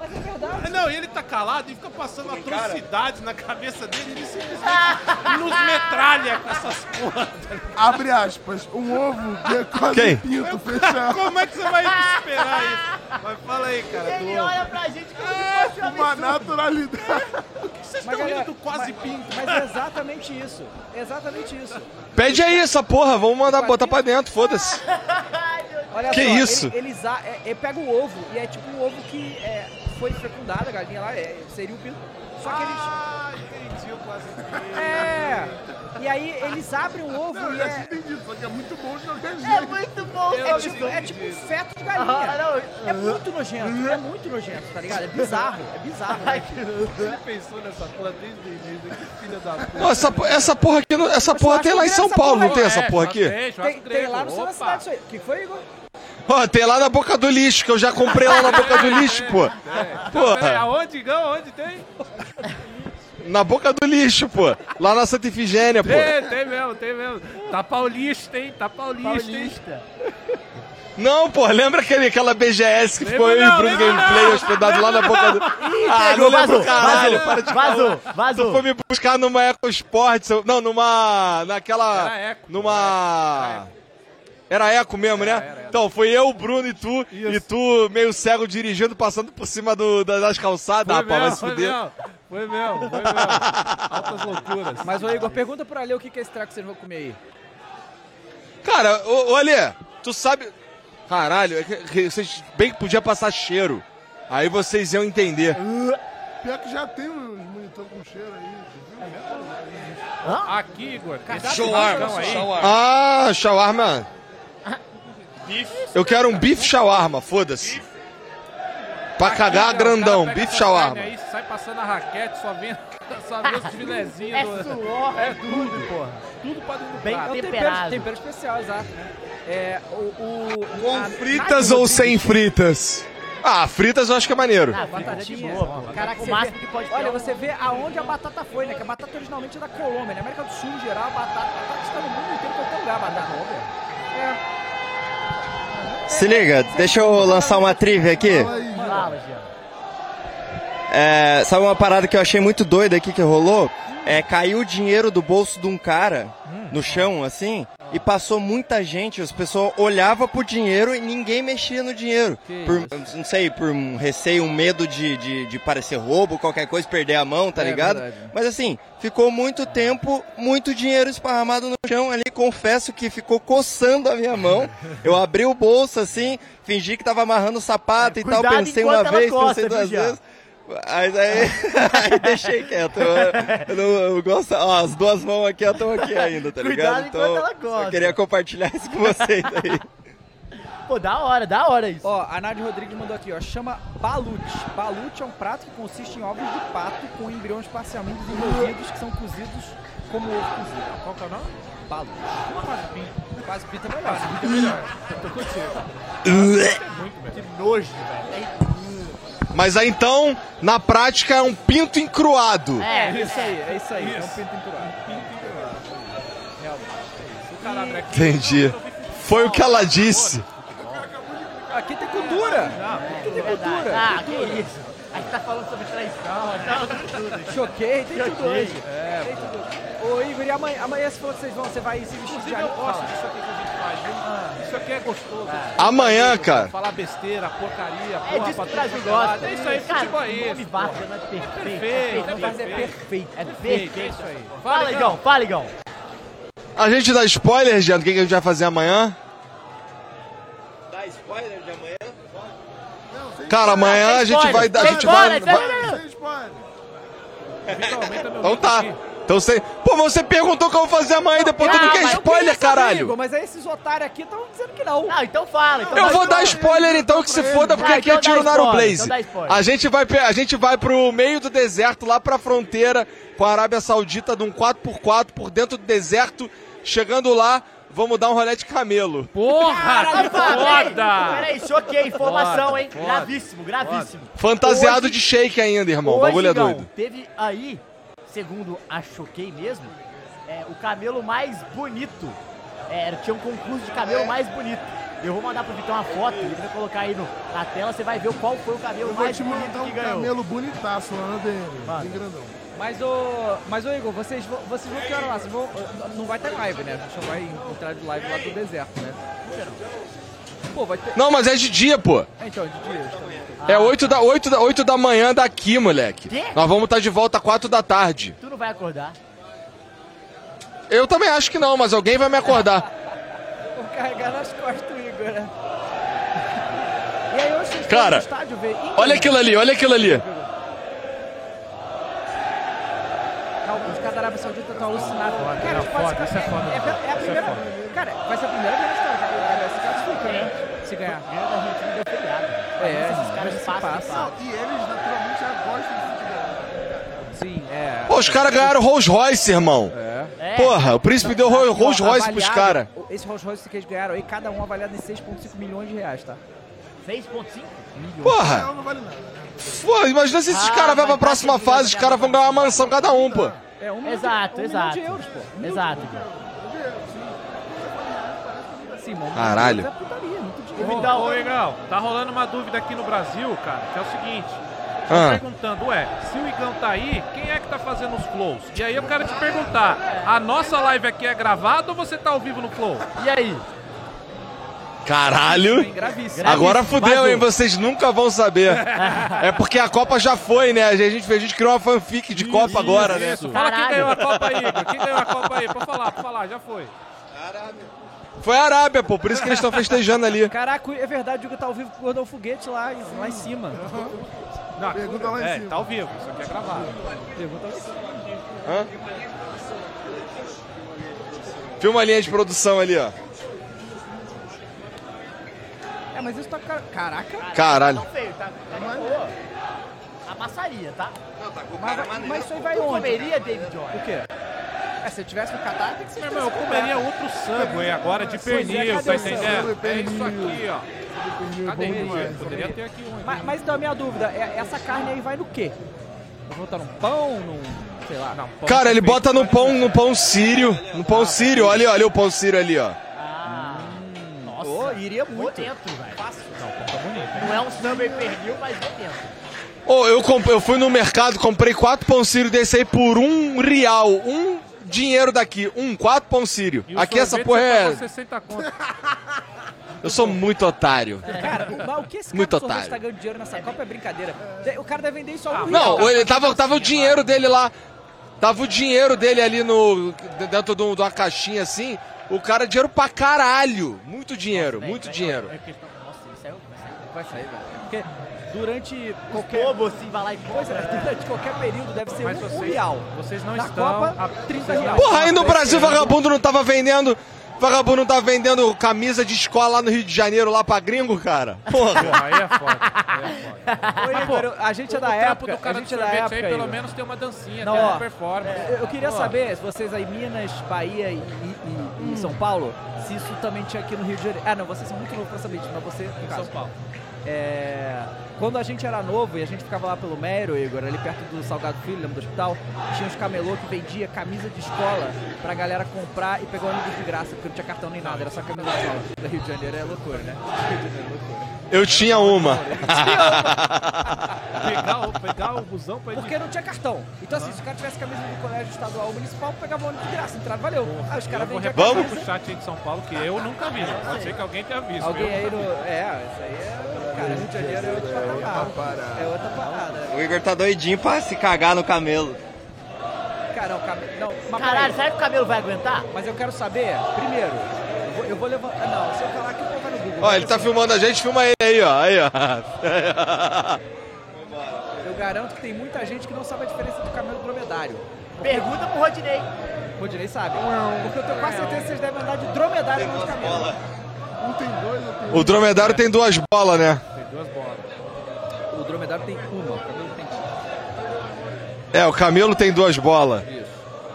Speaker 3: Não, e ele tá calado e fica passando atrocidades na cabeça dele. Ele simplesmente nos metralha com essas porra.
Speaker 4: Abre aspas, um ovo que é quase
Speaker 9: Quem?
Speaker 4: pinto fechado.
Speaker 3: Como é que você vai esperar isso? Mas fala aí, cara.
Speaker 4: Ele
Speaker 3: do-
Speaker 4: olha
Speaker 5: pra gente
Speaker 3: como se fosse um
Speaker 4: Uma
Speaker 3: absurdo.
Speaker 4: naturalidade.
Speaker 3: Por que vocês
Speaker 2: Mas,
Speaker 3: estão rindo
Speaker 2: galera,
Speaker 3: do quase
Speaker 2: mas-
Speaker 3: pinto?
Speaker 2: Mas é exatamente isso. É Exatamente isso.
Speaker 9: Pede aí essa porra, vamos mandar botar pra dentro, foda-se.
Speaker 2: Olha
Speaker 9: Que
Speaker 2: só,
Speaker 9: isso?
Speaker 2: Ele, eles a- é- ele pega o ovo e é tipo um ovo que é, foi fecundado, a galinha lá, é, seria o pinto. Só que eles.
Speaker 3: Ah, entendi o quase pinto.
Speaker 2: É! E aí eles abrem o ovo
Speaker 3: Não,
Speaker 2: e
Speaker 3: eu
Speaker 2: é.
Speaker 3: já
Speaker 4: entendi, só que é muito bom de qualquer jeito.
Speaker 2: É muito
Speaker 3: bom.
Speaker 2: É
Speaker 3: Eu
Speaker 2: tipo,
Speaker 3: não
Speaker 2: é tipo um
Speaker 3: entendi.
Speaker 2: feto de galinha.
Speaker 3: Ah,
Speaker 2: É muito nojento, é muito nojento, tá ligado? É bizarro, é bizarro. né?
Speaker 3: Ele pensou nessa porra desde o início, que filha da puta.
Speaker 9: Não, essa, po- essa porra aqui, não- essa porra tem lá em São Paulo, não tem essa porra aqui?
Speaker 2: é. Tem, tem lá no centro da cidade isso aí. O que foi, Igor?
Speaker 9: Ó, tem lá na boca do lixo, que eu já comprei lá na boca do lixo, pô.
Speaker 3: Peraí,
Speaker 9: É. Porra.
Speaker 3: Tá aonde, Igão? Onde tem?
Speaker 9: Na boca do lixo, pô. Lá na Santa Ifigênia, pô.
Speaker 3: Tem, tem mesmo, tem mesmo. Tá paulista, hein? Tá paulista, hein?
Speaker 9: Não, pô, lembra aquele, aquela BGS que
Speaker 3: Lembro
Speaker 9: ficou eu e o
Speaker 3: não,
Speaker 9: Bruno
Speaker 3: lembro
Speaker 9: Gameplay
Speaker 3: não.
Speaker 9: hospedado lá na boca do.
Speaker 3: Ih,
Speaker 9: ah,
Speaker 3: pegou,
Speaker 9: não lembro,
Speaker 3: vazou,
Speaker 9: caralho.
Speaker 3: vazou,
Speaker 9: para de
Speaker 3: vazou,
Speaker 9: falar.
Speaker 3: vazou.
Speaker 9: Tu foi me buscar numa EcoSport, seu- não, numa. naquela.
Speaker 3: Era Eco,
Speaker 9: numa. Era eco mesmo, né? Então, foi eu, o Bruno e tu, e tu meio cego dirigindo, passando por cima do- da- das calçadas.
Speaker 3: Foi
Speaker 9: Ah, pá, vai
Speaker 3: mesmo,
Speaker 9: se
Speaker 3: foi
Speaker 9: fuder.
Speaker 3: mesmo. Foi mesmo, foi mesmo. Altas loucuras.
Speaker 2: Mas, ô Igor, pergunta pra Ale o que que é esse trago que vocês vão comer aí.
Speaker 9: Cara, ô, ô Ale, tu sabe. Caralho, é que- que vocês bem que podia passar cheiro. Aí vocês iam entender.
Speaker 3: Uh,
Speaker 4: Pior que já tem uns monitor com cheiro aí, tu viu?
Speaker 3: Aqui, Igor.
Speaker 4: Cardápio
Speaker 3: Então, aí.
Speaker 9: Ah, shawarma. Eu quero um bife shawarma, foda-se. Pra cagar
Speaker 3: Aqui, ó, o
Speaker 9: grandão,
Speaker 3: cara pega
Speaker 9: bife
Speaker 3: essa
Speaker 9: shawarma.
Speaker 3: carne Aí, sai passando a raquete, só vem, só vem os filezinhos.
Speaker 2: É
Speaker 3: do-
Speaker 2: suor,
Speaker 3: é tudo, porra. Tudo pra dentro do
Speaker 2: Bem
Speaker 3: prato.
Speaker 2: tempero, tempero especial, exato. É, o, o, a- Ah,
Speaker 11: Fritas ou sem fritas?
Speaker 9: Ah, fritas eu acho que é maneiro.
Speaker 2: Ah, batatinha. Caraca,
Speaker 5: O
Speaker 2: você
Speaker 5: máximo que
Speaker 2: vê-
Speaker 5: pode ter
Speaker 2: Olha,
Speaker 5: é um-
Speaker 2: você vê aonde a batata foi, né? Que a batata originalmente é da Colômbia, na América do Sul, em geral, a batata, a batata está no mundo inteiro, em qualquer lugar, a batata. É.
Speaker 10: Se liga, deixa eu lançar uma trivia aqui.
Speaker 5: Fala, Jean.
Speaker 10: É, sabe uma parada que eu achei muito doida aqui que rolou? É, caiu o dinheiro do bolso de um cara no chão, assim, E passou muita gente, as pessoas olhavam pro dinheiro e ninguém mexia no dinheiro.
Speaker 20: Que
Speaker 10: Por, não sei, por um receio, um medo de, de, de parecer roubo, qualquer coisa, perder a mão, tá
Speaker 20: É
Speaker 10: ligado?
Speaker 20: verdade.
Speaker 10: Mas assim, ficou muito tempo, muito dinheiro esparramado no chão ali. Confesso que ficou coçando a minha mão. Eu abri o bolso assim, fingi que tava amarrando o sapato e tal.
Speaker 20: É, cuidado
Speaker 10: Pensei
Speaker 20: enquanto
Speaker 10: uma
Speaker 20: ela
Speaker 10: vez,
Speaker 20: coça,
Speaker 10: pensei duas
Speaker 20: viu, Jean?
Speaker 10: vezes. Aí, aí- aí deixei quieto. Eu, eu não- eu gosto. Ó, as duas mãos aqui, eu tô aqui ainda, tá
Speaker 5: Cuidado
Speaker 10: ligado?
Speaker 5: enquanto ela gosta.
Speaker 10: eu queria compartilhar isso com vocês aí.
Speaker 2: Pô, da hora, da hora isso. Ó, a Nádia Rodrigues mandou aqui, ó. Chama balute. Balute é um prato que consiste em ovos de pato com embriões parcialmente desenvolvidos que são cozidos como ovo cozido. Qual que é o nome? Balute. Quase pinta. Quase pinta é melhor. Quase pinta é melhor. Tô contigo. Que nojo, velho.
Speaker 9: Mas aí então, na prática, é um pinto encruado.
Speaker 2: É, isso aí, é isso aí. É um pinto encurado. Pinto encurado. Realmente. O cara abre aqui.
Speaker 9: Entendi. Foi o que ela disse.
Speaker 2: Aqui tem cultura. Aqui tem cultura.
Speaker 5: Ah, que isso. A gente tá falando sobre traição, a gente tá falando sobre tudo.
Speaker 2: Choquei, tem tudo
Speaker 5: Choquei.
Speaker 2: hoje. Tem tudo hoje. Ô Igor, e amanhã, amanhã você falou que vocês vão, você vai se vestir de Ah, anime?
Speaker 3: Eu gosto disso aqui que a gente faz, viu? Isso aqui é gostoso.
Speaker 2: Ah.
Speaker 9: Amanhã, cara.
Speaker 3: Falar besteira, porcaria,
Speaker 5: É
Speaker 3: porra,
Speaker 5: disso
Speaker 3: pra
Speaker 5: que
Speaker 3: tudo
Speaker 5: o Brasil
Speaker 3: quanto é lado.
Speaker 5: gosta.
Speaker 3: É isso aí,
Speaker 5: Cara,
Speaker 3: futebol é
Speaker 5: o nome
Speaker 3: esse,
Speaker 5: Vasco
Speaker 3: porra.
Speaker 5: é perfeito,
Speaker 3: Perfeito,
Speaker 5: é perfeito.
Speaker 3: perfeito.
Speaker 5: É
Speaker 3: É
Speaker 5: perfeito.
Speaker 3: isso aí.
Speaker 5: Fala, Igão, fala, Igão.
Speaker 9: A gente dá spoiler, Jean, do que que a gente vai fazer amanhã?
Speaker 10: Dá spoiler de amanhã?
Speaker 9: Cara, amanhã a gente vai dar. A gente vai. vai- Então tá. Então você. Pô, mas você perguntou o que eu vou fazer amanhã e depois
Speaker 2: Ah,
Speaker 9: tu não quer é spoiler, caralho.
Speaker 2: Mas aí esses otários aqui estão dizendo que não.
Speaker 5: Não, então fala. Então
Speaker 9: Eu
Speaker 5: dá
Speaker 9: vou dar spoiler então que se foda, porque aqui é tiro no Aeroblaze.
Speaker 5: Então dá spoiler.
Speaker 9: A gente vai pe- a gente vai pro meio do deserto, lá pra fronteira com a Arábia Saudita, de um 4x4 por dentro do deserto. Chegando lá, vamos dar um rolê de camelo.
Speaker 5: Porra,
Speaker 20: que foda!
Speaker 5: Peraí, choquei, informação,
Speaker 9: Foda,
Speaker 5: hein?
Speaker 9: foda,
Speaker 5: gravíssimo, gravíssimo.
Speaker 9: Fantasiado de shake ainda, irmão. O
Speaker 5: Hoje,
Speaker 9: bagulho é
Speaker 5: Igão,
Speaker 9: doido.
Speaker 5: Teve aí, segundo a Choquei mesmo, é, o camelo mais bonito. É, tinha um concurso de camelo mais bonito. Eu vou mandar pro Vitão uma foto, ele vai colocar aí no, na tela, você vai ver qual foi o camelo
Speaker 4: Eu vou
Speaker 5: mais
Speaker 4: te
Speaker 5: bonito
Speaker 4: mandar
Speaker 5: que
Speaker 4: um
Speaker 5: ganhou.
Speaker 4: camelo bonitaço lá na DM. Bem grandão.
Speaker 2: Mas ô, mas ô Igor, vocês vão, vocês vão que hora lá? Vocês vão, não vai ter live, né? A gente só vai entrar de live lá do deserto, né? Pô, vai ter...
Speaker 9: Não, mas é de dia, pô.
Speaker 2: É, Então, de dia.
Speaker 9: É 8 da, 8 da, 8 da manhã daqui, moleque.
Speaker 5: Quê?
Speaker 9: Nós vamos estar de volta às 4 da tarde.
Speaker 5: Tu não vai acordar.
Speaker 9: Eu também acho que não, mas alguém vai me acordar.
Speaker 2: Vou carregar nas costas do Igor, né? E aí hoje vocês
Speaker 9: Cara,
Speaker 2: foram no estádio ver... Ih,
Speaker 9: Olha aquilo ali, olha aquilo ali.
Speaker 2: Calma, os caras da Arábia Saudita estão alucinados.
Speaker 3: não,
Speaker 2: Cara, tipo,
Speaker 3: foda, isso é foda.
Speaker 2: É, é a
Speaker 3: Isso é
Speaker 2: primeira...
Speaker 3: foda.
Speaker 2: Cara, vai ser a primeira vez na história que a Arábia se classifica, né? Se ganhar.
Speaker 5: Ganha da Argentina deu pegada.
Speaker 2: É,
Speaker 5: Esses caras
Speaker 2: mas
Speaker 5: passam,
Speaker 2: passa.
Speaker 5: passam.
Speaker 4: E eles naturalmente já gostam de
Speaker 2: Sim, é.
Speaker 9: Pô, os caras ganharam Rolls Royce, irmão.
Speaker 2: É.
Speaker 9: Porra, o príncipe deu Ro- Rolls
Speaker 2: Ó,
Speaker 9: Royce pros
Speaker 2: avaliado-
Speaker 9: caras.
Speaker 2: Esse Rolls Royce que eles ganharam aí, cada um avaliado em 6,5 milhões de reais, tá?
Speaker 5: 6,5? Milhões.
Speaker 9: Porra.
Speaker 4: Não vale nada.
Speaker 9: Pô, imagina se esses
Speaker 5: Ah,
Speaker 9: caras vão pra
Speaker 5: mas
Speaker 9: próxima
Speaker 5: tá que
Speaker 9: fase, os caras vão ganhar uma mansão cada um, pô.
Speaker 2: É um
Speaker 5: Exato,
Speaker 2: milhão de,
Speaker 5: exato.
Speaker 2: um milhão de euros, pô. Um milhão
Speaker 5: Exato.
Speaker 2: Sim, mano.
Speaker 9: Caralho.
Speaker 2: É putaria, muito dinheiro.
Speaker 3: Ô,
Speaker 2: Vidal,
Speaker 3: ô, Igão, tá rolando uma dúvida aqui no Brasil, cara, que é o seguinte.
Speaker 9: Ah.
Speaker 3: Tá perguntando, ué, se o Igão tá aí, quem é que tá fazendo os flows? E aí eu quero te perguntar, a nossa live aqui é gravada ou você tá ao vivo no flow?
Speaker 5: E aí?
Speaker 9: Caralho.
Speaker 2: Gravíssimo.
Speaker 9: Agora
Speaker 3: Gravíssimo.
Speaker 9: fudeu, hein?
Speaker 3: Vazou.
Speaker 9: Vocês nunca vão saber. É porque a Copa já foi, né? A gente, a gente criou uma fanfic de Copa agora, né?
Speaker 3: Fala quem ganhou a Copa aí, Igor. Quem ganhou a Copa aí? Pode falar, pode falar, já foi.
Speaker 9: Foi a Arábia, pô. Por isso que eles estão festejando ali.
Speaker 2: Caraca, é verdade, o Hugo tá ao vivo com o Gordão Foguete lá, em- lá em cima.
Speaker 3: Não,
Speaker 4: Pergunta lá em
Speaker 3: é,
Speaker 4: cima.
Speaker 3: tá ao vivo, isso aqui é gravado.
Speaker 2: Pergunta lá em cima.
Speaker 9: Hã? Filma a linha de produção ali, ó.
Speaker 2: É, mas isso tá... ca- Caraca.
Speaker 9: Caralho.
Speaker 5: Não feio, tá? tá de boa. A passaria, tá? Não, tá com
Speaker 2: Mas, vai- mas isso aí vai
Speaker 5: Tu
Speaker 2: onde?
Speaker 5: comeria, David Jones?
Speaker 2: O quê? É, se eu tivesse no Catar, tem que ser...
Speaker 3: Meu irmão, eu comeria um. outro Subway agora de
Speaker 2: Pois é,
Speaker 3: pernil,
Speaker 2: cadê
Speaker 3: tá
Speaker 2: o Subway
Speaker 3: entendendo? É
Speaker 2: pernil?
Speaker 3: isso aqui, ó. Cadê? Poderia
Speaker 2: Poderia
Speaker 3: ter aqui um.
Speaker 2: Mas, mas então a minha dúvida, é- essa carne aí vai no quê? Eu vou botar num pão, num... sei lá. Não, pão
Speaker 9: Cara, ele bota no pão, no pão sírio. No
Speaker 3: Ah,
Speaker 9: pão sírio, olha, olha o pão sírio ali, ó.
Speaker 5: Nossa.
Speaker 2: iria muito.
Speaker 5: dentro, velho. Não, tá bonito. Não é um samba pernil, mas
Speaker 2: é
Speaker 5: vou dentro.
Speaker 9: Ô, eu, comp- eu fui no mercado, comprei quatro pão sírio desse aí por um real. Um dinheiro daqui. Um, quatro pão sírio.
Speaker 3: E o
Speaker 9: Aqui essa
Speaker 3: sorvete
Speaker 9: porra
Speaker 3: você
Speaker 9: é.
Speaker 3: paga 60 conto.
Speaker 9: Eu sou muito otário.
Speaker 2: Cara, o, mas o que esse cara
Speaker 9: Muito
Speaker 2: do sorvete
Speaker 9: otário.
Speaker 2: tá ganhando dinheiro nessa Copa é brincadeira. De- O cara deve vender
Speaker 3: Ah,
Speaker 2: isso ao
Speaker 9: Não, ele tava, tava o dinheiro dele lá. Tava o dinheiro dele ali no. dentro de um- de uma caixinha assim. O cara, dinheiro pra caralho. Muito dinheiro,
Speaker 5: É,
Speaker 9: muito dinheiro.
Speaker 5: Nossa, ele saiu. Vai sair, velho.
Speaker 2: Porque durante qualquer. Bobo, assim, vai lá e Pois é, durante qualquer período deve ser
Speaker 3: Mas
Speaker 2: um, um
Speaker 3: vocês-
Speaker 2: real.
Speaker 3: vocês não
Speaker 2: Na
Speaker 3: estão
Speaker 2: Copa,
Speaker 3: a-
Speaker 2: 30 reais.
Speaker 9: Porra, aí no Brasil vagabundo não tava vendendo. Vagabundo não tava vendendo camisa de escola lá no Rio de Janeiro, lá pra gringo, cara. Porra.
Speaker 3: Aí é foda.
Speaker 2: Ô, Ícaro, a gente é
Speaker 3: o
Speaker 2: da
Speaker 3: trapo
Speaker 2: época.
Speaker 3: do cara do
Speaker 2: a gente é da
Speaker 3: sorvete
Speaker 2: época.
Speaker 3: aí, pelo
Speaker 2: Igor.
Speaker 3: menos tem uma dancinha,
Speaker 2: Não,
Speaker 3: tem uma
Speaker 2: ó, é,
Speaker 3: performance.
Speaker 2: Eu, eu queria
Speaker 3: Pô. Hum.
Speaker 2: saber, se vocês aí, Minas, Bahia e, e- e- e São Paulo, se isso também tinha aqui no Rio de Janeiro. Ah, não, vocês são muito novos pra saber disso, mas você, no caso. São Paulo. quando a gente era novo e a gente ficava lá pelo Mero, Igor, ali perto do Salgado Filho, lembra do hospital, tinha uns camelô que vendia camisa de escola pra galera comprar e pegar o ônibus de graça, porque não tinha cartão nem nada, era só camisa de escola. Do Rio de Janeiro é loucura, né? Rio de Janeiro é loucura.
Speaker 9: Eu tinha uma.
Speaker 2: Pegar o- pegar o busão pra Porque não tinha cartão. Então, assim, se o cara tivesse camisa do colégio estadual ou municipal, pegava o ônibus de graça, entrava, valeu. Aí os
Speaker 3: Eu
Speaker 2: caras
Speaker 3: vou
Speaker 2: vendiam a
Speaker 3: repassar
Speaker 2: camisa.
Speaker 3: pro chat aí de São Paulo que eu nunca vi. né? Pode ser que alguém tenha visto.
Speaker 2: Alguém
Speaker 3: viu?
Speaker 2: aí no. É, isso aí é. Cara, Rio de Janeiro é outro patamar. É outra parada.
Speaker 10: O Igor tá doidinho pra se cagar no camelo.
Speaker 2: Cara, não, cabelo. Não, mas
Speaker 5: Caralho,
Speaker 2: peraí.
Speaker 5: será que o cabelo vai aguentar?
Speaker 2: Mas eu quero saber, primeiro, eu vou, eu vou levantar. ah, Não, se eu falar que o povo vai no Google.
Speaker 9: Ó, ele tá filmando a gente, filma ele aí, ó. Aí, ó.
Speaker 2: Eu garanto que tem muita gente que não sabe a diferença do camelo dromedário.
Speaker 5: Pergunta pro Rodinei.
Speaker 2: Rodinei sabe. Porque eu tenho quase certeza que vocês devem andar de dromedário e não de camelo. Um tem dois, eu
Speaker 9: O dromedário tem duas bolas, né?
Speaker 2: Tem duas bolas. O dromedário tem uma, o camelo tem
Speaker 9: É, o camelo tem duas bolas.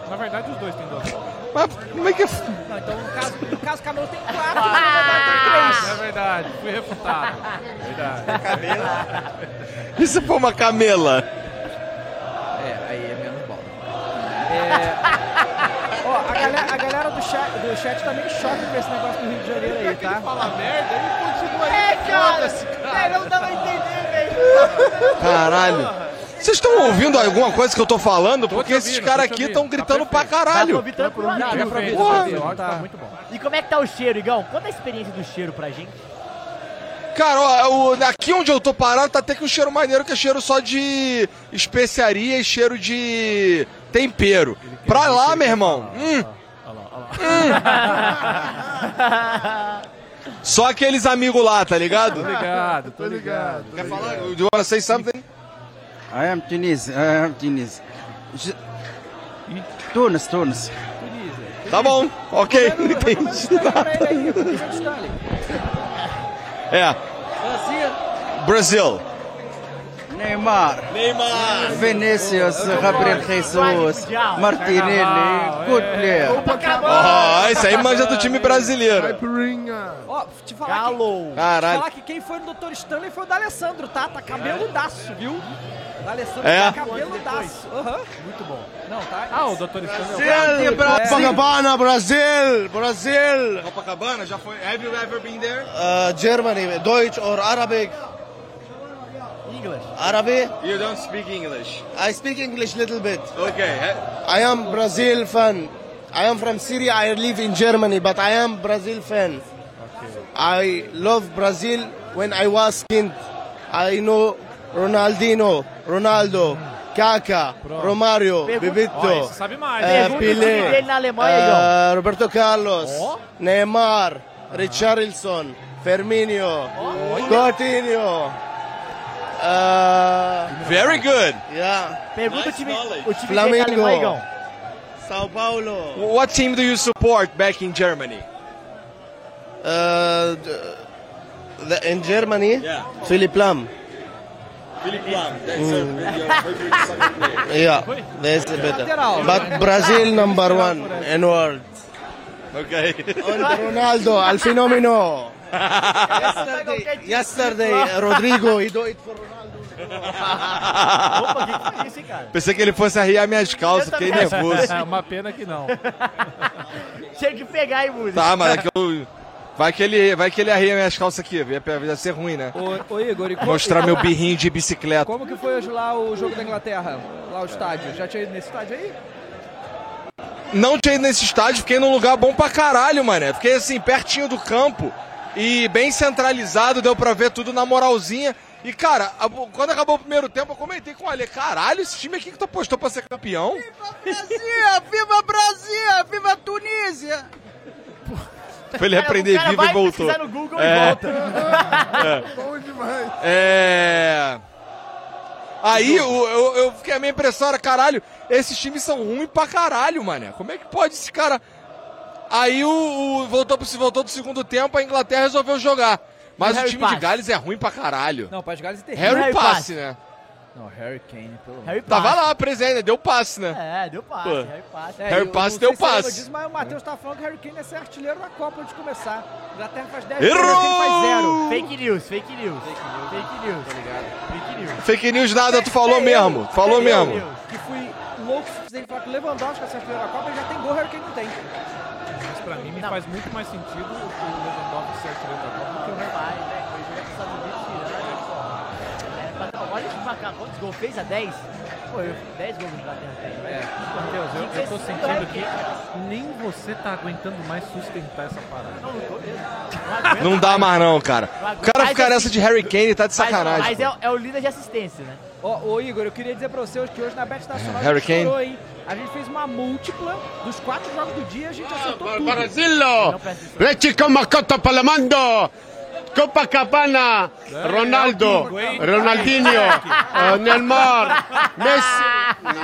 Speaker 3: Na verdade, os dois têm duas bolas.
Speaker 9: Mas como é que é.
Speaker 2: Não, então no caso, no caso o camelo tem quatro,
Speaker 3: Ah,
Speaker 2: o dromedário tem três.
Speaker 3: É verdade, fui refutado. Verdade.
Speaker 9: E se for uma camela?
Speaker 2: É, aí é menos bola. É... Ó, a galera, a galera do, chat, do chat tá meio choque com esse negócio do Rio de Janeiro aí, tá?
Speaker 3: Fala merda, ele continua
Speaker 5: É, cara!
Speaker 3: Foda-se,
Speaker 2: é,
Speaker 5: Cara, não tava entendendo, velho.
Speaker 9: Caralho. Vocês estão ouvindo alguma coisa que eu tô falando? Porque esses
Speaker 5: ouvindo,
Speaker 9: caras
Speaker 5: tô te
Speaker 9: aqui
Speaker 5: ouvindo. Tá
Speaker 9: estão gritando pra caralho.
Speaker 5: ouvindo tranquilo,
Speaker 9: Tá
Speaker 5: né?
Speaker 9: por
Speaker 5: Tá
Speaker 9: mim,
Speaker 5: por
Speaker 9: porra.
Speaker 5: mim,
Speaker 3: O áudio
Speaker 5: tá.
Speaker 3: tá muito bom.
Speaker 5: E como é que tá o cheiro, Igão? Conta a experiência do cheiro pra gente.
Speaker 9: Cara, ó, é o- aqui onde eu tô parado tá até que um cheiro maneiro, que é cheiro só de especiaria e cheiro de tempero. Pra lá, meu irmão. Hum. Hum. Só aqueles amigos lá, tá ligado?
Speaker 3: Tô ligado, tô ligado.
Speaker 9: Quer falar? Do you wanna say something?
Speaker 21: I am Tunis. I am Tunis. J- Tunis, Tunis.
Speaker 9: Tá bom, ok, não entendi nada. É, Brasil.
Speaker 21: Neymar.
Speaker 9: Neymar.
Speaker 21: Vinícius, Gabriel Jesus, Martinelli, good player.
Speaker 9: Ó, isso Ah, aí manja do time brasileiro.
Speaker 2: Ó, te falar, que,
Speaker 9: Caralho.
Speaker 2: te falar que quem foi no Dr. Stanley foi o D'Alessandro, tá?
Speaker 3: É.
Speaker 2: Tá cabeludaço, viu? D'Alessandro
Speaker 9: É?
Speaker 2: tá cabeludaço. Aham. Muito bom. Não, tá?
Speaker 3: Ah, o Dr. Stanley.
Speaker 21: Brasil,
Speaker 3: É.
Speaker 11: Copacabana, Brasil, Brasil.
Speaker 9: Copacabana, já foi. Have you ever been there?
Speaker 11: Uh, Germany, Deutsch or Arabic?
Speaker 5: English.
Speaker 11: Arabic?
Speaker 9: You don't speak English. eh,
Speaker 11: I speak English little bit.
Speaker 9: Okay.
Speaker 11: I am Brazil fan. I am from Syria. I live in Germany, but I am Brazil fan. I love Brazil when I was kid. I know Ronaldinho, Ronaldo, Kaká, Romário,
Speaker 3: Ó,
Speaker 11: Bebito,
Speaker 3: esse sabe mais.
Speaker 11: eh,
Speaker 3: Pergunta o
Speaker 11: Pelé,
Speaker 3: time dele na Alemanha,
Speaker 11: eh, Roberto Carlos, Neymar,
Speaker 3: Ah.
Speaker 11: Richarlison, Firmino, Coutinho. eh,
Speaker 9: Very good.
Speaker 11: yeah.
Speaker 5: Pergunta o time, o time dele na Alemanha,
Speaker 11: Flamengo,
Speaker 5: Igão.
Speaker 11: São Paulo.
Speaker 9: What team do you support back in Germany?
Speaker 11: Uh, the, in Germany,
Speaker 9: Yeah.
Speaker 11: Philip Lahm.
Speaker 9: Philip
Speaker 11: Yeah, that's better.
Speaker 2: Lateral.
Speaker 11: But Brazil number one in world.
Speaker 9: Okay.
Speaker 11: On Ronaldo, Al Fenomeno. Yesterday, Rodrigo, he do it for
Speaker 5: Opa, o que que foi isso, hein, cara?
Speaker 9: Pensei que ele fosse arriar minhas calças, fiquei nervoso.
Speaker 3: É uma pena que não.
Speaker 5: Tinha que pegar, hein, música.
Speaker 9: Tá, mas é que eu. Vai que ele, vai que ele arria minhas calças aqui, ia, ia ser ruim, né?
Speaker 2: Ô, ô, Igor, e co-
Speaker 9: Mostrar
Speaker 2: e-
Speaker 9: meu birrinho de bicicleta.
Speaker 2: Como que foi hoje lá o jogo da Inglaterra? Lá o estádio? Já tinha ido nesse estádio aí?
Speaker 9: Não tinha ido nesse estádio, fiquei num lugar bom pra caralho, mané. Fiquei assim, pertinho do campo e bem centralizado, deu pra ver tudo na moralzinha. E, cara, a- quando acabou o primeiro tempo, eu comentei com o Ale, caralho, esse time aqui que tu apostou pra ser campeão?
Speaker 22: Brasil, viva Brasil, É viva Tunísia. É,
Speaker 9: Pra ele aprender
Speaker 22: cara
Speaker 9: vivo
Speaker 22: vai
Speaker 9: e voltou.
Speaker 22: pesquisar no Google e volta.
Speaker 9: É.
Speaker 4: Bom demais.
Speaker 9: É. Aí o- eu, eu fiquei, a minha impressão era, caralho, esses times são ruins pra caralho, mané. Como é que pode esse cara. Aí o, o- voltou, pro, voltou do segundo tempo, a Inglaterra resolveu jogar.
Speaker 2: E
Speaker 9: Mas o
Speaker 2: Harry
Speaker 9: time de
Speaker 2: Pass?
Speaker 9: Gales é ruim pra caralho.
Speaker 2: Não, Paz Gales é terrível.
Speaker 9: Harry, passe, né?
Speaker 2: Não, Harry Kane, pelo
Speaker 9: Harry Tava lá presente, né? deu passe, né?
Speaker 2: É, deu
Speaker 9: passe, Pô. Harry
Speaker 2: passe. É,
Speaker 9: Harry passe, deu passe.
Speaker 2: Disso, mas o Matheus tava falando que Harry Kane ia ser artilheiro na Copa antes de começar. Inglaterra faz 10
Speaker 9: Errou!
Speaker 2: gols, Harry Kane faz 0.
Speaker 5: Fake news, fake news. Fake news. Tá ligado? Fake news.
Speaker 9: Fake news nada, tu falou mesmo. Falou
Speaker 2: Até eu,
Speaker 9: mesmo.
Speaker 2: Que fui louco o suficiente pra falar que o Lewandowski vai ser artilheiro na Copa e já tem gol, Harry Kane não tem.
Speaker 3: Mas pra mim me faz muito mais sentido o Lewandowski ser artilheiro da Copa do que o Harry
Speaker 5: Vai, né? Foi jogar com os Estados Unidos, tirando, né? É, mas, ó, Olha pra cá, quantos gols fez? A 10? Pô, eu 10 gols né? na Inglaterra.
Speaker 3: É, Matheus, eu, eu tô sentindo que nem você tá aguentando mais sustentar essa parada. Não,
Speaker 5: tô mesmo.
Speaker 9: Não dá mais não, cara. O cara
Speaker 5: Mas
Speaker 9: ficar
Speaker 2: é
Speaker 5: assim-
Speaker 9: nessa de Harry Kane tá de
Speaker 5: Mas-
Speaker 9: sacanagem.
Speaker 5: Mas,
Speaker 9: pô.
Speaker 5: é, é o líder de assistência, né?
Speaker 2: Ó, ô Igor, eu queria dizer pra você hoje que hoje na Bet Nacional
Speaker 9: Harry
Speaker 2: a gente estourou,
Speaker 9: Kane.
Speaker 2: hein? A gente fez uma múltipla dos quatro jogos do dia, a gente acertou tudo.
Speaker 19: Brasillo, Rechi Camacotta Palamando, Copacabana, Ronaldo, Ronaldinho, eh, Neymar, Messi,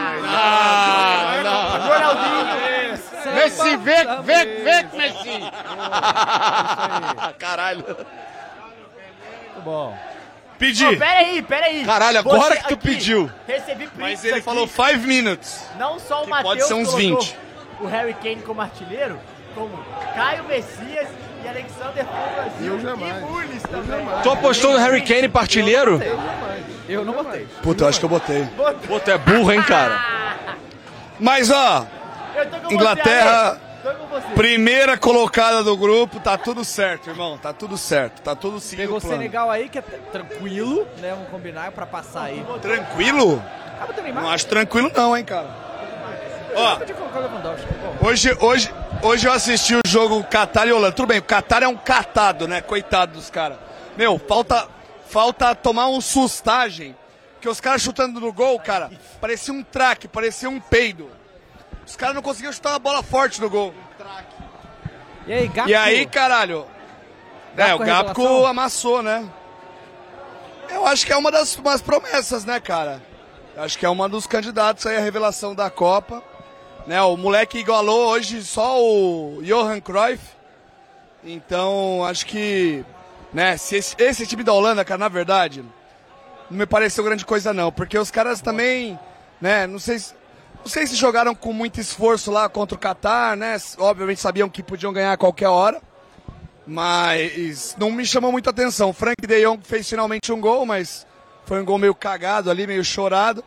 Speaker 22: Ronaldinho.
Speaker 19: Messi, vec, vec, vec, Messi.
Speaker 9: Caralho.
Speaker 3: Muito bom.
Speaker 19: Pedi.
Speaker 5: Ô, pera aí, pera aí.
Speaker 19: Caralho, agora que tu pediu.
Speaker 5: Recebi print
Speaker 19: Mas ele
Speaker 5: aqui.
Speaker 19: falou five minutes.
Speaker 5: Não só o
Speaker 19: Que
Speaker 5: Matheus
Speaker 19: pode ser uns
Speaker 5: colocou
Speaker 19: 20.
Speaker 5: o Harry Kane como artilheiro, como Caio Messias e Alexander Paul Brasil. E Mules também.
Speaker 9: Tu apostou no Harry Kane partilheiro?
Speaker 2: Eu não botei.
Speaker 10: Puta, eu acho que eu botei.
Speaker 9: Puta, é burro, hein, cara?
Speaker 10: Mas ó,
Speaker 5: Eu tô com
Speaker 10: Inglaterra,
Speaker 5: você, Ale. Tô com você.
Speaker 10: primeira colocada do grupo, tá tudo certo, irmão, tá tudo certo, tá tudo seguindo
Speaker 2: Pegou
Speaker 10: o plano.
Speaker 2: Senegal aí, que é t- tranquilo, né? Vamos combinar pra passar aí.
Speaker 10: Tranquilo?
Speaker 2: Ah, mas o Neymar-
Speaker 10: Não acho tranquilo não, hein, cara.
Speaker 2: Eu podia colocar o Lewandowski. Bom,
Speaker 10: Hoje, hoje, hoje eu assisti o jogo Catar e Holanda. Tudo bem, o Catar é um catado, né? Coitado dos caras. Meu, falta, falta tomar um sustagem. Porque os caras chutando no gol, cara, parecia um traque, parecia um peido. Os caras não conseguiam chutar uma bola forte no gol.
Speaker 2: E aí, Gapco?
Speaker 10: E aí, caralho?
Speaker 2: Gapco
Speaker 10: é, o Gapco
Speaker 2: revelação?
Speaker 10: amassou, né? Eu acho que é uma das umas promessas, né, cara? Eu acho que é uma dos candidatos aí à revelação da Copa. Né, o moleque igualou hoje só o Johan Cruyff. Então, acho que, né, se esse, esse time da Holanda, cara, na verdade, não me pareceu grande coisa não, porque os caras também, né, não sei se, não sei se jogaram com muito esforço lá contra o Catar, né, s- obviamente sabiam que podiam ganhar a qualquer hora, mas não me chamou muita atenção. Frank De Jong fez finalmente um gol, mas foi um gol meio cagado ali, meio chorado,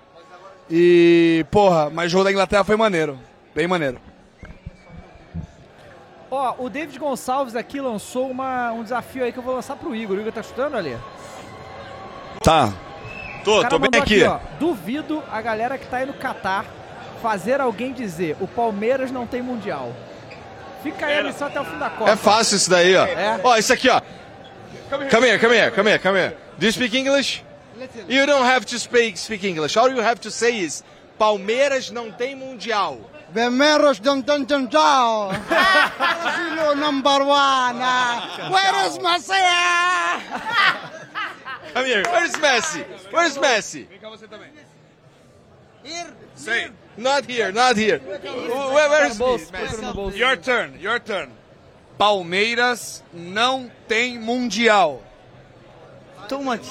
Speaker 10: e, porra, mas o jogo da Inglaterra foi maneiro, bem maneiro.
Speaker 2: Ó, o David Gonçalves aqui lançou uma, um desafio aí que eu vou lançar pro Igor. O Igor tá chutando ali?
Speaker 10: Tá.
Speaker 2: O
Speaker 10: Tô,
Speaker 2: cara
Speaker 10: tô bem
Speaker 2: mandou
Speaker 10: aqui.
Speaker 2: ó, Duvido a galera que tá aí no Catar fazer alguém dizer o Palmeiras não tem Mundial. Fica aí a missão até o fim da Copa.
Speaker 9: É fácil isso daí, ó.
Speaker 2: É.
Speaker 9: Ó, isso aqui, ó. Come here, come here, come here, come here. Do you speak English? You don't have to speak, speak English. All you have to say is Palmeiras não tem mundial.
Speaker 23: Bemeros don't don't don't down. Brazil number one. Ah, Where is Maceia?
Speaker 9: Come here. Where's Messi? Where's Messi?
Speaker 10: Say.
Speaker 9: Not here, not here. Where, where's
Speaker 10: Tá
Speaker 9: Messi?
Speaker 10: Your turn, your turn. Palmeiras não tem mundial.
Speaker 23: Too much.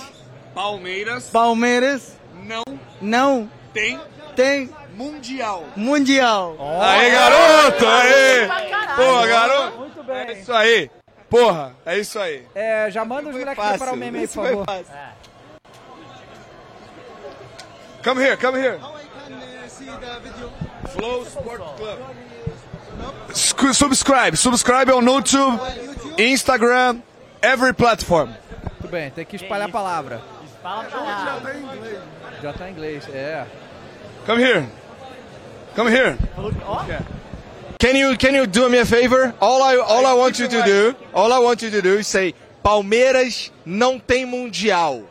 Speaker 10: Palmeiras
Speaker 23: Palmeiras
Speaker 10: não
Speaker 23: não
Speaker 10: tem
Speaker 23: tem
Speaker 10: mundial.
Speaker 23: mundial.
Speaker 10: Aê, garoto! Aê!
Speaker 2: Pra caralho.
Speaker 10: Porra, garoto!
Speaker 2: Muito bem.
Speaker 10: É isso aí! Porra, é isso aí.
Speaker 2: É, já manda os moleques
Speaker 10: fácil,
Speaker 2: preparar o meme aí,
Speaker 10: esse
Speaker 2: por
Speaker 10: foi
Speaker 2: favor.
Speaker 10: fácil. Come here, come here. Flow Sport Club. Sc- subscribe, subscribe on YouTube, Instagram, every platform.
Speaker 2: Muito bem, tem que espalhar a palavra.
Speaker 5: Fala pra lá.
Speaker 2: Já tá em inglês, é.
Speaker 10: Come here. Come here.
Speaker 5: Falou que- Ó,
Speaker 9: Can you can you do me a favor? All I all I want you to do, all I want you to do is say Palmeiras não tem mundial.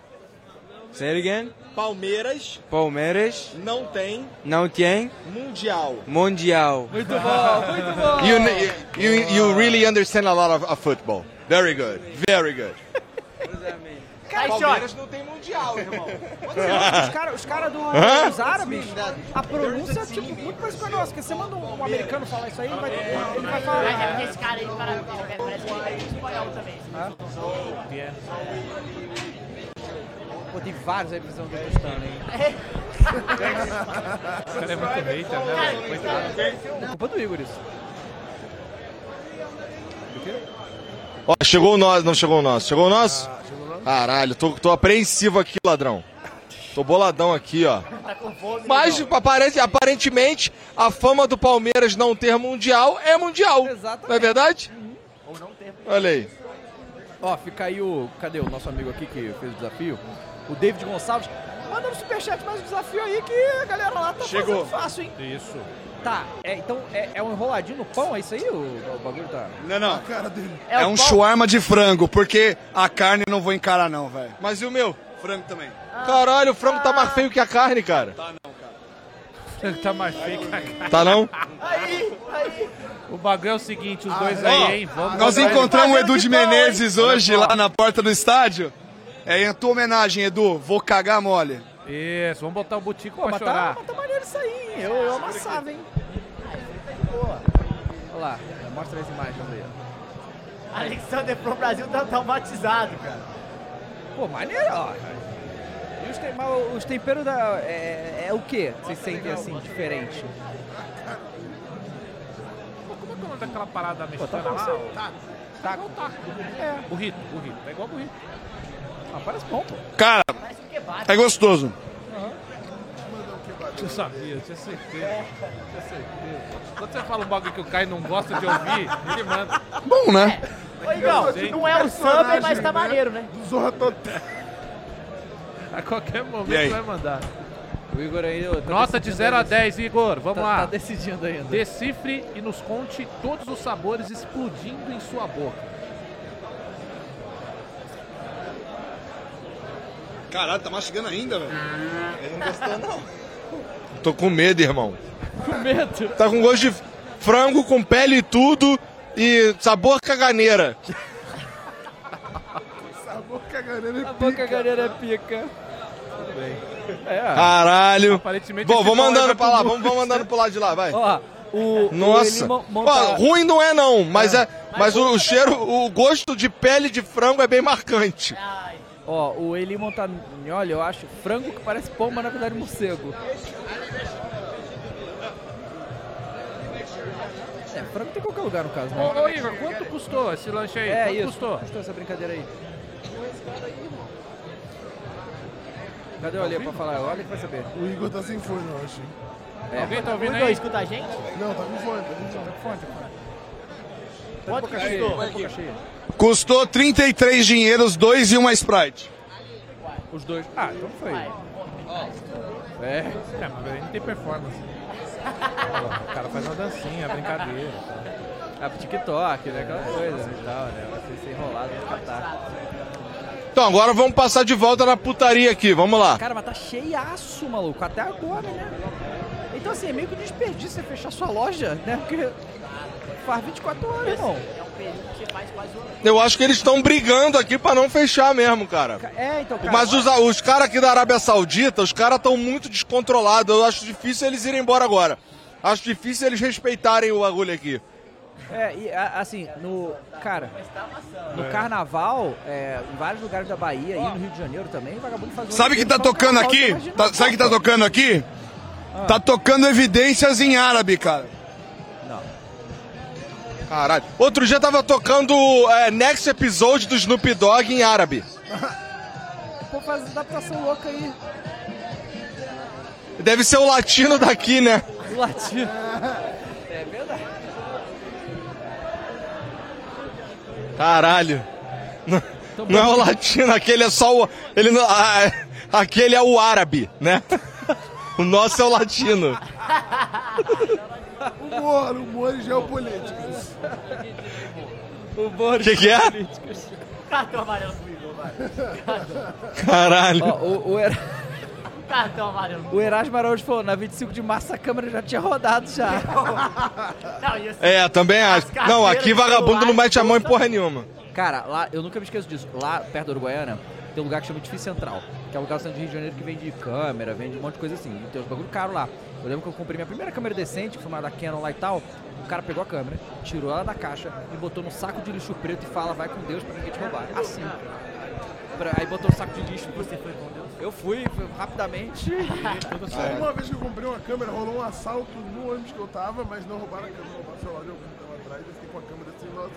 Speaker 24: Say it again.
Speaker 9: Palmeiras
Speaker 24: Palmeiras
Speaker 9: não tem
Speaker 24: não tem
Speaker 9: mundial.
Speaker 24: mundial.
Speaker 9: Muito bom, muito bom. You, kn- you, you, you really understand a lot of, of football. Very good, very good.
Speaker 22: Palmeiras
Speaker 9: não tem mundial, irmão.
Speaker 2: Os caras os cara do
Speaker 9: Hã?
Speaker 2: dos árabes, a pronúncia é tipo, muito parecida com a nossa. Porque você manda um americano falar isso aí, ele vai, ele vai falar.
Speaker 22: Mas é porque esse cara, ele para- ele parece que ele é espanhol também.
Speaker 2: Pô, tem vários aí precisando do Stanley, hein?
Speaker 22: Esse cara é muito hater, né, velho? Coitado.
Speaker 2: É culpa do Igor isso.
Speaker 9: Ó, chegou o nosso, não chegou o nosso. Chegou o nosso?
Speaker 2: Ah,
Speaker 9: Caralho, tô, tô apreensivo aqui, ladrão. Tô boladão aqui, ó.
Speaker 10: É
Speaker 9: Mas aparente- aparentemente a fama do Palmeiras não ter mundial é mundial. Não é verdade?
Speaker 5: Ou não ter.
Speaker 9: Olha aí.
Speaker 2: Ó, fica aí o. Cadê o nosso amigo aqui que fez o desafio? O David Gonçalves. Manda no superchat mais um desafio aí que a galera lá tá
Speaker 10: Chegou.
Speaker 2: fazendo fácil, hein?
Speaker 3: Isso.
Speaker 2: Tá, é, então é, é um enroladinho no pão, é isso aí? O, o bagulho tá.
Speaker 10: Não, não.
Speaker 2: É
Speaker 10: É
Speaker 2: o
Speaker 10: um
Speaker 2: pau-
Speaker 10: shawarma de frango, porque a carne Ah, eu não vou encarar não, velho.
Speaker 9: Mas e o meu?
Speaker 10: Frango também.
Speaker 9: Caralho, o frango
Speaker 2: Ah.
Speaker 9: tá mais feio que a carne, cara.
Speaker 3: tá mais feio que a cara.
Speaker 9: Tá não?
Speaker 3: Aí, aí. O bagulho é o seguinte, os dois
Speaker 2: Ah,
Speaker 10: Ó,
Speaker 2: é.
Speaker 3: aí, hein? Vamos
Speaker 10: nós
Speaker 3: botar ele.
Speaker 10: encontramos o Edu de
Speaker 3: tá
Speaker 10: Menezes
Speaker 3: Olha
Speaker 10: hoje
Speaker 3: só.
Speaker 10: lá na porta do estádio. É em tua homenagem, Edu. Vou cagar mole.
Speaker 3: Isso, vamos botar o Butico pra
Speaker 2: mas
Speaker 3: chorar.
Speaker 2: tá, mas tá maneiro isso aí, hein? Eu, eu amassava, hein? Olha lá, mostra as imagens aí, ó.
Speaker 5: Alexander pro Brasil tá traumatizado, cara.
Speaker 2: Pô, maneiro, ó. E os, tem- mas os temperos da. É, é o quê? Vocês sentem assim, diferente?
Speaker 3: Pô, Como é que é o nome daquela parada mexicana
Speaker 2: bom,
Speaker 3: lá?
Speaker 2: sim.
Speaker 3: ó?
Speaker 2: Taco.
Speaker 3: Taco. É. Burrito, burrito. É igual burrito.
Speaker 2: Ah, parece bom, pô.
Speaker 10: Cara, é gostoso.
Speaker 3: Eu sabia, eu tinha certeza. Eu tinha certeza. Quando você fala um bagulho que o Caio não gosta de ouvir, ele manda.
Speaker 10: Bom, né?
Speaker 5: Ô, Igão, não é o Subway, mas tá maneiro, né?
Speaker 4: Zorra total.
Speaker 3: A qualquer momento
Speaker 4: E aí?
Speaker 3: vai mandar.
Speaker 2: O Igor aí.
Speaker 3: Nota de 0 a 10, Igor. Vamos
Speaker 2: Tá-
Speaker 3: lá.
Speaker 2: tá decidindo ainda.
Speaker 3: Decifre e nos conte todos os sabores explodindo em sua boca.
Speaker 10: Caralho, tá mastigando ainda, velho.
Speaker 2: Ah.
Speaker 10: Ele não gostou, não.
Speaker 9: Tô com medo, irmão.
Speaker 10: Com medo.
Speaker 9: Tá com gosto de frango, com pele e tudo, e sabor caganeira.
Speaker 4: Sabor caganeira é pica.
Speaker 2: Sabor caganeira é pica. É.
Speaker 3: Tudo bem.
Speaker 9: Caralho.
Speaker 3: Aparentemente
Speaker 9: Bom,
Speaker 3: esse
Speaker 9: vamos
Speaker 3: pão aí
Speaker 9: mandando
Speaker 3: vai
Speaker 9: pra
Speaker 3: pro
Speaker 9: lá,
Speaker 3: Guto.
Speaker 9: vamos, vamos mandando pro lado de lá, vai.
Speaker 2: Ó, o.
Speaker 9: Nossa.
Speaker 3: mo-
Speaker 9: Ó, ruim não é não, mas, é, mas o, o cheiro, o gosto de pele de frango é bem marcante.
Speaker 2: Ó, o Eli Montagnoli, eu acho, frango que parece pão, mas na verdade é morcego. É, frango tem em qualquer lugar no caso, né?
Speaker 3: Ô, ô, Igor, quanto custou esse lanche aí?
Speaker 2: É
Speaker 3: quanto
Speaker 2: isso.
Speaker 3: custou?
Speaker 2: Custou essa brincadeira aí.
Speaker 3: Tá
Speaker 2: Cadê o Alê pra falar? Olha que vai saber.
Speaker 4: O Igor tá sem fone, eu acho.
Speaker 2: É. Alguém tá
Speaker 5: ouvindo Igor, aí? escuta a gente?
Speaker 4: Não, tá com fone, tá com fone. Tá com fone, tá com fone.
Speaker 5: Quanto que
Speaker 2: Boca cheia.
Speaker 10: Custou 33 dinheiros, dois e uma Sprite.
Speaker 2: Os dois. Ah, então foi.
Speaker 3: É. é, mas aí não tem performance. o cara faz uma dancinha, é brincadeira.
Speaker 2: Ah, pro TikTok, né? Aquela coisa e tal, né? Vai ser- ser enrolado, vai catar.
Speaker 9: Então agora vamos passar de volta na putaria aqui, vamos lá.
Speaker 2: Cara, mas tá cheiaço, maluco, até agora, né? Então, assim, é meio que um desperdício você fechar sua loja, né? Porque faz 24 horas, irmão.
Speaker 5: É um período que você faz quase um ano.
Speaker 9: Eu acho que eles estão brigando aqui pra não fechar mesmo, cara.
Speaker 2: É, então, cara.
Speaker 9: Mas os, os caras aqui da Arábia Saudita, os caras estão muito descontrolados. Eu acho difícil eles irem embora agora. Acho difícil eles respeitarem o agulho aqui.
Speaker 2: É, e a- assim, no. Cara, no carnaval, é, em vários lugares da Bahia e no Rio de Janeiro também, vagabundo faz um
Speaker 10: Sabe que tá
Speaker 2: evento só no
Speaker 10: tocando
Speaker 2: carnaval,
Speaker 10: aqui?
Speaker 2: você imagina
Speaker 10: Tá-
Speaker 2: só,
Speaker 10: sabe que tá
Speaker 2: pô.
Speaker 10: tocando aqui?
Speaker 3: Ah.
Speaker 10: Tá tocando evidências em árabe, cara.
Speaker 9: Caralho. Outro dia tava tocando é, Next Episode do Snoop Dogg em árabe.
Speaker 2: Pô, faz adaptação louca aí.
Speaker 9: Deve ser o latino daqui, né?
Speaker 2: O latino. É verdade.
Speaker 9: Caralho. Não, não é o latino, aquele é só o. Ele não- ah, é- aquele é o árabe, né? O nosso é o latino.
Speaker 4: Humor, humor e geopolítica.
Speaker 20: O
Speaker 9: Que que é?
Speaker 5: Cartão amarelo pro Igor, vai.
Speaker 9: Caralho.
Speaker 2: Ó, o, o, Era-
Speaker 5: Cartão amarelo.
Speaker 2: o Erasmo Araújo falou, na 25 de março a câmera já tinha rodado já.
Speaker 5: Não, e assim,
Speaker 9: É, também acho. Não, aqui vagabundo não mete a mão em porra nenhuma.
Speaker 2: Cara, lá, eu nunca me esqueço disso. Lá perto da Uruguaiana, tem um lugar que chama Edifício Central, que é um lugar do centro de Rio de Janeiro que vende câmera, vende um monte de coisa assim. E tem uns bagulho caro lá. Eu lembro que eu comprei minha primeira câmera decente, que foi uma da Canon lá e tal. O cara pegou a câmera, tirou ela da caixa e botou num saco de lixo preto e fala, vai com Deus pra ninguém te roubar. Assim. Pra- aí botou um saco de lixo. Você foi com Deus? Eu fui, fui rapidamente. Ah, e tudo certo.
Speaker 4: Uma vez que eu comprei uma câmera, rolou um assalto no ônibus que eu tava, mas não roubaram a câmera, roubaram o celular de algum que tava um atrás. Eu fiquei com a câmera assim, nossa,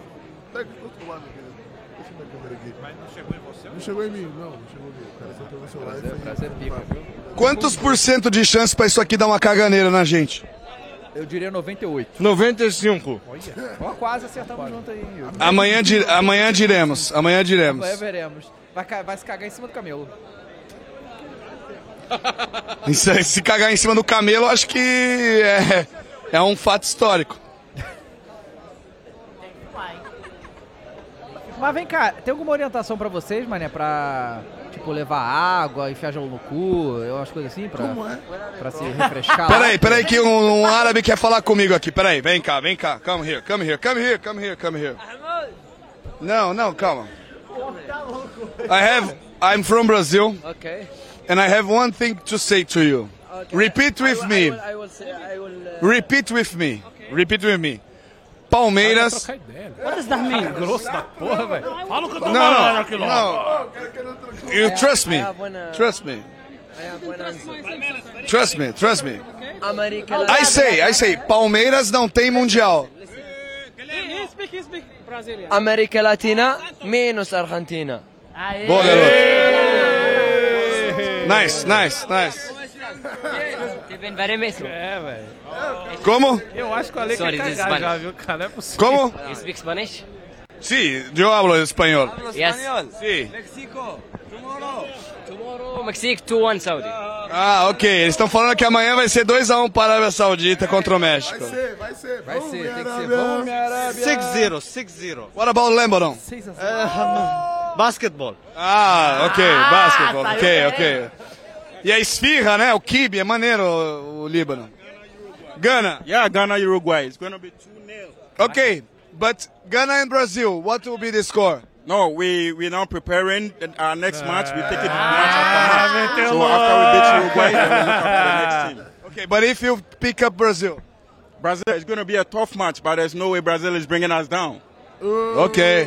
Speaker 4: pega o outro lado, meu querido. Deixa eu ver a câmera aqui. Mas não chegou em você? Não chegou em mim, não, não chegou em mim. O cara só pegou o celular e foi. Prazer,
Speaker 2: é.
Speaker 10: Quantos por cento de chance pra isso aqui dar uma caganeira na gente?
Speaker 2: Eu diria 98.
Speaker 9: 95.
Speaker 2: Ó, quase acertamos junto aí. hein, Yuri?
Speaker 10: Amanhã, di- amanhã diremos, amanhã diremos.
Speaker 2: Amanhã veremos. Vai, ca- vai se cagar em cima do camelo.
Speaker 10: Isso- Se cagar em cima do camelo, acho que é, é um fato histórico.
Speaker 2: Mas vem cá, tem alguma orientação pra vocês, mané? Pra, tipo, levar água, enfiar gelo no cu, eu- umas coisas assim? Pra,
Speaker 4: Como é?
Speaker 2: Pra se refrescar. lá?
Speaker 10: Peraí, peraí que um, um árabe quer falar comigo aqui. Peraí, vem cá, vem cá. Come here, come here, come here, come here, come here. Não, não, calma. I have, I'm from Brazil.
Speaker 20: Okay.
Speaker 10: And I have one thing to say to you. Repeat with me.
Speaker 20: I will say, I will, uh,
Speaker 10: Repeat with me. Repeat with me. Palmeiras.
Speaker 20: What does that mean? Grosso da porra, velho. Fala o que eu
Speaker 10: tô Não, não,
Speaker 19: Ah,
Speaker 10: falando aqui logo. não. You trust me. Trust me.
Speaker 19: Ah,
Speaker 10: Trust me. Trust me.
Speaker 20: América.
Speaker 10: I say, I say, Palmeiras não tem mundial.
Speaker 20: América Latina menos Argentina.
Speaker 10: Boa, garoto. Nice, nice, nice.
Speaker 20: Você vem ver mesmo? É, velho.
Speaker 10: Como?
Speaker 3: Eu acho que o Ale
Speaker 20: Sorry,
Speaker 3: quer
Speaker 20: this is
Speaker 3: cagar já,
Speaker 20: Spanish.
Speaker 3: viu, cara? Não é possível.
Speaker 10: Como?
Speaker 20: You speak Spanish?
Speaker 10: Sim, eu hablo espanhol.
Speaker 20: Yes.
Speaker 10: Sim.
Speaker 20: Mexico. Tomorrow. Tomorrow. Mexico 2-1 Saudi.
Speaker 10: Ah, ok. Eles estão falando que amanhã vai ser 2x1 para a um Arábia Saudita contra o México.
Speaker 4: Vai ser, vai ser.
Speaker 2: Vai ser, tem que ser.
Speaker 4: Arábia.
Speaker 2: Vamos, minha Arábia.
Speaker 19: 6-0, 6-0.
Speaker 10: What about Lebanon?
Speaker 19: Uh, basketball.
Speaker 10: Ah, ok.
Speaker 19: Ah,
Speaker 10: Basketball.
Speaker 19: saiu
Speaker 10: Ok,
Speaker 19: bem.
Speaker 10: ok. E a esfirra, né? O kibe. É maneiro o o Líbano. Ghana.
Speaker 19: Yeah, Ghana, Uruguay. It's gonna be 2-0.
Speaker 10: Okay, but Ghana and Brazil, what will be the score?
Speaker 19: No, we we now preparing and our next match. We take it match after match.
Speaker 10: meteu
Speaker 19: So
Speaker 10: louco.
Speaker 19: after we beat Uruguay, then we look after the next team.
Speaker 10: Okay, but if you pick up Brazil,
Speaker 19: Brazil is going to be a tough match, but there's no way Brazil is bringing us down.
Speaker 10: Okay.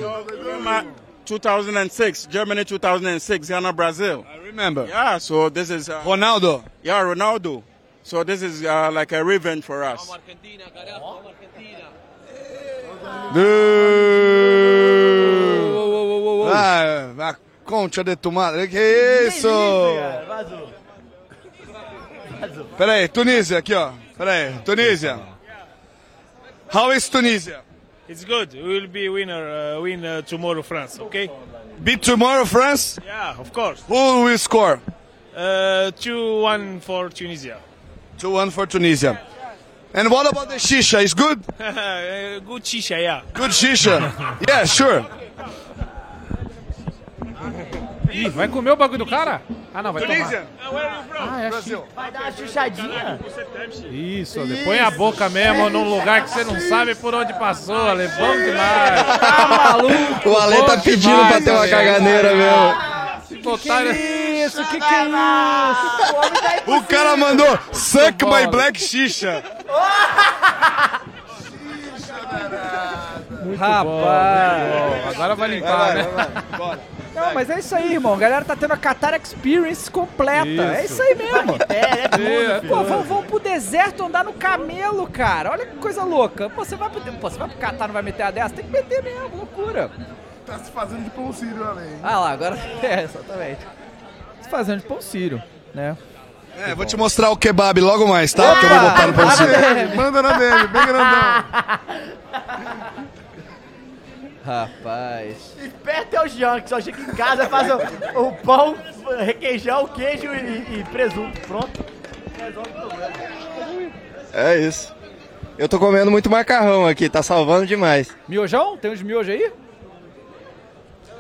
Speaker 19: 2006, Germany 2006, Ghana, Brazil. I
Speaker 10: remember.
Speaker 19: Yeah, so this is. Uh,
Speaker 10: Ronaldo.
Speaker 19: Yeah, Ronaldo. So this is uh, like a revenge for us.
Speaker 10: Ah, a concha de tu madre. Que isso?
Speaker 5: Vazou.
Speaker 10: Peraí, Tunísia, aqui ó. Peraí, Tunísia. How is Tunisia?
Speaker 25: It's good. We will be winner. Uh, win uh, tomorrow, France. Okay.
Speaker 10: Beat tomorrow France?
Speaker 25: Yeah, of course.
Speaker 10: Who will score?
Speaker 25: Uh, two one for Tunisia.
Speaker 10: 2-1 for Tunisia. And what about the shisha? Is good?
Speaker 25: Uh, good shisha, yeah.
Speaker 10: Good shisha? Yeah, sure.
Speaker 3: Ih, vai comer o bagulho do cara? Ah, não, vai
Speaker 10: Tunísia.
Speaker 3: tomar. Ah, é Brasil.
Speaker 5: assim. Vai dar uma chuchadinha?
Speaker 3: Isso, Ale. Põe a boca mesmo num lugar que você não sabe por onde passou, Ale. Bom demais. Tá maluco?
Speaker 10: O Ale tá pedindo pra ter uma caganeira, meu.
Speaker 3: Que
Speaker 2: isso? Que que é isso? O homem tá
Speaker 10: O cara mandou Suck my black shisha.
Speaker 3: Rapaz. Agora vai limpar, né?
Speaker 2: Não, mas é isso aí, irmão. A galera tá tendo a Qatar Experience completa. É isso aí mesmo.
Speaker 3: É,
Speaker 2: Pô, vão, vão pro deserto andar no camelo, cara. Olha que coisa louca. Pô, você vai pro, pô, você vai pro Qatar não vai meter a dessa? Tem que meter mesmo, loucura.
Speaker 4: Tá se fazendo de pão sírio, além.
Speaker 2: Ah lá, agora. É, exatamente. Se fazendo de pão sírio, né? Ah,
Speaker 10: É, vou te mostrar o kebab logo mais, tá?
Speaker 4: Opa!
Speaker 10: Que eu vou botar no pão
Speaker 4: Manda
Speaker 10: sírio.
Speaker 4: na DM, Manda na DM, bem grandão.
Speaker 2: Rapaz.
Speaker 5: Esperto é o Jean, que só chega em casa, faz o, o pão, requeijão, queijo e, e presunto. Pronto. Resolve o problema.
Speaker 10: É isso.
Speaker 18: Eu tô comendo muito macarrão aqui, tá salvando demais.
Speaker 2: Miojão? Tem uns miojos aí?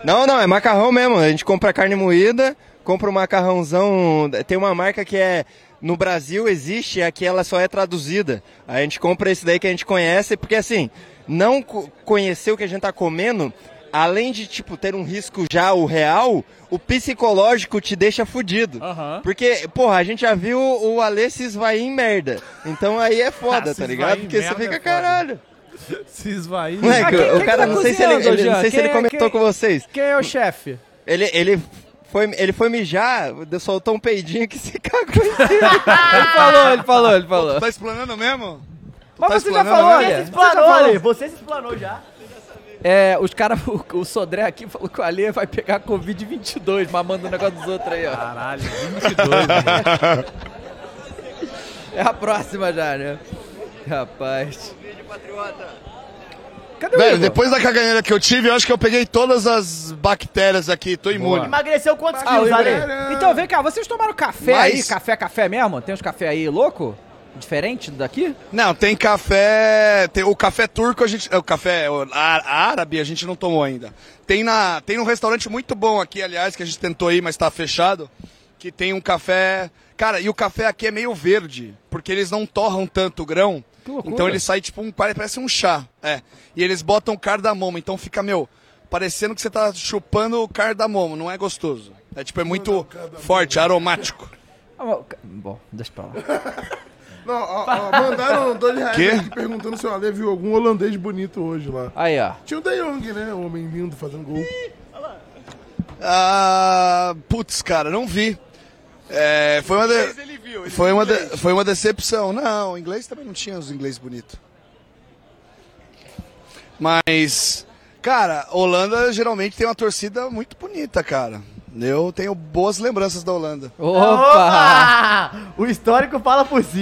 Speaker 18: Não, não, é macarrão mesmo. A gente compra carne moída, compra um macarrãozão. Tem uma marca que é. No Brasil existe, aqui ela só é traduzida. A gente compra esse daí que a gente conhece, porque assim, não co- conhecer o que a gente tá comendo, além de tipo ter um risco já o real, o psicológico te deixa fudido. Porque, porra, a gente já viu o Alê se esvair em merda. Então aí é foda,
Speaker 3: Se
Speaker 18: tá
Speaker 3: esvair
Speaker 18: ligado?
Speaker 3: em
Speaker 18: Porque você
Speaker 3: merda
Speaker 18: fica,
Speaker 3: é foda.
Speaker 18: caralho.
Speaker 3: Se esvair.
Speaker 18: Moleque,
Speaker 3: Ah, quem-
Speaker 18: o
Speaker 3: quem
Speaker 18: cara,
Speaker 3: tá
Speaker 18: não sei se ele,
Speaker 3: cozinhando,
Speaker 18: ele- não
Speaker 3: Jean?
Speaker 18: sei se ele
Speaker 3: Quem-
Speaker 18: comentou
Speaker 3: quem-
Speaker 18: com vocês.
Speaker 2: Quem é o chefe?
Speaker 18: Ele, ele, foi, ele foi mijar, soltou um peidinho que se cagou em cima.
Speaker 2: ele falou, ele falou, ele
Speaker 10: Pô,
Speaker 2: falou.
Speaker 10: tu tá explanando mesmo?
Speaker 2: Mas
Speaker 10: tá
Speaker 2: você já
Speaker 10: explorando,
Speaker 2: falou,
Speaker 10: né? Você já
Speaker 2: olha. você já falou.
Speaker 5: Olha, você se explanou já.
Speaker 2: É, os caras, o, o Sodré aqui falou que o Alê vai pegar Covid-22, mamando o negócio dos outros aí, ó. Caralho, 22, É a próxima já, né? Rapaz. Cadê
Speaker 26: Velho, depois da caganeira que eu tive, eu acho que eu peguei todas as bactérias aqui, tô imune.
Speaker 2: Emagreceu quantos
Speaker 4: Ah,
Speaker 5: quilos, Ale?
Speaker 2: Então vem cá, vocês tomaram café aí?
Speaker 26: Mas-
Speaker 2: Café, café mesmo? Tem uns café aí louco? Diferente do daqui?
Speaker 10: Não, tem café. Tem, o café turco, a gente. O café o á- árabe a gente não tomou ainda. Tem, na, tem um restaurante muito bom aqui, aliás, que a gente tentou ir, mas tá fechado. Que tem um café. Cara, e o café aqui é meio verde, porque eles não torram tanto o grão.
Speaker 26: loucura.
Speaker 10: Então ele sai tipo um. pare- Parece um chá. É. E eles botam cardamomo, então fica, meu, parecendo que você tá chupando o cardamomo, não é gostoso. É tipo, é muito forte, aromático.
Speaker 2: Bom, deixa pra lá.
Speaker 4: Não, ó, ó, mandaram dois reais
Speaker 10: Quê?
Speaker 4: aqui perguntando se o Ale viu algum holandês bonito hoje lá.
Speaker 2: Aí, ó.
Speaker 4: Tinha o De Jong, né? O homem lindo fazendo gol.
Speaker 10: Ah, putz, cara, não vi. É, foi uma de- foi uma de- foi uma decepção. Não, o inglês também não tinha os inglês bonito. Mas cara, Holanda geralmente tem uma torcida muito bonita, cara. Eu tenho boas lembranças da Holanda.
Speaker 5: Opa! O histórico fala por si.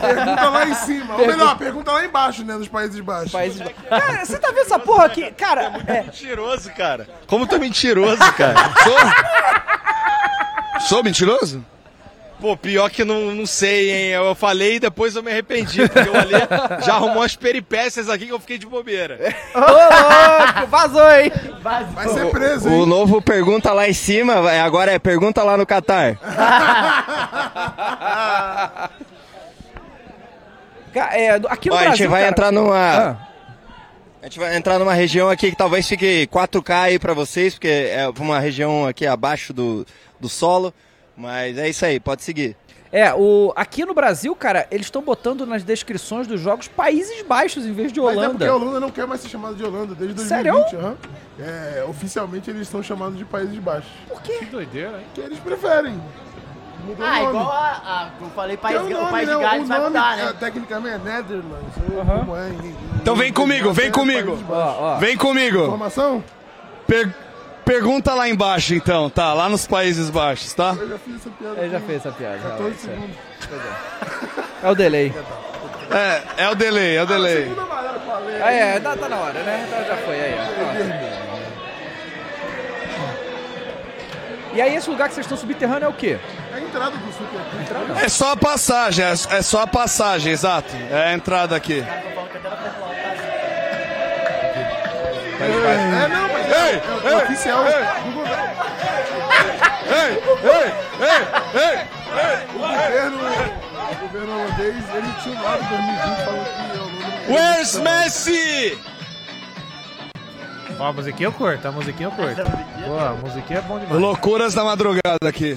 Speaker 4: Pergunta lá em cima. Ou melhor, pergunta lá embaixo, né? Nos Países Baixos.
Speaker 5: É
Speaker 2: Cara, você tá vendo essa porra aqui? Cara, é.
Speaker 26: Mentiroso, cara. Como tu é mentiroso, cara?
Speaker 10: Sou? Sou mentiroso?
Speaker 9: Pô, pior que não, não sei, hein? Eu falei e depois eu me arrependi, porque o Alê já arrumou as peripécias aqui que eu fiquei de bobeira.
Speaker 4: É.
Speaker 2: Ô, louco, vazou, hein?
Speaker 5: Vazou.
Speaker 4: Vai ser é preso,
Speaker 18: O
Speaker 4: hein?
Speaker 18: novo pergunta lá em cima, vai, agora é pergunta lá no Catar.
Speaker 2: Ca- é, do- aqui no
Speaker 18: Ó, a
Speaker 2: Brasil,
Speaker 18: gente vai
Speaker 2: cara- assim, ah.
Speaker 18: entrar numa. A gente vai entrar numa região aqui que talvez fique 4K aí pra vocês, porque é uma região aqui abaixo do, do solo. Mas é isso aí, pode seguir.
Speaker 2: É, o, aqui no Brasil, cara, eles estão botando nas descrições dos jogos Países Baixos em vez de
Speaker 4: Mas é
Speaker 2: Holanda.
Speaker 4: porque a Holanda não quer mais ser chamada de Holanda desde 2020.
Speaker 2: Sério?
Speaker 4: aham. É, oficialmente eles são chamados de Países Baixos. Por
Speaker 2: quê?
Speaker 4: Que doideira, hein? Que eles preferem. Mudou
Speaker 5: Ah,
Speaker 4: o
Speaker 2: um
Speaker 4: nome.
Speaker 5: igual a, a- Eu falei
Speaker 4: Tem
Speaker 5: país,
Speaker 4: um
Speaker 5: o
Speaker 4: nome,
Speaker 5: país
Speaker 4: né?
Speaker 5: de Gales
Speaker 4: O
Speaker 5: vai
Speaker 4: nome,
Speaker 5: mudar,
Speaker 4: é,
Speaker 5: né?
Speaker 4: Tecnicamente é Netherlands. ou como é em- em-
Speaker 10: Então vem comigo, vem comigo. Vem comigo.
Speaker 4: Informação?
Speaker 10: Per- pergunta lá embaixo, então, tá? Lá nos Países Baixos, tá?
Speaker 4: Eu já fiz essa piada.
Speaker 2: Ele já fez essa piada.
Speaker 4: 14
Speaker 2: realmente, é.
Speaker 4: segundos.
Speaker 2: É o delay.
Speaker 10: É, é o delay, é o delay.
Speaker 2: Ah, é, tá, tá na hora, né? Então já foi, aí, ó. E aí, esse lugar que vocês estão subterrâneo é o quê?
Speaker 4: É
Speaker 3: uh,
Speaker 4: a entrada do super. Entrada.
Speaker 10: É só a passagem, é, é só a passagem, exato. É a entrada aqui.
Speaker 4: É, não, mas é,
Speaker 10: Ei,
Speaker 4: é o
Speaker 10: ei,
Speaker 4: oficial
Speaker 10: ei.
Speaker 4: do governo.
Speaker 10: Ei, ei, ei, ei!
Speaker 4: O governo, o governo holandês, ele tinha um lado em 2020 falando que é o nome
Speaker 10: Where's Messi?
Speaker 3: Ó, a musiquinha eu curto, a musiquinha eu curto. Pô, a musiquinha é bom demais.
Speaker 10: Loucuras da madrugada aqui.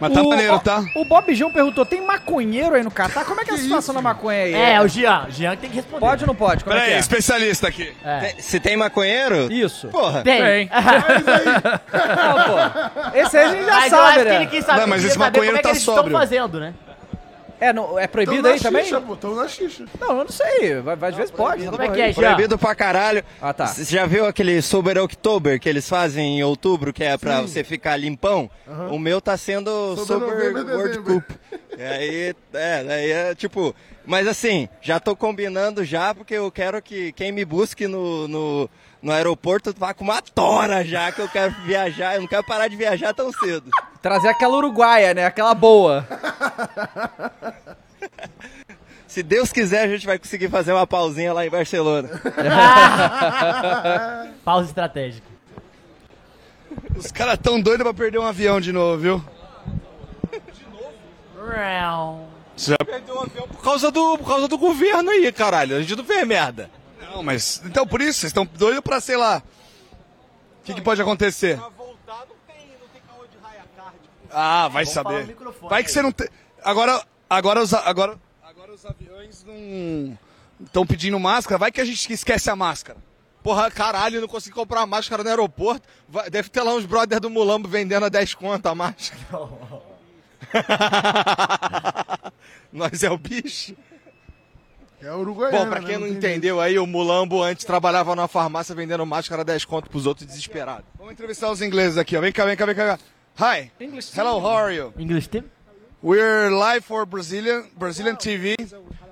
Speaker 10: Mas tá
Speaker 2: O-
Speaker 10: maneiro,
Speaker 2: ó,
Speaker 10: tá?
Speaker 2: O Bob João perguntou: tem maconheiro aí no Catar? Como é que é a situação da maconha aí?
Speaker 5: É, o Jean. Jean que tem que responder.
Speaker 2: Pode ou não pode? Como é que
Speaker 10: Peraí,
Speaker 2: é?
Speaker 10: especialista aqui.
Speaker 18: Tem- Se tem maconheiro?
Speaker 2: Isso.
Speaker 18: Porra.
Speaker 5: Tem.
Speaker 2: Não, pô. Esse aí a gente já
Speaker 5: Mas eu
Speaker 2: sabe,
Speaker 5: acho que ele
Speaker 2: né?
Speaker 5: quis saber,
Speaker 10: Não, mas
Speaker 5: queria
Speaker 10: esse
Speaker 5: saber
Speaker 10: maconheiro
Speaker 5: como é que
Speaker 10: tá
Speaker 5: eles estão
Speaker 10: sóbrio.
Speaker 5: fazendo, né?
Speaker 2: É, não, é proibido
Speaker 4: Tão na
Speaker 2: aí também?
Speaker 4: xixa, pô, tão na xixa.
Speaker 2: Não, eu não sei. vai- Às vezes pode. essa
Speaker 5: Como é
Speaker 2: porra
Speaker 5: que é,
Speaker 2: aí.
Speaker 5: Jean?
Speaker 18: Proibido pra caralho. Ah, tá. Você já viu aquele Sober October que eles fazem em outubro, que é pra você ficar limpão? O meu tá sendo Sober,
Speaker 4: Sober
Speaker 9: é
Speaker 4: November,
Speaker 18: World
Speaker 4: Dezember.
Speaker 18: Cup. E aí, é, daí é tipo. Mas assim, já tô combinando já, porque eu quero que quem me busque no, no, no aeroporto vá com uma tora já, que eu quero viajar, eu não quero parar de viajar tão cedo.
Speaker 2: Trazer aquela uruguaia, né? Aquela boa.
Speaker 18: Se Deus quiser, a gente vai conseguir fazer uma pausinha lá em Barcelona.
Speaker 5: Pausa estratégica.
Speaker 10: Os caras tão doidos pra perder um avião de novo, viu?
Speaker 9: Você já perdeu o avião por causa, do, por causa do governo aí, caralho. A gente não vê merda.
Speaker 10: Não, mas. Então por isso, vocês estão doidos pra, sei lá. O que, que pode acontecer? Ah,
Speaker 22: falar
Speaker 10: vai
Speaker 22: no
Speaker 10: saber.
Speaker 22: microfone
Speaker 10: Vai que
Speaker 22: aí.
Speaker 10: você não tem. Agora, agora, os, a- agora, agora os aviões não. Estão pedindo máscara, vai que a gente esquece a máscara.
Speaker 9: Porra, caralho, não consegui comprar a máscara no aeroporto. Vai- deve ter lá uns brother do Mulambo vendendo a 10 conto a máscara. Nós é o bicho.
Speaker 4: É uruguaiano.
Speaker 9: Bom, pra quem
Speaker 4: né?
Speaker 9: não
Speaker 4: tem
Speaker 9: entendeu aí, o Mulambo antes trabalhava na farmácia vendendo máscara a 10 conto pros outros desesperados.
Speaker 10: Vamos entrevistar os ingleses aqui, ó. Vem cá, vem cá, vem cá. Hi. Hello, how are you?
Speaker 5: English team?
Speaker 10: We're live for Brazilian Brazilian TV.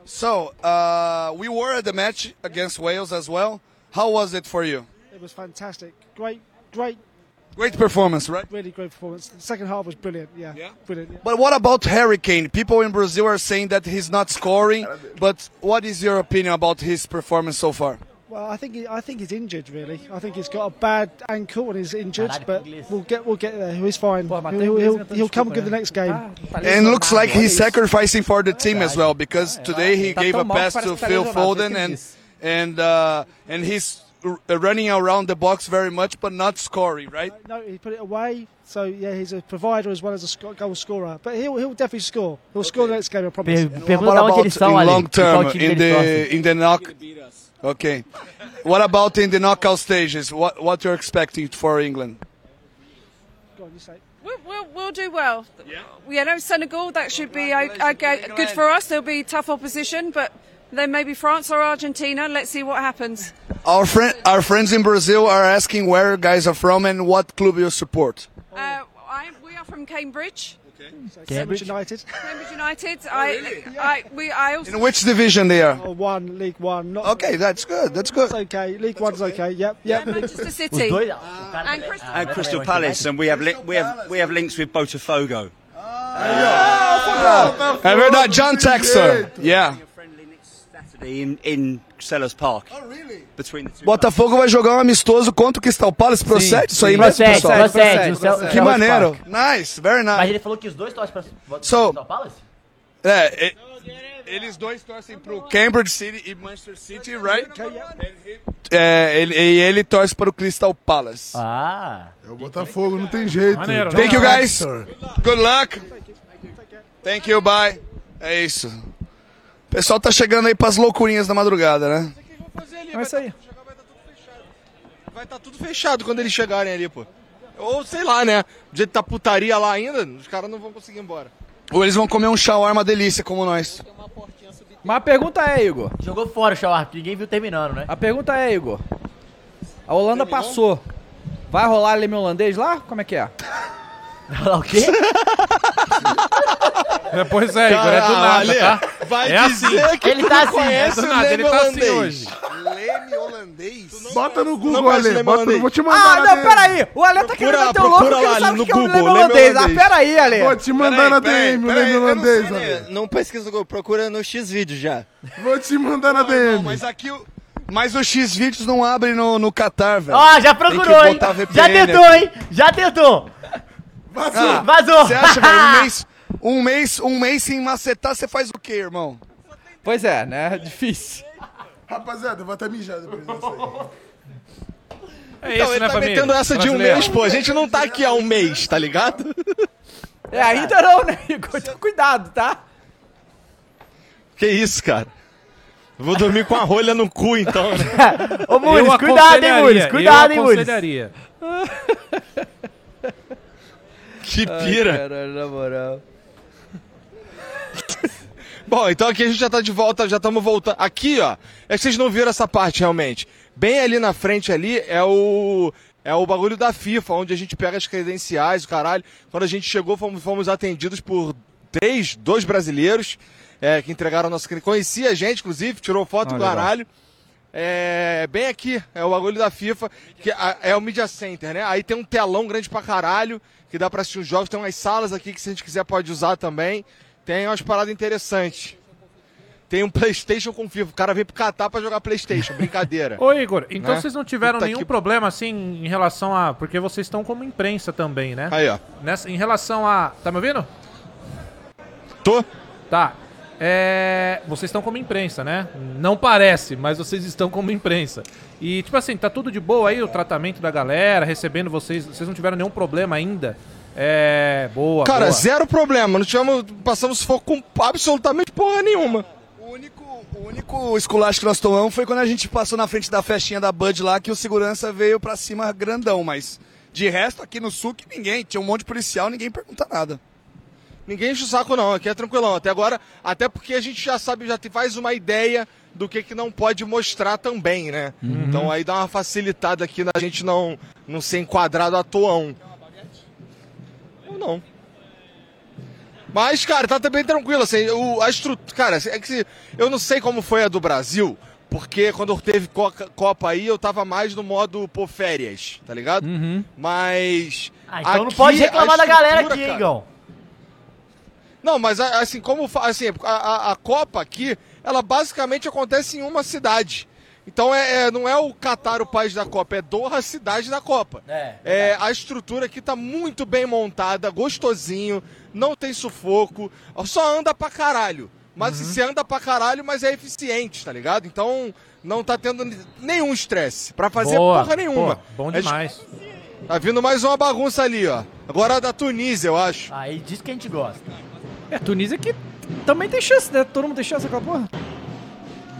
Speaker 10: So, uh, we were at the match against Wales as well. How was it for you?
Speaker 14: It was fantastic. Great, great,
Speaker 10: Great performance, right?
Speaker 14: really great performance. The second half was brilliant. Yeah, brilliant. yeah.
Speaker 10: But what about Hurricane? People in Brazil are saying that he's not scoring, but what is your opinion about his performance so far?
Speaker 14: Well, I think he, I think he's injured. Really, I think he's got a bad ankle and he's injured.
Speaker 10: Caralho,
Speaker 14: But we'll get we'll get there. He's fine. He'll, he'll, he'll, come good the Ah, next game.
Speaker 10: And looks like he's sacrificing for the team as well because today he
Speaker 14: Tá
Speaker 10: gave
Speaker 14: tão
Speaker 10: a
Speaker 14: mal que
Speaker 10: pass
Speaker 14: parece
Speaker 10: to
Speaker 14: que tá
Speaker 10: Phil
Speaker 14: lesionado, foi isso
Speaker 10: Foden
Speaker 14: que ele
Speaker 10: and
Speaker 14: disse.
Speaker 10: and uh, and he's r- running around the box very much but not scoring, right?
Speaker 14: No, he put it away. So yeah, he's a provider as well as a sco- goal scorer. But he'll he'll definitely score. He'll score the next game. I promise.
Speaker 10: And what about in long term in the in the knock? Okay. What about in the knockout stages? What what you're expecting for England?
Speaker 27: We'll, we'll, we'll do well. Yeah. You know, Senegal, that should be o- okay, good for us. They'll be tough opposition, but then maybe France or Argentina. Let's see what happens.
Speaker 10: Our friend our friends in Brazil are asking where you guys are from and what club you support.
Speaker 27: Uh, I, we are from Cambridge.
Speaker 14: Cambridge United.
Speaker 27: Cambridge United. I, I, we, I also.
Speaker 10: Oh, In which division they are?
Speaker 14: Oh, one League One. Not
Speaker 10: okay, that's good. That's good.
Speaker 14: It's okay. League One's okay. Yep. Yep.
Speaker 27: Manchester City. and
Speaker 5: Ah,
Speaker 27: Crystal
Speaker 28: And Crystal Palace, and we have li- we have we have links with Botafogo.
Speaker 10: Ah. And we're not John Texter. Yeah.
Speaker 28: Saturday in in Sellers Park. Oh really? Between the two.
Speaker 10: Botafogo vai jogar um amistoso contra o Crystal Palace. Procede isso aí,
Speaker 5: sim.
Speaker 10: mas
Speaker 5: Procede,
Speaker 10: pessoal.
Speaker 5: procede, o
Speaker 10: é
Speaker 5: Cel-
Speaker 10: um Que
Speaker 5: Celtic
Speaker 10: maneiro.
Speaker 5: Park.
Speaker 10: Nice, very nice.
Speaker 5: Mas ele falou que os dois torcem pra
Speaker 10: So-
Speaker 5: Crystal Palace?
Speaker 10: É, e- eles dois torcem pro Cambridge City e Manchester City, right? É, ele, e ele torce para o Crystal Palace.
Speaker 5: Ah.
Speaker 4: É o Botafogo, não tem jeito.
Speaker 10: Maneiro, Thank you guys. Good luck. Thank you, bye. É isso. O pessoal tá chegando aí pras loucurinhas da madrugada, né?
Speaker 2: É isso
Speaker 9: tá
Speaker 2: aí.
Speaker 9: Vai estar tudo fechado quando eles chegarem ali, pô. Ou sei lá, né? Do jeito que tá putaria lá ainda, os caras não vão conseguir ir embora.
Speaker 10: Ou eles vão comer um shawarma delícia como nós.
Speaker 6: Mas a pergunta é, Igor.
Speaker 5: Jogou fora o Shawarma, que ninguém viu terminando, né?
Speaker 6: A pergunta é, Igor. A Holanda passou. Vai rolar ele meu holandês lá? Como é que é?
Speaker 5: Rolar o quê?
Speaker 3: Pois é, Igor, é do nada,
Speaker 22: Caralho,
Speaker 3: tá?
Speaker 22: vai
Speaker 3: é
Speaker 22: dizer
Speaker 3: assim.
Speaker 22: que Ele tu tá não assim.
Speaker 3: é
Speaker 22: conhece
Speaker 3: do
Speaker 22: o
Speaker 3: nada, ele tá assim
Speaker 22: Leme
Speaker 3: hoje.
Speaker 10: Leme holandês?
Speaker 4: Bota no
Speaker 3: Não
Speaker 4: Google,
Speaker 3: conhece
Speaker 4: Ale.
Speaker 3: leme
Speaker 4: Bota,
Speaker 3: holandês.
Speaker 4: eu vou te
Speaker 6: Ah,
Speaker 4: mandar.
Speaker 6: não, peraí. O Ale tá querendo meter o louco porque ele sabe que é o leme holandês. Ah, peraí, Ale.
Speaker 4: Vou te mandar na DM, o leme holandês, Ale.
Speaker 18: Não pesquisa no Google, procura no X-Vídeo já.
Speaker 4: Vou te mandar na DM.
Speaker 10: Mas aqui o. Mas o X vídeos não abre no, no Qatar, velho.
Speaker 5: Ó, já
Speaker 10: Tem que
Speaker 5: procurou, hein?
Speaker 10: botar
Speaker 5: Já
Speaker 10: VPN
Speaker 5: tentou,
Speaker 10: aqui.
Speaker 5: hein? Já tentou. Ah,
Speaker 10: Vazou.
Speaker 5: Vazou.
Speaker 10: Você acha, velho, um mês, um mês, um mês sem macetar, você faz o quê, irmão?
Speaker 6: Pois é, né? Difícil.
Speaker 4: Rapaziada, eu vou até mijar depois disso aí.
Speaker 3: É
Speaker 9: então,
Speaker 3: isso,
Speaker 9: ele
Speaker 3: né,
Speaker 9: tá
Speaker 3: família?
Speaker 9: metendo essa de um
Speaker 3: Brasileiro.
Speaker 9: mês, pô. A gente não tá aqui há um mês, tá ligado?
Speaker 6: É, ainda não, né, Igor? Então cuidado, tá?
Speaker 9: Que isso, cara. Vou dormir com a rolha no cu, então.
Speaker 6: Ô,
Speaker 3: Mules, Eu cuidado, hein, Mules, aconselharia, cuidado, eu hein, Mules. aconselharia.
Speaker 9: Que pira.
Speaker 6: Caralho, na moral.
Speaker 9: Bom, então aqui a gente já tá de volta, já estamos voltando. Aqui, ó, é que vocês não viram essa parte realmente. Bem ali na frente ali é o é o bagulho da FIFA, onde a gente pega as credenciais, o caralho. Quando a gente chegou, fomos, fomos atendidos por três, dois brasileiros é, que entregaram a nossa credencial. Conhecia a gente, inclusive, tirou foto
Speaker 15: Ah,
Speaker 9: do
Speaker 15: legal.
Speaker 9: caralho. É, bem aqui, é o bagulho da FIFA, que a- é o Media Center, né? Aí tem um telão grande pra caralho, que dá pra assistir os jogos. Tem umas salas aqui que se a gente quiser pode usar também. Tem umas paradas interessantes. Tem um PlayStation com FIFA. O cara veio pro Catar pra jogar PlayStation. Brincadeira.
Speaker 3: Ô, Igor, então
Speaker 9: Né?
Speaker 3: vocês não tiveram
Speaker 9: Puta
Speaker 3: nenhum
Speaker 9: que-
Speaker 3: problema, assim, em relação a. Porque vocês estão como imprensa também, né?
Speaker 9: Aí, ó.
Speaker 3: Nessa, em relação a. Tá me ouvindo?
Speaker 9: Tô.
Speaker 3: Tá. É, vocês estão como imprensa, né? Não parece, mas vocês estão como imprensa. E, tipo assim, tá tudo de boa aí o tratamento da galera, recebendo vocês. Vocês não tiveram nenhum problema ainda? É. Boa.
Speaker 9: Cara,
Speaker 3: boa.
Speaker 9: zero problema. Não tivemos, passamos sufoco com absolutamente porra nenhuma.
Speaker 10: único esculacho que nós tomamos foi quando a gente passou na frente da festinha da Bud lá, que o segurança veio pra cima grandão, mas de resto, aqui no sul, que ninguém, tinha um monte de policial, ninguém pergunta nada.
Speaker 9: Ninguém enche o saco, não. Aqui é tranquilão. Até agora, até porque a gente já sabe, já te faz uma ideia do que, que não pode mostrar também, né? Então aí dá uma facilitada aqui na gente não, não ser enquadrado à toão. Ou não. Mas, cara, tá também tranquilo, assim, o, a estrutura, cara, assim, é que se- eu não sei como foi a do Brasil, porque quando teve Coca- Copa aí, eu tava mais no modo, pô, férias, tá ligado? Mas...
Speaker 5: Ah, então não pode reclamar da galera aqui, hein,
Speaker 9: hein,
Speaker 5: Igão?
Speaker 9: Não, mas a- assim, como fa- assim, a, a- a Copa aqui, ela basicamente acontece em uma cidade. Então é, é- não é o Catar o país da Copa, é Doha a cidade da Copa.
Speaker 5: É.
Speaker 9: É, a estrutura aqui tá muito bem montada, gostosinho, não tem sufoco, só anda pra caralho. Mas
Speaker 5: Uhum.
Speaker 9: se anda pra caralho, mas é eficiente, tá ligado? Então não tá tendo ni- nenhum estresse pra fazer
Speaker 3: Boa,
Speaker 9: porra nenhuma.
Speaker 3: pô, bom
Speaker 9: É,
Speaker 3: demais.
Speaker 9: Tá vindo mais uma bagunça ali, ó. Agora a da Tunísia, eu acho.
Speaker 5: Aí diz que a gente gosta.
Speaker 2: É, Tunísia que também tem chance, né? Todo mundo tem chance com a porra.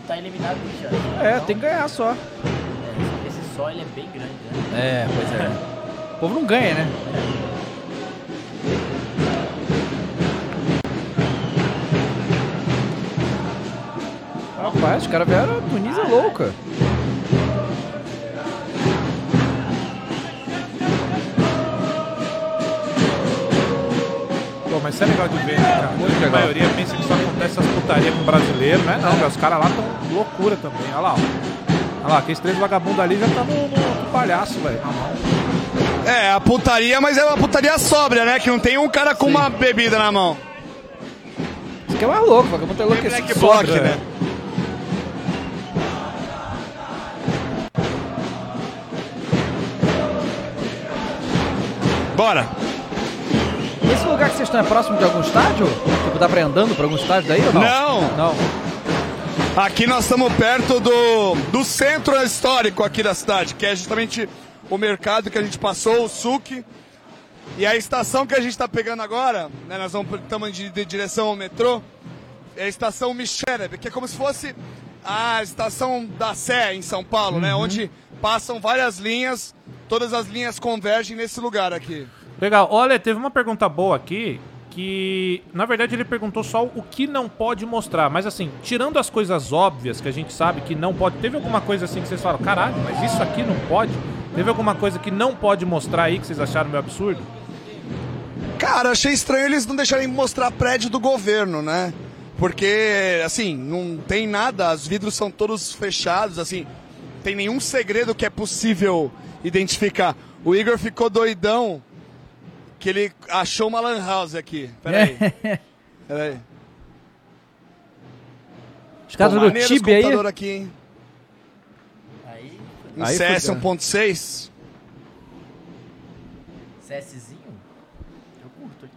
Speaker 5: Tá eliminado do chão.
Speaker 2: É, tem que ganhar só.
Speaker 5: Esse só ele é bem grande, né?
Speaker 2: É, pois é. O povo não ganha, né? Rapaz, os caras vieram a Tunísia louca.
Speaker 3: Pô, mas isso é legal de ver, né, cara? Hoje a maioria pensa que só acontece essas putarias com brasileiro, né? Não, velho, os caras lá tão loucura também. Olha lá, ó. Olha lá, aqueles três vagabundos ali já tá no, no- no palhaço, velho.
Speaker 10: É, a putaria, mas é uma putaria sóbria, né? Que não tem um cara com uma bebida na mão.
Speaker 2: Isso que é mais louco, vagabundo é louco que
Speaker 10: Black Block, né?
Speaker 9: Bora!
Speaker 2: Esse lugar que vocês estão é próximo de algum estádio? Tipo, dá pra ir andando pra algum estádio daí ou não?
Speaker 10: Não.
Speaker 2: Não.
Speaker 10: Aqui nós estamos perto do, do centro histórico aqui da cidade, que é justamente o mercado que a gente passou, o SUC. E a estação que a gente está pegando agora, né, nós vamos- estamos de, de direção ao metrô, é a estação Micheleb, que é como se fosse a estação da Sé em São Paulo,
Speaker 2: Uhum.
Speaker 10: né? Onde passam várias linhas, todas as linhas convergem nesse lugar aqui.
Speaker 3: Legal. Olha, teve uma pergunta boa aqui que, na verdade, ele perguntou só o que não pode mostrar. Mas, assim, tirando as coisas óbvias que a gente sabe que não pode, teve alguma coisa assim que vocês falam, caralho, mas isso aqui não pode? Teve alguma coisa que não pode mostrar aí que vocês acharam meio absurdo?
Speaker 10: Cara, achei estranho eles não deixarem mostrar prédio do governo, né? Porque, assim, não tem nada, os vidros são todos fechados, assim, tem nenhum segredo que é possível identificar. O Igor ficou doidão que ele achou uma lan house aqui.
Speaker 3: É.
Speaker 2: É.
Speaker 10: Peraí. Peraí.
Speaker 2: Os caras
Speaker 10: Pô,
Speaker 2: do
Speaker 10: maneiro esse
Speaker 2: Tibia aí.
Speaker 10: computador aqui, hein? Um
Speaker 2: Aí
Speaker 10: CS
Speaker 2: funciona.
Speaker 10: 1.6.
Speaker 5: CSzinho? Eu curto, hein?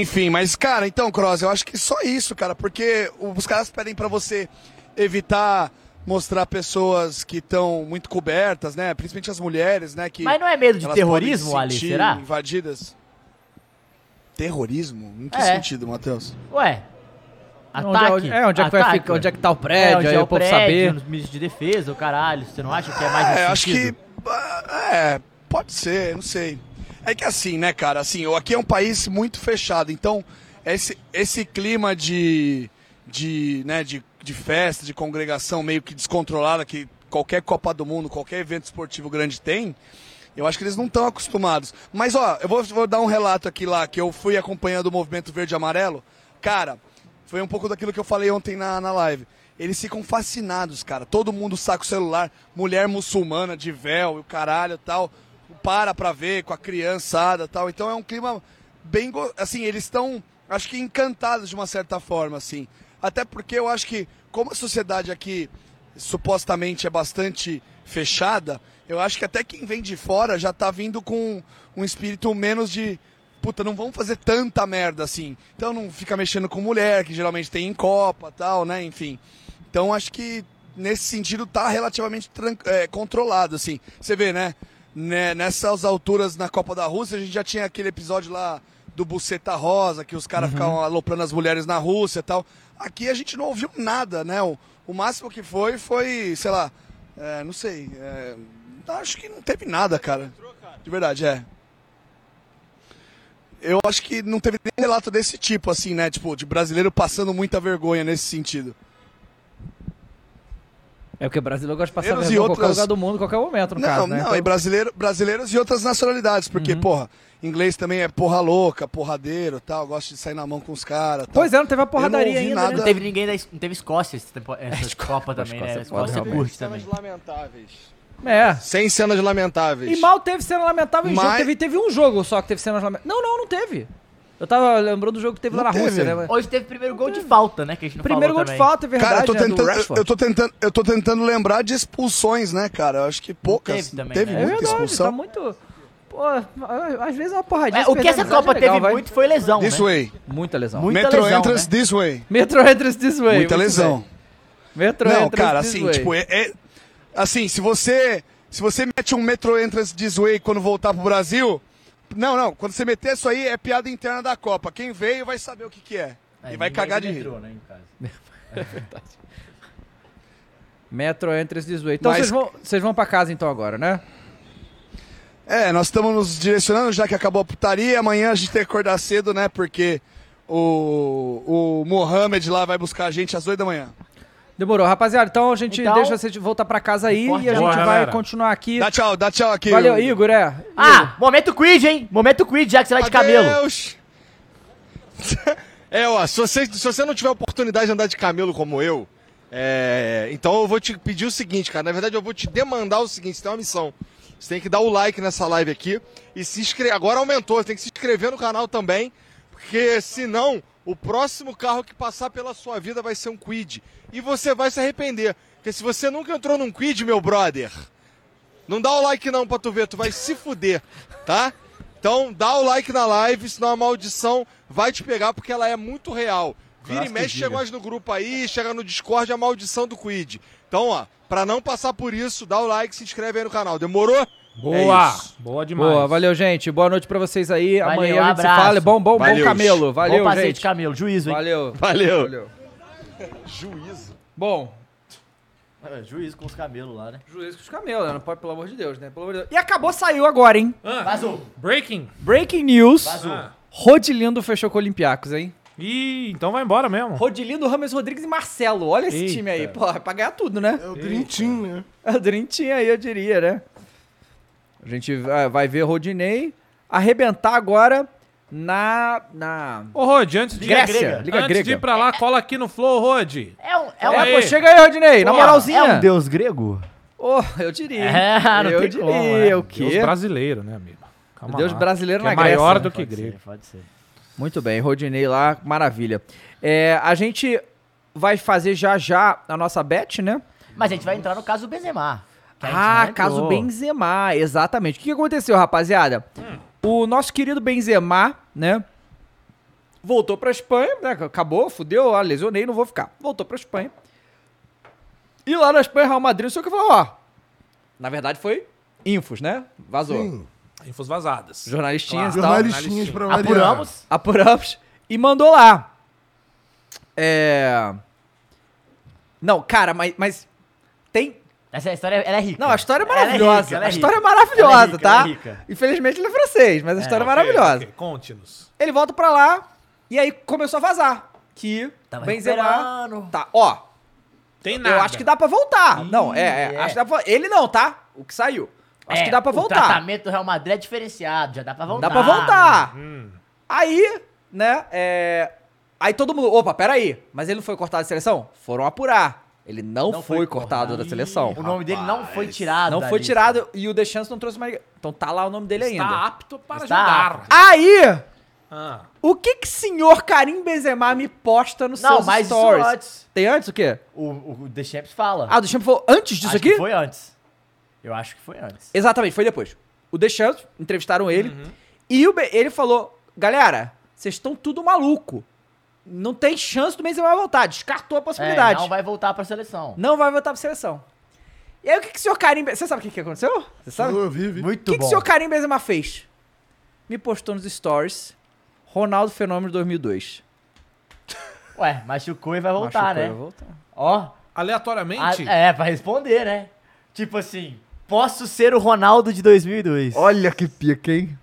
Speaker 10: Enfim, mas cara, então, Cross, eu acho que só isso, cara, porque os caras pedem pra você evitar mostrar pessoas que estão muito cobertas, né? Principalmente as mulheres, né? Que
Speaker 5: Mas não é medo de
Speaker 10: elas
Speaker 5: terrorismo,
Speaker 10: podem se
Speaker 5: Ali,
Speaker 10: sentir
Speaker 5: será?
Speaker 10: Invadidas. Terrorismo? Em que
Speaker 5: É.
Speaker 10: sentido, Matheus?
Speaker 5: Ué.
Speaker 2: Onde
Speaker 5: Ataque.
Speaker 2: é- onde- é, onde é que vai
Speaker 5: Ataque,
Speaker 2: ficar-
Speaker 5: ué.
Speaker 2: onde é que tá o prédio,
Speaker 5: onde
Speaker 2: aí
Speaker 5: é
Speaker 2: o povo
Speaker 5: prédio,
Speaker 2: saber.
Speaker 5: Nos ministros de defesa, o caralho. Você não acha que é mais
Speaker 10: É,
Speaker 5: nesse
Speaker 10: acho que.
Speaker 5: sentido?
Speaker 10: ah, É, pode ser, não sei. É que assim, né, cara? Assim, eu- aqui é um país muito fechado, então esse, esse clima de, de, né, de, de festa, de congregação meio que descontrolada que qualquer Copa do Mundo, qualquer evento esportivo grande tem, eu acho que eles não estão acostumados. Mas, ó, eu vou, vou dar um relato aqui lá, que eu fui acompanhando o movimento verde e amarelo. Cara, foi um pouco daquilo que eu falei ontem na, na live. Eles ficam fascinados, cara. Todo mundo saca o celular, mulher muçulmana de véu e o caralho e tal. Para pra ver com a criançada e tal. Então é um clima bem. go- Assim, eles estão, acho que encantados de uma certa forma, assim. Até porque eu acho que, como a sociedade aqui supostamente é bastante fechada, eu acho que até quem vem de fora já tá vindo com um espírito menos de. Puta, não vamos fazer tanta merda assim. Então não fica mexendo com mulher, que geralmente tem em Copa tal, né? Enfim. Então acho que nesse sentido tá relativamente tran- é, controlado, assim. Você vê, né? né? Nessas alturas na Copa da Rússia, a gente já tinha aquele episódio lá do Buceta Rosa, que os caras ficavam aloprando as mulheres na Rússia e tal. Aqui a gente não ouviu nada, né? O, o máximo que foi foi, sei lá, é, não sei. é, acho que não teve nada, cara. De verdade, é. Eu acho que não teve nem relato desse tipo, assim, né? Tipo, de brasileiro passando muita vergonha nesse sentido.
Speaker 2: É porque brasileiro gosta de passar
Speaker 10: Brasileiros e
Speaker 2: vergonha em qualquer
Speaker 10: outras-
Speaker 2: lugar do mundo, em qualquer momento, no
Speaker 10: não,
Speaker 2: caso, né?
Speaker 10: Não, é
Speaker 2: Então- Uhum.
Speaker 10: e brasileiro, brasileiros e outras nacionalidades, porque, porra, inglês também é porra louca, porradeiro tal, gosta de sair na mão com os caras. tal.
Speaker 5: Pois é, não
Speaker 2: teve a né?
Speaker 10: Eu não ouvi nada.
Speaker 5: Não teve ninguém da Es- não teve Escócia essa, tempo- essa Copa também,
Speaker 9: Escócia
Speaker 5: né?
Speaker 9: é
Speaker 5: Escócia
Speaker 9: foda,
Speaker 5: curte
Speaker 9: realmente.
Speaker 5: também.
Speaker 9: Lamentáveis.
Speaker 2: É.
Speaker 9: Sem cenas lamentáveis.
Speaker 2: E mal teve cena lamentável em jogo.
Speaker 9: Mas-
Speaker 2: Teve, teve um jogo só que teve cenas lamentáveis. Não, não, não teve. Eu tava lembrando do jogo que teve lá na Rússia, né?
Speaker 5: Hoje teve primeiro gol de falta, né? Que a gente não
Speaker 2: Primeiro
Speaker 5: falou
Speaker 2: gol de
Speaker 5: também.
Speaker 2: falta, é verdade,
Speaker 10: Cara, eu tô,
Speaker 2: né, do
Speaker 10: tentando,
Speaker 2: Rashford.
Speaker 10: eu, tô tentando, eu tô tentando lembrar de expulsões, né, cara? Eu acho que poucas. Teve,
Speaker 5: teve também,
Speaker 10: muita
Speaker 2: É verdade,
Speaker 10: expulsão.
Speaker 2: tá muito... Pô, às vezes é uma porradinha.
Speaker 5: É, o que essa
Speaker 2: perdendo amizade
Speaker 5: Copa
Speaker 2: é legal,
Speaker 5: teve
Speaker 2: vai.
Speaker 5: muito foi lesão, né?
Speaker 10: This way.
Speaker 2: né? Muita lesão.
Speaker 5: Muita
Speaker 10: Metro
Speaker 5: lesão,
Speaker 10: entrance
Speaker 5: né?
Speaker 10: this way.
Speaker 2: Metro entrance this way.
Speaker 10: Muita
Speaker 2: muito
Speaker 10: lesão.
Speaker 2: bem. Metro
Speaker 10: Não,
Speaker 2: entrance
Speaker 10: cara,
Speaker 2: this
Speaker 10: assim,
Speaker 2: way.
Speaker 10: tipo, é, é- assim, se você se você mete um Metro Entrance This Way quando voltar pro Brasil, não, não, quando você meter isso aí é piada interna da Copa. Quem veio vai saber o que que é. e vai cagar de rir.
Speaker 5: né,
Speaker 2: É verdade. Metro entrance this way. Então
Speaker 10: Mas-
Speaker 2: vocês vão, vocês vão pra casa então agora, né?
Speaker 10: É, nós estamos nos direcionando, já que acabou a putaria, amanhã a gente tem que acordar cedo, né? Porque o, o Mohamed lá vai buscar a gente às 8 da manhã.
Speaker 2: Demorou, rapaziada. Então a gente
Speaker 10: Então-
Speaker 2: deixa você de voltar pra casa aí
Speaker 10: Forte
Speaker 2: e a gente
Speaker 10: abraço.
Speaker 2: vai
Speaker 10: Boa, galera.
Speaker 2: continuar aqui.
Speaker 10: Dá tchau, dá tchau aqui.
Speaker 2: Valeu,
Speaker 10: Hugo.
Speaker 2: Igor, é.
Speaker 5: Ah, momento quid, hein? Momento quid, já que você vai de cabelo.
Speaker 9: Adeus. É, ó, se você, se você não tiver oportunidade de andar de camelo como eu, é, então eu vou te pedir o seguinte, cara. Na verdade, eu vou te demandar o seguinte: você tem uma missão. Você tem que dar o like nessa live aqui e se inscrever. Agora aumentou, você tem que se inscrever no canal também, porque senão o próximo carro que passar pela sua vida vai ser um quid. E você vai se arrepender. Porque se você nunca entrou num quid, meu brother, não dá o like não pra tu ver, tu vai se fuder, tá? Então dá o like na live, senão a maldição vai te pegar porque ela é muito real. Vira e
Speaker 29: Clássico
Speaker 9: mexe,
Speaker 29: gíria.
Speaker 9: chega mais no grupo aí, chega no Discord, é a maldição do Quid. Então, ó, pra não passar por isso, dá o like, se inscreve aí no canal, demorou? É
Speaker 3: Boa! Boa demais.
Speaker 2: Boa, valeu, gente. Boa noite pra vocês aí.
Speaker 5: Valeu,
Speaker 2: Amanhã a gente
Speaker 5: um abraço.
Speaker 2: se fala. Bom, bom, bom
Speaker 5: Valeu.
Speaker 2: camelo. Valeu,
Speaker 5: Bom passeio
Speaker 2: gente.
Speaker 5: de camelo, juízo, hein?
Speaker 2: Valeu.
Speaker 5: Valeu.
Speaker 9: Juízo.
Speaker 2: Bom.
Speaker 5: É, juízo com os camelos lá, né?
Speaker 2: Juízo com os camelos, né? Não pode, pelo amor de Deus, né? Pelo amor de Deus. E acabou, saiu agora, hein?
Speaker 3: Ah.
Speaker 5: Vazou.
Speaker 3: Breaking.
Speaker 2: Breaking news.
Speaker 3: Vazou.
Speaker 2: Rodilindo fechou com o Olympiacos, hein?
Speaker 3: Ah. Ih, então vai embora mesmo.
Speaker 2: Rodilindo, Rames Rodrigues e Marcelo. Olha esse
Speaker 3: Eita.
Speaker 2: time aí. Pô, é pra ganhar tudo, né? É o
Speaker 30: Dream Team, né?
Speaker 2: É o Dream Team aí, eu diria, né? A gente vai vai ver Rodinei arrebentar agora na... na...
Speaker 3: Ô, Rod, antes de...
Speaker 2: Liga grega. Liga
Speaker 3: antes de
Speaker 2: grega.
Speaker 3: ir pra lá, cola aqui no Flow, Rod.
Speaker 5: É um...
Speaker 2: É, pô, chega aí, Rodinei, na moralzinha.
Speaker 5: É um deus grego?
Speaker 2: Ô, eu diria. hein?
Speaker 5: É, não
Speaker 2: eu
Speaker 5: tem
Speaker 2: diria.
Speaker 5: como, né?
Speaker 2: O quê?
Speaker 3: Deus brasileiro, né, amigo?
Speaker 2: Deus brasileiro
Speaker 3: que
Speaker 2: na
Speaker 3: é maior do
Speaker 2: Grécia, né?
Speaker 3: que
Speaker 2: Pode ser,
Speaker 3: grego.
Speaker 5: Pode ser.
Speaker 2: Muito bem, Rodinei lá, maravilha. É, a gente vai fazer já já a nossa bet, né?
Speaker 5: Mas a gente vai entrar no caso Benzema. que a gente não
Speaker 2: Ah,
Speaker 5: entrou.
Speaker 2: caso Benzema, exatamente. O que que aconteceu, rapaziada?
Speaker 5: Hum.
Speaker 2: O nosso querido Benzema, né? Voltou pra Espanha, né? Acabou, fudeu, ó, lesionei, não vou ficar. Voltou pra Espanha. E lá na Espanha, Real Madrid, só que falou, ó. Na verdade foi infos, né? Vazou.
Speaker 3: Sim. Infos vazadas.
Speaker 2: Jornalistinhas e
Speaker 3: Claro.
Speaker 2: tal.
Speaker 3: Jornalistinhas pra variar.
Speaker 2: Apuramos. Apuramos. E mandou lá. É... Não, cara, mas, mas tem...
Speaker 5: Essa história ela é rica.
Speaker 2: Não, a história é
Speaker 5: Ela é rica,
Speaker 2: maravilhosa.
Speaker 5: ela é
Speaker 2: a história é
Speaker 5: rica.
Speaker 2: maravilhosa,
Speaker 5: Ela é rica,
Speaker 2: tá?
Speaker 5: ela é rica.
Speaker 2: Infelizmente ele é francês, mas a história é, maravilhosa.
Speaker 3: Conte-nos.
Speaker 2: Ele volta pra lá e aí começou a vazar. Que
Speaker 3: Tava
Speaker 2: Benzema... Tá, ó.
Speaker 3: Tem
Speaker 2: Eu acho que dá pra voltar. não, é, é,
Speaker 5: é.
Speaker 2: Acho que dá pra... Ele não, tá? O que saiu. Acho
Speaker 5: É,
Speaker 2: que dá pra
Speaker 5: O
Speaker 2: voltar.
Speaker 5: tratamento do Real Madrid é diferenciado, já dá pra voltar.
Speaker 2: Dá pra voltar. Aí, né, é... Aí todo mundo, opa, peraí, mas ele não foi cortado da seleção? Foram apurar. Ele não,
Speaker 5: Não
Speaker 2: foi,
Speaker 5: foi
Speaker 2: cortado da seleção.
Speaker 5: O nome dele não foi tirado.
Speaker 2: Não
Speaker 5: da
Speaker 2: foi
Speaker 5: lista.
Speaker 2: tirado e o The Chance não trouxe mais. Então tá lá o nome dele ainda.
Speaker 3: Tá apto para
Speaker 2: Está
Speaker 3: jogar.
Speaker 2: Aí,
Speaker 3: Ah.
Speaker 2: O que que senhor Karim Benzema me posta
Speaker 5: Não,
Speaker 2: no seus
Speaker 5: mas isso
Speaker 2: stories?
Speaker 5: antes.
Speaker 2: Tem antes o quê?
Speaker 5: O, o The Champs fala.
Speaker 2: Ah, o Deschamps falou antes disso
Speaker 5: Acho
Speaker 2: aqui?
Speaker 5: que foi antes. Eu acho que foi antes.
Speaker 2: Exatamente, foi depois. O Deschamps, entrevistaram ele,
Speaker 3: Uhum.
Speaker 2: e o Be- ele falou, galera, vocês estão tudo maluco. Não tem chance do Benzema voltar, descartou a
Speaker 5: É,
Speaker 2: possibilidade.
Speaker 5: não vai voltar pra seleção.
Speaker 2: Não vai voltar pra seleção. E aí o que, que o senhor Karim... Be- Você sabe o que, que aconteceu? Você sabe?
Speaker 4: Eu vi, vi.
Speaker 2: O que, que o senhor Karim Benzema fez? Me postou nos stories, Ronaldo Fenômeno 2002.
Speaker 5: Ué, machucou e vai voltar,
Speaker 2: Machucou e
Speaker 5: né?
Speaker 2: vai voltar.
Speaker 5: Ó.
Speaker 3: Aleatoriamente?
Speaker 5: a- é, pra responder, né? Tipo assim, posso ser o Ronaldo de 2002.
Speaker 12: Olha que pica, hein?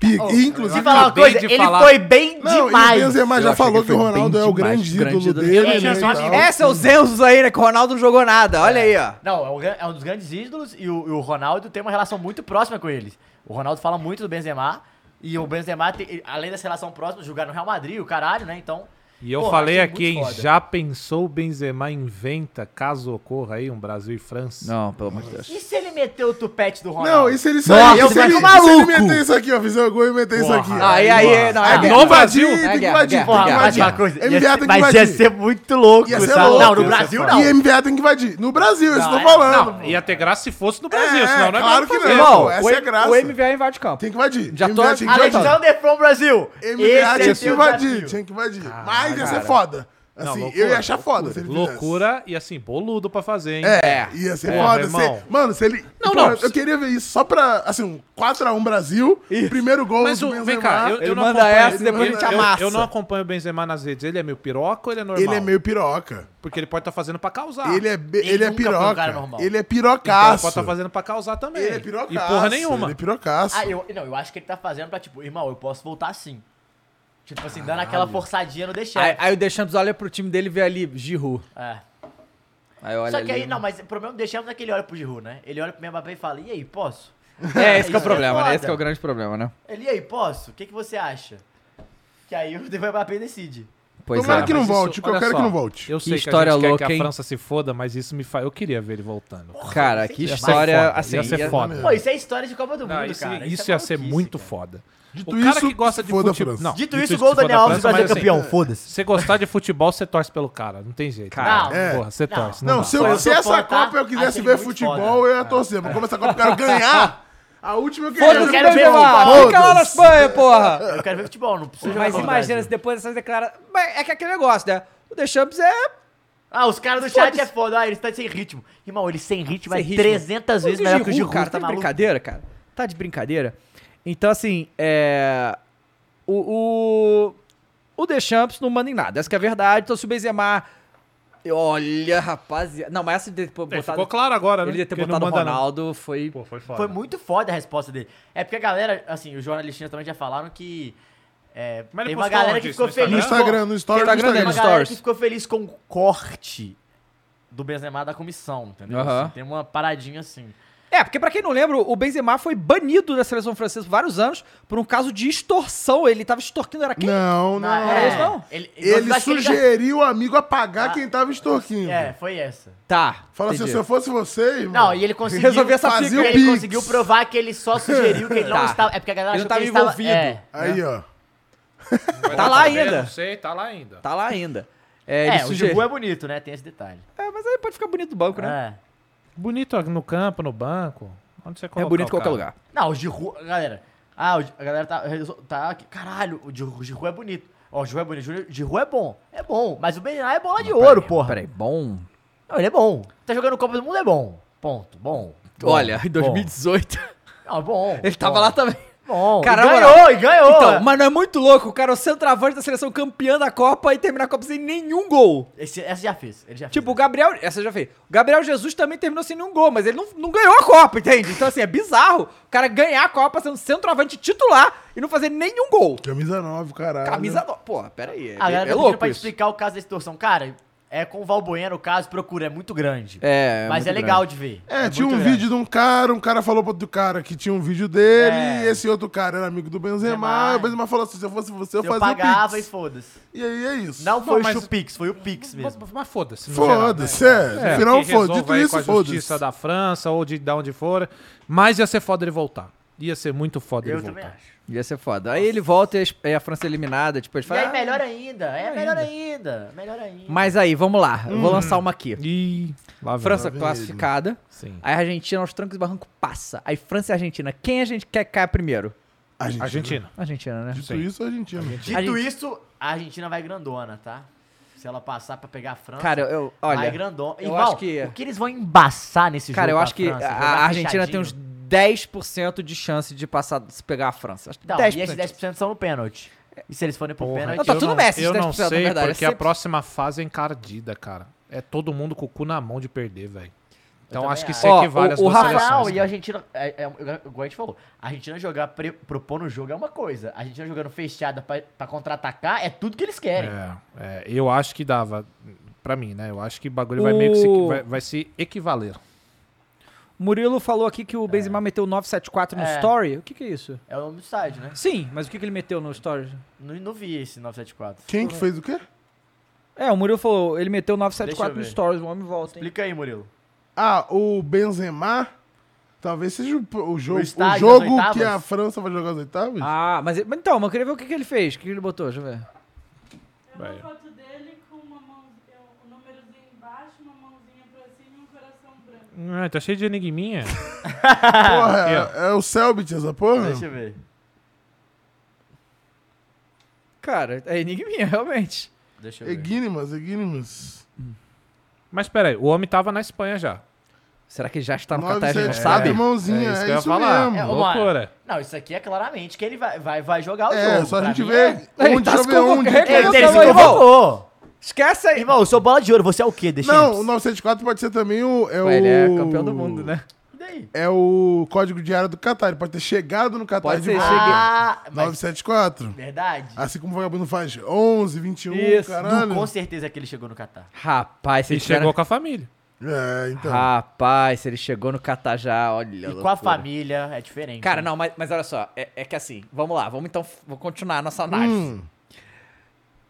Speaker 4: Pica.
Speaker 5: Oh,
Speaker 4: Inclusive,
Speaker 5: eu falar uma coisa, ele foi bem
Speaker 4: Não,
Speaker 5: demais.
Speaker 4: E o Benzema
Speaker 12: Eu
Speaker 4: já
Speaker 12: achei
Speaker 4: falou
Speaker 12: que
Speaker 4: que o
Speaker 12: foi bem
Speaker 4: Ronaldo é o
Speaker 12: demais,
Speaker 4: grande
Speaker 12: grande
Speaker 4: ídolo
Speaker 12: ídolo
Speaker 4: dele.
Speaker 5: dele.
Speaker 4: né,
Speaker 5: Ele é
Speaker 4: e
Speaker 5: só-
Speaker 4: tal.
Speaker 5: é,
Speaker 2: Esse é o Zenzo aí, né? Que o Ronaldo não jogou nada. Olha aí, ó.
Speaker 5: Não, é um, gran- é um dos grandes ídolos e o, e o Ronaldo tem uma relação muito próxima com eles. O Ronaldo fala muito do Benzema e o Benzema, tem- além dessa relação próxima, jogar no Real Madrid, o caralho, né? Então.
Speaker 3: E eu
Speaker 5: Porra,
Speaker 3: falei
Speaker 5: achei muito
Speaker 3: aqui, hein?
Speaker 5: foda.
Speaker 3: Já pensou o Benzema inventa, caso ocorra aí, um Brasil e França?
Speaker 2: Não, pelo amor de Deus.
Speaker 5: E se ele meteu o tupete do Ronaldo?
Speaker 4: Não, e se ele
Speaker 3: Nossa,
Speaker 4: sair? e se,
Speaker 3: eu
Speaker 2: é
Speaker 4: ele,
Speaker 3: fico
Speaker 4: se ele é
Speaker 3: maluco.
Speaker 4: meter isso aqui, ó, fizer o gol e meter isso
Speaker 3: Porra.
Speaker 4: aqui.
Speaker 2: Aí, aí,
Speaker 4: Porra.
Speaker 2: não, é
Speaker 4: Tem que
Speaker 2: guerra.
Speaker 4: invadir,
Speaker 2: É
Speaker 4: Tem que
Speaker 2: guerra,
Speaker 4: invadir, tem
Speaker 2: guerra,
Speaker 4: que
Speaker 2: guerra.
Speaker 5: Mas
Speaker 4: invadir.
Speaker 5: uma coisa, ia
Speaker 4: MVA
Speaker 5: ser-
Speaker 4: tem que
Speaker 5: mas ia
Speaker 4: invadir.
Speaker 5: ser muito louco,
Speaker 4: Ia ser
Speaker 5: sabe?
Speaker 4: louco,
Speaker 5: Não, no
Speaker 4: ia ser
Speaker 5: Brasil
Speaker 4: foda.
Speaker 5: não.
Speaker 4: E MVA tem que invadir. No Brasil, isso eu tô
Speaker 5: é-
Speaker 4: falando.
Speaker 3: Não, Tá ia ter graça se fosse no Brasil, senão não é
Speaker 4: claro
Speaker 3: pra
Speaker 4: que
Speaker 3: fazer.
Speaker 4: não.
Speaker 2: Irmão,
Speaker 4: pô, essa
Speaker 2: o,
Speaker 4: é a graça.
Speaker 2: o MVA invade campo.
Speaker 4: Tem que invadir.
Speaker 2: Já tô-
Speaker 4: MVA tinha que invadir.
Speaker 5: Alexander from Brasil.
Speaker 4: MVA tinha
Speaker 5: Esse
Speaker 4: que
Speaker 5: é o
Speaker 4: invadir,
Speaker 5: desafio.
Speaker 4: tinha que invadir. Mas ia ser
Speaker 3: cara.
Speaker 4: foda.
Speaker 3: Não,
Speaker 4: Assim,
Speaker 3: loucura,
Speaker 4: eu ia achar foda se ele fizesse.
Speaker 3: Loucura e assim, boludo pra fazer, hein?
Speaker 4: É, ia ser
Speaker 3: Porra,
Speaker 4: foda.
Speaker 3: irmão.
Speaker 4: se- mano, se ele.
Speaker 3: Não,
Speaker 4: Porra,
Speaker 3: não.
Speaker 4: Eu queria ver isso só pra. Assim, um 4x1 Brasil. Primeiro gol.
Speaker 3: Mas
Speaker 4: do
Speaker 3: o, vem
Speaker 4: Benzema.
Speaker 3: cá, eu, eu não
Speaker 2: manda
Speaker 3: acompanho-
Speaker 2: essa e depois a
Speaker 3: eu-
Speaker 2: gente
Speaker 3: eu-
Speaker 2: amassa.
Speaker 3: Eu, não acompanho o Benzema nas redes. Ele é meio piroca ou ele é normal?
Speaker 4: Ele é meio piroca.
Speaker 3: Porque ele pode estar fazendo pra causar.
Speaker 4: ele é, be-
Speaker 5: ele
Speaker 4: ele é
Speaker 5: nunca foi um cara
Speaker 4: piroca.
Speaker 5: normal.
Speaker 4: ele é
Speaker 3: Então, ele
Speaker 4: pirocaço.
Speaker 3: pode estar fazendo pra causar também.
Speaker 4: Ele é pirocaço.
Speaker 3: E porra nenhuma.
Speaker 4: Ele é pirocaço.
Speaker 5: Ah, eu, não, eu acho que ele tá fazendo pra, tipo, irmão, eu posso voltar sim. Tipo assim, dando aquela forçadinha no
Speaker 2: Aí,
Speaker 5: deixar.
Speaker 2: aí o Deschamps olha pro time dele e vê ali, Giroud.
Speaker 5: É.
Speaker 2: Aí olha
Speaker 5: Só que
Speaker 2: ali, né?
Speaker 5: aí, não, mas o problema do Deschamps é que ele olha pro Giroud, né? Ele olha pro Mbappé e fala, e aí, posso?
Speaker 2: É, esse que é o problema,
Speaker 5: foda.
Speaker 2: né? Esse que é o grande problema, né?
Speaker 5: Ele, e aí, posso? O que, que você acha? Que aí o Mbappé decide.
Speaker 2: Pois
Speaker 4: Tomara
Speaker 2: é.
Speaker 4: que não
Speaker 3: Mas
Speaker 4: volte, que eu
Speaker 3: olha
Speaker 4: quero
Speaker 3: só,
Speaker 4: que não volte.
Speaker 3: Eu sei que,
Speaker 2: história
Speaker 3: a gente
Speaker 2: louca,
Speaker 3: quer que a
Speaker 2: hein?
Speaker 3: França se foda, mas isso me faz... Eu queria ver ele voltando.
Speaker 2: Cara, que
Speaker 5: Ia ser
Speaker 2: história,
Speaker 3: foda,
Speaker 2: assim...
Speaker 3: ia ser foda.
Speaker 5: Pô, isso é história de Copa
Speaker 2: Ah,
Speaker 5: do
Speaker 3: Não,
Speaker 5: Mundo,
Speaker 3: isso,
Speaker 5: cara.
Speaker 3: isso
Speaker 5: é
Speaker 3: ia ser
Speaker 5: maluquice,
Speaker 3: muito
Speaker 5: cara.
Speaker 3: foda.
Speaker 4: Dito
Speaker 3: o cara
Speaker 4: isso,
Speaker 3: que gosta de
Speaker 4: foda a
Speaker 3: futebol...
Speaker 4: França.
Speaker 3: Não,
Speaker 5: Dito isso,
Speaker 3: foda
Speaker 5: gol
Speaker 3: a
Speaker 5: Daniel Alves,
Speaker 3: França,
Speaker 5: Brasil
Speaker 3: mas, assim,
Speaker 5: campeão, foda-se.
Speaker 3: Se você gostar de futebol, você torce pelo cara. Não tem jeito.
Speaker 5: Cara,
Speaker 3: né?
Speaker 4: é.
Speaker 3: Porra, você
Speaker 5: Não.
Speaker 3: torce.
Speaker 4: Não,
Speaker 3: dá.
Speaker 4: se,
Speaker 5: Pô,
Speaker 4: eu,
Speaker 5: eu tá?
Speaker 4: se
Speaker 5: sou
Speaker 4: essa
Speaker 5: foda,
Speaker 4: Copa eu quisesse
Speaker 5: achei
Speaker 4: ver
Speaker 5: é muito
Speaker 4: futebol,
Speaker 5: foda.
Speaker 4: eu ia torcer. Mas como essa Copa eu quero ganhar, a última eu queria
Speaker 2: Foda-se,
Speaker 5: é quero ver
Speaker 2: Benzema!
Speaker 5: futebol.
Speaker 2: Fica lá na Espanha, porra!
Speaker 5: Eu quero ver futebol, não precisa
Speaker 2: Mas
Speaker 5: jogar no
Speaker 2: imagina se
Speaker 5: Brasil.
Speaker 2: depois dessas declarações... Mas É que é aquele negócio, né? O Deschamps é...
Speaker 5: Ah, os caras do chat é foda. Ah, eles estão sem ritmo. Irmão, eles sem ritmo
Speaker 2: Sem
Speaker 5: é
Speaker 2: ritmo.
Speaker 5: 300
Speaker 2: Mas
Speaker 5: vezes melhor que o
Speaker 2: Giroud,
Speaker 5: Giroud,
Speaker 2: cara. Tá de
Speaker 5: maluco?
Speaker 2: brincadeira, cara? Tá de brincadeira? Então, assim, é... O... O, o Deschamps não manda em nada. Essa que é a verdade. Então, se o Benzema... Olha, rapaziada... Não, mas essa de ter
Speaker 3: É,
Speaker 2: botado...
Speaker 3: ficou claro agora, né?
Speaker 2: Ele ia ter
Speaker 3: Que não
Speaker 2: botado o
Speaker 3: manda, não.
Speaker 2: Ronaldo, foi...
Speaker 3: Pô, foi foda.
Speaker 5: Foi muito foda a resposta dele. É porque a galera, assim, os jornalistas também já falaram que. É,
Speaker 3: Mas ele
Speaker 5: tem uma
Speaker 3: postou
Speaker 5: galera
Speaker 3: onde
Speaker 5: que
Speaker 3: isso? No
Speaker 5: ficou feliz.
Speaker 4: No Instagram, no story do
Speaker 5: com, tá tem
Speaker 4: Instagram.
Speaker 5: uma
Speaker 2: nos
Speaker 5: galera
Speaker 2: stories.
Speaker 5: que ficou feliz com o corte do Benzema da comissão, entendeu?
Speaker 2: Aham.
Speaker 5: Assim, tem uma paradinha assim.
Speaker 2: É, porque pra quem não lembra, o Benzema foi banido da seleção francesa por vários anos por um caso de extorsão. Ele tava extorquindo, era quem?
Speaker 4: Não,
Speaker 5: Não,
Speaker 4: não.
Speaker 2: é isso, não?
Speaker 5: Ele, eu
Speaker 4: Ele
Speaker 5: acho que ele já-
Speaker 4: sugeriu o amigo apagar
Speaker 5: Ah.
Speaker 4: quem tava extorquindo.
Speaker 5: É, foi essa.
Speaker 2: Tá.
Speaker 4: Fala assim,
Speaker 2: entendi.
Speaker 4: se eu fosse você, irmão.
Speaker 5: Não, e ele conseguiu.
Speaker 2: Resolvi essa
Speaker 5: ele
Speaker 4: pica.
Speaker 5: ele conseguiu provar que ele só sugeriu que ele não
Speaker 2: Tá.
Speaker 5: estava. É porque a galera
Speaker 2: Ele não
Speaker 5: achou que
Speaker 2: tava
Speaker 5: ele
Speaker 2: envolvido.
Speaker 5: Estava, é, né?
Speaker 4: Aí, ó.
Speaker 2: Tá lá ainda.
Speaker 3: Não sei, tá lá ainda.
Speaker 2: Tá lá ainda.
Speaker 5: é,
Speaker 2: É,
Speaker 5: é,
Speaker 2: ele
Speaker 5: o
Speaker 2: sugere-
Speaker 5: Gibu é bonito, né? Tem esse detalhe.
Speaker 2: É, mas aí pode ficar bonito do banco, né?
Speaker 5: É.
Speaker 3: Bonito no campo, no banco. Onde você
Speaker 2: É,
Speaker 3: colocar
Speaker 2: bonito em
Speaker 3: o
Speaker 2: qualquer
Speaker 3: cara.
Speaker 2: lugar.
Speaker 5: Não, o Giru, galera. Ah, o Gi- a galera tá. resol- tá aqui. Caralho, o Giru, o Giru é bonito. Ó, o Giru é bonito. O Giru- Giru é bom. É bom. Mas o Benzema é bola de ouro, porra.
Speaker 2: Peraí, bom.
Speaker 5: Não, ele é bom. Tá jogando Copa do Mundo, é bom. Ponto. Bom. bom,
Speaker 2: Olha, em
Speaker 5: bom.
Speaker 2: 2018,
Speaker 5: Não, é bom.
Speaker 2: ele tava
Speaker 5: bom,
Speaker 2: lá também.
Speaker 5: Bom.
Speaker 2: Cara,
Speaker 5: e
Speaker 2: na
Speaker 5: ganhou,
Speaker 2: moral.
Speaker 5: e ganhou.
Speaker 2: Então, mas não é muito louco, cara, o centroavante da seleção campeã da Copa e terminar a Copa sem nenhum gol.
Speaker 5: Esse- essa já fez. Ele já
Speaker 2: Tipo, o Gabriel. Essa eu já fez. O Gabriel Jesus também terminou sem nenhum gol, mas ele não, não ganhou a Copa, entende? Então, assim, é bizarro o cara ganhar a Copa sendo centroavante titular e não fazer nenhum gol.
Speaker 4: Camisa 9, caralho.
Speaker 2: Camisa do. Porra, pera aí. É,
Speaker 5: fez. A galera
Speaker 2: é
Speaker 5: tá pedindo
Speaker 2: louco
Speaker 5: pra
Speaker 2: isso.
Speaker 5: explicar o caso da extorsão. Cara, é com o Valbuena, o caso, procura, é muito grande.
Speaker 2: É,
Speaker 5: mas
Speaker 2: muito
Speaker 5: é legal de ver.
Speaker 4: É, tinha
Speaker 5: muito
Speaker 4: um
Speaker 5: grande.
Speaker 4: vídeo de um cara, um cara falou pro outro cara que tinha um vídeo dele,
Speaker 5: É.
Speaker 4: e esse outro cara era amigo do Benzema,
Speaker 5: Benzema.
Speaker 4: e o Benzema falou assim, se eu fosse você, eu,
Speaker 5: Eu,
Speaker 4: fazia o
Speaker 5: pagava e
Speaker 4: Pix.
Speaker 5: foda-se.
Speaker 4: E aí é isso.
Speaker 5: Não foi
Speaker 3: mas-
Speaker 5: o Chupix, foi o Pix mesmo.
Speaker 3: Mas foda-se. no geral, né?
Speaker 4: Foda-se, é. No final,
Speaker 3: quem resolve
Speaker 4: foda-se. Dito
Speaker 3: aí com a
Speaker 4: isso,
Speaker 3: justiça
Speaker 4: foda-se.
Speaker 3: da França ou de, de onde for. Mas ia ser foda ele voltar. Ia ser muito foda
Speaker 5: Eu
Speaker 3: ele
Speaker 5: também
Speaker 3: voltar.
Speaker 2: Ia ser foda. Aí ele volta e as- e a França é eliminada. Tipo, ele
Speaker 5: E
Speaker 3: né?
Speaker 2: fala,
Speaker 5: aí,
Speaker 2: "Ah,
Speaker 5: melhor ainda. É melhor ainda. Melhor ainda.
Speaker 2: Mas aí, vamos lá. Eu vou
Speaker 5: Hum.
Speaker 2: lançar uma aqui.
Speaker 3: lá vem.
Speaker 2: França
Speaker 3: Lá vem
Speaker 2: classificada.
Speaker 3: Sim.
Speaker 2: Aí a Argentina, aos trancos e barranco, passa. Aí França e Argentina. Quem a gente quer que caia primeiro?
Speaker 4: Argentina.
Speaker 3: Argentina.
Speaker 2: Argentina, né?
Speaker 4: Dito isso, a Argentina.
Speaker 5: Dito isso, a Argentina vai grandona, tá? Se ela passar pra pegar a França.
Speaker 2: Cara, eu- olha,
Speaker 5: Vai grandona.
Speaker 2: eu
Speaker 5: Irmão,
Speaker 2: acho que-
Speaker 5: O que Então, eles vão embaçar nesse
Speaker 2: Cara, eu
Speaker 5: jogo?
Speaker 2: acho
Speaker 5: com
Speaker 2: que
Speaker 5: França?
Speaker 2: a-
Speaker 5: Jogar
Speaker 2: a Argentina tem
Speaker 5: fechadinho?
Speaker 2: uns 10% de chance de passar, se pegar a França. Acho que
Speaker 5: Não,
Speaker 2: 10%.
Speaker 5: e esses 10% são no pênalti. E se eles forem pro pênalti.
Speaker 2: Não, tá tudo Messi,
Speaker 3: Eu não
Speaker 2: 10%, na
Speaker 3: sei,
Speaker 2: verdade, é
Speaker 3: porque a
Speaker 2: sempre-
Speaker 3: próxima fase é encardida, cara. É todo mundo com o cu na mão de perder, velho. Então
Speaker 5: Eu
Speaker 3: acho que
Speaker 5: também
Speaker 3: isso
Speaker 5: acho.
Speaker 3: equivale às duas
Speaker 5: Não,
Speaker 3: seleções.
Speaker 5: e a Argentina. É, é, igual a gente falou, a Argentina jogar pre, propondo o jogo é uma coisa. A Argentina jogando fechada pra, pra contra-atacar é tudo que eles querem.
Speaker 3: É, é, eu acho que dava. Pra mim, né? Eu acho que o bagulho vai meio que se,
Speaker 2: O-
Speaker 3: vai, vai se equivaler.
Speaker 2: Murilo falou aqui que o Benzema meteu 974 no
Speaker 5: É.
Speaker 2: story. O que, que é isso?
Speaker 5: É o nome do estádio, né?
Speaker 2: Sim, mas o que, que ele meteu no story?
Speaker 5: Não, não vi esse 974.
Speaker 4: Quem que fez o quê?
Speaker 2: É, o Murilo falou, ele meteu
Speaker 5: Deixa eu
Speaker 2: 974
Speaker 5: ver.
Speaker 2: no stories, o homem volta, hein?
Speaker 5: Explica aí, Murilo.
Speaker 4: Ah, o Benzema. Talvez seja o, o jogo, o,
Speaker 2: O estádio das
Speaker 4: jogo
Speaker 2: oitavas?
Speaker 4: que a França vai jogar as oitavas?
Speaker 2: Ah, mas, mas então, mas eu queria ver o que, que ele fez, o que, que ele botou, deixa eu ver.
Speaker 31: foto dele com uma mãozinha, um númerozinho embaixo, uma mãozinha pra cima e um coração branco.
Speaker 3: Ah, tá cheio de enigminha.
Speaker 4: Porra, é, é o Selbit essa porra?
Speaker 5: Deixa eu ver.
Speaker 2: Cara, é enigminha, realmente.
Speaker 5: Deixa
Speaker 4: eu ver. Eguinimas, Eguinimas.
Speaker 3: Mas peraí, o homem tava na Espanha já.
Speaker 2: Será que já está
Speaker 3: no
Speaker 4: Catar, a gente não sabe? mãozinha, é isso mesmo.
Speaker 5: É, ô, mano,
Speaker 3: Loucura.
Speaker 5: Não, isso aqui é claramente que ele vai, vai, vai jogar o
Speaker 4: É,
Speaker 5: jogo.
Speaker 4: só a
Speaker 5: Pra
Speaker 4: gente
Speaker 5: mim
Speaker 4: vê
Speaker 5: é-
Speaker 4: onde, Ele tá deixa eu se ver convocando, onde.
Speaker 5: Ele,
Speaker 4: reconvocando,
Speaker 5: ele se
Speaker 4: irmão.
Speaker 5: convocou.
Speaker 2: Esquece aí.
Speaker 5: Irmão, eu sou bola de ouro, você é o quê? Deixa
Speaker 4: Não, o 974 pode ser também o. É o
Speaker 5: Ué, ele é campeão do mundo,
Speaker 2: né?
Speaker 4: É o código diário do Qatar. Ele pode ter chegado no Qatar
Speaker 5: Pode
Speaker 4: de
Speaker 5: ser,
Speaker 4: boa.
Speaker 5: cheguei. Ah, mas-
Speaker 4: 974.
Speaker 5: Verdade.
Speaker 4: Assim como o vagabundo faz 11, 21,
Speaker 5: Isso,
Speaker 4: caralho.
Speaker 5: com certeza que ele chegou no Catar.
Speaker 2: Rapaz, se
Speaker 3: E
Speaker 2: ele tiver-
Speaker 3: chegou com a família.
Speaker 4: É, então.
Speaker 2: Rapaz, se ele chegou no Catar já, olha.
Speaker 5: E com
Speaker 2: loucura.
Speaker 5: a família é diferente.
Speaker 2: Cara,
Speaker 5: né?
Speaker 2: não, mas, mas olha só, é, é que assim, vamos lá, vamos então, f- vou continuar a nossa análise.
Speaker 4: Hum.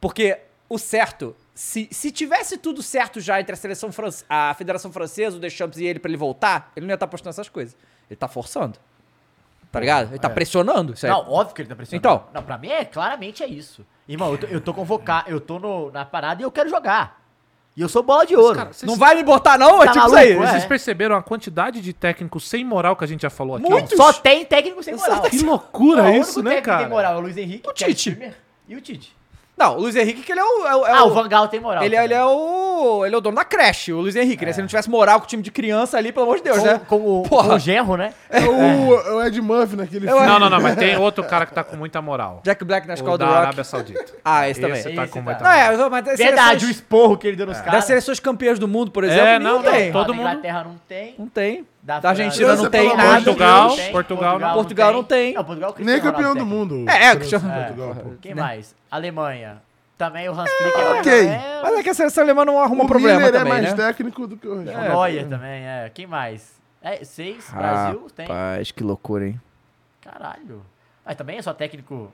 Speaker 2: Porque o certo, se, se tivesse tudo certo já entre a seleção fran- a Federação Francesa, o Deschamps e ele pra ele voltar, ele não ia estar postando essas coisas. Ele tá forçando. Tá ligado? Ele tá
Speaker 5: É.
Speaker 2: pressionando. isso aí.
Speaker 5: Não, óbvio que ele tá pressionando.
Speaker 2: Então.
Speaker 5: Não, pra mim é claramente é isso. Irmão, eu tô, eu tô convocado, eu tô no- na parada e eu quero jogar. E eu sou bola de ouro.
Speaker 2: Não vai me botar, não? é
Speaker 5: Tá
Speaker 2: tipo
Speaker 5: maluco,
Speaker 2: isso aí.
Speaker 5: é?
Speaker 3: Vocês perceberam a quantidade de técnicos sem moral que a gente já falou aqui?
Speaker 5: Muitos. Só tem técnico sem moral.
Speaker 3: Que loucura
Speaker 5: Não, o
Speaker 3: isso,
Speaker 5: único
Speaker 3: né,
Speaker 5: técnico que
Speaker 3: cara?
Speaker 5: tem moral é o Luiz Henrique. O
Speaker 2: Tite.
Speaker 5: E o Tite.
Speaker 2: Não, o Luiz Henrique que ele é o. É, o- é
Speaker 5: Ah, o Vangal tem moral. É.
Speaker 2: Ele, é- ele é o. Ele é o dono da creche, o Luiz Henrique, né? Se ele não tivesse moral com o time de criança ali, pelo amor de Deus, né?
Speaker 5: Com o,
Speaker 2: Porra.
Speaker 5: com o Genro, né?
Speaker 4: É o, é o Ed Murphy naquele filme.
Speaker 3: Não, não, não, mas tem outro cara que tá com muita moral.
Speaker 2: Jack Black na
Speaker 3: O
Speaker 2: escola do
Speaker 3: da
Speaker 2: Rock.
Speaker 3: Arábia Saudita.
Speaker 2: Ah, esse também.
Speaker 3: Esse tá com muita
Speaker 2: Não,
Speaker 3: moral.
Speaker 2: é, mas
Speaker 5: Verdade,
Speaker 2: das seleções- É.
Speaker 5: o esporro que ele deu nos caras.
Speaker 2: Das seleções campeãs do mundo, por exemplo,
Speaker 3: É,
Speaker 2: não,
Speaker 3: não,
Speaker 2: tem.
Speaker 3: não, todo
Speaker 5: da Inglaterra não tem.
Speaker 2: Não tem. Da,
Speaker 5: Da
Speaker 2: Argentina
Speaker 5: França,
Speaker 2: não tem
Speaker 5: pelo
Speaker 2: nada.
Speaker 5: amor de Portugal, Deus.
Speaker 3: Portugal não.
Speaker 2: Portugal não tem.
Speaker 5: Não, Portugal é o
Speaker 4: Nem
Speaker 5: Cristiano
Speaker 4: campeão
Speaker 5: Ronaldo
Speaker 4: do
Speaker 5: técnico.
Speaker 4: mundo.
Speaker 2: É, é,
Speaker 4: França,
Speaker 2: Cristiano-
Speaker 4: Portugal, pô.
Speaker 5: Quem
Speaker 2: né?
Speaker 5: mais? Alemanha. Também o Hans Flick é
Speaker 4: ok.
Speaker 2: Mas é que a seleção alemã não arruma
Speaker 4: O
Speaker 2: problema
Speaker 4: Miller é
Speaker 2: também,
Speaker 4: mais
Speaker 2: né?
Speaker 4: técnico do que o
Speaker 5: O Neuer também, é. Quem mais? É, seis, Brasil tem.
Speaker 2: Rapaz, que loucura, hein?
Speaker 5: Caralho. Mas também é só técnico.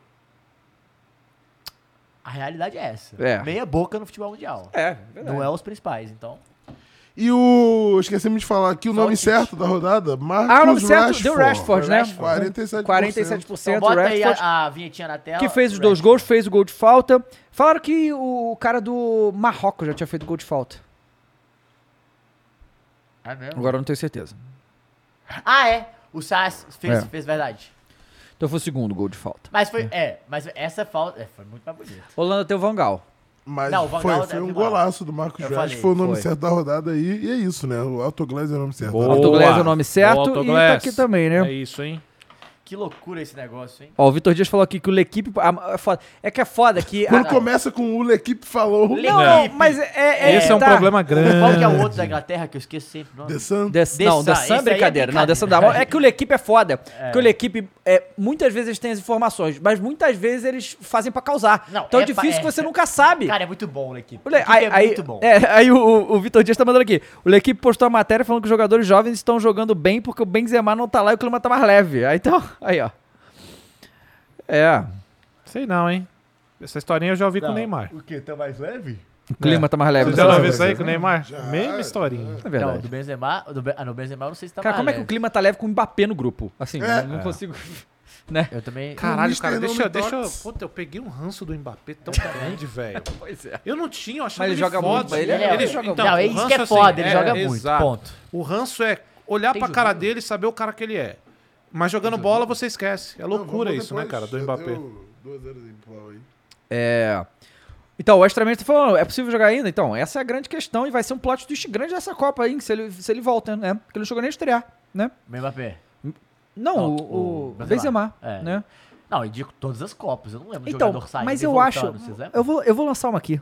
Speaker 5: A realidade é essa.
Speaker 4: É.
Speaker 5: Meia boca no futebol mundial.
Speaker 2: É, verdade.
Speaker 5: Não é os principais, então.
Speaker 4: E o. Esquecemos de falar aqui o nome certo da rodada. Marcos
Speaker 2: Ah, o nome certo
Speaker 4: Rashford.
Speaker 2: deu Rashford, né?
Speaker 4: 47%.
Speaker 2: 47%.
Speaker 5: Então bota aí
Speaker 2: Rashford.
Speaker 5: a, a vinhetinha na tela.
Speaker 2: Que fez os dois gols, fez o gol de falta. Falaram que o cara do Marrocos já tinha feito gol de falta.
Speaker 5: É mesmo?
Speaker 2: Agora eu não tenho certeza.
Speaker 5: Ah, é. O Sass fez,
Speaker 2: É.
Speaker 5: fez verdade.
Speaker 2: Então foi o segundo gol de falta.
Speaker 5: Mas foi. É, mas essa falta. é, foi muito mais bonita.
Speaker 2: Holanda tem o Vangal.
Speaker 4: Mas
Speaker 5: Não, o Van
Speaker 4: foi,
Speaker 5: Gaal
Speaker 4: foi
Speaker 5: é
Speaker 4: um
Speaker 5: primal.
Speaker 4: golaço do Marcos
Speaker 5: Eu
Speaker 4: Rashford.
Speaker 5: falei,
Speaker 4: Foi o nome
Speaker 2: foi.
Speaker 4: certo da rodada aí. E é isso, né? O Autoglass é o nome certo.
Speaker 3: Boa.
Speaker 2: Autoglass é o nome certo
Speaker 3: Boa,
Speaker 2: e tá
Speaker 3: Autoglass.
Speaker 2: aqui também, né?
Speaker 3: É isso, hein?
Speaker 5: Que loucura esse negócio, hein?
Speaker 2: Ó, o Vitor Dias falou aqui que o L'Equipe... a- É, foda. é que é foda que...
Speaker 4: Quando
Speaker 2: a-
Speaker 4: começa com o L'Equipe falou.
Speaker 2: Não, mas é- é...
Speaker 3: Esse é um
Speaker 2: tá.
Speaker 3: problema
Speaker 5: Qual que é o
Speaker 3: grande.
Speaker 5: outro da Inglaterra que eu esqueço sempre? o nome?
Speaker 4: The Sun.
Speaker 2: The- não, The Sun é brincadeira. Não, The Sun dá mole. É que o L'Equipe é foda.
Speaker 5: É.
Speaker 2: Porque o L'Equipe, é, muitas vezes eles têm as informações, mas muitas vezes eles fazem pra causar.
Speaker 5: Não,
Speaker 2: então é,
Speaker 5: é pa- é-
Speaker 2: difícil que você nunca sabe.
Speaker 5: Cara, é muito bom o L'Equipe.
Speaker 2: O Le-
Speaker 5: L'Equipe
Speaker 2: aí,
Speaker 5: é
Speaker 2: aí-
Speaker 5: muito bom.
Speaker 2: é, aí o- o, o Vitor Dias tá mandando aqui. O L'Equipe postou a matéria falando que os jogadores jovens estão jogando bem porque o Benzema não tá lá e o clima tá mais leve. Aí então, aí ó. É.
Speaker 3: É. Sei não, hein? Essa historinha eu já ouvi com o Neymar.
Speaker 5: O quê? Tá mais leve?
Speaker 2: O clima
Speaker 3: É.
Speaker 2: tá mais leve.
Speaker 3: Você já
Speaker 2: da seleção
Speaker 3: ouviu isso aí
Speaker 2: brasileira.
Speaker 3: com o Neymar? Mesma historinha.
Speaker 2: É verdade.
Speaker 5: Não, do Benzema, do, Be- ah, no Benzema eu não sei se tá
Speaker 2: Cara,
Speaker 5: mais
Speaker 2: como é que o
Speaker 5: leve.
Speaker 2: clima tá leve com o Mbappé no grupo? Assim,
Speaker 5: É.
Speaker 2: eu não
Speaker 5: É.
Speaker 2: consigo. Né?
Speaker 5: Eu também.
Speaker 3: Caralho, cara, deixa,
Speaker 5: eu.
Speaker 3: eu- deixa eu. Puta, eu peguei um ranço do Mbappé tão grande, velho.
Speaker 2: Pois é.
Speaker 3: Eu não tinha, eu achava
Speaker 2: Mas ele joga
Speaker 3: foda.
Speaker 2: muito, mas ele é- ele joga
Speaker 3: então,
Speaker 2: muito. Não,
Speaker 3: o
Speaker 2: é isso
Speaker 3: ranço,
Speaker 2: que é foda, ele joga
Speaker 5: muito,
Speaker 3: exato.
Speaker 5: ponto.
Speaker 3: O ranço é olhar
Speaker 5: Tem
Speaker 3: pra cara
Speaker 5: jogo?
Speaker 3: dele e saber o cara que ele é. Mas jogando bola você esquece. É loucura
Speaker 4: vamos
Speaker 3: isso, né,
Speaker 4: depois.
Speaker 3: cara, do
Speaker 4: Eu-
Speaker 3: Mbappé.
Speaker 4: eu- Duas horas em pau aí.
Speaker 2: É. Então, o Extramente tá falando, é possível jogar ainda? Então, essa é a grande questão e vai ser um plot twist grande dessa Copa aí, que se ele, se ele volta, né? Porque ele não chegou nem a estrear, né?
Speaker 5: Mbappé.
Speaker 2: Não,
Speaker 5: Não,
Speaker 2: o, o
Speaker 5: o
Speaker 2: Benzema,
Speaker 5: Benzema. É.
Speaker 2: né?
Speaker 5: Não, e de todas as Copas, eu não lembro de
Speaker 2: Então,
Speaker 5: jogador saindo
Speaker 2: mas
Speaker 5: e
Speaker 2: eu
Speaker 5: voltando,
Speaker 2: acho.
Speaker 5: vocês lembram?
Speaker 2: Eu vou, eu vou lançar uma aqui.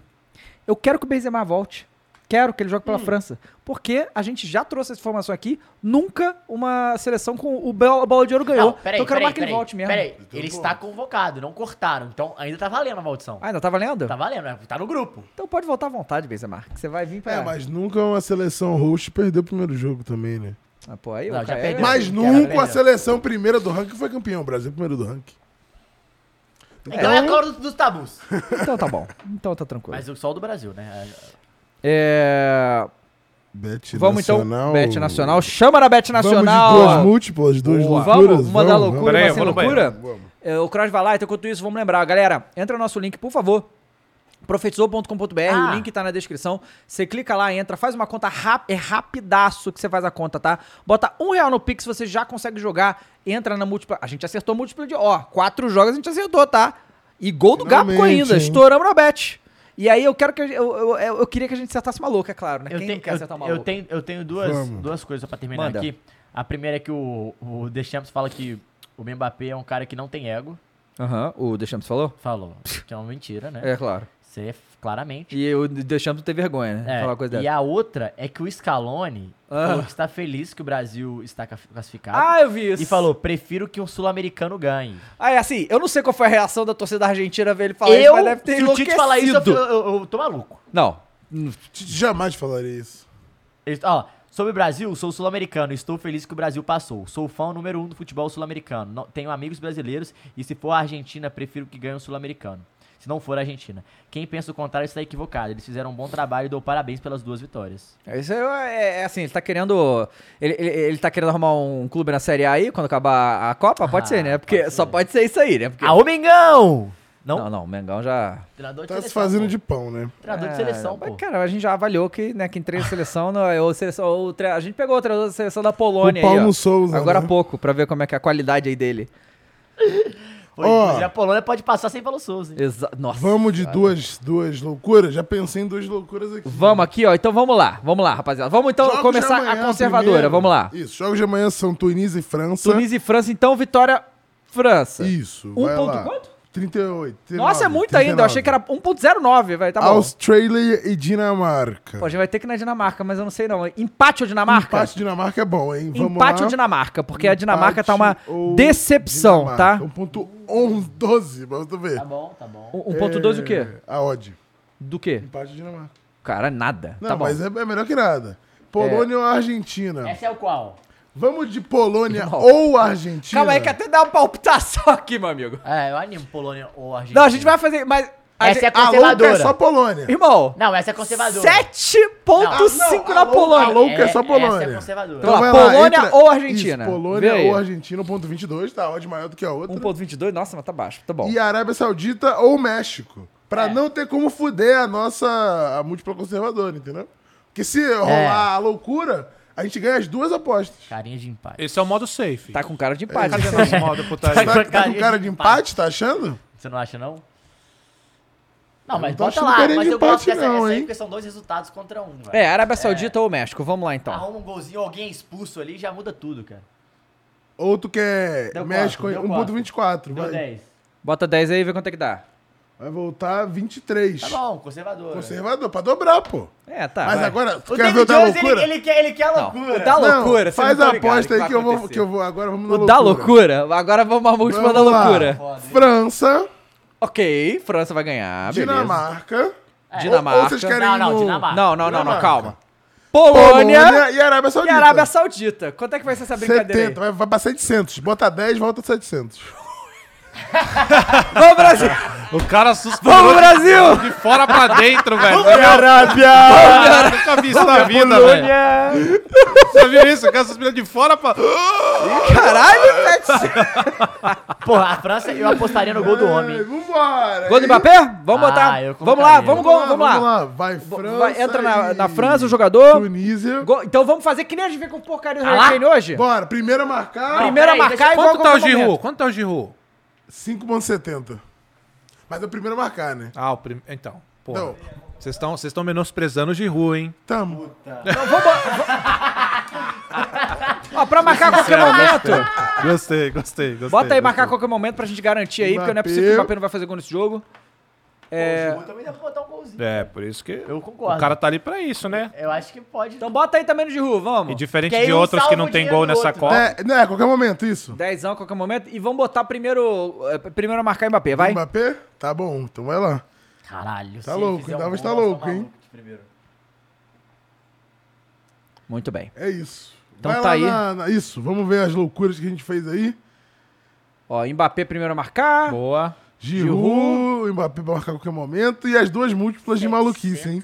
Speaker 2: Eu quero que o Benzema volte. Quero que ele jogue pela
Speaker 5: Hum.
Speaker 2: França. Porque a gente já trouxe essa informação aqui. Nunca uma seleção com o Bel- Bola de Ouro ganhou.
Speaker 5: Não, peraí,
Speaker 2: então eu quero
Speaker 5: peraí,
Speaker 2: mais que ele
Speaker 5: peraí,
Speaker 2: volte mesmo.
Speaker 5: Peraí, ele está convocado, não cortaram. Então ainda tá valendo a maldição.
Speaker 2: Ah, ainda tá valendo?
Speaker 5: Tá valendo, né? tá no grupo.
Speaker 2: Então pode voltar à vontade, Benzema. Que você vai vir pra.
Speaker 4: É, mas nunca uma seleção host perdeu o primeiro jogo também, né?
Speaker 2: Ah, pô, aí
Speaker 5: Não,
Speaker 2: o
Speaker 5: já
Speaker 2: cara-
Speaker 5: perdeu.
Speaker 4: Mas
Speaker 5: Já
Speaker 4: nunca
Speaker 5: perdeu.
Speaker 4: a seleção primeira do ranking foi campeão. O Brasil é primeiro do ranking.
Speaker 5: Então é a Copa dos Tabus.
Speaker 2: Então tá bom. Então tá tranquilo.
Speaker 5: Mas o sol do Brasil, né?
Speaker 2: É.
Speaker 4: Bet
Speaker 2: Vamos
Speaker 4: Nacional.
Speaker 2: então, Bet Nacional. Chama na Bet
Speaker 4: Vamos
Speaker 2: Nacional.
Speaker 4: de duas múltiplas, duas
Speaker 2: Boa.
Speaker 4: loucuras.
Speaker 2: Vamos, uma da loucura,
Speaker 4: vamos.
Speaker 2: uma sem loucura. É, o Cross vai lá, então enquanto isso, vamos lembrar. Galera, entra no nosso link, por favor. Profetizou.com.br,
Speaker 5: Ah.
Speaker 2: o link tá na descrição. Você clica lá, entra, faz uma conta rápida, é rapidaço que você faz a conta, tá? Bota um real no Pix, você já consegue jogar. Entra na múltipla. A gente acertou a múltipla de. Ó, quatro jogos a gente acertou, tá? E gol do Gabco
Speaker 4: Finalmente,
Speaker 2: ainda.
Speaker 4: hein?
Speaker 2: Estouramos na bet. E aí eu quero que a gente- eu, eu, eu, eu queria que a gente acertasse uma louca, é claro, né?
Speaker 5: Eu,
Speaker 2: Quem
Speaker 5: tenho-
Speaker 2: não quer
Speaker 5: eu-
Speaker 2: acertar uma
Speaker 5: eu
Speaker 2: louca?
Speaker 5: tenho, eu tenho duas,
Speaker 2: Vamos.
Speaker 5: duas coisas pra terminar
Speaker 2: Manda.
Speaker 5: aqui. A primeira é que o, o Deschamps fala que o Mbappé é um cara que não tem ego.
Speaker 2: Aham, o Deschamps falou?
Speaker 5: Falou. Que é uma mentira, né?
Speaker 2: É, claro.
Speaker 5: Você é f- claramente.
Speaker 2: E o Deschamps ter vergonha, né?
Speaker 5: É,
Speaker 2: Falar uma coisa
Speaker 5: e
Speaker 2: dessa.
Speaker 5: a outra é que o Scaloni
Speaker 2: Ah.
Speaker 5: falou que está feliz que o Brasil está ca- classificado.
Speaker 2: Ah, eu vi isso.
Speaker 5: E falou, prefiro que um sul-americano ganhe.
Speaker 2: Aí, assim, eu não sei qual foi a reação da torcida argentina ver ele falar isso, mas deve ter
Speaker 5: se o Tite
Speaker 2: enlouquecido.
Speaker 5: falar isso, eu, eu- eu tô maluco.
Speaker 2: Não.
Speaker 4: Jamais falaria isso.
Speaker 5: Ele- ó, sobre o Brasil, sou sul-americano, estou feliz que o Brasil passou. Sou fã número um do futebol sul-americano. Não- Tenho amigos brasileiros e se for a Argentina, prefiro que ganhe o sul-americano. Se não for a Argentina. Quem pensa o contrário está equivocado. Eles fizeram um bom trabalho e dou parabéns pelas duas vitórias.
Speaker 2: Isso é, é, é assim, ele tá querendo. Ele, ele, ele tá querendo arrumar um clube na Série A aí quando acabar a Copa? Pode
Speaker 5: Ah,
Speaker 2: ser, né? Porque só pode ser isso aí, né? Porque...
Speaker 5: Aô, Mengão! Não?
Speaker 2: Não, não, o Mengão já.
Speaker 5: Treinador de
Speaker 4: Tá se
Speaker 5: seleção,
Speaker 4: fazendo
Speaker 5: pô.
Speaker 4: de pão, né?
Speaker 5: Treinador de
Speaker 2: É,
Speaker 5: seleção, pô.
Speaker 2: mas, Cara, a gente já avaliou que, né, quem treina a seleção, não, é, ou seleção ou tre- a gente pegou o treinador da seleção da Polônia
Speaker 4: O
Speaker 2: aí, ó,
Speaker 4: Paulo Souza,
Speaker 2: agora há
Speaker 4: né?
Speaker 2: pouco, pra ver como é que é a qualidade aí dele.
Speaker 5: Foi,
Speaker 4: Ó.
Speaker 5: inclusive, a Polônia pode passar sem Paulo Souza. hein?
Speaker 2: Exa- Nossa.
Speaker 4: Vamos de duas, duas loucuras? Já pensei em duas loucuras aqui.
Speaker 2: Vamos aqui, ó. Então vamos lá. Vamos lá, rapaziada. Vamos então
Speaker 4: Jogos de
Speaker 2: começar
Speaker 4: é amanhã
Speaker 2: a conservadora.
Speaker 4: primeiro.
Speaker 2: Vamos lá.
Speaker 4: Isso, jogos de amanhã são Tunísia e França.
Speaker 2: Tunísia e França, então, vitória França.
Speaker 4: Isso,
Speaker 2: Um
Speaker 4: vai
Speaker 2: ponto
Speaker 4: lá. um,
Speaker 2: quanto?
Speaker 4: 38.
Speaker 2: Nossa,
Speaker 4: 39,
Speaker 2: é muito ainda. Eu achei que era 1.09, velho. Tá bom.
Speaker 4: Austrália e Dinamarca.
Speaker 2: Pô, a gente vai ter que ir na Dinamarca, mas eu não sei não. Empate ou Dinamarca?
Speaker 4: Empate Dinamarca é bom, hein? Vamos
Speaker 2: Empate
Speaker 4: lá.
Speaker 2: ou Dinamarca? Porque a Dinamarca tá uma
Speaker 4: Empate ou
Speaker 2: decepção, tá?
Speaker 4: Dinamarca. 1.11, 12, pra tu ver.
Speaker 5: Tá bom, tá bom.
Speaker 2: tá? 1.12 o quê?
Speaker 4: É, A odd.
Speaker 2: Do quê?
Speaker 4: Empate de Dinamarca.
Speaker 2: Cara, nada.
Speaker 4: Não,
Speaker 2: tá bom. É.
Speaker 4: mas é, é melhor que nada. Polônia ou Argentina?
Speaker 5: Essa é o qual?
Speaker 4: Vamos de Polônia ou Argentina?
Speaker 2: Calma aí que é- até dá uma palpitação aqui, meu amigo.
Speaker 5: É, eu animo Polônia ou Argentina.
Speaker 2: Não, a gente vai fazer... Mas... a
Speaker 5: Essa
Speaker 2: gente-
Speaker 5: é a
Speaker 4: A louca
Speaker 5: conservadora.
Speaker 4: é só Polônia.
Speaker 2: Irmão,
Speaker 5: Não, essa é conservadora.
Speaker 2: 7.5
Speaker 4: Não, a
Speaker 2: na
Speaker 4: louca-
Speaker 2: Polônia.
Speaker 4: A louca é
Speaker 5: Essa
Speaker 4: só
Speaker 5: é
Speaker 4: Polônia.
Speaker 5: conservadora.
Speaker 4: Então
Speaker 2: Vamos lá,
Speaker 4: vai
Speaker 2: Polônia ou Argentina?
Speaker 4: Isso,
Speaker 2: Vê
Speaker 4: Polônia
Speaker 2: aí.
Speaker 4: ou Argentina, 1.22, tá? Odd maior do que a outra.
Speaker 2: 1.22? Nossa, mas tá baixo. Tá bom.
Speaker 4: E Arábia Saudita ou México. Pra
Speaker 5: É.
Speaker 4: não ter como fuder a nossa a múltipla conservadora, entendeu? Porque se
Speaker 5: É.
Speaker 4: rolar a loucura, a gente ganha as duas apostas.
Speaker 5: Carinha de empate.
Speaker 3: Esse é o modo safe.
Speaker 2: Tá com cara de empate.
Speaker 3: Cadê nosso modo
Speaker 4: Tá,
Speaker 3: putaria?
Speaker 4: tá com cara de empate, tá achando?
Speaker 5: Você não acha, não? Não, mas
Speaker 4: não tô
Speaker 5: bota
Speaker 4: achando
Speaker 5: lá,
Speaker 4: carinha
Speaker 5: mas
Speaker 4: de
Speaker 5: eu gosto
Speaker 4: empate
Speaker 5: dessa
Speaker 4: não,
Speaker 5: essa aí,
Speaker 4: hein?
Speaker 5: porque são dois resultados contra um, velho.
Speaker 2: É, Arábia Saudita ou México. Vamos lá, então.
Speaker 5: Arruma um golzinho, alguém é expulso ali, já muda tudo, cara.
Speaker 4: Ou tu quer
Speaker 5: Deu
Speaker 4: É, México um
Speaker 5: quatro,
Speaker 4: em
Speaker 5: deu
Speaker 4: 1.24,
Speaker 5: Deu
Speaker 4: vai.
Speaker 5: 10.
Speaker 2: Bota 10 aí e vê quanto é que dá.
Speaker 4: Vai voltar 23.
Speaker 5: Tá bom, conservador.
Speaker 4: Conservador, pra dobrar, pô.
Speaker 2: É, tá.
Speaker 4: Mas
Speaker 2: vai.
Speaker 4: agora, tu
Speaker 5: O
Speaker 4: quer
Speaker 5: David
Speaker 4: ver o da
Speaker 5: Jones, ele,
Speaker 4: loucura?
Speaker 5: ele quer, ele quer a
Speaker 2: Não,
Speaker 5: loucura.
Speaker 2: o da
Speaker 4: Não,
Speaker 2: loucura. você
Speaker 4: faz
Speaker 2: não
Speaker 4: a
Speaker 2: tá ligado
Speaker 4: aposta
Speaker 2: que
Speaker 4: aí
Speaker 2: vai
Speaker 4: que eu, vou,
Speaker 2: acontecer.
Speaker 4: que eu vou. Agora vamos na
Speaker 2: O
Speaker 4: loucura.
Speaker 2: da loucura. Agora vamos à última da
Speaker 4: Vamos lá.
Speaker 2: loucura.
Speaker 4: França,
Speaker 2: Ok, França vai ganhar. beleza.
Speaker 4: Dinamarca.
Speaker 5: É.
Speaker 2: Dinamarca.
Speaker 4: Ou vocês querem
Speaker 5: Não, não,
Speaker 4: no-
Speaker 5: Dinamarca.
Speaker 2: Não, não, não, não,
Speaker 4: Dinamarca.
Speaker 2: calma.
Speaker 4: Polônia,
Speaker 2: Polônia,
Speaker 4: e Arábia
Speaker 2: e
Speaker 4: Saudita.
Speaker 2: Arábia Saudita. Quanto é que vai ser essa brincadeira
Speaker 4: 70, vai, vai pra 700. Bota 10, volta 700.
Speaker 2: Vamos, Brasil!
Speaker 3: O cara assustou.
Speaker 2: Vamos, Brasil!
Speaker 3: De fora pra dentro, velho.
Speaker 2: Vamos, Arábia!
Speaker 3: Eu nunca vi isso na vida, velho. Você viu isso? O cara suspira de fora pra.
Speaker 2: Caralho, velho!
Speaker 5: Porra, a França, eu apostaria no gol do
Speaker 2: Ah,
Speaker 5: homem.
Speaker 4: Vambora!
Speaker 2: Gol do Mbappé? Vamos
Speaker 5: Ah,
Speaker 2: botar.
Speaker 5: eu
Speaker 2: Vamos lá,
Speaker 5: colocaria.
Speaker 2: vamos, gol, vamos lá.
Speaker 4: Vai, França.
Speaker 2: Vai, entra na,
Speaker 4: e
Speaker 2: na França o jogador.
Speaker 4: Tunísia.
Speaker 2: Gol- Então vamos fazer que nem a gente vê com porcaria do
Speaker 3: Tá
Speaker 5: Ah lá?
Speaker 2: Harry Kane hoje.
Speaker 4: Bora, primeira a marcar.
Speaker 2: Primeiro a
Speaker 5: peraí,
Speaker 2: marcar e igual
Speaker 3: Quanto
Speaker 2: a
Speaker 3: tá o
Speaker 2: qualquer
Speaker 3: Giroud?
Speaker 2: momento.
Speaker 3: Quanto tá o Giroud?
Speaker 4: 5,70. Mas é o primeiro a marcar, né?
Speaker 3: Ah, o primeiro. Então, pô.
Speaker 4: Não. Tá.
Speaker 3: Vocês estão vocês estão menosprezando o Giroud, hein?
Speaker 4: Tamo.
Speaker 2: Ó, pra marcar a qualquer momento.
Speaker 3: Gostei, gostei, gostei.
Speaker 2: Bota aí,
Speaker 3: gostei.
Speaker 2: marcar a qualquer momento pra gente garantir aí, porque não é possível que o Mbappé não vai fazer gol nesse jogo. É,
Speaker 5: Eu também dá pra botar um golzinho.
Speaker 3: É, por isso que.
Speaker 5: Eu concordo.
Speaker 3: O cara tá ali pra isso, né?
Speaker 5: Eu acho que pode.
Speaker 2: então bota aí também no Giroud,
Speaker 3: E
Speaker 2: vamos.
Speaker 3: diferente
Speaker 5: Que aí
Speaker 3: de
Speaker 5: um
Speaker 3: outros que
Speaker 5: salva
Speaker 3: não
Speaker 5: o
Speaker 3: tem
Speaker 5: dinheiro
Speaker 3: gol
Speaker 5: do
Speaker 3: nessa
Speaker 5: outro.
Speaker 3: Copa.
Speaker 4: É, né, a qualquer momento, isso.
Speaker 2: Dezão a qualquer momento. E vamos botar primeiro, eh, primeiro a marcar Mbappé, vai.
Speaker 4: Mbappé? Tá bom, então vai lá.
Speaker 5: Caralho,
Speaker 4: Tá louco,
Speaker 5: fizer um
Speaker 4: Davi
Speaker 5: gol,
Speaker 4: tá
Speaker 5: eu sou
Speaker 4: louco, hein?
Speaker 5: maluco de primeiro.
Speaker 2: Muito bem.
Speaker 4: É isso.
Speaker 2: Então
Speaker 4: vai
Speaker 2: tá
Speaker 4: lá
Speaker 2: aí.
Speaker 4: na- na- isso, vamos ver as loucuras que a gente fez aí.
Speaker 2: Ó, Mbappé primeiro a marcar.
Speaker 3: Boa.
Speaker 4: Giroud, Mbappé pra marcar a qualquer momento. E as duas múltiplas de maluquice, hein?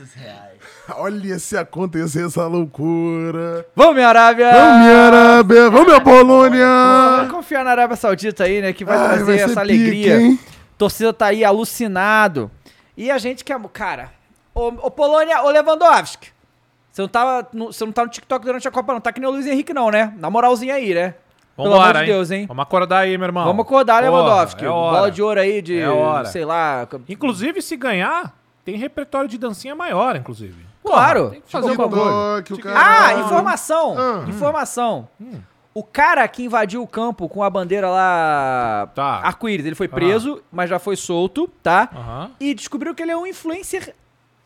Speaker 4: Olha se acontecer essa loucura.
Speaker 2: Vamos, minha Arábia!
Speaker 4: Vamos, minha Arábia! Vamos, minha
Speaker 2: Vamos
Speaker 4: Polônia!
Speaker 2: confiar na Arábia Saudita aí, né? Que vai
Speaker 4: Ai,
Speaker 2: trazer
Speaker 4: vai ser pique,
Speaker 2: essa alegria.
Speaker 4: hein?
Speaker 2: Torcida tá aí alucinado. E a gente que é. Cara, ô, ô Polônia, ô Lewandowski. Você não, tá, no- você não tá no TikTok durante a Copa, não. Tá que nem o Luiz Henrique, não, né? Na moralzinha aí, né?
Speaker 3: Vambora,
Speaker 2: amor de Deus, hein?
Speaker 3: Vamos acordar aí, meu irmão.
Speaker 2: Vamos acordar,
Speaker 3: Porra,
Speaker 2: Lewandowski.
Speaker 3: é hora.
Speaker 2: Bola de ouro aí de.
Speaker 3: É hora.
Speaker 2: sei lá.
Speaker 3: Inclusive, se ganhar, tem repertório de dancinha maior, inclusive.
Speaker 2: Claro.
Speaker 3: Tem que fazer um bagulho.
Speaker 4: TikTok, Tipo o
Speaker 2: Ah,
Speaker 4: cara.
Speaker 2: informação!
Speaker 4: Ah.
Speaker 2: Informação. O cara que invadiu o campo com a bandeira lá.
Speaker 3: Tá.
Speaker 2: Arco-íris, ele foi preso, mas já foi solto, tá?
Speaker 3: Aham.
Speaker 2: E descobriu que ele é um influencer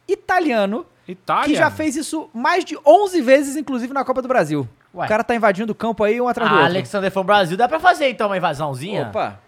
Speaker 2: italiano
Speaker 3: Itália.
Speaker 2: que já fez isso mais de 11 vezes, inclusive na Copa do Brasil.
Speaker 5: Ué.
Speaker 2: O cara tá invadindo o campo aí um atrás do
Speaker 5: Ah,
Speaker 2: outro.
Speaker 5: Alexander from Brasil, dá pra fazer então uma invasãozinha?
Speaker 2: Opa!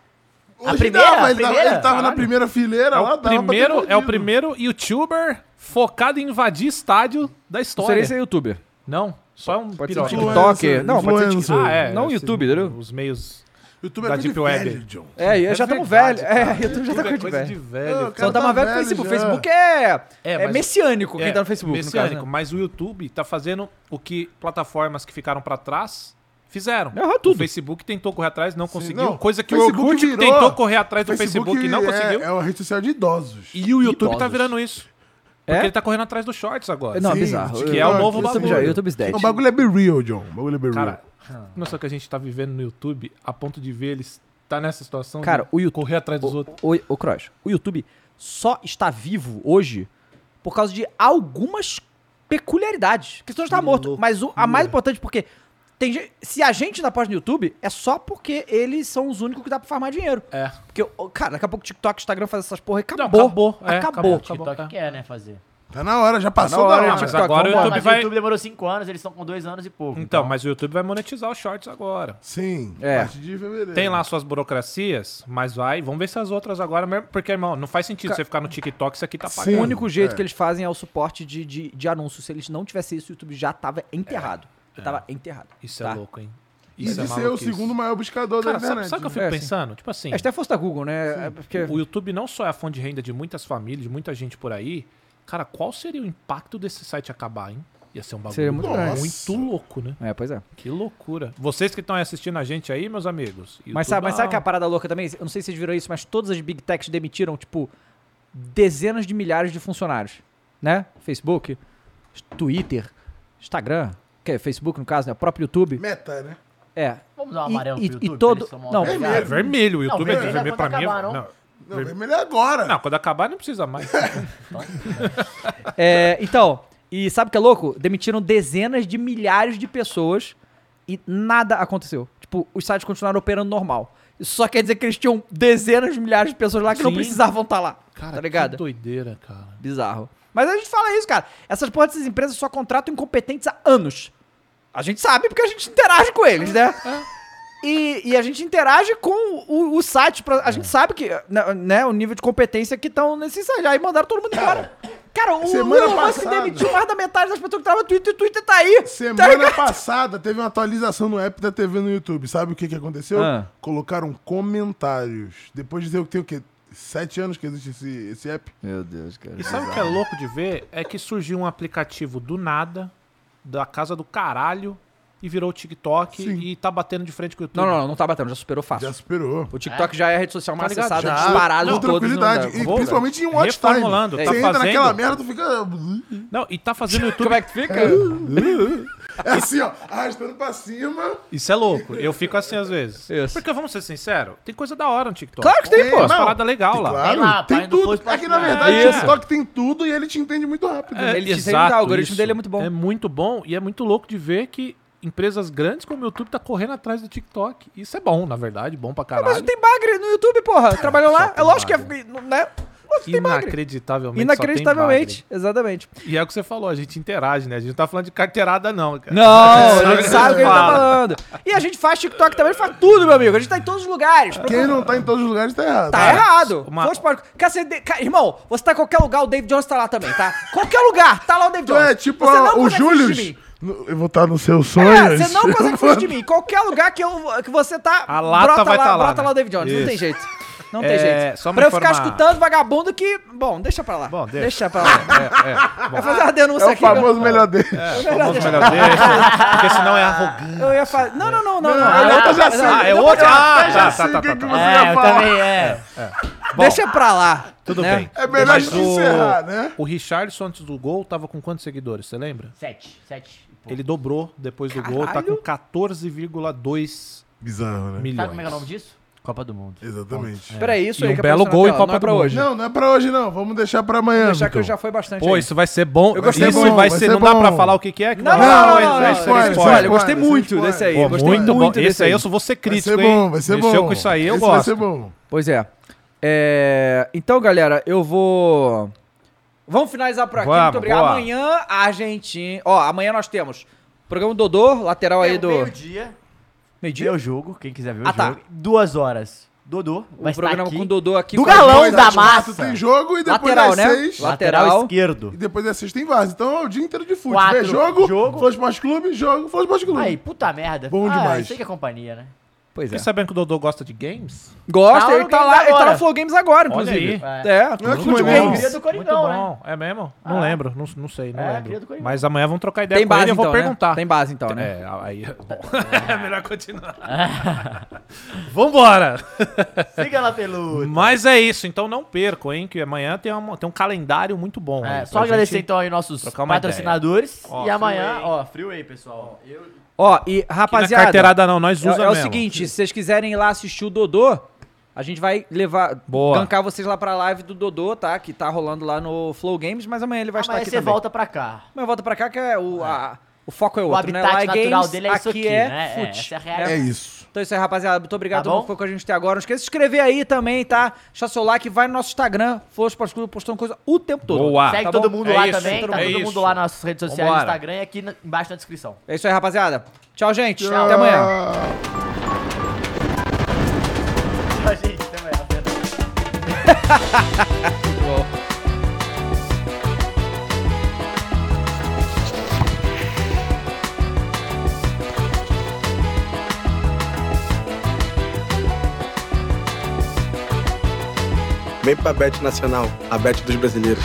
Speaker 5: A
Speaker 4: Hoje
Speaker 5: primeira?
Speaker 4: dava,
Speaker 5: A
Speaker 4: ele, tava,
Speaker 5: primeira?
Speaker 4: ele tava na
Speaker 3: Caralho.
Speaker 4: primeira fileira
Speaker 3: É
Speaker 4: lá,
Speaker 3: o,
Speaker 4: dava pra ter
Speaker 3: primeiro, é o
Speaker 4: perdido.
Speaker 3: primeiro youtuber focado em invadir estádio da história.
Speaker 2: Seria ser é youtuber.
Speaker 3: Não, só é um
Speaker 2: Pode
Speaker 3: piroca.
Speaker 2: ser
Speaker 4: Influencer,
Speaker 2: TikTok. Não, pode ser
Speaker 4: influencer.
Speaker 2: TikTok.
Speaker 3: Ah, é.
Speaker 2: Não
Speaker 3: esses-
Speaker 2: YouTube, entendeu?
Speaker 3: Os meios...
Speaker 4: YouTube
Speaker 3: da
Speaker 4: é coisa
Speaker 3: Deep
Speaker 4: de
Speaker 3: Web.
Speaker 4: velho, John.
Speaker 2: É, eu já tamo velho. É, YouTube já tá
Speaker 3: YouTube
Speaker 2: com de velho.
Speaker 3: velho.
Speaker 4: Ah,
Speaker 2: Só
Speaker 4: cara tá
Speaker 2: tá mais velho que
Speaker 4: velho
Speaker 2: o Facebook.
Speaker 4: já.
Speaker 2: O Facebook é,
Speaker 3: É,
Speaker 2: é
Speaker 3: mas-
Speaker 2: messiânico quem
Speaker 3: É,
Speaker 2: tá no Facebook, no caso,
Speaker 3: messiânico,
Speaker 2: né?
Speaker 3: mas o YouTube tá fazendo o que plataformas que ficaram pra trás fizeram.
Speaker 2: Errou tudo.
Speaker 3: O Facebook tentou correr atrás, não conseguiu.
Speaker 4: não.
Speaker 3: Coisa que o
Speaker 4: Facebook
Speaker 3: Orkut
Speaker 4: virou-
Speaker 3: tentou correr atrás do Facebook, e não
Speaker 4: é-
Speaker 3: conseguiu.
Speaker 4: É uma rede social de idosos.
Speaker 3: E o YouTube tá
Speaker 2: Idosos.
Speaker 3: virando isso.
Speaker 2: É?
Speaker 3: Porque ele tá correndo atrás dos shorts agora.
Speaker 2: Não, é
Speaker 4: Sim,
Speaker 2: bizarro.
Speaker 3: que é o novo
Speaker 2: YouTube já,
Speaker 3: bagulho.
Speaker 2: YouTube's dead.
Speaker 4: O bagulho é be real, John. O bagulho é be real.
Speaker 3: Cara, não só que a gente tá vivendo no YouTube a ponto de ver eles tá nessa situação
Speaker 2: Cara,
Speaker 3: de
Speaker 2: o YouTube-
Speaker 3: correr atrás dos outros.
Speaker 2: Ô, ô, Cross, o YouTube só está vivo hoje por causa de algumas peculiaridades. Que senão já tá morto. Mas o- a mais importante, porque tem, gen- se a gente ainda pode no YouTube, é só porque eles são os únicos que dá pra farmar dinheiro.
Speaker 3: É.
Speaker 2: Porque, ô, cara, daqui a pouco o TikTok, Instagram faz essas porra e acabou.
Speaker 3: Não, acabou, é,
Speaker 2: acabou.
Speaker 3: acabou.
Speaker 5: O TikTok
Speaker 3: Acabou, é.
Speaker 5: quer, né, fazer.
Speaker 4: Tá na hora, já passou
Speaker 2: na hora,
Speaker 4: da
Speaker 2: né,
Speaker 4: hora.
Speaker 3: mas
Speaker 2: TikTok,
Speaker 3: agora o
Speaker 2: vambora.
Speaker 3: YouTube
Speaker 5: Mas
Speaker 3: vai.
Speaker 5: o YouTube demorou 5 anos, eles estão com 2 anos e pouco.
Speaker 3: Então, mas o YouTube vai monetizar os shorts agora.
Speaker 4: Sim,
Speaker 2: É.
Speaker 4: a partir de fevereiro.
Speaker 3: Tem lá suas burocracias, mas vai. Vamos ver se as outras agora mesmo. Porque, irmão, não faz sentido você ficar no TikTok se aqui tá
Speaker 2: O
Speaker 3: pagando.
Speaker 2: único jeito
Speaker 4: é.
Speaker 2: que eles fazem é o suporte de, de, de anúncios. Se eles não tivessem isso, o YouTube já tava enterrado. Já tava enterrado.
Speaker 3: Isso é
Speaker 2: Tá.
Speaker 3: louco, hein?
Speaker 4: E de ser é o
Speaker 3: é maluquice.
Speaker 4: segundo maior buscador
Speaker 3: Cara,
Speaker 4: da
Speaker 3: sabe,
Speaker 4: internet.
Speaker 3: sabe o que eu
Speaker 4: né?
Speaker 3: fico
Speaker 2: É, sim.
Speaker 3: pensando? Tipo assim,
Speaker 2: Esta É até a força da Google, né? É porque...
Speaker 3: o YouTube não só é a fonte de renda de muitas famílias, de muita gente por aí. Cara, qual seria o impacto desse site acabar, hein? Ia ser um bagulho
Speaker 2: Seria muito grande.
Speaker 3: muito louco, né?
Speaker 2: É, pois é.
Speaker 3: Que loucura. Vocês que estão aí assistindo a gente aí, meus amigos.
Speaker 2: Mas sabe, mas sabe que é a
Speaker 3: YouTube
Speaker 2: parada louca também? Eu não sei se vocês viram isso, mas todas as big techs demitiram, tipo, dezenas de milhares de funcionários. Né? Facebook, Twitter, Instagram, que é Facebook no caso, né? O próprio YouTube.
Speaker 4: Meta, né?
Speaker 2: é.
Speaker 5: Vamos dar um
Speaker 2: E-
Speaker 5: amarelo
Speaker 2: e-
Speaker 5: pro YouTube.
Speaker 2: e todo-
Speaker 5: pra eles tomarem
Speaker 2: não,
Speaker 5: um
Speaker 3: dá-
Speaker 5: cuidado?
Speaker 3: É vermelho. O
Speaker 5: Não,
Speaker 3: YouTube é
Speaker 5: vermelho é
Speaker 3: vermelho pra
Speaker 5: quando
Speaker 3: mim. é-
Speaker 5: acabar, não.
Speaker 3: Não.
Speaker 4: Não, vermelho é agora.
Speaker 3: Não, quando acabar não precisa mais.
Speaker 2: É, então, e sabe o que é louco? Demitiram dezenas de milhares de pessoas e nada aconteceu. Tipo, os sites continuaram operando normal. Isso só quer dizer que eles tinham dezenas de milhares de pessoas lá que não
Speaker 3: Sim.
Speaker 2: precisavam estar lá.
Speaker 3: Cara,
Speaker 2: tá ligado?
Speaker 3: que doideira, cara.
Speaker 2: Bizarro. Mas a gente fala isso, cara. Essas porra dessas empresas só contratam incompetentes há anos. A gente sabe porque a gente interage com eles, né? E, e a gente interage com o, o site. pra- a gente sabe que, né, né, o nível de competência que estão nesse site. Aí mandaram todo mundo embora. Cara, o
Speaker 4: Semana
Speaker 2: Elon Musk
Speaker 4: passada.
Speaker 2: demitiu mais da metade das pessoas que trabalham no Twitter e o Twitter tá aí. Tá
Speaker 4: Semana
Speaker 2: ligado?
Speaker 4: passada teve uma atualização no app da TV no YouTube. Sabe o que, que aconteceu?
Speaker 2: Ah.
Speaker 4: Colocaram comentários. Depois de ter, tem o quê? Sete anos que existe esse, esse app? Meu Deus, cara.
Speaker 3: E sabe o que é louco de ver? É que surgiu um aplicativo do nada, da casa do caralho, e virou o TikTok e tá batendo de frente com o YouTube.
Speaker 2: Não, não, não, não tá batendo, já superou fácil.
Speaker 4: Já superou.
Speaker 2: O TikTok já é a rede social mais
Speaker 3: ligado?
Speaker 2: acessada,
Speaker 3: Já.
Speaker 2: disparada
Speaker 3: Não,
Speaker 2: de todos.
Speaker 3: tranquilidade.
Speaker 2: não dá.
Speaker 3: E
Speaker 2: Vou,
Speaker 3: principalmente
Speaker 2: velho.
Speaker 3: em watch time. Reformulando,
Speaker 4: Você
Speaker 3: tá
Speaker 4: entra
Speaker 3: fazendo.
Speaker 4: naquela merda, tu fica.
Speaker 3: Não, e tá fazendo o YouTube.
Speaker 2: Como é que fica?
Speaker 4: É assim, ó, arrastando pra cima.
Speaker 3: Isso é louco. Eu fico assim às vezes. Porque vamos ser sinceros, tem coisa da hora no TikTok.
Speaker 4: Claro que tem, pô.
Speaker 3: Uma
Speaker 4: Não,
Speaker 3: parada legal lá. tá
Speaker 4: Claro, tem tudo. É que na verdade o
Speaker 3: Isso.
Speaker 4: TikTok tem tudo e ele te entende muito rápido.
Speaker 3: É,
Speaker 4: ele
Speaker 3: exato,
Speaker 2: o algoritmo
Speaker 3: isso.
Speaker 2: dele é muito bom.
Speaker 3: É muito bom e é muito louco de ver que empresas grandes como o YouTube tá correndo atrás do TikTok. Isso é bom, na verdade, bom pra caralho.
Speaker 2: Mas não tem bagre no YouTube, porra. Trabalhou lá. É lógico que é. Né? Lógico que tem bagre.
Speaker 3: Inacreditavelmente. só tem
Speaker 2: Inacreditavelmente, exatamente.
Speaker 3: bagre. E é o que você falou, a gente interage, né? A gente não tá falando de carteirada, não. Cara.
Speaker 2: Não, a
Speaker 3: o
Speaker 2: gente
Speaker 3: que
Speaker 2: sabe o que a gente tá
Speaker 3: fala.
Speaker 2: falando. E a gente faz TikTok também, faz tudo, meu amigo. A gente tá em todos os lugares.
Speaker 4: Quem não tá em todos os lugares tá errado.
Speaker 2: Tá
Speaker 3: Ah,
Speaker 2: errado. Fonte para... Cacete... Ca- Irmão, você tá em qualquer lugar, o David Jones tá lá também, tá? Qualquer lugar, tá lá o David
Speaker 4: Tu
Speaker 2: Jones.
Speaker 4: é tipo
Speaker 2: Você
Speaker 4: a-
Speaker 2: não
Speaker 4: o
Speaker 2: consegue fugir de
Speaker 4: Július.
Speaker 2: mim.
Speaker 4: No- Eu vou estar no seu sonho.
Speaker 2: É, você não consegue fugir de mim. Qualquer lugar que, eu, que você tá,
Speaker 3: A lata vai
Speaker 2: lá,
Speaker 3: tá lá,
Speaker 2: brota
Speaker 3: né?
Speaker 2: lá o David Jones. Não
Speaker 3: Isso.
Speaker 2: tem jeito. Não
Speaker 3: É,
Speaker 2: tem jeito.
Speaker 3: só me
Speaker 2: pra eu ficar
Speaker 3: informar.
Speaker 2: escutando vagabundo que... Bom, deixa pra lá. Bom, deixa. pra lá.
Speaker 3: É, é.
Speaker 2: Eu ia fazer uma denúncia
Speaker 4: É o
Speaker 2: aqui. meu-
Speaker 4: famoso melhor dele.
Speaker 3: É, o famoso melhor deixa, porque senão é arrogante.
Speaker 2: Eu ia fazer... Não, não, não, não. tá, não.
Speaker 3: Ah,
Speaker 2: Eu
Speaker 3: outra já
Speaker 2: não,
Speaker 3: sei. Ah, é
Speaker 2: não,
Speaker 3: outra?
Speaker 2: não.
Speaker 3: Ah,
Speaker 2: Eu
Speaker 3: tá,
Speaker 2: já
Speaker 3: tá,
Speaker 2: sei
Speaker 3: tá,
Speaker 2: o que
Speaker 3: tá,
Speaker 2: que
Speaker 3: tá.
Speaker 2: você ia
Speaker 3: eu
Speaker 2: falar.
Speaker 3: também, é. Bom,
Speaker 2: Deixa pra lá.
Speaker 3: Tudo
Speaker 2: né?
Speaker 3: bem.
Speaker 2: É melhor
Speaker 3: Mas
Speaker 2: a gente encerrar, né?
Speaker 3: O Richardson antes do gol tava com quantos seguidores, você lembra?
Speaker 5: Sete. Sete. e pouco.
Speaker 3: Ele dobrou depois do gol, tá com 14,2
Speaker 4: Bizarro, né?
Speaker 3: milhões.
Speaker 5: Sabe como é que é o nome disso? Copa do Mundo.
Speaker 4: Exatamente.
Speaker 2: Peraí, isso
Speaker 3: E
Speaker 2: aí
Speaker 3: um
Speaker 2: que
Speaker 3: belo
Speaker 2: apareceu na
Speaker 3: gol e
Speaker 2: tela, não
Speaker 3: Copa
Speaker 2: é pra
Speaker 3: do Mundo.
Speaker 2: hoje.
Speaker 4: Não, não é pra hoje, não. Vamos deixar pra amanhã.
Speaker 2: Deixar que
Speaker 4: Milton.
Speaker 2: eu já foi bastante
Speaker 3: Pô,
Speaker 2: aí.
Speaker 3: isso vai ser bom. é
Speaker 2: Eu gostei
Speaker 3: isso
Speaker 2: muito,
Speaker 3: vai
Speaker 4: vai
Speaker 3: ser,
Speaker 4: ser
Speaker 3: não dá
Speaker 4: bom.
Speaker 3: pra falar o que que é? que
Speaker 2: Não,
Speaker 3: dá
Speaker 2: não,
Speaker 3: pra
Speaker 2: não,
Speaker 3: falar,
Speaker 2: não,
Speaker 3: isso é
Speaker 2: não,
Speaker 3: spoiler,
Speaker 2: não,
Speaker 3: spoiler.
Speaker 2: olha, eu gostei
Speaker 4: Spoiler,
Speaker 2: muito
Speaker 4: spoiler.
Speaker 2: desse aí.
Speaker 3: Pô,
Speaker 2: gostei
Speaker 3: muito bom.
Speaker 2: muito desse
Speaker 3: Esse aí
Speaker 2: aí.
Speaker 3: eu só vou ser
Speaker 4: Vai
Speaker 3: crítico,
Speaker 4: ser
Speaker 3: hein?
Speaker 4: bom, vai ser
Speaker 3: Mexeu
Speaker 4: bom.
Speaker 3: com isso aí, eu
Speaker 4: Esse
Speaker 3: gosto.
Speaker 4: Vai ser bom.
Speaker 2: Pois é. É, Então, galera, eu vou. Vamos finalizar por aqui.
Speaker 3: Vamos,
Speaker 2: muito obrigado.
Speaker 3: boa.
Speaker 2: Amanhã a Argentina. Ó, amanhã nós temos programa Dodô, lateral aí do.
Speaker 5: É Meio-dia.
Speaker 2: Meio-dia?
Speaker 5: Meu jogo, quem quiser ver o
Speaker 2: Ah, tá.
Speaker 5: jogo. Duas horas. Dodô.
Speaker 2: O
Speaker 5: vai
Speaker 2: programa
Speaker 5: estar aqui.
Speaker 2: com o Dodô aqui.
Speaker 5: Do
Speaker 2: com a gente.
Speaker 5: galão da
Speaker 4: Às quatro
Speaker 5: massa.
Speaker 4: Tem jogo e depois
Speaker 2: Lateral,
Speaker 4: às
Speaker 2: né?
Speaker 4: seis.
Speaker 2: Lateral.
Speaker 4: E
Speaker 5: esquerdo.
Speaker 4: depois às seis tem vaso. Então é o dia inteiro de futebol.
Speaker 5: Quatro.
Speaker 4: Vê jogo,
Speaker 5: Jogo.
Speaker 4: jogo. Flow Esporte Clube, jogo, Flow Esporte Clube.
Speaker 5: Aí, puta merda.
Speaker 4: Bom
Speaker 5: ah,
Speaker 4: demais.
Speaker 5: Sei que é companhia, né?
Speaker 2: Pois é.
Speaker 3: Vocês sabem que o Dodô gosta de games?
Speaker 2: Gosta,
Speaker 5: Tá
Speaker 2: ele
Speaker 5: no
Speaker 2: tá
Speaker 5: Games
Speaker 2: lá, ele tá
Speaker 5: agora.
Speaker 2: na Flow Games agora,
Speaker 3: Olha
Speaker 2: inclusive.
Speaker 5: aí.
Speaker 2: É,
Speaker 4: Olha que
Speaker 2: curte
Speaker 4: maneiro.
Speaker 2: games.
Speaker 5: Cria do
Speaker 3: Muito
Speaker 5: Coringão, né?
Speaker 3: bom. É mesmo? Não
Speaker 5: Ah.
Speaker 3: lembro, não, não sei, não
Speaker 5: É, cria do
Speaker 3: lembro.
Speaker 5: Coringão.
Speaker 3: Mas amanhã vamos trocar ideia
Speaker 2: Tem
Speaker 3: com ele
Speaker 2: base
Speaker 3: e eu vou
Speaker 2: então, né?
Speaker 3: perguntar.
Speaker 2: Tem base então, né?
Speaker 3: É, aí. Bom, é melhor continuar. Vambora!
Speaker 5: Siga lá pelo.
Speaker 3: Mas é isso, então não percam, hein? Que amanhã tem, uma- tem um calendário muito bom. aí
Speaker 5: É,
Speaker 3: pra
Speaker 5: só agradecer
Speaker 3: gente-
Speaker 5: então aí nossos
Speaker 3: trocar uma
Speaker 5: patrocinadores.
Speaker 3: ideia. Ó,
Speaker 5: e amanhã,
Speaker 3: Freeway.
Speaker 5: ó, Freeway, pessoal. Eu
Speaker 2: Ó, e rapaziada.
Speaker 3: Não é carteirada, não, nós
Speaker 2: É,
Speaker 3: usa
Speaker 2: é o
Speaker 3: mesmo.
Speaker 2: seguinte, se vocês quiserem ir lá assistir o Dodô, a gente vai levar,
Speaker 3: Boa.
Speaker 2: gankar vocês lá pra live do Dodô, tá? Que tá rolando lá no Flow Games, mas amanhã ele vai estar
Speaker 5: amanhã
Speaker 2: aqui
Speaker 5: você
Speaker 2: também.
Speaker 5: volta pra cá.
Speaker 2: Amanhã volta pra cá que é o, a- o foco é
Speaker 5: O
Speaker 2: outro, né?
Speaker 5: habitat
Speaker 2: Lá é
Speaker 5: natural
Speaker 2: games,
Speaker 5: dele é isso aqui,
Speaker 2: é
Speaker 5: né? É, essa
Speaker 2: fute,
Speaker 5: é a
Speaker 2: né?
Speaker 5: realidade.
Speaker 4: É isso.
Speaker 2: Então é isso aí, rapaziada. Muito obrigado a
Speaker 5: Tá
Speaker 2: todo mundo
Speaker 5: bom?
Speaker 2: que ficou com a gente até agora. Não esqueça de se inscrever aí também, tá? Deixar seu like, vai no nosso Instagram, Flow Esporte Clube, postando coisa o tempo todo.
Speaker 3: Boa.
Speaker 2: tá
Speaker 5: Segue
Speaker 2: bom?
Speaker 5: todo mundo
Speaker 3: É
Speaker 5: lá
Speaker 3: isso,
Speaker 5: também. Tá
Speaker 3: é
Speaker 5: todo
Speaker 3: isso.
Speaker 5: mundo lá nas redes sociais,
Speaker 3: Vambora.
Speaker 5: Instagram e aqui na- embaixo na descrição.
Speaker 2: É isso aí, rapaziada. Tchau, gente. Até amanhã.
Speaker 5: Tchau, gente. Até amanhã.
Speaker 19: Vem pra Bet Nacional, a Bet dos brasileiros.